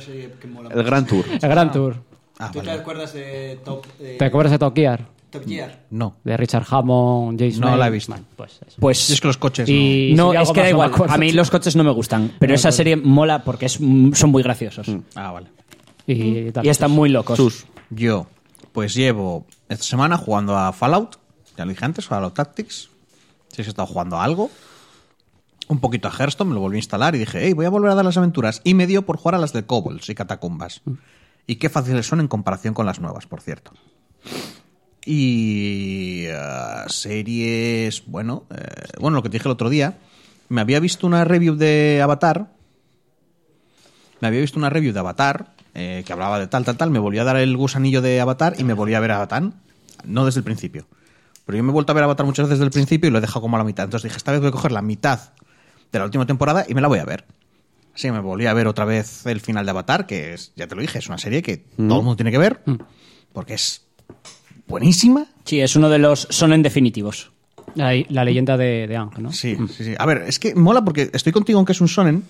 [SPEAKER 4] tío. <laughs>
[SPEAKER 1] El Gran Tour.
[SPEAKER 4] El Gran Tour.
[SPEAKER 3] Ah,
[SPEAKER 8] ¿Tú
[SPEAKER 3] vale,
[SPEAKER 8] te
[SPEAKER 3] vale.
[SPEAKER 8] acuerdas de Top, de
[SPEAKER 4] ¿Te acuerdas de Top Gear?
[SPEAKER 8] Top Gear?
[SPEAKER 3] No.
[SPEAKER 4] De Richard Hammond, James
[SPEAKER 3] No
[SPEAKER 4] May.
[SPEAKER 3] la he visto.
[SPEAKER 4] Bueno, pues eso.
[SPEAKER 5] Pues
[SPEAKER 3] Es que los coches
[SPEAKER 4] Y-
[SPEAKER 5] no,
[SPEAKER 4] si
[SPEAKER 5] es
[SPEAKER 4] algo
[SPEAKER 5] que da
[SPEAKER 4] más no me
[SPEAKER 5] igual.
[SPEAKER 4] acuerdo.
[SPEAKER 5] A mí los coches no me gustan, pero esa serie mola porque es,
[SPEAKER 2] mm,
[SPEAKER 5] son muy graciosos
[SPEAKER 3] no. Ah, vale.
[SPEAKER 4] Y, tal.
[SPEAKER 5] y están muy locos.
[SPEAKER 1] Sus.
[SPEAKER 3] Yo, pues llevo esta semana jugando a Fallout, ya lo dije antes, Fallout Tactics. Si he estado jugando a algo. Un poquito a Hearthstone, me lo volví a instalar y dije, hey, voy a volver a dar las aventuras. Y me dio por jugar a las de Kobolds y Catacumbas. Y qué fáciles son en comparación con las nuevas, por cierto. Y eh, series, bueno, eh, bueno, lo que te dije el otro día, me había visto una review de Avatar, me había visto una review de Avatar eh, que hablaba de tal, tal, tal. Me volví a dar el gusanillo de Avatar y me volví a ver Avatar. No desde el principio. Pero yo me he vuelto a ver Avatar muchas veces desde el principio y lo he dejado como a la mitad. Entonces dije, esta vez voy a coger la mitad de la última temporada y me la voy a ver. Así que me volví a ver otra vez el final de Avatar, que es, ya te lo dije, es una serie que todo el mundo tiene que ver, porque es buenísima.
[SPEAKER 2] Sí, es uno de los son en definitivos.
[SPEAKER 4] La, la leyenda de, de Aang, ¿no?
[SPEAKER 3] Sí, sí, sí. A ver, es que mola porque estoy contigo aunque es un sonen,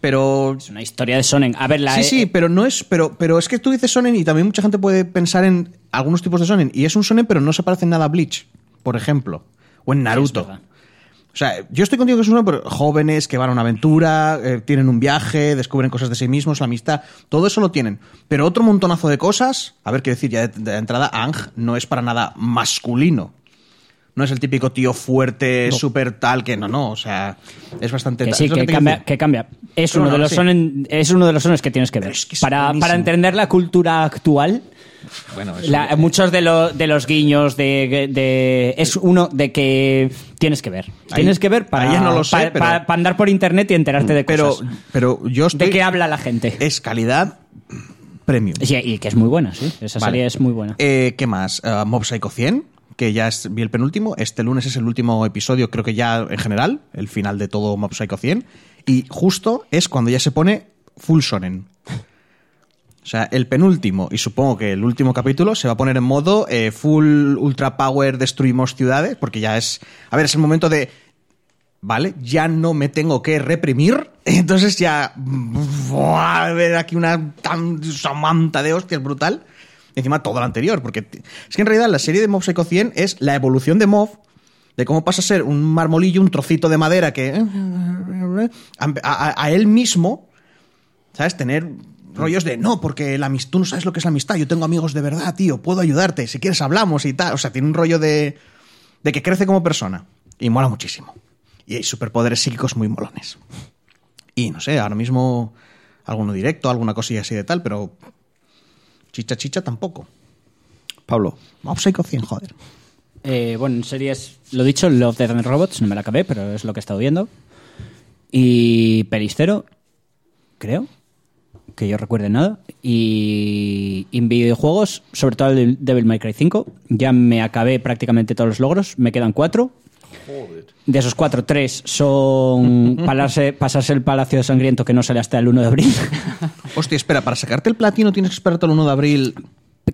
[SPEAKER 3] pero
[SPEAKER 2] Es una historia de Sonen. A ver, la E, eh.
[SPEAKER 3] Sí, sí, pero no es, pero, pero es que tú dices sonen y también mucha gente puede pensar en algunos tipos de sonen y es un sonen pero no se parece en nada a Bleach, por ejemplo, o en Naruto.
[SPEAKER 2] verdad.
[SPEAKER 3] o sea, yo estoy contigo que es un sonen, pero jóvenes que van a una aventura, eh, tienen un viaje, descubren cosas de sí mismos, la amistad, todo eso lo tienen. Pero otro montonazo de cosas, a ver, quiero decir, ya de, de entrada, Ang no es para nada masculino. No es el típico tío fuerte, súper tal, que no, no, o sea, es bastante...
[SPEAKER 2] que
[SPEAKER 3] tal.
[SPEAKER 2] sí,
[SPEAKER 3] Es lo
[SPEAKER 2] que
[SPEAKER 3] te
[SPEAKER 2] cambia,
[SPEAKER 3] quiero
[SPEAKER 2] que cambia. Es
[SPEAKER 3] No,
[SPEAKER 2] uno
[SPEAKER 3] no,
[SPEAKER 2] de los
[SPEAKER 3] sí.
[SPEAKER 2] sonen, es uno de los sones que tienes que ver.
[SPEAKER 3] Pero es que es
[SPEAKER 2] para,
[SPEAKER 3] buenísimo.
[SPEAKER 2] para entender la cultura actual,
[SPEAKER 3] decir. Bueno, eso
[SPEAKER 2] la-
[SPEAKER 3] ya-
[SPEAKER 2] muchos de, lo- de los guiños de, de- es uno de que tienes que ver.
[SPEAKER 3] Ahí-
[SPEAKER 2] tienes que ver para,
[SPEAKER 3] ahí ya no lo sé,
[SPEAKER 2] para,
[SPEAKER 3] pero-
[SPEAKER 2] para- para andar por internet y enterarte de
[SPEAKER 3] pero,
[SPEAKER 2] cosas.
[SPEAKER 3] pero yo estoy...
[SPEAKER 2] de qué habla la gente.
[SPEAKER 3] Es calidad premium.
[SPEAKER 2] Sí, y, que es muy buena, sí. Esa
[SPEAKER 3] Vale.
[SPEAKER 2] serie es muy buena.
[SPEAKER 3] Eh, ¿Qué más? Eh, Mob Psycho 100, que ya es, vi el penúltimo. Este lunes es el último episodio, creo que ya en general, el final de todo Mob Psycho 100. Y justo es cuando ya se pone full sonen. O sea, el penúltimo, y supongo que el último capítulo, se va a poner en modo eh, full ultra power, destruimos ciudades, porque ya es... A ver, es el momento de... Vale, ya no me tengo que reprimir. Entonces ya. Buah, a ver aquí una tan samanta de hostias brutal. Y encima todo lo anterior, porque t- es que en realidad la serie de Mob Psycho 100 es la evolución de Mob, de cómo pasa a ser un marmolillo, un trocito de madera que. eh, a, a- a él mismo, ¿sabes? Tener rollos de no, porque la amist- tú no sabes lo que es la amistad. Yo tengo amigos de verdad, tío, puedo ayudarte. Si quieres, hablamos y tal. O sea, tiene un rollo de de que crece como persona y mola muchísimo. Y hay superpoderes psíquicos muy molones. Y no sé, ahora mismo alguno directo, alguna cosilla así de tal, pero chicha chicha tampoco.
[SPEAKER 1] Pablo.
[SPEAKER 3] Mob Psycho 100, joder.
[SPEAKER 2] Eh, bueno, en series, lo dicho, Love, Death and Robots, no me la acabé, pero es lo que he estado viendo. Y Peristero, creo, que yo recuerde nada. Y en videojuegos, sobre todo el Devil May Cry 5, ya me acabé prácticamente todos los logros, me quedan cuatro. De esos cuatro, tres son palarse- pasarse el Palacio Sangriento que no sale hasta el 1 de abril.
[SPEAKER 3] Hostia, espera, para sacarte el platino tienes que esperarte el 1 de abril.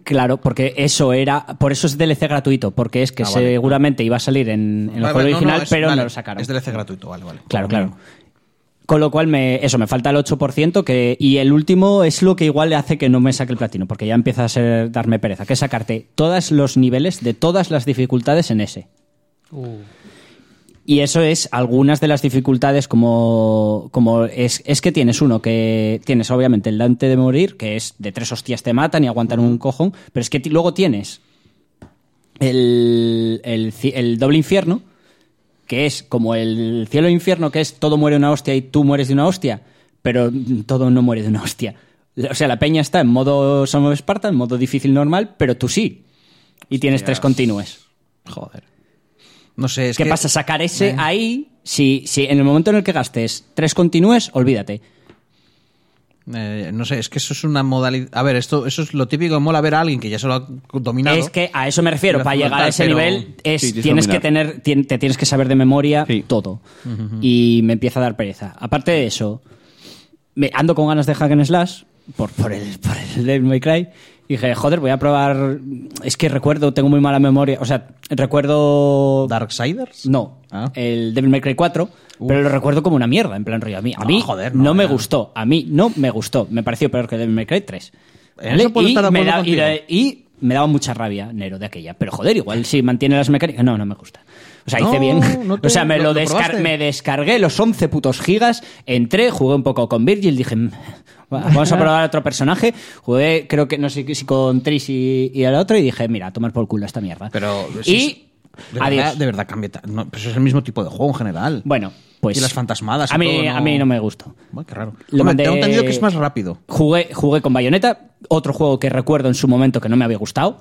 [SPEAKER 2] Claro, porque eso era. Por eso es DLC gratuito, porque es que
[SPEAKER 3] Ah, vale.
[SPEAKER 2] seguramente iba a salir en, en el
[SPEAKER 3] Vale,
[SPEAKER 2] juego
[SPEAKER 3] vale, no,
[SPEAKER 2] original,
[SPEAKER 3] no, es-
[SPEAKER 2] pero
[SPEAKER 3] vale,
[SPEAKER 2] no lo sacaron.
[SPEAKER 3] Es DLC gratuito, vale, vale.
[SPEAKER 2] Claro, claro. Con lo cual, me, eso, me falta el 8%, que, y el último es lo que igual hace que no me saque el platino, porque ya empieza a ser, darme pereza, que es sacarte todos los niveles de todas las dificultades en ese. Uh. Y eso es algunas de las dificultades como, como es, es que tienes uno que tienes obviamente el Dante de morir, que es de tres hostias te matan y aguantan un cojón, pero es que ti- luego tienes el, el, ci- el doble infierno, que es como el cielo e infierno, que es todo muere una hostia y tú mueres de una hostia, pero mm, todo no muere de una hostia. O sea, la peña está en modo Son of Sparta, en modo difícil normal, pero tú sí. Y tienes tres continúes.
[SPEAKER 3] Joder. No sé, es
[SPEAKER 2] ¿Qué
[SPEAKER 3] que
[SPEAKER 2] pasa? Sacar ese ahí, si, si en el momento en el que gastes tres continúes, olvídate.
[SPEAKER 3] eh, no sé, es que eso es una modalidad. A ver, esto, eso es lo típico, mola ver a alguien que ya se lo ha dominado.
[SPEAKER 2] Es que a eso me refiero,
[SPEAKER 3] Pero
[SPEAKER 2] para llegar a ese
[SPEAKER 3] fundamental, pero-
[SPEAKER 2] nivel es,
[SPEAKER 1] Sí, tienes que
[SPEAKER 2] tienes que
[SPEAKER 1] dominar.
[SPEAKER 2] tener, tien- te tienes que saber de memoria
[SPEAKER 1] Sí.
[SPEAKER 2] todo. Y me empieza a dar pereza. Aparte de eso, me ando con ganas de Hack and Slash por, por el, por el Devil May Cry. Y dije, joder, voy a probar. Es que recuerdo, tengo muy mala memoria. O sea, recuerdo.
[SPEAKER 3] Darksiders.
[SPEAKER 2] No,
[SPEAKER 3] Ah.
[SPEAKER 2] el Devil May Cry 4, pero lo recuerdo como una mierda, en plan rollo. A mí, a
[SPEAKER 3] No,
[SPEAKER 2] mí
[SPEAKER 3] Ah, joder,
[SPEAKER 2] no,
[SPEAKER 3] no,
[SPEAKER 2] me
[SPEAKER 3] ya.
[SPEAKER 2] gustó, a mí no me gustó, me pareció peor que Devil May Cry 3.
[SPEAKER 3] En eso puedo
[SPEAKER 2] Y,
[SPEAKER 3] estar de
[SPEAKER 2] me
[SPEAKER 3] acuerdo
[SPEAKER 2] da- y, da-
[SPEAKER 3] contigo.
[SPEAKER 2] y me daba mucha rabia Nero de aquella, pero joder, igual si mantiene las mecánicas, no, no me gusta. O sea, hice
[SPEAKER 3] No,
[SPEAKER 2] bien.
[SPEAKER 3] no te-
[SPEAKER 2] o sea, me,
[SPEAKER 3] lo-
[SPEAKER 2] lo
[SPEAKER 3] lo
[SPEAKER 2] descar-
[SPEAKER 3] probaste.
[SPEAKER 2] me descargué los 11 putos gigas, entré, jugué un poco con Virgil, dije, "Mm, va- vamos a probar a otro personaje. Jugué, creo que no sé si con Tris y, y al otro, y dije, mira, a tomar por culo esta mierda.
[SPEAKER 3] Pero. sí,
[SPEAKER 2] y.
[SPEAKER 3] de
[SPEAKER 2] adiós.
[SPEAKER 3] verdad, de verdad cambia. ta- No, pero eso es el mismo tipo de juego en general.
[SPEAKER 2] Bueno, pues.
[SPEAKER 3] Y las fantasmadas y
[SPEAKER 2] A mí,
[SPEAKER 3] todo, ¿no?
[SPEAKER 2] a mí no me gustó.
[SPEAKER 3] Bueno, qué raro.
[SPEAKER 2] Lo
[SPEAKER 3] Hombre,
[SPEAKER 2] mandé-
[SPEAKER 3] Tengo entendido que es más rápido.
[SPEAKER 2] Jugué, jugué con Bayonetta, otro juego que recuerdo en su momento que no me había gustado.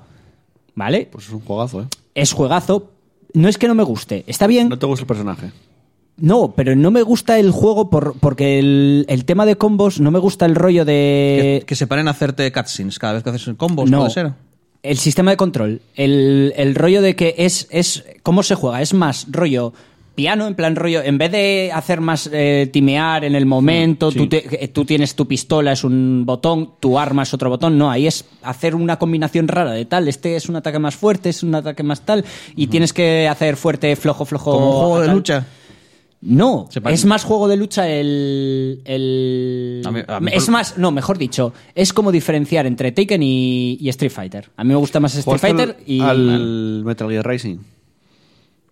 [SPEAKER 2] ¿Vale?
[SPEAKER 1] Pues es un juegazo, ¿eh?
[SPEAKER 2] Es juegazo. No es que no me guste, está bien.
[SPEAKER 1] No te gusta el personaje.
[SPEAKER 2] No, pero no me gusta el juego por, porque el, el tema de combos, no me gusta el rollo de.
[SPEAKER 3] que, que se paren a hacerte cutscenes cada vez que haces combos,
[SPEAKER 2] Eh, no.
[SPEAKER 3] puede ser.
[SPEAKER 2] el sistema de control, el, el rollo de que es, es. ¿Cómo se juega? Es más rollo piano, en plan rollo. En vez de hacer más eh, timear en el momento, tú, te- eh, tú tienes tu pistola, es un botón, tu arma es otro botón. No, ahí es hacer una combinación rara de tal. Este es un ataque más fuerte, es un ataque más tal. Y tienes que hacer fuerte, flojo, flojo.
[SPEAKER 3] Como un juego
[SPEAKER 2] a
[SPEAKER 3] de
[SPEAKER 2] tal.
[SPEAKER 3] lucha.
[SPEAKER 2] No,
[SPEAKER 3] Se parece.
[SPEAKER 2] es más juego de lucha el... el-
[SPEAKER 3] A mí- a mí-
[SPEAKER 2] es más, no, mejor dicho, es como diferenciar entre Taken y, y Street Fighter. A mí me gusta más Street
[SPEAKER 1] ¿Jugaste Pues al-
[SPEAKER 2] Fighter y...
[SPEAKER 1] Al Metal Gear Rising.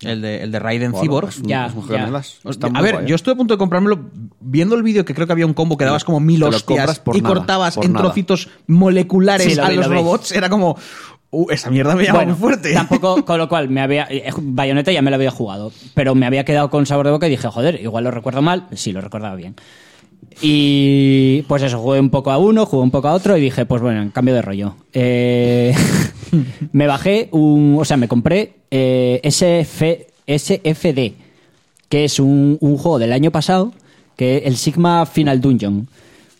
[SPEAKER 3] El de, el de Raiden
[SPEAKER 1] Bueno,
[SPEAKER 3] Cyborg.
[SPEAKER 1] es un-
[SPEAKER 2] Ya,
[SPEAKER 1] es un
[SPEAKER 2] ya.
[SPEAKER 1] gemelas. Está
[SPEAKER 3] a
[SPEAKER 1] muy
[SPEAKER 3] ver,
[SPEAKER 1] guay,
[SPEAKER 3] yo
[SPEAKER 1] ¿eh?
[SPEAKER 3] estuve a punto de comprármelo viendo el vídeo que creo que había un combo que dabas como mil
[SPEAKER 1] Te lo
[SPEAKER 3] hostias
[SPEAKER 1] compras por
[SPEAKER 3] y
[SPEAKER 1] nada,
[SPEAKER 3] cortabas
[SPEAKER 1] por
[SPEAKER 3] en
[SPEAKER 1] nada.
[SPEAKER 3] trocitos moleculares
[SPEAKER 2] Sí, lo
[SPEAKER 3] a
[SPEAKER 2] vi,
[SPEAKER 3] los
[SPEAKER 2] lo vi.
[SPEAKER 3] robots. Era como, "Uh, esa mierda me llama
[SPEAKER 2] Bueno,
[SPEAKER 3] muy fuerte.
[SPEAKER 2] Tampoco, con lo cual, me había. eh, Bayonetta ya me lo había jugado, pero me había quedado con sabor de boca y dije, joder, igual lo recuerdo mal. Sí, lo recordaba bien. Y pues eso, jugué un poco a uno, jugué un poco a otro y dije, pues bueno, en cambio de rollo. Eh, <laughs> me bajé un. O sea, me compré eh, SF, SFD, que es un, un juego del año pasado, que es el Sigma Final Dungeon.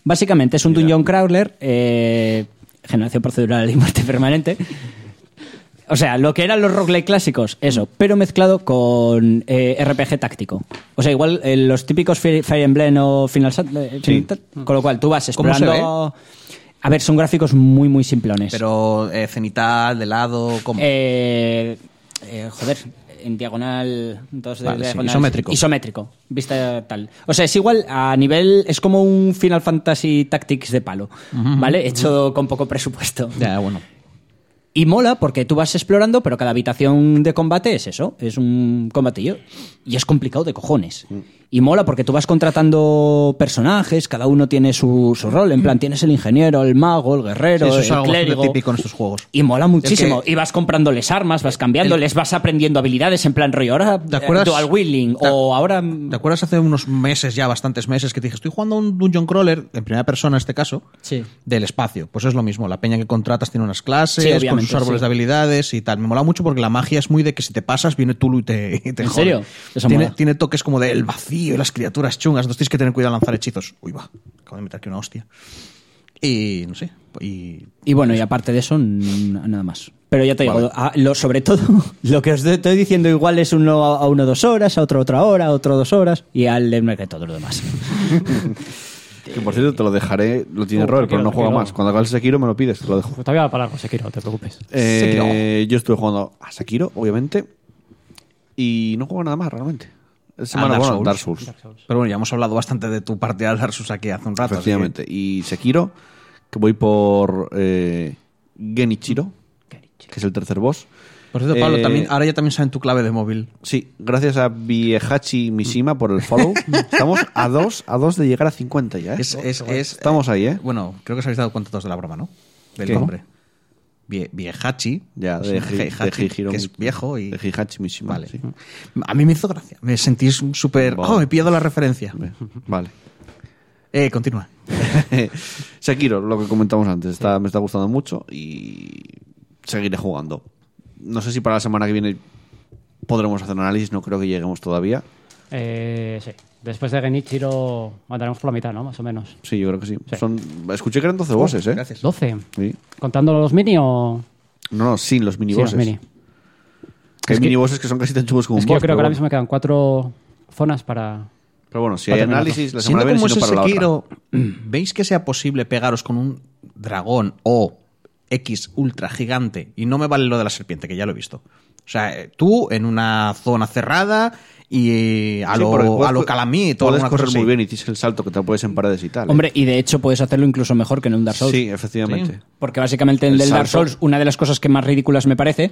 [SPEAKER 2] Básicamente es un dungeon crawler, eh, generación procedural y muerte permanente. O sea, lo que eran los roguelike clásicos, eso, pero mezclado con eh, RPG táctico. O sea, igual eh, los típicos Fi- Fire Emblem o Final Sat- eh, Final Tat- Con lo cual, tú vas
[SPEAKER 3] ¿Cómo se
[SPEAKER 2] explorando. A ver, son gráficos muy, muy simplones.
[SPEAKER 3] <laughs> Pero eh, cenital, de lado, como...
[SPEAKER 2] Eh, eh, joder, en diagonal, dos de
[SPEAKER 3] Vale, sí,
[SPEAKER 2] diagonal.
[SPEAKER 3] isométrico.
[SPEAKER 2] Isométrico, vista tal. O sea, es igual a nivel. Es como un Final Fantasy Tactics de palo, ¿vale? Hecho con poco presupuesto.
[SPEAKER 3] ya, bueno.
[SPEAKER 2] Y mola porque tú vas explorando, pero cada habitación de combate es eso, es un combatillo. Y es complicado de cojones.
[SPEAKER 3] Mm.
[SPEAKER 2] Y mola porque tú vas contratando personajes, cada uno tiene su, su rol, en plan, tienes el ingeniero, el mago, el guerrero,
[SPEAKER 3] Sí, eso es
[SPEAKER 2] el
[SPEAKER 3] algo bastante
[SPEAKER 2] clérigo.
[SPEAKER 3] típico en estos juegos.
[SPEAKER 2] Y mola muchísimo.
[SPEAKER 3] El que-
[SPEAKER 2] y vas comprándoles armas, vas cambiándoles, vas aprendiendo habilidades en plan rollo. Ahora
[SPEAKER 3] ¿Te acuerdas?
[SPEAKER 2] eh, dual wielding
[SPEAKER 3] ¿Te-
[SPEAKER 2] o ahora...
[SPEAKER 3] ¿Te acuerdas hace unos meses, ya bastantes meses, que te dije, estoy jugando a un dungeon crawler, en primera persona en este caso,
[SPEAKER 2] Sí.
[SPEAKER 3] del espacio? Pues es lo mismo, la peña que contratas tiene unas
[SPEAKER 2] Sí,
[SPEAKER 3] clases, con
[SPEAKER 2] obviamente,
[SPEAKER 3] sus árboles
[SPEAKER 2] sí.
[SPEAKER 3] de habilidades y tal. Me mola mucho porque la magia es muy de que si te pasas, viene Tulu y te, y te
[SPEAKER 2] ¿En
[SPEAKER 3] jode.
[SPEAKER 2] serio? Eso
[SPEAKER 3] Tiene,
[SPEAKER 2] mola.
[SPEAKER 3] tiene toques como del vacío y las criaturas chungas, entonces tienes que tener cuidado al lanzar hechizos. Uy, va, acabo de meter aquí una hostia. Y no sé, y
[SPEAKER 2] Y bueno, y aparte de eso, n- nada más. Pero ya te digo,
[SPEAKER 3] Vale.
[SPEAKER 2] a- lo, sobre todo, <laughs> lo que os de- estoy diciendo igual es uno a a uno dos horas, a otro otra hora, a otro dos horas, y al Lemner que todo lo demás.
[SPEAKER 1] Que por cierto te lo dejaré, lo tiene Robert, pero no juega
[SPEAKER 4] Sekiro.
[SPEAKER 1] más. Cuando acabes Sekiro me lo pides, te lo dejo.
[SPEAKER 4] Pues todavía va para largo, Sekiro, no te preocupes.
[SPEAKER 1] Eh, yo estuve jugando a Sekiro, obviamente. Y no juego nada más, realmente. Es
[SPEAKER 3] Ah,
[SPEAKER 1] semana
[SPEAKER 3] Dark
[SPEAKER 1] bueno,
[SPEAKER 3] Souls.
[SPEAKER 1] Dark Souls.
[SPEAKER 3] Pero bueno, ya hemos hablado bastante de tu partida de Dark Souls aquí hace un rato. así que-
[SPEAKER 1] Efectivamente. Y Sekiro, que voy por eh, Genichiro, que es el tercer boss.
[SPEAKER 3] Por cierto, Pablo,
[SPEAKER 1] Eh,
[SPEAKER 3] también, ahora ya también saben tu clave de móvil.
[SPEAKER 1] Sí, gracias a Viehachi Mishima por el
[SPEAKER 3] <laughs>
[SPEAKER 1] follow. Estamos a dos, a dos de llegar a 50 ya. ¿eh?
[SPEAKER 3] Es- es- es-
[SPEAKER 1] Estamos ahí, ¿eh?
[SPEAKER 3] Bueno, creo que os habéis dado cuenta todos de la broma, ¿no? Del
[SPEAKER 1] ¿Qué?
[SPEAKER 3] nombre. Vie- Viejachi.
[SPEAKER 1] Ya, de,
[SPEAKER 3] Es un
[SPEAKER 1] Hi- de
[SPEAKER 3] Heihachi,
[SPEAKER 1] Hijiro-
[SPEAKER 3] que es viejo y...
[SPEAKER 1] De Heihachi Mishima.
[SPEAKER 3] Vale.
[SPEAKER 1] sí.
[SPEAKER 3] A mí me hizo gracia. Me sentí un súper...
[SPEAKER 1] Vale.
[SPEAKER 3] Oh, he pillado la referencia.
[SPEAKER 1] Vale.
[SPEAKER 3] Eh, continúa.
[SPEAKER 1] <laughs> Sekiro, lo que comentamos antes, está, me está gustando mucho y seguiré jugando. No sé si para la semana que viene podremos hacer un análisis, no creo que lleguemos todavía.
[SPEAKER 4] Eh, sí. Después de Genichiro andaremos por la mitad, ¿no? Más o menos.
[SPEAKER 1] Sí, yo creo que sí.
[SPEAKER 4] Sí.
[SPEAKER 1] Son, escuché que eran 12 bosses, ¿eh?
[SPEAKER 3] Gracias.
[SPEAKER 4] 12.
[SPEAKER 1] Sí.
[SPEAKER 4] ¿Contando los mini o...?
[SPEAKER 1] No, no, sin los
[SPEAKER 4] Sí,
[SPEAKER 1] minibosses.
[SPEAKER 4] los
[SPEAKER 1] Que
[SPEAKER 4] mini.
[SPEAKER 1] hay
[SPEAKER 4] Es que-
[SPEAKER 1] minibosses que son casi tan chungos como
[SPEAKER 4] Es
[SPEAKER 1] un
[SPEAKER 4] que yo
[SPEAKER 1] boss, pero
[SPEAKER 4] creo que ahora
[SPEAKER 1] bueno.
[SPEAKER 4] mismo me quedan cuatro zonas para...
[SPEAKER 1] Pero bueno, si
[SPEAKER 4] Va
[SPEAKER 1] hay
[SPEAKER 4] terminando.
[SPEAKER 1] análisis, la semana
[SPEAKER 3] Siendo
[SPEAKER 1] que viene,
[SPEAKER 3] como
[SPEAKER 1] si
[SPEAKER 3] ese
[SPEAKER 1] no para la otra.
[SPEAKER 3] Sekiro, <clears throat> ¿veis que sea posible pegaros con un dragón o X ultra gigante? Y no me vale lo de la serpiente, que ya lo he visto. O sea, eh, tú en una zona cerrada y eh, a
[SPEAKER 1] Sí,
[SPEAKER 3] lo,
[SPEAKER 1] porque
[SPEAKER 3] a
[SPEAKER 1] puedes-
[SPEAKER 3] lo Calamit o
[SPEAKER 1] Puedes
[SPEAKER 3] alguna
[SPEAKER 1] correr
[SPEAKER 3] cosa
[SPEAKER 1] muy
[SPEAKER 3] así.
[SPEAKER 1] bien y tienes el salto que te puedes en paredes y tal. ¿eh?
[SPEAKER 2] Hombre, y de hecho puedes hacerlo incluso mejor que en un Dark Souls.
[SPEAKER 1] sí, efectivamente.
[SPEAKER 2] Porque básicamente en
[SPEAKER 1] El
[SPEAKER 2] el Dark
[SPEAKER 1] salto.
[SPEAKER 2] Souls, una de las cosas que más ridículas me parece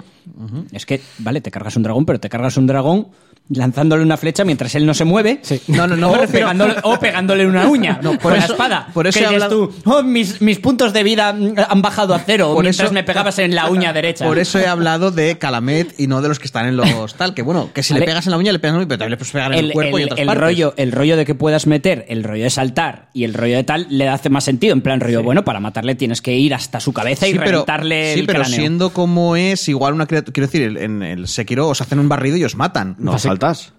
[SPEAKER 2] es que, vale, te cargas un dragón, pero te cargas un dragón lanzándole una flecha mientras él no se mueve.
[SPEAKER 3] No, no, no,
[SPEAKER 2] O,
[SPEAKER 3] pero-
[SPEAKER 2] pegándole,
[SPEAKER 3] <laughs>
[SPEAKER 2] o pegándole una uña
[SPEAKER 3] No, por
[SPEAKER 2] con la
[SPEAKER 3] eso-
[SPEAKER 2] espada.
[SPEAKER 3] por eso
[SPEAKER 2] Que
[SPEAKER 3] he
[SPEAKER 2] dices
[SPEAKER 3] hablado-
[SPEAKER 2] tú, "Oh, mis, mis puntos de vida mm, han bajado a cero
[SPEAKER 3] Por
[SPEAKER 2] mientras
[SPEAKER 3] eso-
[SPEAKER 2] me pegabas en la uña derecha.
[SPEAKER 3] Por eso he hablado de Calamet y no de los que están en los tal. Que bueno, que si le
[SPEAKER 2] Vale.
[SPEAKER 3] pegas en la uña, le pegas en la uña, pero también le puedes pegar en el, cuerpo y en otras
[SPEAKER 2] el
[SPEAKER 3] partes.
[SPEAKER 2] rollo el rollo de que puedas meter el rollo de saltar y el rollo de tal le hace más sentido en plan rollo bueno para matarle tienes que ir hasta su cabeza y
[SPEAKER 3] Sí, pero,
[SPEAKER 2] reventarle
[SPEAKER 3] sí,
[SPEAKER 2] el
[SPEAKER 3] pero
[SPEAKER 2] cráneo
[SPEAKER 3] siendo como es, igual
[SPEAKER 1] Pues
[SPEAKER 3] una criatura. Quiero decir, el- en el Sekiro os hacen un barrido y os matan.
[SPEAKER 1] No, saltas.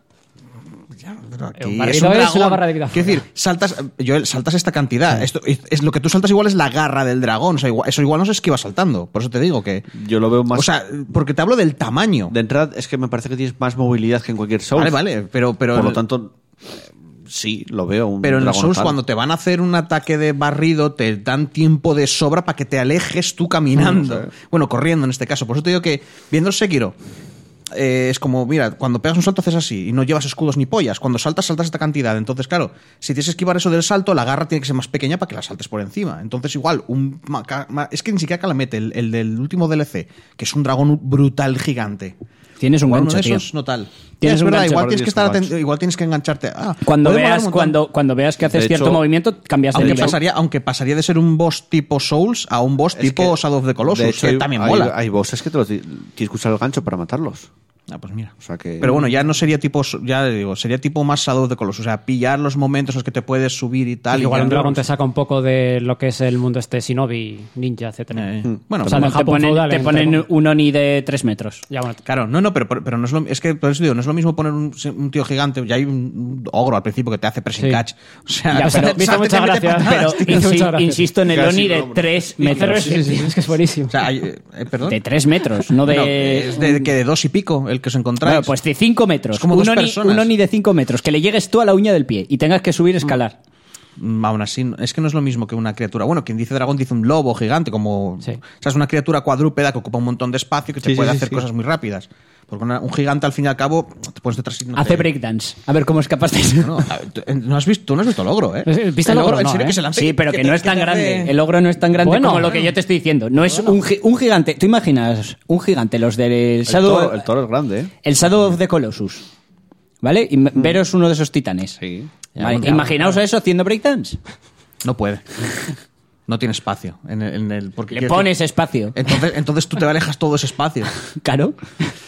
[SPEAKER 3] no, aquí
[SPEAKER 4] barrido
[SPEAKER 3] es un
[SPEAKER 4] es una
[SPEAKER 3] dragón.
[SPEAKER 4] barra de vida.
[SPEAKER 3] Quiero decir, saltas, Joel, saltas esta cantidad. Esto, es, es lo que tú saltas igual es la garra del dragón. O sea, igual- eso igual no se esquiva saltando. Por eso te digo que.
[SPEAKER 1] Yo lo veo más.
[SPEAKER 3] O sea, porque te hablo del tamaño.
[SPEAKER 1] de entrada es que me parece que tienes más movilidad que en cualquier Souls.
[SPEAKER 3] Vale, vale, pero, pero,
[SPEAKER 1] Por lo tanto, eh, sí, lo veo. un
[SPEAKER 3] pero en los
[SPEAKER 1] Dragon
[SPEAKER 3] Souls,
[SPEAKER 1] Tal.
[SPEAKER 3] cuando te van a hacer un ataque de barrido, te dan tiempo de sobra para que te alejes tú caminando.
[SPEAKER 1] Mm,
[SPEAKER 3] Bueno, corriendo en este caso. Por eso te digo que, viendo el Sekiro, eh, es como, mira, cuando pegas un salto haces así y no llevas escudos ni pollas. Cuando saltas, saltas esta cantidad. Entonces, claro, si tienes que esquivar eso del salto, la garra tiene que ser más pequeña para que la saltes por encima. Entonces, igual, un ma- ca- ma- es que ni siquiera Calamete, el, el del último DLC, que es un dragón brutal gigante.
[SPEAKER 9] Tienes un
[SPEAKER 3] Igual
[SPEAKER 9] gancho,
[SPEAKER 3] uno de
[SPEAKER 9] tío.
[SPEAKER 3] esos no tal.
[SPEAKER 9] Tienes
[SPEAKER 3] es
[SPEAKER 9] un
[SPEAKER 3] verdad,
[SPEAKER 9] gancho
[SPEAKER 3] igual
[SPEAKER 1] para
[SPEAKER 3] tienes, que
[SPEAKER 1] diez
[SPEAKER 3] estar aten-
[SPEAKER 1] combats.
[SPEAKER 3] igual tienes que engancharte. Ah,
[SPEAKER 9] Cuando
[SPEAKER 3] puede molar
[SPEAKER 9] veas,
[SPEAKER 3] un montón.
[SPEAKER 9] cuando, cuando veas que haces
[SPEAKER 1] De
[SPEAKER 9] cierto
[SPEAKER 1] hecho,
[SPEAKER 9] movimiento, cambias de
[SPEAKER 3] Aunque
[SPEAKER 9] nivel.
[SPEAKER 3] pasaría, aunque pasaría de ser un boss tipo Souls a un boss
[SPEAKER 1] Es
[SPEAKER 3] tipo
[SPEAKER 1] que,
[SPEAKER 3] Shadow of the Colossus,
[SPEAKER 1] de hecho,
[SPEAKER 3] que
[SPEAKER 1] hay-
[SPEAKER 3] también
[SPEAKER 1] hay-
[SPEAKER 3] mola.
[SPEAKER 1] Hay bosses que te los di- tienes que usar el gancho para matarlos.
[SPEAKER 3] Ah, pues mira.
[SPEAKER 1] O sea que-
[SPEAKER 3] Pero bueno, ya no sería tipo, ya digo, sería tipo más Shadow of the Colossus, o sea, pillar los momentos en los que te puedes subir y tal. y
[SPEAKER 4] Igual
[SPEAKER 3] ya-
[SPEAKER 4] un dragón te saca un poco de lo que es el mundo este shinobi, ninja, etcétera.
[SPEAKER 1] Hmm.
[SPEAKER 3] Eh, bueno,
[SPEAKER 4] O sea, de
[SPEAKER 3] bueno,
[SPEAKER 2] Te
[SPEAKER 4] Japón
[SPEAKER 2] ponen,
[SPEAKER 4] feudal,
[SPEAKER 2] te
[SPEAKER 4] en
[SPEAKER 2] ponen
[SPEAKER 4] Japón.
[SPEAKER 2] un Oni de 3 metros.
[SPEAKER 4] Ya, bueno,
[SPEAKER 3] Claro, no, no, pero, pero no es lo es que por eso digo, no es lo mismo poner un, un tío gigante, ya hay un ogro al principio que te hace pressing
[SPEAKER 4] Sí.
[SPEAKER 3] catch. <laughs> O sea,
[SPEAKER 4] Ya,
[SPEAKER 3] te
[SPEAKER 4] pero-
[SPEAKER 3] hace-
[SPEAKER 4] visto
[SPEAKER 3] te
[SPEAKER 4] muchas
[SPEAKER 3] mete
[SPEAKER 4] gracias,
[SPEAKER 3] patadas,
[SPEAKER 4] pero-
[SPEAKER 3] tío.
[SPEAKER 4] <laughs> Muchas
[SPEAKER 2] Insi-
[SPEAKER 4] gracias.
[SPEAKER 2] insisto, en el
[SPEAKER 1] Casi
[SPEAKER 2] Oni
[SPEAKER 1] lo
[SPEAKER 2] de
[SPEAKER 1] nombro.
[SPEAKER 2] 3 metros.
[SPEAKER 4] Sí, sí, <laughs> es que es buenísimo.
[SPEAKER 3] O sea, hay- eh, perdón.
[SPEAKER 2] De 3 metros, no de...
[SPEAKER 3] No, es de, que de dos y pico el que os encontráis.
[SPEAKER 2] Bueno, pues de 5 metros.
[SPEAKER 3] Es como
[SPEAKER 2] un,
[SPEAKER 3] dos
[SPEAKER 2] oni,
[SPEAKER 3] personas.
[SPEAKER 2] un Oni de 5 metros. Que le llegues tú a la uña del pie y tengas que subir escalar.
[SPEAKER 3] Mm, Aún así, no- es que no es lo mismo que una criatura. Bueno, quien dice dragón dice un lobo gigante, como.
[SPEAKER 4] Sí.
[SPEAKER 3] O sea, es una criatura cuadrúpeda que ocupa un montón de espacio y que te
[SPEAKER 1] Sí, sí,
[SPEAKER 3] puede
[SPEAKER 1] sí,
[SPEAKER 3] hacer
[SPEAKER 1] sí.
[SPEAKER 3] cosas muy rápidas. Porque una- un gigante, al fin y al cabo, te pones detrás y Mm, no
[SPEAKER 2] Hace
[SPEAKER 3] te-
[SPEAKER 2] breakdance. A ver cómo escapas de
[SPEAKER 3] <laughs>
[SPEAKER 2] eso.
[SPEAKER 3] No, a ver, tú- eh, no has visto, tú no has visto el ogro, ¿eh?
[SPEAKER 4] Eh, ¿viste el ogro?
[SPEAKER 3] En
[SPEAKER 4] No,
[SPEAKER 3] serio
[SPEAKER 4] ¿eh?
[SPEAKER 3] que se lanza
[SPEAKER 2] Sí, pero que no
[SPEAKER 3] te-
[SPEAKER 2] es tan
[SPEAKER 3] te hace-
[SPEAKER 2] grande. El ogro no es tan grande
[SPEAKER 4] Bueno.
[SPEAKER 2] como lo que yo te estoy diciendo. No es un, gi- un gigante. ¿Tú imaginas un gigante? Los del
[SPEAKER 1] El
[SPEAKER 2] Shadow,
[SPEAKER 1] toro, el toro es grande, ¿eh?
[SPEAKER 2] el Shadow of the Colossus. ¿Vale? Y veros uno de esos titanes.
[SPEAKER 1] Mm. Sí.
[SPEAKER 2] Vale, Imaginaos a eso haciendo breakdance.
[SPEAKER 3] No puede. <laughs> No tiene espacio. En el, en el- porque
[SPEAKER 2] Le
[SPEAKER 3] quiero
[SPEAKER 2] pones
[SPEAKER 1] <laughs>
[SPEAKER 3] decir-
[SPEAKER 2] espacio.
[SPEAKER 3] Entonces, entonces tú te alejas todo ese espacio.
[SPEAKER 2] Claro.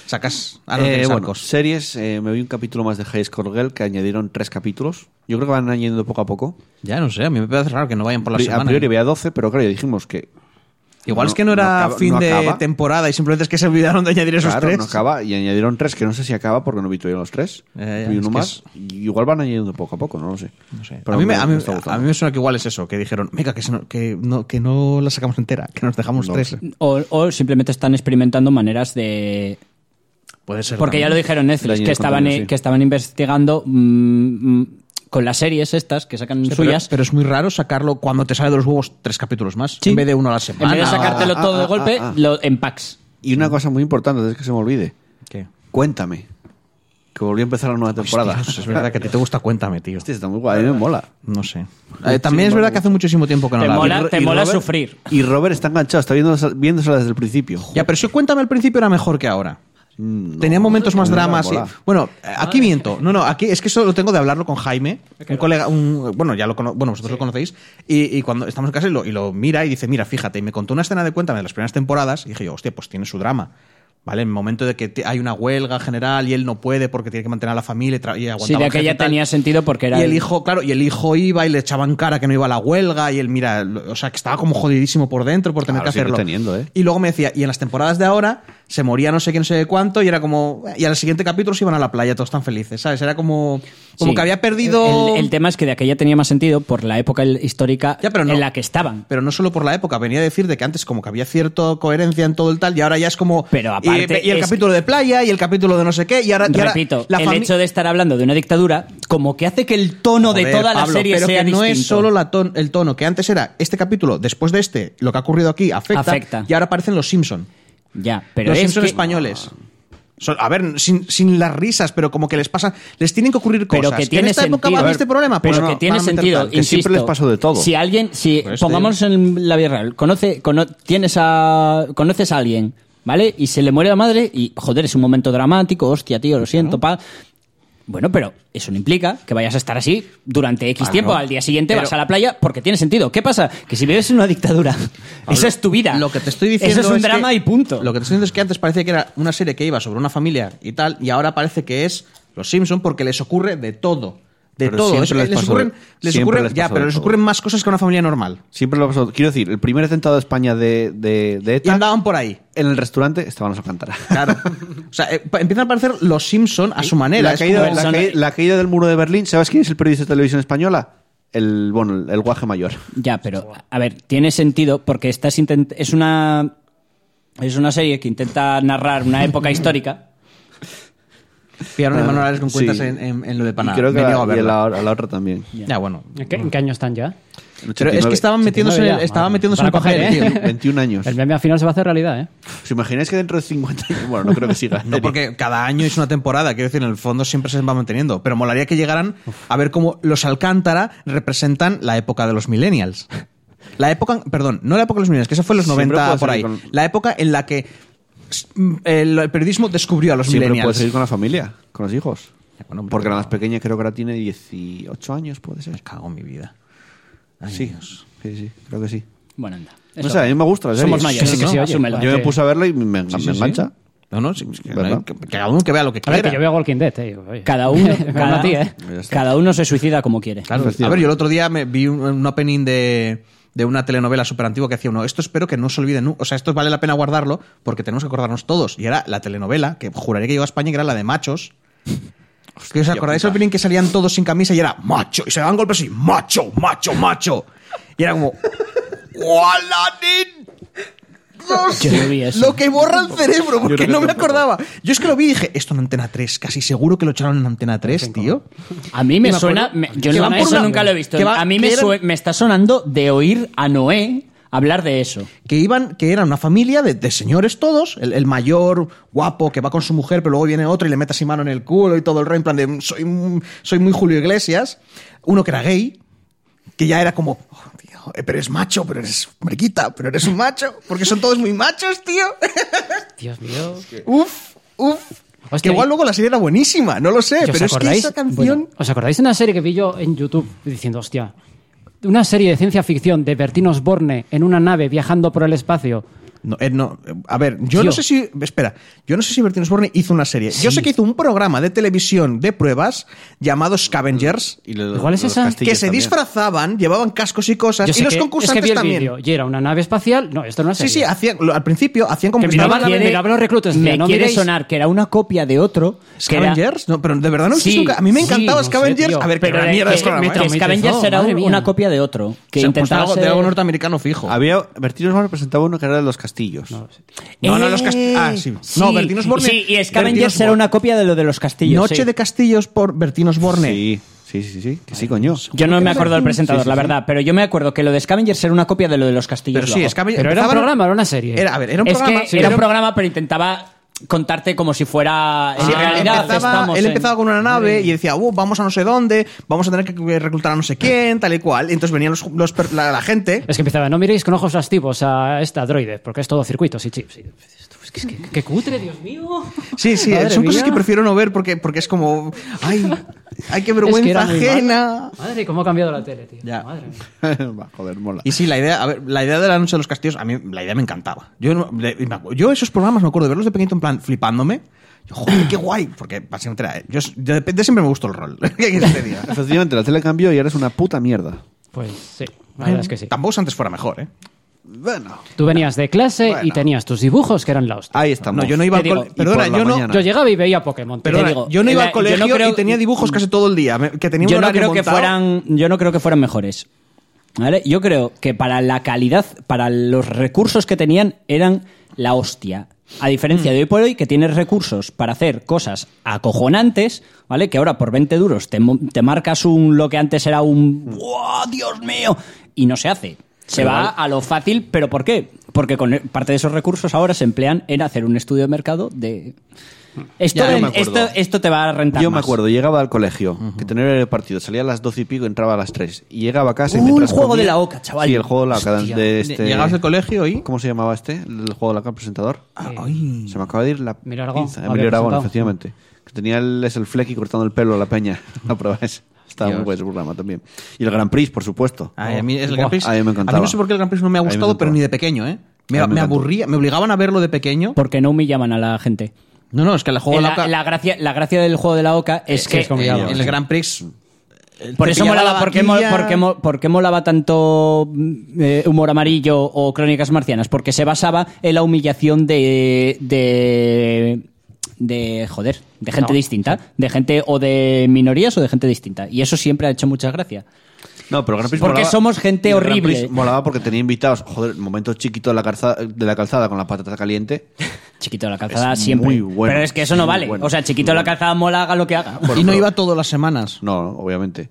[SPEAKER 3] Sacas a los
[SPEAKER 1] Eh, bueno,
[SPEAKER 3] arcos.
[SPEAKER 1] series, eh, me vi un capítulo más de High Score Girl que añadieron tres capítulos. Yo creo que van añadiendo poco a poco.
[SPEAKER 3] Ya no sé, a mí me parece raro que no vayan por la
[SPEAKER 1] Pri-
[SPEAKER 3] semana.
[SPEAKER 1] a priori veía 12, pero claro, ya dijimos que
[SPEAKER 3] Igual
[SPEAKER 1] No,
[SPEAKER 3] es que no
[SPEAKER 1] no
[SPEAKER 3] era
[SPEAKER 1] acaba-
[SPEAKER 3] fin
[SPEAKER 1] no
[SPEAKER 3] de
[SPEAKER 1] acaba.
[SPEAKER 3] temporada y simplemente es que se olvidaron de añadir esos
[SPEAKER 1] claro,
[SPEAKER 3] tres.
[SPEAKER 1] no acaba y añadieron tres, que no sé si acaba porque no vi todavía los tres.
[SPEAKER 3] Eh, ya,
[SPEAKER 1] y
[SPEAKER 3] es
[SPEAKER 1] uno
[SPEAKER 3] que
[SPEAKER 1] más. Y Igual van añadiendo poco a poco, no lo sé.
[SPEAKER 3] No sé.
[SPEAKER 1] Pero
[SPEAKER 3] a, mí me, a, mí,
[SPEAKER 1] está gustando.
[SPEAKER 3] a mí me suena que igual es eso, que dijeron, venga, que, se no- que, no, que no la sacamos entera, que nos dejamos
[SPEAKER 1] No
[SPEAKER 3] tres.
[SPEAKER 1] sé.
[SPEAKER 2] O, o simplemente están experimentando maneras de.
[SPEAKER 3] Puede ser.
[SPEAKER 2] Porque ya lo
[SPEAKER 3] también.
[SPEAKER 2] dijeron
[SPEAKER 1] Le
[SPEAKER 2] Netflix,
[SPEAKER 1] añade
[SPEAKER 2] que estaban, e-,
[SPEAKER 1] contenido, sí.
[SPEAKER 2] que estaban investigando mm, mm, con las series estas que sacan
[SPEAKER 3] Pero-
[SPEAKER 2] suyas.
[SPEAKER 3] Pero, es muy raro sacarlo cuando te sale de los huevos tres capítulos más,
[SPEAKER 2] Sí.
[SPEAKER 3] en vez de uno a la semana.
[SPEAKER 2] en vez de sacártelo
[SPEAKER 1] ah,
[SPEAKER 2] todo de
[SPEAKER 1] ah,
[SPEAKER 2] golpe,
[SPEAKER 1] ah, ah.
[SPEAKER 2] lo, en packs.
[SPEAKER 1] Y
[SPEAKER 3] Mm.
[SPEAKER 1] una cosa muy importante, antes que se me olvide.
[SPEAKER 3] ¿Qué?
[SPEAKER 1] Cuéntame. Que volvió a empezar la nueva temporada.
[SPEAKER 3] Hostias, es verdad que a ti te gusta
[SPEAKER 1] <laughs>
[SPEAKER 3] Cuéntame, tío.
[SPEAKER 1] Hostia, <laughs> está muy guay, a mí me mola.
[SPEAKER 3] No sé. Eh, también es verdad que hace muchísimo tiempo que no
[SPEAKER 2] Te
[SPEAKER 3] la vi.
[SPEAKER 2] mola,
[SPEAKER 1] Ro-
[SPEAKER 2] te
[SPEAKER 1] y
[SPEAKER 2] mola
[SPEAKER 1] Robert-
[SPEAKER 2] sufrir.
[SPEAKER 1] Y Robert está enganchado, está viéndosela, viéndosela desde el principio.
[SPEAKER 3] Ya, pero si Cuéntame al principio era mejor que ahora.
[SPEAKER 1] Mm, no.
[SPEAKER 3] Tenía momentos más
[SPEAKER 1] No me va a
[SPEAKER 3] dramas. y-
[SPEAKER 1] molar.
[SPEAKER 3] Bueno, eh,
[SPEAKER 2] Ah,
[SPEAKER 3] aquí miento. No, no, aquí es que eso lo tengo de hablarlo con Jaime, un colega, un- bueno, ya lo cono- bueno, vosotros lo conocéis. Y, y cuando estamos en casa y lo, y lo mira y dice, mira, fíjate, y me contó una escena de cuenta de las primeras temporadas y dije yo, hostia, pues tiene su drama. ¿Vale? En el momento de que te- hay una huelga general y él no puede porque tiene que mantener a la familia y, tra- y aguantar
[SPEAKER 2] Sí, de aquella tenía sentido porque era.
[SPEAKER 3] y el hijo, claro, y el hijo iba y le echaban cara que no iba a la huelga y él, mira, lo- o sea, que estaba como jodidísimo por dentro por tener
[SPEAKER 1] Claro,
[SPEAKER 3] que
[SPEAKER 1] sigue
[SPEAKER 3] hacerlo.
[SPEAKER 1] teniendo, ¿eh?
[SPEAKER 3] Y luego me decía, y en las temporadas de ahora se moría no sé quién, no sé cuánto y era como y al siguiente capítulo se iban a la playa todos tan felices, ¿sabes? Era como como
[SPEAKER 2] Sí.
[SPEAKER 3] que había perdido
[SPEAKER 2] El, el tema es que de aquella tenía más sentido por la época el- histórica
[SPEAKER 3] Ya, pero no.
[SPEAKER 2] en la que estaban.
[SPEAKER 3] pero no solo por la época, venía a decir de que antes como que había cierta coherencia en todo el tal y ahora ya es como
[SPEAKER 2] Pero
[SPEAKER 3] y-
[SPEAKER 2] aparte
[SPEAKER 3] y, el
[SPEAKER 2] es-
[SPEAKER 3] capítulo de playa y el capítulo de no sé qué y ahora y ahora
[SPEAKER 2] Repito,
[SPEAKER 3] la
[SPEAKER 2] el
[SPEAKER 3] fami-
[SPEAKER 2] hecho de estar hablando de una dictadura como que hace que el tono de
[SPEAKER 3] Joder,
[SPEAKER 2] toda la
[SPEAKER 3] Pablo,
[SPEAKER 2] serie
[SPEAKER 3] pero
[SPEAKER 2] sea
[SPEAKER 3] que no es
[SPEAKER 2] distinto.
[SPEAKER 3] solo la ton- el tono que antes era este capítulo después de este lo que ha ocurrido aquí afecta,
[SPEAKER 2] Afecta.
[SPEAKER 3] y ahora aparecen los Simpson
[SPEAKER 2] Ya, pero
[SPEAKER 3] los
[SPEAKER 2] es
[SPEAKER 3] Simpson
[SPEAKER 2] que-
[SPEAKER 3] españoles Son- a ver sin, sin las risas pero como que les pasan les tienen que ocurrir cosas
[SPEAKER 2] Pero que tiene
[SPEAKER 3] en esta
[SPEAKER 2] sentido.
[SPEAKER 3] época va a haber este problema
[SPEAKER 2] pero
[SPEAKER 3] pues
[SPEAKER 2] que
[SPEAKER 3] no,
[SPEAKER 2] tiene
[SPEAKER 3] van a meter
[SPEAKER 2] sentido.
[SPEAKER 3] tal.
[SPEAKER 1] que siempre
[SPEAKER 2] insisto.
[SPEAKER 1] les pasó de todo.
[SPEAKER 2] Si alguien, si
[SPEAKER 3] Pues te
[SPEAKER 2] pongamos en la vida real, conoce, cono- tienes a, conoces a alguien, ¿vale? Y se le muere la madre y, joder, es un momento dramático, hostia, tío, lo siento, pa. Bueno, pero eso no implica que vayas a estar así durante X
[SPEAKER 3] Ah,
[SPEAKER 2] tiempo.
[SPEAKER 3] no.
[SPEAKER 2] Al día siguiente
[SPEAKER 3] Pero-
[SPEAKER 2] vas a la playa porque tiene sentido. ¿Qué pasa? Que si vives en una dictadura, esa es tu vida.
[SPEAKER 3] Lo que te estoy diciendo
[SPEAKER 2] Eso es un
[SPEAKER 3] que-
[SPEAKER 2] drama y punto.
[SPEAKER 3] Lo que te estoy diciendo es que antes parecía que era una serie que iba sobre una familia y tal, y ahora parece que es Los Simpson porque les ocurre de todo. De
[SPEAKER 1] Pero
[SPEAKER 3] todo.
[SPEAKER 1] siempre
[SPEAKER 3] Es-
[SPEAKER 1] les
[SPEAKER 3] les
[SPEAKER 1] pasó-
[SPEAKER 3] ocurren, les
[SPEAKER 1] siempre
[SPEAKER 3] ocurren-
[SPEAKER 1] les
[SPEAKER 3] ya,
[SPEAKER 1] pasó
[SPEAKER 3] pero
[SPEAKER 1] de
[SPEAKER 3] les
[SPEAKER 1] todo.
[SPEAKER 3] ocurren más cosas que a una familia normal.
[SPEAKER 1] Siempre lo pasó. Quiero decir, el primer atentado de España de, de, de
[SPEAKER 3] Y
[SPEAKER 1] ETA,
[SPEAKER 3] andaban por ahí.
[SPEAKER 1] en el restaurante estaban a cantar.
[SPEAKER 3] Claro. o sea, eh, pa- empiezan a aparecer los Simpson a su manera.
[SPEAKER 1] La
[SPEAKER 3] Es
[SPEAKER 1] caída,
[SPEAKER 3] como-
[SPEAKER 1] la
[SPEAKER 5] son-
[SPEAKER 1] caí- la caída del muro de Berlín, ¿sabes quién es el periodista de televisión española? El, bueno, el- el guaje mayor.
[SPEAKER 2] Ya, pero a ver, tiene sentido porque estás intent- es una es una serie que intenta narrar una
[SPEAKER 3] <laughs>
[SPEAKER 2] época histórica.
[SPEAKER 3] Pillaron a Manuel Ares con
[SPEAKER 1] Sí.
[SPEAKER 3] cuentas en, en- en lo de Panamá.
[SPEAKER 1] Y creo que
[SPEAKER 3] Me niego
[SPEAKER 1] a,
[SPEAKER 3] a
[SPEAKER 1] y a
[SPEAKER 3] verla.
[SPEAKER 1] la, a la otra también.
[SPEAKER 3] Ya, bueno.
[SPEAKER 4] ¿En qué, en qué año están ya?
[SPEAKER 1] El
[SPEAKER 3] Pero es
[SPEAKER 1] 89.
[SPEAKER 3] que estaban metiéndose en el,
[SPEAKER 4] 89 ya,
[SPEAKER 3] estaban
[SPEAKER 4] madre.
[SPEAKER 3] metiéndose en
[SPEAKER 4] Van
[SPEAKER 3] el
[SPEAKER 4] a coger,
[SPEAKER 3] papel,
[SPEAKER 1] <laughs>
[SPEAKER 4] ¿eh?
[SPEAKER 3] tío.
[SPEAKER 1] 21 años.
[SPEAKER 4] El meme al final se va a hacer realidad, ¿eh?
[SPEAKER 1] ¿Os imagináis que dentro de 50 años? Bueno, no creo que siga.
[SPEAKER 3] <laughs> No, porque cada año es una temporada, quiero decir, en el fondo siempre se va manteniendo. Pero molaría que llegaran a ver cómo los Alcántara representan la época de los millennials. La época, perdón, no la época de los millennials, que esa fue en los
[SPEAKER 1] Siempre
[SPEAKER 3] 90
[SPEAKER 1] puede
[SPEAKER 3] por ahí.
[SPEAKER 1] salir con-
[SPEAKER 3] La época en la que s- m, el, el periodismo descubrió a los
[SPEAKER 1] Siempre puedes
[SPEAKER 3] millennials.
[SPEAKER 1] seguir con la familia, con los hijos.
[SPEAKER 3] Bueno,
[SPEAKER 1] Porque la más pequeña creo que ahora tiene 18 años, puede
[SPEAKER 3] Me
[SPEAKER 1] ser.
[SPEAKER 3] cago en mi vida.
[SPEAKER 1] Sí, sí, sí, creo que sí.
[SPEAKER 2] Bueno, anda.
[SPEAKER 1] No sé, a mí me gusta la serie.
[SPEAKER 2] Somos mayores,
[SPEAKER 1] Sí,
[SPEAKER 2] que
[SPEAKER 1] ¿no?
[SPEAKER 2] sí,
[SPEAKER 4] oye.
[SPEAKER 2] asúmelo.
[SPEAKER 1] Yo me puse a verla y me, me
[SPEAKER 3] Sí, sí,
[SPEAKER 1] engancha.
[SPEAKER 3] sí. No, no, sí, es que,
[SPEAKER 1] ¿Verdad?
[SPEAKER 3] no, que- que cada uno que vea lo que
[SPEAKER 4] A
[SPEAKER 3] quiera.
[SPEAKER 4] ver, que yo veo Walking Dead, ¿eh? Digo, oye.
[SPEAKER 2] Cada
[SPEAKER 3] <laughs>
[SPEAKER 4] <laughs>
[SPEAKER 2] uno,
[SPEAKER 4] Me habla
[SPEAKER 2] cada,
[SPEAKER 4] a ti, ¿eh?
[SPEAKER 1] Ya está.
[SPEAKER 2] cada uno se suicida como quiere.
[SPEAKER 3] Claro, a ver, yo el otro día me vi un, un opening de, de una telenovela súper antigua que hacía uno. Esto espero que no se olvide nu- O sea, esto vale la pena guardarlo porque tenemos que acordarnos todos. Y era la telenovela que juraría que llegó a España, que era la
[SPEAKER 1] <laughs>
[SPEAKER 3] de machos. Que ¿Os acordáis el opening que salían todos sin camisa y era macho? Y se daban golpes y macho, macho, macho. Y era como. ¡Walanin! Dios,
[SPEAKER 2] Yo no vi eso.
[SPEAKER 3] Lo que borra el cerebro, porque
[SPEAKER 1] creo que
[SPEAKER 3] no me
[SPEAKER 1] tampoco.
[SPEAKER 3] acordaba. Yo es que lo vi y dije, esto en Antena 3, casi seguro que lo echaron en Antena 3, tío.
[SPEAKER 2] A mí me,
[SPEAKER 3] Y me
[SPEAKER 2] suena,
[SPEAKER 3] acuerdo-
[SPEAKER 2] me- yo
[SPEAKER 3] que
[SPEAKER 2] no,
[SPEAKER 3] van por
[SPEAKER 2] eso
[SPEAKER 3] una-
[SPEAKER 2] nunca lo he visto. eh.
[SPEAKER 3] que va-
[SPEAKER 2] a mí
[SPEAKER 3] que
[SPEAKER 2] me,
[SPEAKER 3] eran-
[SPEAKER 2] sue- me está sonando de oír a Noé hablar de eso.
[SPEAKER 3] que iban, que era una familia de, de señores todos, el, el mayor guapo que va con su mujer, pero luego viene otro y le mete así mano en el culo y todo el rey, en plan de soy, un- soy muy Julio Iglesias, uno que era gay, que ya era como, "Oh, tío, eh, pero eres macho, pero eres mariquita, pero eres un macho, porque son todos muy machos, tío. <laughs>
[SPEAKER 4] Dios mío.
[SPEAKER 3] Eh, uf, uf.
[SPEAKER 4] Hostia,
[SPEAKER 3] que igual
[SPEAKER 4] y-
[SPEAKER 3] luego la serie era buenísima, no lo sé,
[SPEAKER 4] ¿Y os
[SPEAKER 3] pero es que
[SPEAKER 4] acordáis?
[SPEAKER 3] esa canción...
[SPEAKER 4] Bueno, ¿Os acordáis de una serie que vi yo en YouTube diciendo, hostia, una serie de ciencia ficción de Bertín Osborne en una nave viajando por el espacio?
[SPEAKER 3] No, eh, no, eh, a ver, yo
[SPEAKER 4] Tío.
[SPEAKER 3] no sé si. Espera, yo no sé si Bertín Osborne hizo una serie. Yo
[SPEAKER 4] Sí.
[SPEAKER 3] sé que hizo un programa de televisión de pruebas llamado Scavengers.
[SPEAKER 1] Y lo-
[SPEAKER 4] Igual es
[SPEAKER 1] los
[SPEAKER 4] esa.
[SPEAKER 1] castillos
[SPEAKER 3] que se
[SPEAKER 1] Mm. también.
[SPEAKER 3] disfrazaban, llevaban cascos y cosas,
[SPEAKER 4] Yo
[SPEAKER 3] y
[SPEAKER 4] sé
[SPEAKER 3] los
[SPEAKER 4] que-
[SPEAKER 3] concursantes
[SPEAKER 4] es que vi el
[SPEAKER 3] también.
[SPEAKER 4] vídeo, Y era una nave espacial. No, esto no es
[SPEAKER 3] Sí,
[SPEAKER 4] serie.
[SPEAKER 3] sí, hacían, lo- al principio hacían como
[SPEAKER 4] Que
[SPEAKER 3] que estaban-
[SPEAKER 4] miraban la- miraban los reclutas,
[SPEAKER 2] me
[SPEAKER 4] decía, "No
[SPEAKER 2] quiere
[SPEAKER 4] miréis".
[SPEAKER 2] sonar que era una copia de otro. que era-
[SPEAKER 3] Scavengers, no, pero de verdad no existe
[SPEAKER 2] Sí,
[SPEAKER 3] nunca. A mí me
[SPEAKER 4] sí,
[SPEAKER 3] encantaba
[SPEAKER 4] no sé,
[SPEAKER 3] Scavengers.
[SPEAKER 4] tío.
[SPEAKER 3] a ver,
[SPEAKER 2] pero
[SPEAKER 3] pero la
[SPEAKER 2] era-
[SPEAKER 3] mierda
[SPEAKER 2] que,
[SPEAKER 3] es programa,
[SPEAKER 2] que
[SPEAKER 3] ¿eh?
[SPEAKER 4] traumatizó,
[SPEAKER 2] Scavengers era
[SPEAKER 4] madre
[SPEAKER 2] un-
[SPEAKER 4] mía.
[SPEAKER 2] una copia de otro. Que
[SPEAKER 3] O sea, pues
[SPEAKER 2] intentaba
[SPEAKER 3] algo de
[SPEAKER 2] ser-
[SPEAKER 3] algo norteamericano fijo.
[SPEAKER 1] Había, Bertino Osborne presentaba uno que era de los castillos.
[SPEAKER 3] No, no, los
[SPEAKER 2] Eh,
[SPEAKER 3] cast- ah, sí. No, Bertín Osborne-
[SPEAKER 2] Sí, y
[SPEAKER 3] Bertín
[SPEAKER 2] Scavengers
[SPEAKER 3] Osborne.
[SPEAKER 2] era una copia de lo de los castillos.
[SPEAKER 3] Noche
[SPEAKER 2] sí.
[SPEAKER 3] de Castillos por Bertín Osborne.
[SPEAKER 1] Sí, sí, sí, sí. Que sí, coño.
[SPEAKER 2] Yo no me acuerdo del
[SPEAKER 1] Sí,
[SPEAKER 2] presentador,
[SPEAKER 1] sí,
[SPEAKER 2] la
[SPEAKER 1] sí.
[SPEAKER 2] verdad, pero yo me acuerdo que lo de Scavengers era una copia de lo de los castillos.
[SPEAKER 3] Pero sí,
[SPEAKER 2] Loco.
[SPEAKER 3] Scavengers.
[SPEAKER 4] Pero era un
[SPEAKER 3] empezaban-
[SPEAKER 4] programa, era una serie.
[SPEAKER 3] Era, a ver, era un
[SPEAKER 2] es
[SPEAKER 3] programa.
[SPEAKER 2] que era un programa, pero intentaba contarte como si fuera en
[SPEAKER 3] Sí, él
[SPEAKER 2] realidad
[SPEAKER 3] Ah, empezaba,
[SPEAKER 2] estamos
[SPEAKER 3] él
[SPEAKER 2] en-
[SPEAKER 3] empezaba con una nave y decía, "Uh, vamos a no sé dónde, vamos a tener que reclutar a no sé quién, tal y cual. Y entonces venían los, los per- la, la gente.
[SPEAKER 4] Es que empezaba, no miréis con ojos lastivos a esta droide, porque es todo circuitos y chips. Y- Es que, es que- qué cutre, Dios mío.
[SPEAKER 3] Sí, sí,
[SPEAKER 4] Madre
[SPEAKER 3] son cosas
[SPEAKER 4] mía.
[SPEAKER 3] que prefiero no ver porque, porque es como, ay, ay, qué
[SPEAKER 4] Es que
[SPEAKER 3] vergüenza
[SPEAKER 4] era muy mal.
[SPEAKER 3] ajena.
[SPEAKER 4] Madre, cómo ha cambiado la tele, tío.
[SPEAKER 3] Ya.
[SPEAKER 4] Madre mía.
[SPEAKER 1] <laughs> Va, Joder, mola.
[SPEAKER 3] Y sí, la idea, a ver, la idea de la noche de los castillos, a mí la idea me encantaba. Yo, no- le- me acu- yo esos programas me acuerdo de verlos de pequeñito en plan flipándome. Yo, joder, qué guay, porque básicamente era, yo, de, de siempre me gustó el rol. <laughs> ¿Qué quieres que este te diga?
[SPEAKER 1] Efectivamente, la tele cambió y ahora es una puta mierda.
[SPEAKER 4] Pues sí, la verdad es que sí.
[SPEAKER 3] Tampoco es antes fuera mejor, ¿eh?
[SPEAKER 1] Bueno,
[SPEAKER 4] Tú venías de clase y
[SPEAKER 1] Bueno.
[SPEAKER 4] tenías tus dibujos que eran la hostia.
[SPEAKER 1] ahí estamos.
[SPEAKER 3] No, yo no iba al
[SPEAKER 2] Te digo,
[SPEAKER 3] cole-
[SPEAKER 1] Y
[SPEAKER 3] Perdona,
[SPEAKER 1] por la
[SPEAKER 3] yo Ah, no,
[SPEAKER 1] mañana.
[SPEAKER 4] Yo llegaba y veía Pokémon. te
[SPEAKER 3] Perdona,
[SPEAKER 4] digo.
[SPEAKER 3] yo no iba
[SPEAKER 2] la-
[SPEAKER 3] al
[SPEAKER 2] yo no
[SPEAKER 3] colegio
[SPEAKER 2] creo-
[SPEAKER 3] y tenía dibujos casi todo el día. me- que tenía un
[SPEAKER 2] yo no
[SPEAKER 3] horario
[SPEAKER 2] creo que
[SPEAKER 3] montado.
[SPEAKER 2] fueran yo no creo que fueran mejores ¿Vale? yo creo que para la calidad para los recursos que tenían eran la hostia a diferencia
[SPEAKER 1] Mm.
[SPEAKER 2] de hoy por hoy que tienes recursos para hacer cosas acojonantes vale que ahora por 20 duros te, mo- te marcas un lo que antes era un ¡Buah, dios mío y no se hace se va a lo fácil, pero ¿por qué? Porque con e, parte de esos recursos ahora se emplean en hacer un estudio de mercado de... Esto,
[SPEAKER 1] Ya, yo me
[SPEAKER 2] esto,
[SPEAKER 1] acuerdo.
[SPEAKER 2] esto te va a rentar
[SPEAKER 1] Yo me
[SPEAKER 2] más.
[SPEAKER 1] acuerdo, llegaba al colegio, que tenía el partido, salía a las 12 y pico, entraba a las 3. Y llegaba a casa y
[SPEAKER 2] Uh, el
[SPEAKER 1] mientras
[SPEAKER 2] juego
[SPEAKER 1] comía-
[SPEAKER 2] de la oca, chaval.
[SPEAKER 1] Sí, el juego de la oca.
[SPEAKER 2] Hostia.
[SPEAKER 1] De este...
[SPEAKER 3] Llegabas al colegio y.
[SPEAKER 1] ¿Cómo se llamaba este? El juego de la oca, el presentador.
[SPEAKER 3] Ay.
[SPEAKER 1] Se me acaba de ir la
[SPEAKER 4] Emilio Aragón, Ah,
[SPEAKER 1] pinza.
[SPEAKER 4] lo
[SPEAKER 1] Emilio
[SPEAKER 4] había
[SPEAKER 1] Aragón,
[SPEAKER 4] presentado.
[SPEAKER 1] efectivamente. Que tenía el, es el flequi cortando el pelo a la peña. <laughs> La prueba es. Estaba muy bueno ese programa también. Y el Grand Prix, por supuesto.
[SPEAKER 3] Ay, Ah, a mí es el
[SPEAKER 4] Buah.
[SPEAKER 3] Grand Prix.
[SPEAKER 1] A mí me encantaba.
[SPEAKER 3] no sé por qué el Grand Prix no me ha
[SPEAKER 1] A mí me
[SPEAKER 3] gustado, pero
[SPEAKER 1] encantaba.
[SPEAKER 3] ni de pequeño, ¿eh?
[SPEAKER 1] A
[SPEAKER 3] Me,
[SPEAKER 1] mí me
[SPEAKER 3] me
[SPEAKER 1] encantó.
[SPEAKER 3] aburría, me obligaban a verlo de pequeño.
[SPEAKER 2] Porque no humillaban a la gente.
[SPEAKER 3] No, no, es que el juego de
[SPEAKER 2] la,
[SPEAKER 3] la eh, oca-
[SPEAKER 2] la gracia, la gracia del juego de la oca es
[SPEAKER 4] Sí,
[SPEAKER 2] que
[SPEAKER 4] es complicado.
[SPEAKER 3] en el Grand Prix eh,
[SPEAKER 2] Por
[SPEAKER 3] te
[SPEAKER 2] eso
[SPEAKER 3] pillaba
[SPEAKER 2] molaba,
[SPEAKER 3] la
[SPEAKER 2] porque, mol-
[SPEAKER 3] vaquilla.
[SPEAKER 2] porque mol- porque molaba tanto mm, eh, humor amarillo o crónicas marcianas, porque se basaba en la humillación de. de. de, joder, de gente
[SPEAKER 4] No.
[SPEAKER 2] distinta, de gente o de minorías o de gente distinta. Y eso siempre ha hecho mucha gracia.
[SPEAKER 1] No, pero Gran Prix
[SPEAKER 2] Porque
[SPEAKER 1] molaba-
[SPEAKER 2] somos gente
[SPEAKER 1] y Gran
[SPEAKER 2] horrible.
[SPEAKER 1] Prix molaba porque tenía invitados. Joder, momento chiquito de la, calza- de la calzada con la patata caliente.
[SPEAKER 2] Chiquito de la calzada
[SPEAKER 1] Es
[SPEAKER 2] siempre.
[SPEAKER 1] muy bueno,
[SPEAKER 2] pero es que eso
[SPEAKER 1] es
[SPEAKER 2] no
[SPEAKER 1] muy
[SPEAKER 2] vale.
[SPEAKER 1] bueno,
[SPEAKER 2] o sea, chiquito de la calzada mola, haga lo que haga.
[SPEAKER 1] Bueno,
[SPEAKER 3] y no
[SPEAKER 1] pero-
[SPEAKER 3] iba todas las semanas.
[SPEAKER 1] No, obviamente.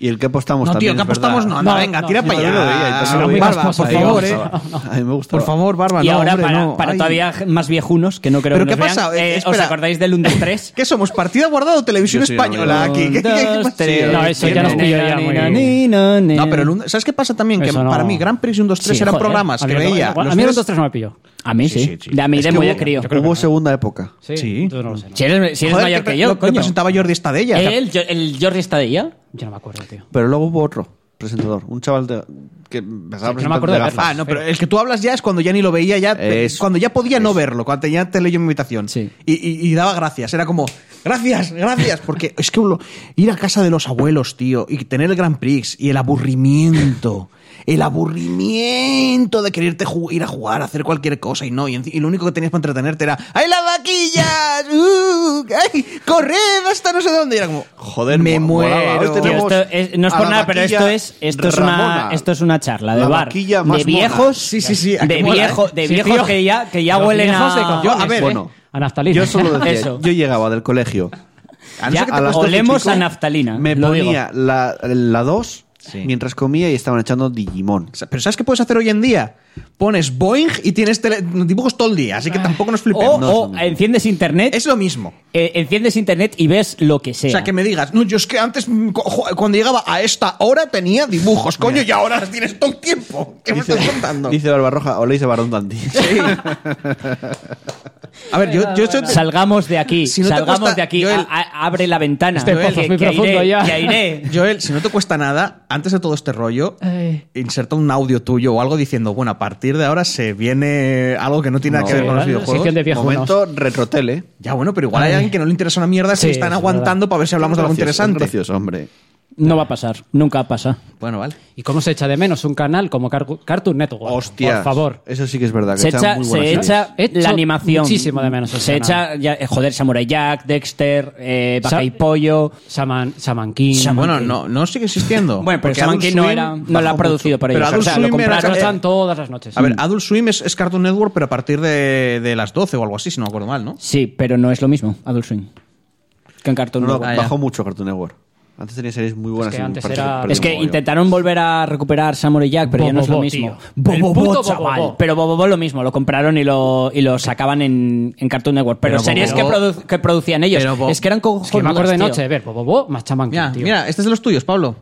[SPEAKER 1] Y el que apostamos
[SPEAKER 3] No, tío,
[SPEAKER 1] también.
[SPEAKER 3] que
[SPEAKER 1] es verdad.
[SPEAKER 3] apostamos no. Anda,
[SPEAKER 4] No,
[SPEAKER 3] venga,
[SPEAKER 4] no,
[SPEAKER 3] tira
[SPEAKER 4] sí,
[SPEAKER 3] para
[SPEAKER 1] yo lo veía,
[SPEAKER 3] allá.
[SPEAKER 1] yo lo
[SPEAKER 3] Ah,
[SPEAKER 1] veía.
[SPEAKER 3] Barba,
[SPEAKER 4] Barba,
[SPEAKER 3] por
[SPEAKER 4] ahí,
[SPEAKER 3] favor, eh.
[SPEAKER 1] Barba. A mí me gustaba.
[SPEAKER 3] Por favor, Barba,
[SPEAKER 2] y
[SPEAKER 3] <laughs> no,
[SPEAKER 2] ahora,
[SPEAKER 3] hombre,
[SPEAKER 2] para,
[SPEAKER 3] no.
[SPEAKER 2] para
[SPEAKER 3] Ay.
[SPEAKER 2] todavía más viejunos, que no creo
[SPEAKER 3] ¿Pero
[SPEAKER 2] que
[SPEAKER 3] qué
[SPEAKER 2] nos vean,
[SPEAKER 3] pasa? Eh,
[SPEAKER 2] eh, ¿Os
[SPEAKER 3] espera.
[SPEAKER 2] acordáis del 1, 2, 3?
[SPEAKER 3] ¿Qué somos? ¿Partida guardada o televisión
[SPEAKER 1] Yo soy
[SPEAKER 3] española
[SPEAKER 1] el
[SPEAKER 3] aquí? Ah, ¿Qué- qué- qué pasa?
[SPEAKER 4] No, eso ya nos pilló ya muy-
[SPEAKER 3] No, pero el un- ¿sabes qué pasa también? Que
[SPEAKER 4] Eh, Eso no.
[SPEAKER 3] para mí Gran Prix 1, 2, 3
[SPEAKER 2] Sí,
[SPEAKER 3] eran
[SPEAKER 2] joder.
[SPEAKER 3] programas
[SPEAKER 4] A mí
[SPEAKER 3] que
[SPEAKER 4] no-
[SPEAKER 3] veía.
[SPEAKER 4] A
[SPEAKER 3] Los
[SPEAKER 4] mí el
[SPEAKER 3] viernes-
[SPEAKER 4] 2 3 no me pilló.
[SPEAKER 2] A mí
[SPEAKER 1] Sí,
[SPEAKER 2] sí.
[SPEAKER 1] sí, sí.
[SPEAKER 2] A mí
[SPEAKER 1] Es
[SPEAKER 2] de
[SPEAKER 1] que
[SPEAKER 2] muy de
[SPEAKER 1] hubo-
[SPEAKER 2] crío.
[SPEAKER 1] Hubo segunda época.
[SPEAKER 3] Sí.
[SPEAKER 4] Yo no lo sé. no.
[SPEAKER 2] Si eres, si eres
[SPEAKER 3] Joder,
[SPEAKER 2] mayor
[SPEAKER 3] que-
[SPEAKER 2] que yo,
[SPEAKER 3] lo- lo
[SPEAKER 2] coño.
[SPEAKER 3] presentaba Jordi Estadella.
[SPEAKER 2] ¿El, Jo- el Jordi está de ella?
[SPEAKER 4] Yo no me acuerdo, tío.
[SPEAKER 1] Pero luego hubo otro presentador. Un chaval de, que empezaba a
[SPEAKER 4] que no me
[SPEAKER 1] presentar
[SPEAKER 4] acuerdo
[SPEAKER 1] de
[SPEAKER 4] de
[SPEAKER 1] gafas.
[SPEAKER 3] Ah, no, pero el que tú hablas ya es cuando ya ni lo veía, ya te-
[SPEAKER 1] Eso,
[SPEAKER 3] cuando ya podía no verlo, cuando tenía te leyó mi invitación.
[SPEAKER 2] Sí.
[SPEAKER 3] Y, y- y daba gracias, era como, gracias, gracias, porque <laughs> es que lo- ir a casa de los abuelos, tío, y tener el Grand Prix y el aburrimiento, el aburrimiento de quererte ju- ir a jugar, hacer cualquier cosa y no, y, enci- y lo único que tenías para entretenerte era, ¡ay, la vaquilla! ¡Uh! ¡Ay, corred hasta no sé dónde! Y era como,
[SPEAKER 1] Joder,
[SPEAKER 3] me
[SPEAKER 1] mo- molaba. Hoy
[SPEAKER 3] muero.
[SPEAKER 2] Tío,
[SPEAKER 1] tenemos-
[SPEAKER 2] esto es- no es
[SPEAKER 1] a
[SPEAKER 2] por
[SPEAKER 1] la
[SPEAKER 2] nada, pero esto
[SPEAKER 1] vaquilla
[SPEAKER 2] es, esto es, una,
[SPEAKER 1] Ramona.
[SPEAKER 2] esto es una charla de
[SPEAKER 1] La
[SPEAKER 2] bar.
[SPEAKER 1] vaquilla
[SPEAKER 2] De
[SPEAKER 1] más mona.
[SPEAKER 2] viejos.
[SPEAKER 3] Sí, sí, sí, a que
[SPEAKER 2] De,
[SPEAKER 3] mola,
[SPEAKER 2] viejo,
[SPEAKER 3] ¿eh?
[SPEAKER 2] de
[SPEAKER 4] Sí,
[SPEAKER 2] viejos
[SPEAKER 4] tío.
[SPEAKER 2] que ya, que ya
[SPEAKER 4] Los
[SPEAKER 2] huelen
[SPEAKER 4] viejos de
[SPEAKER 2] a.
[SPEAKER 4] cojones,
[SPEAKER 3] Yo, a ver,
[SPEAKER 4] ¿eh?
[SPEAKER 1] bueno.
[SPEAKER 4] A naftalina.
[SPEAKER 1] Yo solo decía,
[SPEAKER 2] Eso.
[SPEAKER 1] yo llegaba del colegio,
[SPEAKER 3] A no
[SPEAKER 2] Ya
[SPEAKER 3] ser que te
[SPEAKER 2] a la-
[SPEAKER 3] costó
[SPEAKER 2] olemos
[SPEAKER 3] mucho.
[SPEAKER 2] a naftalina.
[SPEAKER 1] me
[SPEAKER 2] lo digo.
[SPEAKER 1] ponía la 2
[SPEAKER 3] Sí.
[SPEAKER 1] mientras comía y estaban echando Digimon.
[SPEAKER 3] O sea, Pero ¿sabes qué puedes hacer hoy en día? Pones Boeing y tienes tele- dibujos todo el día, así que tampoco nos flipemos.
[SPEAKER 2] O, o enciendes internet,
[SPEAKER 3] Es lo mismo.
[SPEAKER 2] eh, enciendes internet y ves lo que sea.
[SPEAKER 3] O sea, que me digas, no, yo es que antes, mm, cu- ju- cuando llegaba a esta hora, tenía dibujos, coño, y ahora las tienes todo el tiempo. ¿Qué me estás
[SPEAKER 1] <laughs>
[SPEAKER 3] contando?
[SPEAKER 1] dice Barbarroja, o le dice Barón Dandy.
[SPEAKER 3] a ver, yo, yo, yo-
[SPEAKER 2] Salgamos de aquí,
[SPEAKER 3] Si no te
[SPEAKER 2] salgamos
[SPEAKER 3] cuesta-
[SPEAKER 2] de aquí,
[SPEAKER 3] Joel-
[SPEAKER 2] a- a- abre la ventana.
[SPEAKER 4] Este podcast es muy profundo
[SPEAKER 2] iré,
[SPEAKER 4] ya.
[SPEAKER 2] que
[SPEAKER 4] <laughs>
[SPEAKER 2] iré.
[SPEAKER 3] Joel, si no te cuesta nada, antes de todo este rollo,
[SPEAKER 4] Ay.
[SPEAKER 3] inserta un audio tuyo o algo diciendo, bueno, a partir de ahora se viene algo que no tiene nada que
[SPEAKER 1] No.
[SPEAKER 3] ver con los
[SPEAKER 4] Sí, ¿verdad?
[SPEAKER 3] videojuegos.
[SPEAKER 4] Sección de
[SPEAKER 1] <laughs>
[SPEAKER 4] viejunos.
[SPEAKER 1] Momento ¿eh? retrotele.
[SPEAKER 3] Ya, bueno, pero igual hay
[SPEAKER 4] Ay.
[SPEAKER 3] alguien que no le interesa una mierda
[SPEAKER 4] Sí,
[SPEAKER 3] se están
[SPEAKER 4] es
[SPEAKER 3] aguantando para ver si hablamos de algo
[SPEAKER 1] Gracias,
[SPEAKER 3] interesante.
[SPEAKER 1] Gracias, hombre.
[SPEAKER 2] No va a pasar, nunca pasa.
[SPEAKER 3] Bueno, vale.
[SPEAKER 4] ¿Y cómo se echa de menos un canal como Car- Cartoon Network?
[SPEAKER 1] Hostia.
[SPEAKER 4] Por favor.
[SPEAKER 1] Eso sí que es verdad. Que
[SPEAKER 2] Se
[SPEAKER 1] echan
[SPEAKER 2] echa,
[SPEAKER 1] muy
[SPEAKER 2] se
[SPEAKER 1] buenas series.
[SPEAKER 2] echa
[SPEAKER 4] series.
[SPEAKER 2] la
[SPEAKER 4] Echo
[SPEAKER 2] animación.
[SPEAKER 4] muchísimo de menos ese
[SPEAKER 2] Se
[SPEAKER 4] canal.
[SPEAKER 2] echa, ya, eh, joder, Samurai Jack, Dexter, eh, Vaca
[SPEAKER 4] Sa-
[SPEAKER 2] y Pollo.
[SPEAKER 4] Shaman, Shaman King.
[SPEAKER 2] Shaman-
[SPEAKER 3] Ah, Bueno,
[SPEAKER 2] Monkey.
[SPEAKER 3] no, no sigue existiendo.
[SPEAKER 2] <laughs> Bueno, pero
[SPEAKER 3] Porque
[SPEAKER 2] Shaman
[SPEAKER 3] Adult
[SPEAKER 2] King no,
[SPEAKER 3] Swim
[SPEAKER 2] era, no la
[SPEAKER 3] bajó
[SPEAKER 2] ha producido
[SPEAKER 3] mucho.
[SPEAKER 2] para
[SPEAKER 3] Pero
[SPEAKER 2] ellos.
[SPEAKER 3] Adult
[SPEAKER 2] o sea, lo
[SPEAKER 3] Swim era- eh,
[SPEAKER 2] compraron.
[SPEAKER 4] Pero están todas las noches.
[SPEAKER 3] A ver, Adult Swim es, es Cartoon Network, pero a partir de, de las 12 o algo así, si no me acuerdo mal, ¿no?
[SPEAKER 2] Sí, pero no es lo mismo, Adult Swim. Que en Cartoon
[SPEAKER 1] No, no,
[SPEAKER 3] Ah,
[SPEAKER 2] Network.
[SPEAKER 1] bajó mucho Cartoon Network. Antes tenía series muy buenas.
[SPEAKER 4] que
[SPEAKER 1] y
[SPEAKER 4] antes
[SPEAKER 1] perdió-
[SPEAKER 4] era-
[SPEAKER 1] perdió
[SPEAKER 2] Es que
[SPEAKER 1] mogollón.
[SPEAKER 2] intentaron volver a recuperar Samurai Jack, pero ya no es lo
[SPEAKER 4] Bobobo,
[SPEAKER 2] mismo.
[SPEAKER 4] tío. El
[SPEAKER 2] Bobobo,
[SPEAKER 4] puto
[SPEAKER 2] chaval.
[SPEAKER 4] Bobobo.
[SPEAKER 2] Pero Bobobo lo mismo, lo compraron y lo, y lo sacaban en, en Cartoon Network. Pero,
[SPEAKER 3] Pero
[SPEAKER 2] series que,
[SPEAKER 3] Bobobo-
[SPEAKER 2] produ- que producían ellos.
[SPEAKER 3] Pero Bo-
[SPEAKER 2] es que eran cojones.
[SPEAKER 4] Es que me acuerdo de noche, a ver, Bobobo más Shaman King,
[SPEAKER 3] Mira,
[SPEAKER 4] tío.
[SPEAKER 3] mira, este es de los tuyos, Pablo.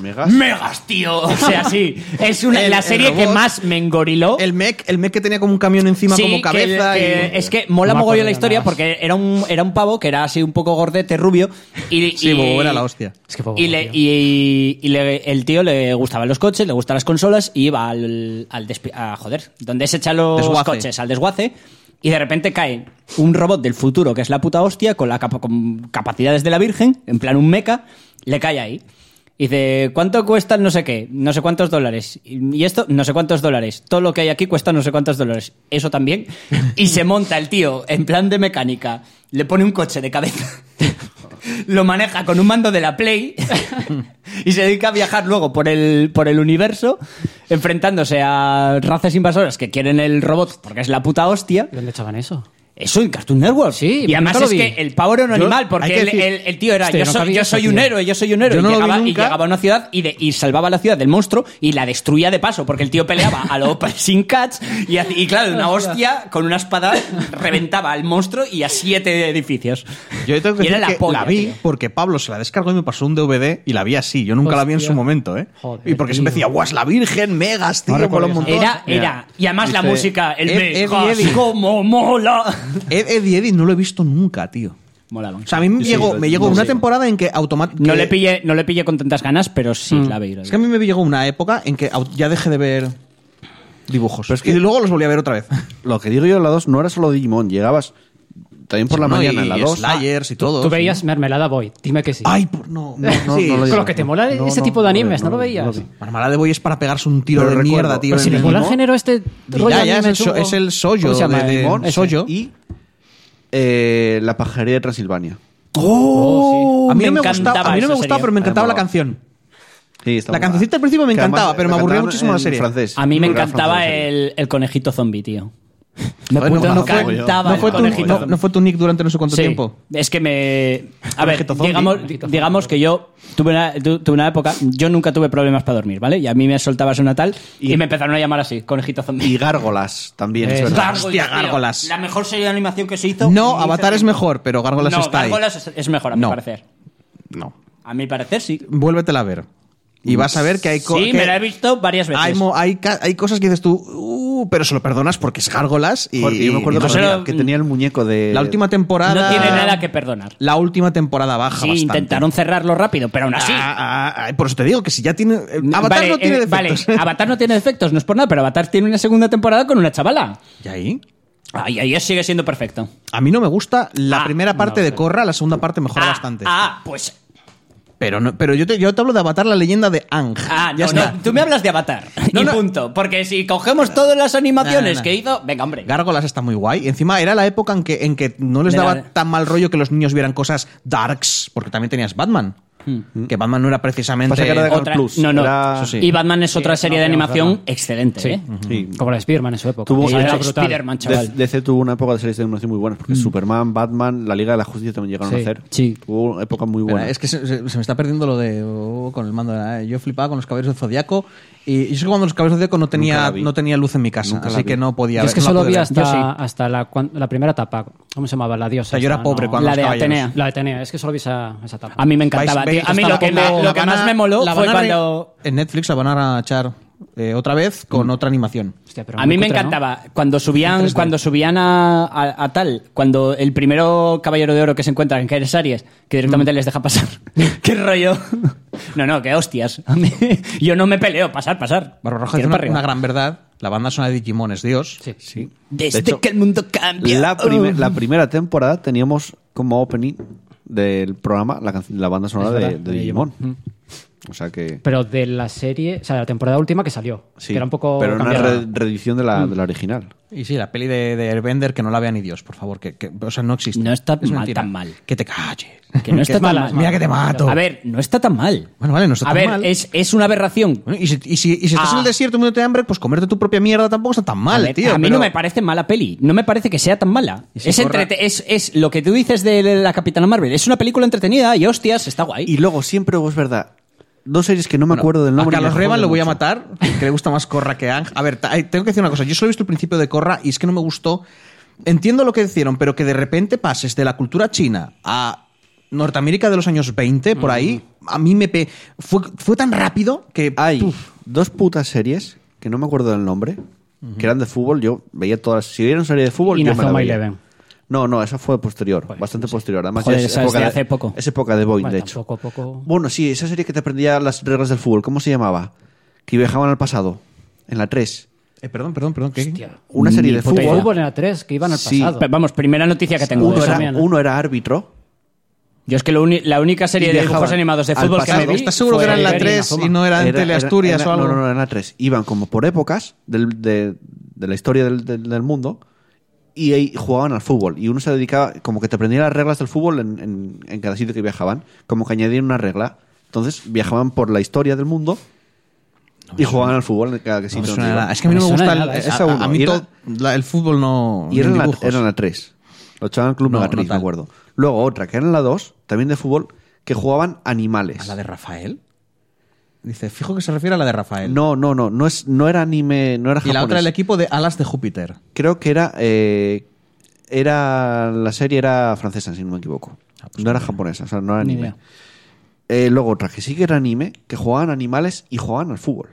[SPEAKER 1] Megas.
[SPEAKER 2] Megas, tío. O sea, sí. Es una,
[SPEAKER 3] El-
[SPEAKER 2] la
[SPEAKER 3] el
[SPEAKER 2] serie que
[SPEAKER 3] robot.
[SPEAKER 2] más me engoriló.
[SPEAKER 3] El mec, el mec que tenía como un camión encima
[SPEAKER 2] Oh. Sí,
[SPEAKER 3] como
[SPEAKER 2] que el-
[SPEAKER 3] cabeza.
[SPEAKER 2] que-
[SPEAKER 3] y...
[SPEAKER 2] es que mola
[SPEAKER 4] No
[SPEAKER 2] mogollón
[SPEAKER 4] me acuerdo
[SPEAKER 2] la
[SPEAKER 4] de
[SPEAKER 2] historia
[SPEAKER 4] nada más.
[SPEAKER 2] porque era un, era un pavo que era así un poco gordete, rubio. Y,
[SPEAKER 3] Sí,
[SPEAKER 2] y-
[SPEAKER 3] Bobo era la hostia.
[SPEAKER 4] Es que Bobobo,
[SPEAKER 2] Y, le-
[SPEAKER 4] tío.
[SPEAKER 2] y- y le- el tío le gustaban los coches, le gustaban las consolas y iba al, al despi- a joder, donde se echan los
[SPEAKER 3] Desguace.
[SPEAKER 2] coches, al desguace. Y de repente cae un robot del futuro, que es la puta hostia, con, la capa- con capacidades de la Virgen, en plan un meca, le cae ahí. Y dice, ¿cuánto cuesta el no sé qué? No sé cuántos dólares. Y y esto, no sé cuántos dólares. Todo lo que hay aquí cuesta no sé cuántos dólares. Eso también. <laughs> Y se monta el tío en plan de mecánica. Le pone un coche de cabeza. <laughs> Lo maneja con un mando de la Play. <laughs> y se dedica a viajar luego por el, por el universo. Enfrentándose a razas invasoras que quieren el robot porque es la puta hostia.
[SPEAKER 4] ¿Y ¿Dónde echaban eso?
[SPEAKER 2] Eso en Cartoon Network.
[SPEAKER 4] Sí,
[SPEAKER 2] y
[SPEAKER 4] pero
[SPEAKER 2] además
[SPEAKER 4] nunca
[SPEAKER 2] es
[SPEAKER 4] lo vi.
[SPEAKER 2] que el pavo era un
[SPEAKER 3] Yo-
[SPEAKER 2] animal,
[SPEAKER 3] hay
[SPEAKER 2] porque
[SPEAKER 3] que
[SPEAKER 2] el,
[SPEAKER 3] decir- este,
[SPEAKER 2] el- el tío era
[SPEAKER 4] Hostia,
[SPEAKER 2] yo
[SPEAKER 4] yo
[SPEAKER 2] soy,
[SPEAKER 4] nunca
[SPEAKER 2] yo
[SPEAKER 4] vi
[SPEAKER 2] soy
[SPEAKER 4] eso,
[SPEAKER 2] un
[SPEAKER 4] tío.
[SPEAKER 2] héroe, yo soy un héroe.
[SPEAKER 3] Yo
[SPEAKER 2] y,
[SPEAKER 3] no lo vi
[SPEAKER 2] llegaba, y
[SPEAKER 3] nunca.
[SPEAKER 2] llegaba a una ciudad y, de- y salvaba la ciudad del monstruo y la destruía de paso, porque el tío peleaba a lo <laughs> sin cats y, hac- y
[SPEAKER 3] <laughs>
[SPEAKER 2] claro, de una hostia con una espada reventaba al monstruo y a siete edificios.
[SPEAKER 3] Yo tengo que
[SPEAKER 2] y era
[SPEAKER 3] decir
[SPEAKER 2] la
[SPEAKER 3] que
[SPEAKER 2] polla,
[SPEAKER 3] la vi
[SPEAKER 2] tío.
[SPEAKER 3] porque Pablo se la descargó y me pasó un DVD y la vi así. Yo nunca la vi en
[SPEAKER 4] Hostia.
[SPEAKER 3] su momento, ¿eh?
[SPEAKER 4] Joder,
[SPEAKER 3] y porque siempre
[SPEAKER 4] tío.
[SPEAKER 3] decía, guau, es la virgen, megas, tío,
[SPEAKER 4] No
[SPEAKER 3] mola
[SPEAKER 4] recuerdo
[SPEAKER 3] un
[SPEAKER 4] eso.
[SPEAKER 3] montón.
[SPEAKER 2] Era, era. Y además la
[SPEAKER 1] Dice,
[SPEAKER 2] música, el
[SPEAKER 3] Ed- Eddie,
[SPEAKER 2] Vegas,
[SPEAKER 3] Eddie.
[SPEAKER 2] cómo mola.
[SPEAKER 3] Ed, Eddie, Eddie no lo he visto nunca, tío.
[SPEAKER 2] Molaban.
[SPEAKER 3] O sea, a mí me
[SPEAKER 1] Sí,
[SPEAKER 3] llegó,
[SPEAKER 1] lo-
[SPEAKER 3] me llegó
[SPEAKER 1] no
[SPEAKER 3] una
[SPEAKER 1] sé.
[SPEAKER 3] temporada en que automáticamente...
[SPEAKER 2] No le, pillé, no le pillé con tantas ganas, pero sí la vi. la vi.
[SPEAKER 3] Es que a mí me llegó una época en que au- ya dejé de ver dibujos.
[SPEAKER 1] Pero es que-
[SPEAKER 3] Y luego los volví a ver otra vez.
[SPEAKER 1] Lo que digo yo, la 2 no era solo Digimon. Llegabas También <laughs> por la
[SPEAKER 3] No,
[SPEAKER 1] mañana,
[SPEAKER 3] y,
[SPEAKER 1] en la
[SPEAKER 3] y
[SPEAKER 1] 2.
[SPEAKER 3] Slayers y Ah, todo.
[SPEAKER 4] Tú
[SPEAKER 3] sí.
[SPEAKER 4] veías Mermelada Boy, dime que sí.
[SPEAKER 3] Ay, por
[SPEAKER 1] Ah,
[SPEAKER 3] no. no, no,
[SPEAKER 4] Sí,
[SPEAKER 3] no
[SPEAKER 1] <laughs>
[SPEAKER 4] con
[SPEAKER 3] digas.
[SPEAKER 4] lo que te mola ese tipo de animes, ¿no lo veías?
[SPEAKER 3] Marmalade de Boy es para pegarse un tiro
[SPEAKER 1] Pero
[SPEAKER 3] de
[SPEAKER 1] recuerdo-
[SPEAKER 3] mierda, tío.
[SPEAKER 4] Pero si
[SPEAKER 3] en
[SPEAKER 4] les
[SPEAKER 3] el
[SPEAKER 4] mola el
[SPEAKER 3] mismo.
[SPEAKER 4] género este rollo
[SPEAKER 3] Diraya es
[SPEAKER 4] anime
[SPEAKER 3] el, so-
[SPEAKER 4] chungo.
[SPEAKER 3] es el sollo
[SPEAKER 4] ¿Cómo se llama?
[SPEAKER 3] de- de-
[SPEAKER 4] Limón,
[SPEAKER 3] el
[SPEAKER 4] ese.
[SPEAKER 3] sollo.
[SPEAKER 1] Y eh, la pajarería de Transilvania.
[SPEAKER 3] ¡Oh! a mí no me,
[SPEAKER 2] Me
[SPEAKER 3] gustaba, a
[SPEAKER 2] encantaba
[SPEAKER 3] mí no me
[SPEAKER 2] esa
[SPEAKER 3] gustaba,
[SPEAKER 2] serie.
[SPEAKER 3] pero me encantaba
[SPEAKER 1] Me
[SPEAKER 3] la
[SPEAKER 1] molaba.
[SPEAKER 3] canción.
[SPEAKER 1] Sí, está
[SPEAKER 3] La
[SPEAKER 1] buena.
[SPEAKER 3] cancioncita al principio me
[SPEAKER 1] Que
[SPEAKER 3] encantaba, pero me
[SPEAKER 1] la
[SPEAKER 3] aburría
[SPEAKER 1] cantaban
[SPEAKER 3] muchísimo la
[SPEAKER 1] en
[SPEAKER 3] serie.
[SPEAKER 1] francés.
[SPEAKER 2] A mí me
[SPEAKER 1] Era
[SPEAKER 2] encantaba
[SPEAKER 1] francés, sí.
[SPEAKER 2] el, el conejito zombie, tío. Me
[SPEAKER 3] Joder, no
[SPEAKER 2] puto,
[SPEAKER 3] me
[SPEAKER 2] no
[SPEAKER 3] acuerdo.
[SPEAKER 2] cantaba
[SPEAKER 3] No
[SPEAKER 2] el
[SPEAKER 3] fue, tu,
[SPEAKER 2] conejito
[SPEAKER 3] no,
[SPEAKER 2] zombie.
[SPEAKER 3] no fue tu nick durante no sé cuánto
[SPEAKER 2] Sí.
[SPEAKER 3] tiempo.
[SPEAKER 2] Es que me. A ver,
[SPEAKER 3] Conejito zombie.
[SPEAKER 2] digamos,
[SPEAKER 3] Conejito
[SPEAKER 2] digamos que yo tuve una, tu- tuve una época. Yo nunca tuve problemas para dormir, ¿vale? Y a mí me soltabas una tal y, me empezaron a llamar así, conejito zombie.
[SPEAKER 1] Y gárgolas también. es
[SPEAKER 4] Eh,
[SPEAKER 1] verdad.
[SPEAKER 2] Gárgolas,
[SPEAKER 3] Hostia,
[SPEAKER 2] tío.
[SPEAKER 3] Gárgolas.
[SPEAKER 2] La mejor serie de animación que se hizo.
[SPEAKER 3] No,
[SPEAKER 2] Y
[SPEAKER 3] Avatar
[SPEAKER 2] hizo-
[SPEAKER 3] es mejor, pero Gárgolas
[SPEAKER 2] no,
[SPEAKER 3] está ahí.
[SPEAKER 2] Gárgolas es, es mejor, a mi
[SPEAKER 3] No.
[SPEAKER 2] parecer.
[SPEAKER 3] No.
[SPEAKER 2] A mi parecer sí.
[SPEAKER 3] Vuélvetela a ver. Y vas a ver que hay co-
[SPEAKER 2] Sí,
[SPEAKER 3] que-
[SPEAKER 2] me la he visto varias veces.
[SPEAKER 3] Hay, mo- hay, ca- hay cosas que dices tú, "Uh", pero se lo perdonas porque es gárgolas. Y,
[SPEAKER 1] Joder, yo me acuerdo que,
[SPEAKER 3] y-
[SPEAKER 2] no sé,
[SPEAKER 1] tenía,
[SPEAKER 2] lo-
[SPEAKER 1] que tenía el muñeco de.
[SPEAKER 3] la última temporada.
[SPEAKER 2] Eh, no tiene nada que perdonar.
[SPEAKER 3] La última temporada baja.
[SPEAKER 2] Sí,
[SPEAKER 3] bastante.
[SPEAKER 2] intentaron cerrarlo rápido, pero aún así.
[SPEAKER 3] Ah, ah, ah, por eso te digo que si ya tiene. eh, Avatar
[SPEAKER 2] Vale,
[SPEAKER 3] no tiene
[SPEAKER 2] eh, vale,
[SPEAKER 3] defectos. <laughs>
[SPEAKER 2] Avatar no tiene defectos, no es por nada, pero Avatar tiene una segunda temporada con una chavala.
[SPEAKER 3] y ahí.
[SPEAKER 2] Ay, ahí sigue siendo perfecto.
[SPEAKER 3] A mí no me gusta la
[SPEAKER 2] Ah,
[SPEAKER 3] primera parte de Corra, la segunda parte mejora
[SPEAKER 2] ah,
[SPEAKER 3] bastante.
[SPEAKER 2] Ah, pues.
[SPEAKER 3] Pero, no, pero yo, te, yo te hablo de Avatar, la leyenda de Ang.
[SPEAKER 2] Ah,
[SPEAKER 3] ya
[SPEAKER 2] no,
[SPEAKER 3] está.
[SPEAKER 2] no, tú me hablas de Avatar.
[SPEAKER 3] <laughs> No,
[SPEAKER 2] y
[SPEAKER 3] no.
[SPEAKER 2] punto. Porque si cogemos todas las animaciones
[SPEAKER 3] No, no, no.
[SPEAKER 2] que hizo. Venga, hombre.
[SPEAKER 3] Gárgolas está muy guay. Encima era la época en que, en que no les
[SPEAKER 2] De la-
[SPEAKER 3] daba tan mal rollo que los niños vieran cosas darks, porque también tenías Batman.
[SPEAKER 2] Hmm.
[SPEAKER 3] Que Batman no era precisamente.
[SPEAKER 1] Pasa que era de-
[SPEAKER 2] Otra,
[SPEAKER 1] Plus,
[SPEAKER 2] no, no.
[SPEAKER 1] era- Eso
[SPEAKER 3] sí.
[SPEAKER 2] Y Batman es otra serie
[SPEAKER 4] no,
[SPEAKER 2] de
[SPEAKER 4] tenemos
[SPEAKER 2] animación
[SPEAKER 4] Batman.
[SPEAKER 2] excelente.
[SPEAKER 4] Sí.
[SPEAKER 2] ¿eh?
[SPEAKER 1] Sí.
[SPEAKER 4] Como la de Spearman en su época.
[SPEAKER 1] Tuvo-
[SPEAKER 4] Y
[SPEAKER 2] Y
[SPEAKER 4] era
[SPEAKER 2] era
[SPEAKER 4] brutal.
[SPEAKER 2] Spider-Man,
[SPEAKER 1] D-
[SPEAKER 2] chaval.
[SPEAKER 1] DC tuvo una época de series de animación muy buenas, porque Superman, Batman, la Liga de la Justicia también llegaron
[SPEAKER 4] Sí,
[SPEAKER 1] a hacer.
[SPEAKER 2] sí.
[SPEAKER 1] Tuvo una época muy
[SPEAKER 3] Espera,
[SPEAKER 1] buena.
[SPEAKER 3] es que se, se- se me está perdiendo lo de. oh, con el mando. de la- yo flipaba con los caballeros del Zodíaco. Y yo sé que cuando los caballeros del Zodíaco no
[SPEAKER 1] la
[SPEAKER 3] tenía,
[SPEAKER 1] vi.
[SPEAKER 3] no tenía luz en mi casa,
[SPEAKER 1] Nunca la
[SPEAKER 3] así
[SPEAKER 1] vi.
[SPEAKER 3] que no podía
[SPEAKER 4] Yo
[SPEAKER 3] ver.
[SPEAKER 4] es que
[SPEAKER 3] no la
[SPEAKER 4] solo
[SPEAKER 3] pude
[SPEAKER 4] vi
[SPEAKER 3] ver.
[SPEAKER 4] hasta,
[SPEAKER 2] Yo sí.
[SPEAKER 4] hasta la, cuan- la primera etapa. ¿Cómo se llamaba? La diosa.
[SPEAKER 3] O sea, yo era
[SPEAKER 4] esta,
[SPEAKER 3] pobre
[SPEAKER 4] ¿no?
[SPEAKER 3] cuando
[SPEAKER 2] La
[SPEAKER 3] los
[SPEAKER 2] de
[SPEAKER 3] caballeros.
[SPEAKER 2] Atenea.
[SPEAKER 4] La de Atenea, es que solo vi esa, esa etapa.
[SPEAKER 2] A mí me encantaba,
[SPEAKER 3] Vais-
[SPEAKER 2] tío. A mí
[SPEAKER 3] vais-
[SPEAKER 2] lo que,
[SPEAKER 3] hasta
[SPEAKER 2] ma-
[SPEAKER 3] poco-
[SPEAKER 2] lo
[SPEAKER 3] la
[SPEAKER 2] que
[SPEAKER 3] van
[SPEAKER 2] más
[SPEAKER 3] a-
[SPEAKER 2] me moló
[SPEAKER 3] la
[SPEAKER 2] fue
[SPEAKER 3] van a re-
[SPEAKER 2] cuando.
[SPEAKER 3] En Netflix la van a echar eh, otra vez con otra animación.
[SPEAKER 4] Hostia, pero
[SPEAKER 2] A
[SPEAKER 4] muy
[SPEAKER 2] mí me
[SPEAKER 4] cutre, ¿no?
[SPEAKER 2] encantaba cuando subían, cuando subían a, a- a tal, cuando el primero caballero de oro que se encuentra en Aires Aries, que directamente
[SPEAKER 4] Mm.
[SPEAKER 2] les deja pasar. <laughs> ¡Qué
[SPEAKER 4] <laughs>
[SPEAKER 2] rollo! No, no, que hostias. A mí- Yo no me peleo, pasar, pasar.
[SPEAKER 3] Barbarroja es
[SPEAKER 2] Tiro
[SPEAKER 3] una,
[SPEAKER 2] para arriba.
[SPEAKER 3] una gran verdad. La banda sonora de Digimon es Dios.
[SPEAKER 4] Sí.
[SPEAKER 1] Sí.
[SPEAKER 2] Desde
[SPEAKER 1] De este hecho,
[SPEAKER 2] que el mundo cambia.
[SPEAKER 1] la, prime-
[SPEAKER 2] Oh.
[SPEAKER 1] la primera temporada teníamos como opening del programa la, canc- la banda sonora de, de Digimon. O sea que.
[SPEAKER 4] Pero de la serie, o sea, de la temporada última que salió.
[SPEAKER 1] Sí,
[SPEAKER 4] que era un poco.
[SPEAKER 1] pero una
[SPEAKER 4] cambiada.
[SPEAKER 1] re- reedición de la, de la original.
[SPEAKER 3] Y sí, la peli de, de Airbender que no la vea ni Dios, por favor. Que, que- o sea, no existe.
[SPEAKER 2] No está
[SPEAKER 3] Es
[SPEAKER 2] mal,
[SPEAKER 3] mentira.
[SPEAKER 2] tan mal.
[SPEAKER 3] Que te calles.
[SPEAKER 2] Que no está
[SPEAKER 3] es
[SPEAKER 2] tan
[SPEAKER 3] mala,
[SPEAKER 2] mal.
[SPEAKER 3] Mira <laughs> que te mato.
[SPEAKER 2] A ver, no está tan mal.
[SPEAKER 3] Bueno, vale, no está
[SPEAKER 2] a
[SPEAKER 3] tan
[SPEAKER 2] ver,
[SPEAKER 3] mal.
[SPEAKER 2] Es, es una aberración.
[SPEAKER 3] Bueno, Y si, y si- y si estás
[SPEAKER 2] Ah.
[SPEAKER 3] en el desierto y te de hambre, pues comerte tu propia mierda tampoco está tan mal,
[SPEAKER 2] a ver,
[SPEAKER 3] tío.
[SPEAKER 2] a mí
[SPEAKER 3] pero-
[SPEAKER 2] no me parece mala peli. No me parece que sea tan mala.
[SPEAKER 3] Y si
[SPEAKER 2] es,
[SPEAKER 3] corra-
[SPEAKER 2] entrete- es, es lo que tú dices de la Capitana Marvel. Es una película entretenida y hostias, está guay.
[SPEAKER 1] Y luego, siempre, pues, es verdad, dos series que no me
[SPEAKER 3] Bueno,
[SPEAKER 1] acuerdo del nombre. y
[SPEAKER 3] A
[SPEAKER 1] me
[SPEAKER 3] Carlos
[SPEAKER 1] joden
[SPEAKER 3] Revan lo voy a
[SPEAKER 1] mucho.
[SPEAKER 3] matar, que le gusta más Corra que Ang. A ver, ta- ay, tengo que decir una cosa. Yo solo he visto el principio de Corra y es que no me gustó. Entiendo lo que hicieron, pero que de repente pases de la cultura china a Norteamérica de los años 20, por ahí, a mí me... pe- Fue, fue tan rápido que...
[SPEAKER 1] Hay dos putas series que no me acuerdo del nombre, que eran de fútbol. Yo veía todas. Si hubiera una serie de fútbol,
[SPEAKER 4] Y
[SPEAKER 1] yo me la
[SPEAKER 4] Nazoma
[SPEAKER 1] veía.
[SPEAKER 4] Eleven.
[SPEAKER 1] No, no, esa fue posterior, bastante posterior. Además,
[SPEAKER 2] Pues, Joder,
[SPEAKER 1] ya
[SPEAKER 2] esa es de hace poco.
[SPEAKER 1] Es época de Boeing,
[SPEAKER 4] Bueno,
[SPEAKER 1] de hecho.
[SPEAKER 4] tampoco, poco-
[SPEAKER 1] Bueno, sí, esa serie que te aprendía las reglas del fútbol, ¿cómo se llamaba? Que viajaban al pasado, en la 3.
[SPEAKER 3] Eh, perdón, perdón, perdón. ¿qué?
[SPEAKER 4] Hostia.
[SPEAKER 1] Una serie de
[SPEAKER 4] Fútbol,
[SPEAKER 1] fútbol.
[SPEAKER 4] en la 3, que iban al
[SPEAKER 1] Sí,
[SPEAKER 4] pasado.
[SPEAKER 2] Pe- Vamos, primera noticia que tengo. ¿eh?
[SPEAKER 1] Uno
[SPEAKER 2] esa
[SPEAKER 1] era,
[SPEAKER 2] mía, ¿no?
[SPEAKER 1] uno era árbitro.
[SPEAKER 2] Yo es que lo uni- la única
[SPEAKER 1] Y
[SPEAKER 2] serie de
[SPEAKER 1] viajaban
[SPEAKER 2] dibujos animados de
[SPEAKER 1] al
[SPEAKER 2] fútbol que
[SPEAKER 1] pasado.
[SPEAKER 2] me vi
[SPEAKER 3] ¿Estás seguro que era en la
[SPEAKER 4] Iberia y
[SPEAKER 3] 3
[SPEAKER 4] Nazoma.
[SPEAKER 3] y no era en
[SPEAKER 1] Era-
[SPEAKER 3] Teleasturias
[SPEAKER 1] era-
[SPEAKER 3] o algo?
[SPEAKER 1] No, no, no, era en la 3. Iban como por épocas del- de, de la historia del, del- del mundo y ahí jugaban al fútbol. Y uno se dedicaba, como que te aprendía las reglas del fútbol en, en- en cada sitio que viajaban, como que añadían una regla. Entonces viajaban por la historia del mundo y jugaban al fútbol en cada
[SPEAKER 3] No me
[SPEAKER 1] sitio. donde
[SPEAKER 3] suena
[SPEAKER 1] iban.
[SPEAKER 3] nada. Es que a mí no
[SPEAKER 4] No
[SPEAKER 3] me
[SPEAKER 4] me
[SPEAKER 3] gusta
[SPEAKER 4] suena
[SPEAKER 3] el,
[SPEAKER 4] nada.
[SPEAKER 1] Esa
[SPEAKER 3] a- a-
[SPEAKER 1] uno.
[SPEAKER 3] a mí
[SPEAKER 1] Y era-
[SPEAKER 3] todo- la- el fútbol no...
[SPEAKER 1] Y
[SPEAKER 3] ni
[SPEAKER 1] era en, la,
[SPEAKER 3] dibujos.
[SPEAKER 1] era en la 3. Lo echaban en Club
[SPEAKER 3] No,
[SPEAKER 1] Megatriz,
[SPEAKER 3] no
[SPEAKER 1] me
[SPEAKER 3] tal.
[SPEAKER 1] acuerdo. Luego otra, que era en la 2, también de fútbol, que jugaban
[SPEAKER 3] ¿A
[SPEAKER 1] animales.
[SPEAKER 3] la de Rafael? Dice, fijo que se refiere a la de Rafael.
[SPEAKER 1] No, no, no, no, es, no era anime, no era
[SPEAKER 3] Y
[SPEAKER 1] japonés.
[SPEAKER 3] la otra, el equipo de Alas de Júpiter.
[SPEAKER 1] Creo que era. eh, era La serie era francesa, si no me equivoco. no era japonesa, o sea, no era anime. Eh, luego otra que sí que era anime, que jugaban animales y jugaban al fútbol.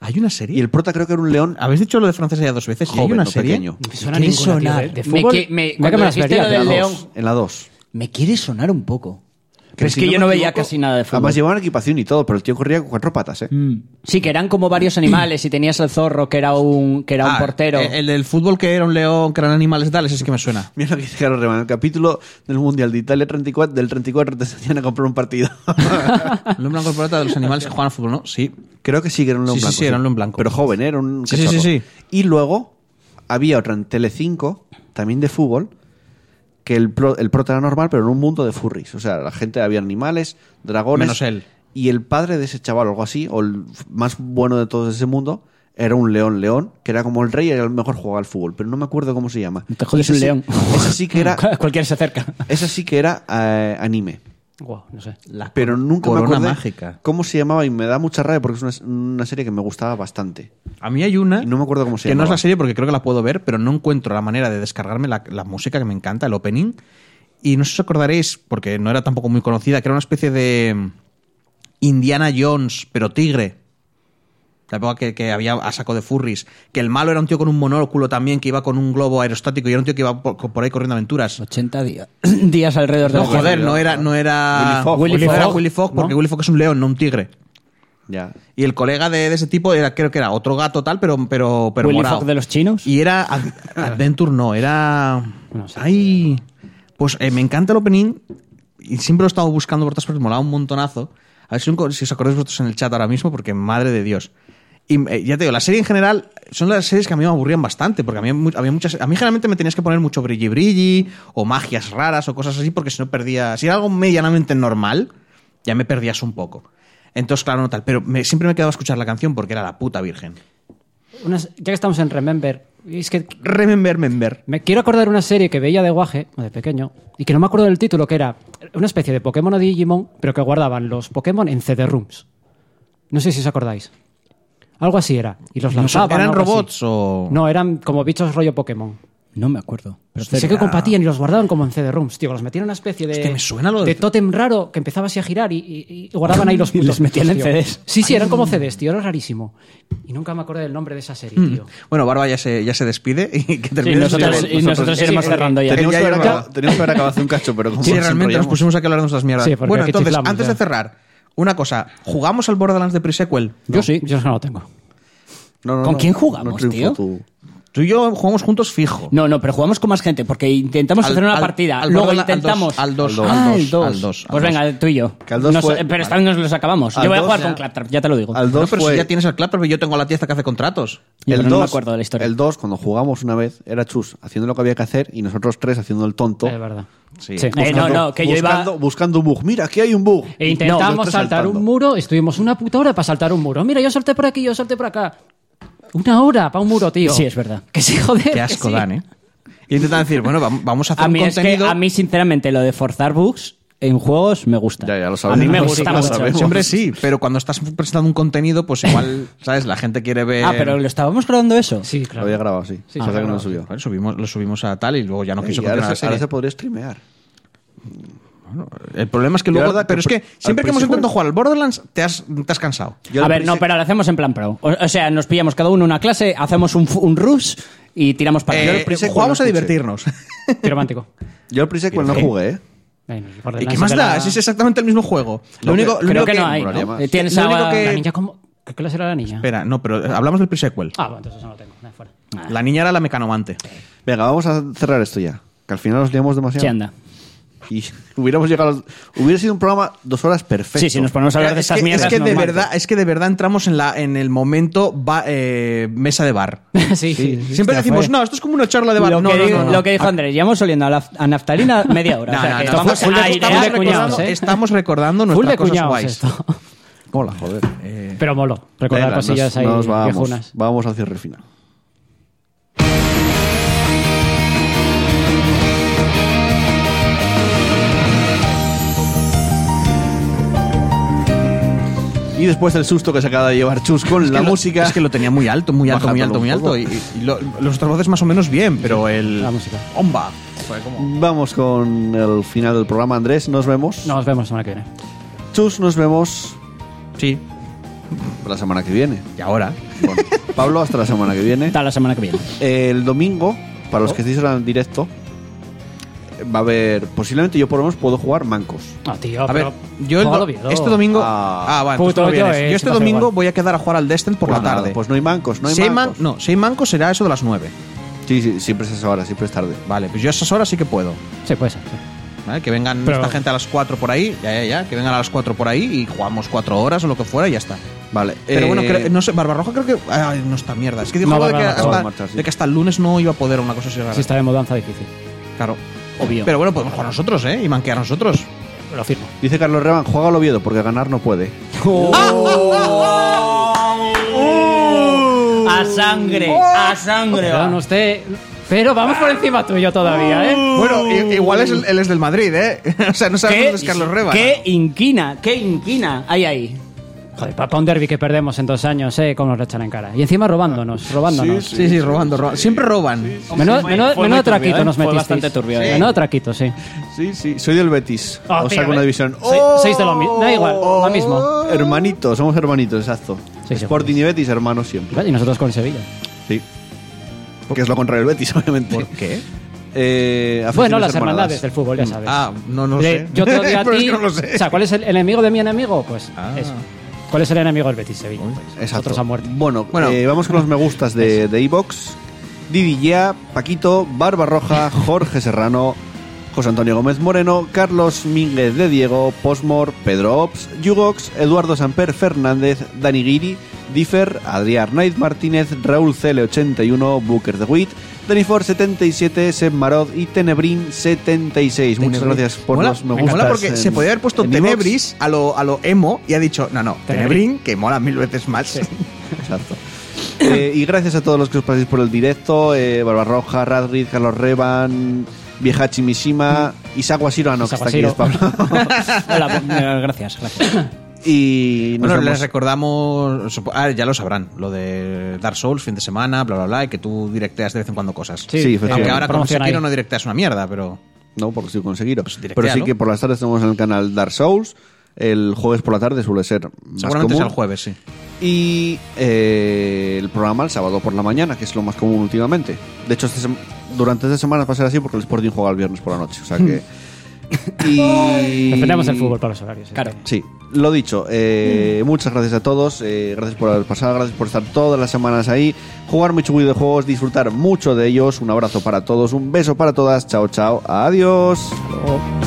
[SPEAKER 3] Hay una
[SPEAKER 1] Y
[SPEAKER 3] serie.
[SPEAKER 1] el prota creo que era un león
[SPEAKER 5] Ah,
[SPEAKER 3] Habéis dicho lo de francesa ya dos veces. y
[SPEAKER 1] joven,
[SPEAKER 3] hay una
[SPEAKER 1] no
[SPEAKER 3] serie. Ah,
[SPEAKER 1] pequeño.
[SPEAKER 4] No me suena
[SPEAKER 3] ¿Qué
[SPEAKER 4] ninguna, tío, ¿eh?
[SPEAKER 3] sonar?
[SPEAKER 4] de, de
[SPEAKER 2] Me
[SPEAKER 4] fútbol.
[SPEAKER 2] que- me-
[SPEAKER 4] Mira que
[SPEAKER 2] cuando
[SPEAKER 4] me las
[SPEAKER 2] dijiste
[SPEAKER 4] vería,
[SPEAKER 2] lo
[SPEAKER 4] tío.
[SPEAKER 1] En la
[SPEAKER 2] del león.
[SPEAKER 1] dos, En la 2.
[SPEAKER 2] Me quiere sonar un poco.
[SPEAKER 5] Pero es que
[SPEAKER 1] si
[SPEAKER 5] yo
[SPEAKER 1] me
[SPEAKER 5] no veía
[SPEAKER 1] equivoco,
[SPEAKER 5] casi nada de fútbol. Mm.
[SPEAKER 1] Además llevaban equipación y todo, pero el tío corría con cuatro patas, ¿eh?
[SPEAKER 2] Sí, que eran como
[SPEAKER 4] <clears throat>
[SPEAKER 2] varios animales y tenías el zorro que era un, que era un
[SPEAKER 3] Ah,
[SPEAKER 2] portero.
[SPEAKER 3] eh, El del fútbol que era un león, que eran animales y tal, ese sí que me suena.
[SPEAKER 1] Mira lo que dice Carlos Reman, el capítulo del Mundial de Italia 34, del 34 te enseñan a comprar un partido.
[SPEAKER 3] El león blanco y plata de los animales que juegan al fútbol, ¿no? Sí.
[SPEAKER 1] Creo que sí que era un león
[SPEAKER 3] Sí, sí,
[SPEAKER 1] blanco.
[SPEAKER 3] sí, era un león blanco.
[SPEAKER 1] Pero joven, ¿eh? era un
[SPEAKER 3] Sí, sí,
[SPEAKER 1] cachorro.
[SPEAKER 3] sí, sí.
[SPEAKER 1] Y luego había otra en Telecinco, también de fútbol, que el, pro- el prota era normal, pero en un mundo de furries. O sea, la gente había animales, dragones...
[SPEAKER 3] Menos él.
[SPEAKER 1] Y el padre de ese chaval o algo así, o el f- más bueno de todo ese mundo, era un león león, que era como el rey y era el mejor jugaba al fútbol. Pero no me acuerdo cómo se llama.
[SPEAKER 2] Te jodes
[SPEAKER 1] Ese
[SPEAKER 2] un
[SPEAKER 1] sí-
[SPEAKER 2] león.
[SPEAKER 1] Ese sí que era,
[SPEAKER 2] <laughs> Cualquiera se acerca.
[SPEAKER 1] ese sí que era eh, anime
[SPEAKER 4] Guau, no sé.
[SPEAKER 1] pero nunca me
[SPEAKER 3] corona
[SPEAKER 1] acordé
[SPEAKER 3] mágica.
[SPEAKER 1] cómo se llamaba y me da mucha rabia porque es una, una serie que me gustaba bastante.
[SPEAKER 3] A mí hay una.
[SPEAKER 1] Y no me acuerdo cómo se
[SPEAKER 3] Que no es
[SPEAKER 1] llamaba.
[SPEAKER 3] la serie porque creo que la puedo ver, pero no encuentro la manera de descargarme la, la música que me encanta, el opening. Y no sé si os acordaréis, porque no era tampoco muy conocida, que era una especie de mm, Indiana Jones, pero tigre. La época que, que había a saco de furries. Que el malo era un tío con un monóculo también, que iba con un globo aerostático y era un tío que iba por, por ahí corriendo aventuras.
[SPEAKER 2] 80 días, <clears throat> días alrededor de
[SPEAKER 3] No,
[SPEAKER 2] la Tierra.
[SPEAKER 3] joder, no era, no era
[SPEAKER 1] Willy Fogg.
[SPEAKER 2] Willy
[SPEAKER 3] no era
[SPEAKER 2] Fogg,
[SPEAKER 3] Willy Fogg, porque
[SPEAKER 2] ¿no?
[SPEAKER 3] Willy Fogg es un león, no un tigre.
[SPEAKER 1] Ya.
[SPEAKER 3] Y el colega de, de ese tipo era, creo que era otro gato tal, pero, pero, pero
[SPEAKER 2] Willy
[SPEAKER 3] morado.
[SPEAKER 2] Fogg de los chinos.
[SPEAKER 3] Y era Ad- Adventure, no, era.
[SPEAKER 4] No sé.
[SPEAKER 3] Ay. Pues eh, me encanta el opening. Y siempre lo he estado buscando por todas partes, molaba un montonazo. A ver si, un co- si os acordáis vosotros en el chat ahora mismo, porque madre de Dios. Y eh, ya te digo, la serie en general son las series que a mí me aburrían bastante, porque a mí, mu- había muchas, a mí generalmente me tenías que poner mucho brilli brilli, o magias raras, o cosas así, porque si no perdía. Si era algo medianamente normal, ya me perdías un poco. Entonces, claro, no tal. Pero me- siempre me quedaba a escuchar la canción porque era la puta virgen.
[SPEAKER 4] Unas- ya que estamos en Remember, es que
[SPEAKER 3] Remember, remember.
[SPEAKER 4] me quiero acordar una serie que veía de guaje, o de pequeño, y que no me acuerdo del título, que era una especie de Pokémon o Digimon, pero que guardaban los Pokémon en CD-rooms. No sé si os acordáis. Algo así era. Y los
[SPEAKER 3] No sé,
[SPEAKER 4] lanzaban.
[SPEAKER 3] ¿Eran
[SPEAKER 4] algo así.
[SPEAKER 3] robots o.?
[SPEAKER 4] No, eran como bichos rollo Pokémon.
[SPEAKER 2] No me acuerdo. Pero
[SPEAKER 4] sé que compartían y los guardaban como en CD-ROMs, tío. Los metían en una especie de.
[SPEAKER 3] Hostia, me suena lo de-
[SPEAKER 4] de tótem raro que empezaba así a girar y, y- y guardaban ahí los
[SPEAKER 2] <laughs> Y
[SPEAKER 4] putos.
[SPEAKER 2] los metían en
[SPEAKER 4] tío.
[SPEAKER 2] CDs.
[SPEAKER 4] Sí, sí, eran como CDs, tío. Era rarísimo. Y nunca me acordé del nombre de esa serie,
[SPEAKER 2] Mm.
[SPEAKER 4] tío.
[SPEAKER 3] Bueno, Barba ya se, ya se despide y <laughs> que termine
[SPEAKER 2] Sí, nosotros,
[SPEAKER 3] este-
[SPEAKER 2] y nosotros
[SPEAKER 1] nosotros-
[SPEAKER 2] iremos
[SPEAKER 4] Sí, porque-
[SPEAKER 2] cerrando ya.
[SPEAKER 1] Teníamos,
[SPEAKER 3] ya
[SPEAKER 1] que haber
[SPEAKER 3] llegaba.
[SPEAKER 1] acabado, teníamos que haber acabado hace un cacho, pero como
[SPEAKER 3] Sí,
[SPEAKER 1] nos
[SPEAKER 3] realmente nos
[SPEAKER 1] enrollamos.
[SPEAKER 3] pusimos aquí a hablar de nuestras mierdas.
[SPEAKER 4] Sí, porque
[SPEAKER 3] bueno,
[SPEAKER 4] aquí
[SPEAKER 3] entonces,
[SPEAKER 4] chiflamos,
[SPEAKER 3] antes
[SPEAKER 4] ya.
[SPEAKER 3] de cerrar, una cosa. ¿Jugamos al Borderlands de pre-sequel?
[SPEAKER 4] Yo sí. Yo no lo tengo.
[SPEAKER 1] No, no,
[SPEAKER 2] ¿Con
[SPEAKER 1] no,
[SPEAKER 2] quién jugamos,
[SPEAKER 1] no triunfó
[SPEAKER 2] tío?
[SPEAKER 1] tú.
[SPEAKER 3] Tú y yo jugamos juntos fijo.
[SPEAKER 2] No, no, pero jugamos con más gente porque intentamos
[SPEAKER 3] Al-
[SPEAKER 2] hacer una
[SPEAKER 3] al-
[SPEAKER 2] partida.
[SPEAKER 3] al
[SPEAKER 2] luego
[SPEAKER 3] Borderla- al
[SPEAKER 2] intentamos.
[SPEAKER 3] dos, al dos, al
[SPEAKER 2] Ah,
[SPEAKER 3] dos,
[SPEAKER 2] el dos.
[SPEAKER 3] al dos, al
[SPEAKER 2] Pues
[SPEAKER 3] dos.
[SPEAKER 2] venga, tú y yo.
[SPEAKER 1] Que al dos
[SPEAKER 2] Nos-
[SPEAKER 1] fue-
[SPEAKER 2] Pero esta vez nos los acabamos.
[SPEAKER 1] Al
[SPEAKER 2] Yo voy a
[SPEAKER 1] dos
[SPEAKER 2] jugar
[SPEAKER 1] ya-
[SPEAKER 2] con Claptrap, ya te lo digo.
[SPEAKER 1] Al
[SPEAKER 3] Pues, No,
[SPEAKER 1] 2
[SPEAKER 3] pero
[SPEAKER 1] fue.
[SPEAKER 3] si ya tienes al Clapper, pero yo tengo a la tiesta que hace contratos.
[SPEAKER 2] Ya,
[SPEAKER 1] el
[SPEAKER 2] pero no me
[SPEAKER 1] dos-
[SPEAKER 2] acuerdo de la historia.
[SPEAKER 1] El 2, cuando jugamos una vez, era Chus haciendo lo que había que hacer y nosotros tres haciendo el tonto.
[SPEAKER 4] Es verdad.
[SPEAKER 3] Sí.
[SPEAKER 2] Eh, no, no, que yo iba.
[SPEAKER 1] buscando, buscando un bug. Mira, aquí hay un bug.
[SPEAKER 4] E
[SPEAKER 1] No,
[SPEAKER 4] intentamos
[SPEAKER 1] los tres
[SPEAKER 4] saltar
[SPEAKER 1] saltando.
[SPEAKER 4] un muro. Estuvimos una puta hora para saltar un muro. Mira, yo salté por aquí, yo salté por acá. Una hora para un muro, tío.
[SPEAKER 2] Sí, es verdad.
[SPEAKER 4] Que sí, joder.
[SPEAKER 3] Qué
[SPEAKER 4] que
[SPEAKER 3] asco
[SPEAKER 4] sí.
[SPEAKER 3] dan, ¿eh? Y intentan decir, bueno, vam- vamos a hacer
[SPEAKER 2] A mí,
[SPEAKER 3] un
[SPEAKER 2] es que,
[SPEAKER 3] contenido.
[SPEAKER 2] a mí, sinceramente, lo de forzar bugs en juegos me gusta.
[SPEAKER 1] Ya, ya lo
[SPEAKER 2] a
[SPEAKER 1] sabemos. <laughs>
[SPEAKER 2] mí me
[SPEAKER 1] Lo
[SPEAKER 2] gusta mucho.
[SPEAKER 1] sabemos.
[SPEAKER 3] Siempre sí, pero cuando estás presentando un contenido, pues <laughs> igual, ¿sabes? La gente quiere ver.
[SPEAKER 2] Ah, pero lo estábamos grabando eso.
[SPEAKER 4] Sí,
[SPEAKER 1] Lo
[SPEAKER 4] claro.
[SPEAKER 1] había grabado, sí. Pasa
[SPEAKER 4] Sí, se
[SPEAKER 1] que
[SPEAKER 4] había
[SPEAKER 1] no
[SPEAKER 4] grabado,
[SPEAKER 1] lo subió.
[SPEAKER 3] Bueno, subimos, lo subimos a tal y luego ya no quiso
[SPEAKER 1] Y
[SPEAKER 3] continuar
[SPEAKER 1] ahora,
[SPEAKER 3] la serie.
[SPEAKER 1] ahora se podría streamear.
[SPEAKER 3] El problema es que
[SPEAKER 1] Yo
[SPEAKER 3] luego.
[SPEAKER 1] la verdad
[SPEAKER 3] Pero
[SPEAKER 1] que
[SPEAKER 3] es que
[SPEAKER 1] pr- al
[SPEAKER 3] siempre que hemos
[SPEAKER 1] principio-
[SPEAKER 3] intentado jugar al Borderlands, te has, te has cansado.
[SPEAKER 1] Yo
[SPEAKER 2] a
[SPEAKER 1] al
[SPEAKER 2] ver, no,
[SPEAKER 1] prese-
[SPEAKER 2] pero lo hacemos en plan pro. O, o sea, nos pillamos cada uno una clase, hacemos un, fu- un rush y tiramos para
[SPEAKER 3] Eh,
[SPEAKER 2] adelante.
[SPEAKER 1] prese-
[SPEAKER 3] jugamos a
[SPEAKER 1] cuando
[SPEAKER 3] divertirnos. <laughs>
[SPEAKER 4] Piromántico.
[SPEAKER 1] Yo al pre-sequel no jugué, ¿eh?
[SPEAKER 4] Bueno,
[SPEAKER 3] ¿Y
[SPEAKER 4] Borderlands
[SPEAKER 3] qué más
[SPEAKER 4] era
[SPEAKER 3] da?
[SPEAKER 4] la-
[SPEAKER 3] Si es exactamente el mismo juego. Lo
[SPEAKER 1] Creo
[SPEAKER 3] único,
[SPEAKER 1] que-
[SPEAKER 3] lo
[SPEAKER 2] Creo
[SPEAKER 3] único
[SPEAKER 2] que, no hay.
[SPEAKER 1] molaría
[SPEAKER 2] ¿no?
[SPEAKER 1] más.
[SPEAKER 2] Eh, Tienes
[SPEAKER 3] Lo
[SPEAKER 2] a-
[SPEAKER 3] único
[SPEAKER 4] La
[SPEAKER 3] que-
[SPEAKER 4] niña como... ¿Qué clase era la niña?
[SPEAKER 3] Espera, no, pero eh, hablamos del pre-sequel.
[SPEAKER 4] Ah, bueno, entonces eso no lo tengo. Nada, fuera.
[SPEAKER 2] Ah,
[SPEAKER 3] La niña era la mecanomante.
[SPEAKER 1] Venga, vamos a cerrar esto ya. Que al final nos liamos demasiado.
[SPEAKER 2] Sí, anda.
[SPEAKER 1] Y <laughs> hubiéramos llegado. a los- Hubiera sido un programa dos horas perfecto.
[SPEAKER 2] Sí, sí, nos ponemos a hablar de
[SPEAKER 3] es
[SPEAKER 2] esas
[SPEAKER 3] que,
[SPEAKER 2] mierdas.
[SPEAKER 3] es que de
[SPEAKER 2] normal.
[SPEAKER 3] verdad, es que de verdad entramos en, la, en el momento ba- eh, mesa de bar.
[SPEAKER 4] <laughs> sí, sí.
[SPEAKER 3] Siempre decimos, no, esto es como una charla de bar.
[SPEAKER 2] Lo,
[SPEAKER 3] no,
[SPEAKER 2] que
[SPEAKER 3] no,
[SPEAKER 2] dijo,
[SPEAKER 3] no, no.
[SPEAKER 2] lo que dijo Andrés, llevamos oliendo a, la- a
[SPEAKER 3] <laughs>
[SPEAKER 2] naftalina media hora.
[SPEAKER 3] No,
[SPEAKER 2] o sea
[SPEAKER 3] no,
[SPEAKER 2] que
[SPEAKER 3] no,
[SPEAKER 2] esto
[SPEAKER 3] estamos,
[SPEAKER 2] fue a
[SPEAKER 3] estamos
[SPEAKER 2] airear
[SPEAKER 3] recordando,
[SPEAKER 2] cuñados, ¿eh?
[SPEAKER 3] estamos recordando
[SPEAKER 4] Full de
[SPEAKER 3] nuestras cosas
[SPEAKER 4] cuñados
[SPEAKER 3] guays. Eh,
[SPEAKER 4] esto.
[SPEAKER 1] Hola, joder.
[SPEAKER 4] <laughs> Pero molo. Recordar
[SPEAKER 1] Venga,
[SPEAKER 4] cosillas
[SPEAKER 1] nos-
[SPEAKER 4] ahí
[SPEAKER 1] nos vamos,
[SPEAKER 4] viejunas.
[SPEAKER 1] vamos al cierre final. Y después del susto que se acaba de llevar Chus con la
[SPEAKER 3] que lo-
[SPEAKER 1] música.
[SPEAKER 3] es que lo tenía muy alto, muy alto, muy alto,
[SPEAKER 1] Bájatelo
[SPEAKER 3] muy
[SPEAKER 1] un
[SPEAKER 3] alto.
[SPEAKER 1] poco.
[SPEAKER 3] Y, y- y lo- los otros voces más o menos bien, pero el.
[SPEAKER 4] la música.
[SPEAKER 3] ¡Omba!
[SPEAKER 1] Vamos con el final del programa, Andrés. Nos vemos.
[SPEAKER 4] Nos vemos la semana que viene.
[SPEAKER 1] Chus, nos vemos
[SPEAKER 3] Sí.
[SPEAKER 1] la semana que viene.
[SPEAKER 3] Y ahora.
[SPEAKER 1] Bueno, Pablo, hasta la semana que viene.
[SPEAKER 4] <laughs>
[SPEAKER 2] Hasta la semana que viene.
[SPEAKER 4] Oh.
[SPEAKER 1] El domingo, para los que estéis ahora en directo, eh, va a haber. Posiblemente yo por lo menos puedo jugar mancos.
[SPEAKER 4] No, Ah, tío,
[SPEAKER 3] A ver,
[SPEAKER 4] pero
[SPEAKER 3] yo el do-
[SPEAKER 4] jógalo bien, ¿no?
[SPEAKER 3] este domingo.
[SPEAKER 1] Ah.
[SPEAKER 3] Ah, vale, pues
[SPEAKER 4] Puto,
[SPEAKER 3] tú no vienes.
[SPEAKER 4] yo, eh,
[SPEAKER 3] Yo este
[SPEAKER 4] se pasa
[SPEAKER 3] domingo
[SPEAKER 4] igual.
[SPEAKER 3] voy a quedar a jugar al Destin por
[SPEAKER 1] Pues
[SPEAKER 3] la
[SPEAKER 1] nada,
[SPEAKER 3] tarde.
[SPEAKER 1] pues no hay mancos, no hay
[SPEAKER 3] si hay man-
[SPEAKER 1] mancos.
[SPEAKER 3] no, si hay mancos será eso de las 9.
[SPEAKER 1] Sí, sí, siempre es esa hora, siempre es tarde.
[SPEAKER 3] Vale, pues yo a esas horas sí que puedo.
[SPEAKER 4] Sí, puede ser. sí.
[SPEAKER 3] ¿vale? Que vengan
[SPEAKER 4] Pero-
[SPEAKER 3] esta gente a las 4 por ahí, ya, ya, ya, que vengan a las 4 por ahí y jugamos 4 horas o lo que fuera y ya está.
[SPEAKER 1] Vale.
[SPEAKER 3] Pero
[SPEAKER 1] eh,
[SPEAKER 3] bueno, cre- no sé, Barbarroja creo que. Ay, no está mierda. Es que dijo
[SPEAKER 4] No,
[SPEAKER 3] algo de, que
[SPEAKER 4] Barbarroja
[SPEAKER 1] va a
[SPEAKER 3] hasta,
[SPEAKER 1] marchar, sí.
[SPEAKER 3] de que hasta el lunes no iba a poder una cosa así rara.
[SPEAKER 4] Sí, está de mudanza difícil.
[SPEAKER 3] Claro.
[SPEAKER 5] Obvio.
[SPEAKER 3] Pero bueno, podemos jugar nosotros, ¿eh? Y manquear nosotros.
[SPEAKER 4] Lo firmo.
[SPEAKER 1] Dice Carlos Reban, juega al Oviedo porque ganar no puede.
[SPEAKER 5] A sangre, a sangre. va.
[SPEAKER 4] Perdón, usted... Pero vamos por encima tuyo todavía, ¿eh?
[SPEAKER 3] Bueno, i- igual es el, él es del Madrid, ¿eh? <laughs> o sea, no sabemos
[SPEAKER 5] ¿Qué,
[SPEAKER 3] dónde es Carlos Reba.
[SPEAKER 5] qué inquina, qué inquina hay ahí.
[SPEAKER 4] Joder, para un derby que perdemos en dos años, ¿eh? Cómo nos lo echan en cara. Y encima robándonos, robándonos.
[SPEAKER 3] Sí, sí, robando, robando. Siempre roban.
[SPEAKER 4] Menudo,
[SPEAKER 5] Fue-
[SPEAKER 4] menudo-
[SPEAKER 5] fue
[SPEAKER 4] menudo
[SPEAKER 5] muy turbio,
[SPEAKER 4] traquito
[SPEAKER 5] ¿eh?
[SPEAKER 4] nos
[SPEAKER 5] Fue
[SPEAKER 4] metisteis.
[SPEAKER 5] bastante turbio, ¿eh?
[SPEAKER 4] Menudo traquito, sí.
[SPEAKER 1] Sí, sí, soy del Betis.
[SPEAKER 4] Ah,
[SPEAKER 1] Os
[SPEAKER 4] tío,
[SPEAKER 1] saco una
[SPEAKER 4] eh.
[SPEAKER 1] división. ¡Oh!
[SPEAKER 4] Se- seis de lo mi- da igual, lo mismo.
[SPEAKER 1] Hermanitos, somos hermanitos, exacto.
[SPEAKER 4] Sí, sí,
[SPEAKER 1] Sporting y Betis, hermanos siempre.
[SPEAKER 4] Y nosotros con Sevilla.
[SPEAKER 1] Sí. Que es lo contrario del Betis, <laughs> obviamente.
[SPEAKER 3] ¿Por qué?
[SPEAKER 1] Eh, aficiones
[SPEAKER 4] Bueno, las
[SPEAKER 1] hermanadas.
[SPEAKER 4] hermandades del fútbol, ya sabes.
[SPEAKER 3] Ah, no, no
[SPEAKER 4] De-
[SPEAKER 3] sé.
[SPEAKER 4] Yo
[SPEAKER 3] <laughs>
[SPEAKER 4] te odio a
[SPEAKER 3] Pero es
[SPEAKER 4] ti.
[SPEAKER 3] que no lo
[SPEAKER 4] O
[SPEAKER 3] sé.
[SPEAKER 4] sea, ¿cuál es el enemigo de mi enemigo? Pues
[SPEAKER 3] Ah.
[SPEAKER 4] eso. ¿Cuál es el enemigo del Betis Sevilla? Pues
[SPEAKER 1] Exacto.
[SPEAKER 4] Otros
[SPEAKER 3] <laughs>
[SPEAKER 4] a muerte.
[SPEAKER 1] Bueno,
[SPEAKER 3] Bueno.
[SPEAKER 1] eh, vamos con los me gustas de de iVox. Didi Gea, Paquito, Barba
[SPEAKER 3] <laughs>
[SPEAKER 1] Roja, Jorge Serrano, José Antonio Gómez Moreno, Carlos Mínguez de Diego, Posmor, Pedro Ops, Yugox, Eduardo Samper Fernández, Dani Guiri, Differ, Adrián Arnaiz Martínez, Raúl CL81, Booker de Witt, Denifor77, Seb Marod y Tenebrin76. Muchas gracias por
[SPEAKER 3] mola,
[SPEAKER 1] los me
[SPEAKER 3] me
[SPEAKER 1] gustas.
[SPEAKER 3] mola porque
[SPEAKER 1] en-
[SPEAKER 3] se podía haber puesto
[SPEAKER 1] en iVoox.
[SPEAKER 3] Tenebris a lo, a lo emo y ha dicho, no, no, Tenebrin, que mola mil veces más. <laughs>
[SPEAKER 1] Exacto. Eh, y gracias a todos los que os paséis por el directo: eh, Barbarroja, Radrid, Carlos Revan, Viejachi Mishima, Isaac Wasirano, que está
[SPEAKER 4] Isaac
[SPEAKER 1] aquí, es
[SPEAKER 4] Wasiro.
[SPEAKER 3] <laughs>
[SPEAKER 1] Pablo.
[SPEAKER 5] Hola, pues, eh, gracias, gracias.
[SPEAKER 1] Y nos
[SPEAKER 3] Bueno, les
[SPEAKER 1] vemos.
[SPEAKER 3] recordamos, supo- ah, ya lo sabrán, lo de Dark Souls, fin de semana, bla, bla, bla, y que tú directeas de vez en cuando cosas.
[SPEAKER 1] Sí,
[SPEAKER 4] Sí, eh,
[SPEAKER 1] efectivamente.
[SPEAKER 3] Aunque ahora con
[SPEAKER 4] Promoción ahí.
[SPEAKER 3] Sekiro no directeas una mierda, pero...
[SPEAKER 1] No, porque estoy conseguido.
[SPEAKER 3] Pues directea,
[SPEAKER 1] Pero sí
[SPEAKER 3] ¿no?
[SPEAKER 1] que por las tardes tenemos en el canal Dark Souls. El jueves por la tarde suele ser más
[SPEAKER 3] Seguramente
[SPEAKER 1] común.
[SPEAKER 3] sea el jueves, sí.
[SPEAKER 1] Y eh, el programa el sábado por la mañana, que es lo más común últimamente. De hecho, esta sem- durante esta semana va a ser así porque el Sporting juega el viernes por la noche. O sea que. <laughs>
[SPEAKER 3] Hmm.
[SPEAKER 1] y...
[SPEAKER 4] Defendemos el fútbol para los horarios. Claro.
[SPEAKER 1] Sí, lo dicho, eh, muchas gracias a todos, eh, gracias por haber pasado, gracias por estar todas las semanas ahí, jugar mucho videojuegos, disfrutar mucho de ellos, un abrazo para todos, un beso para todas, chao chao, adiós.
[SPEAKER 4] O-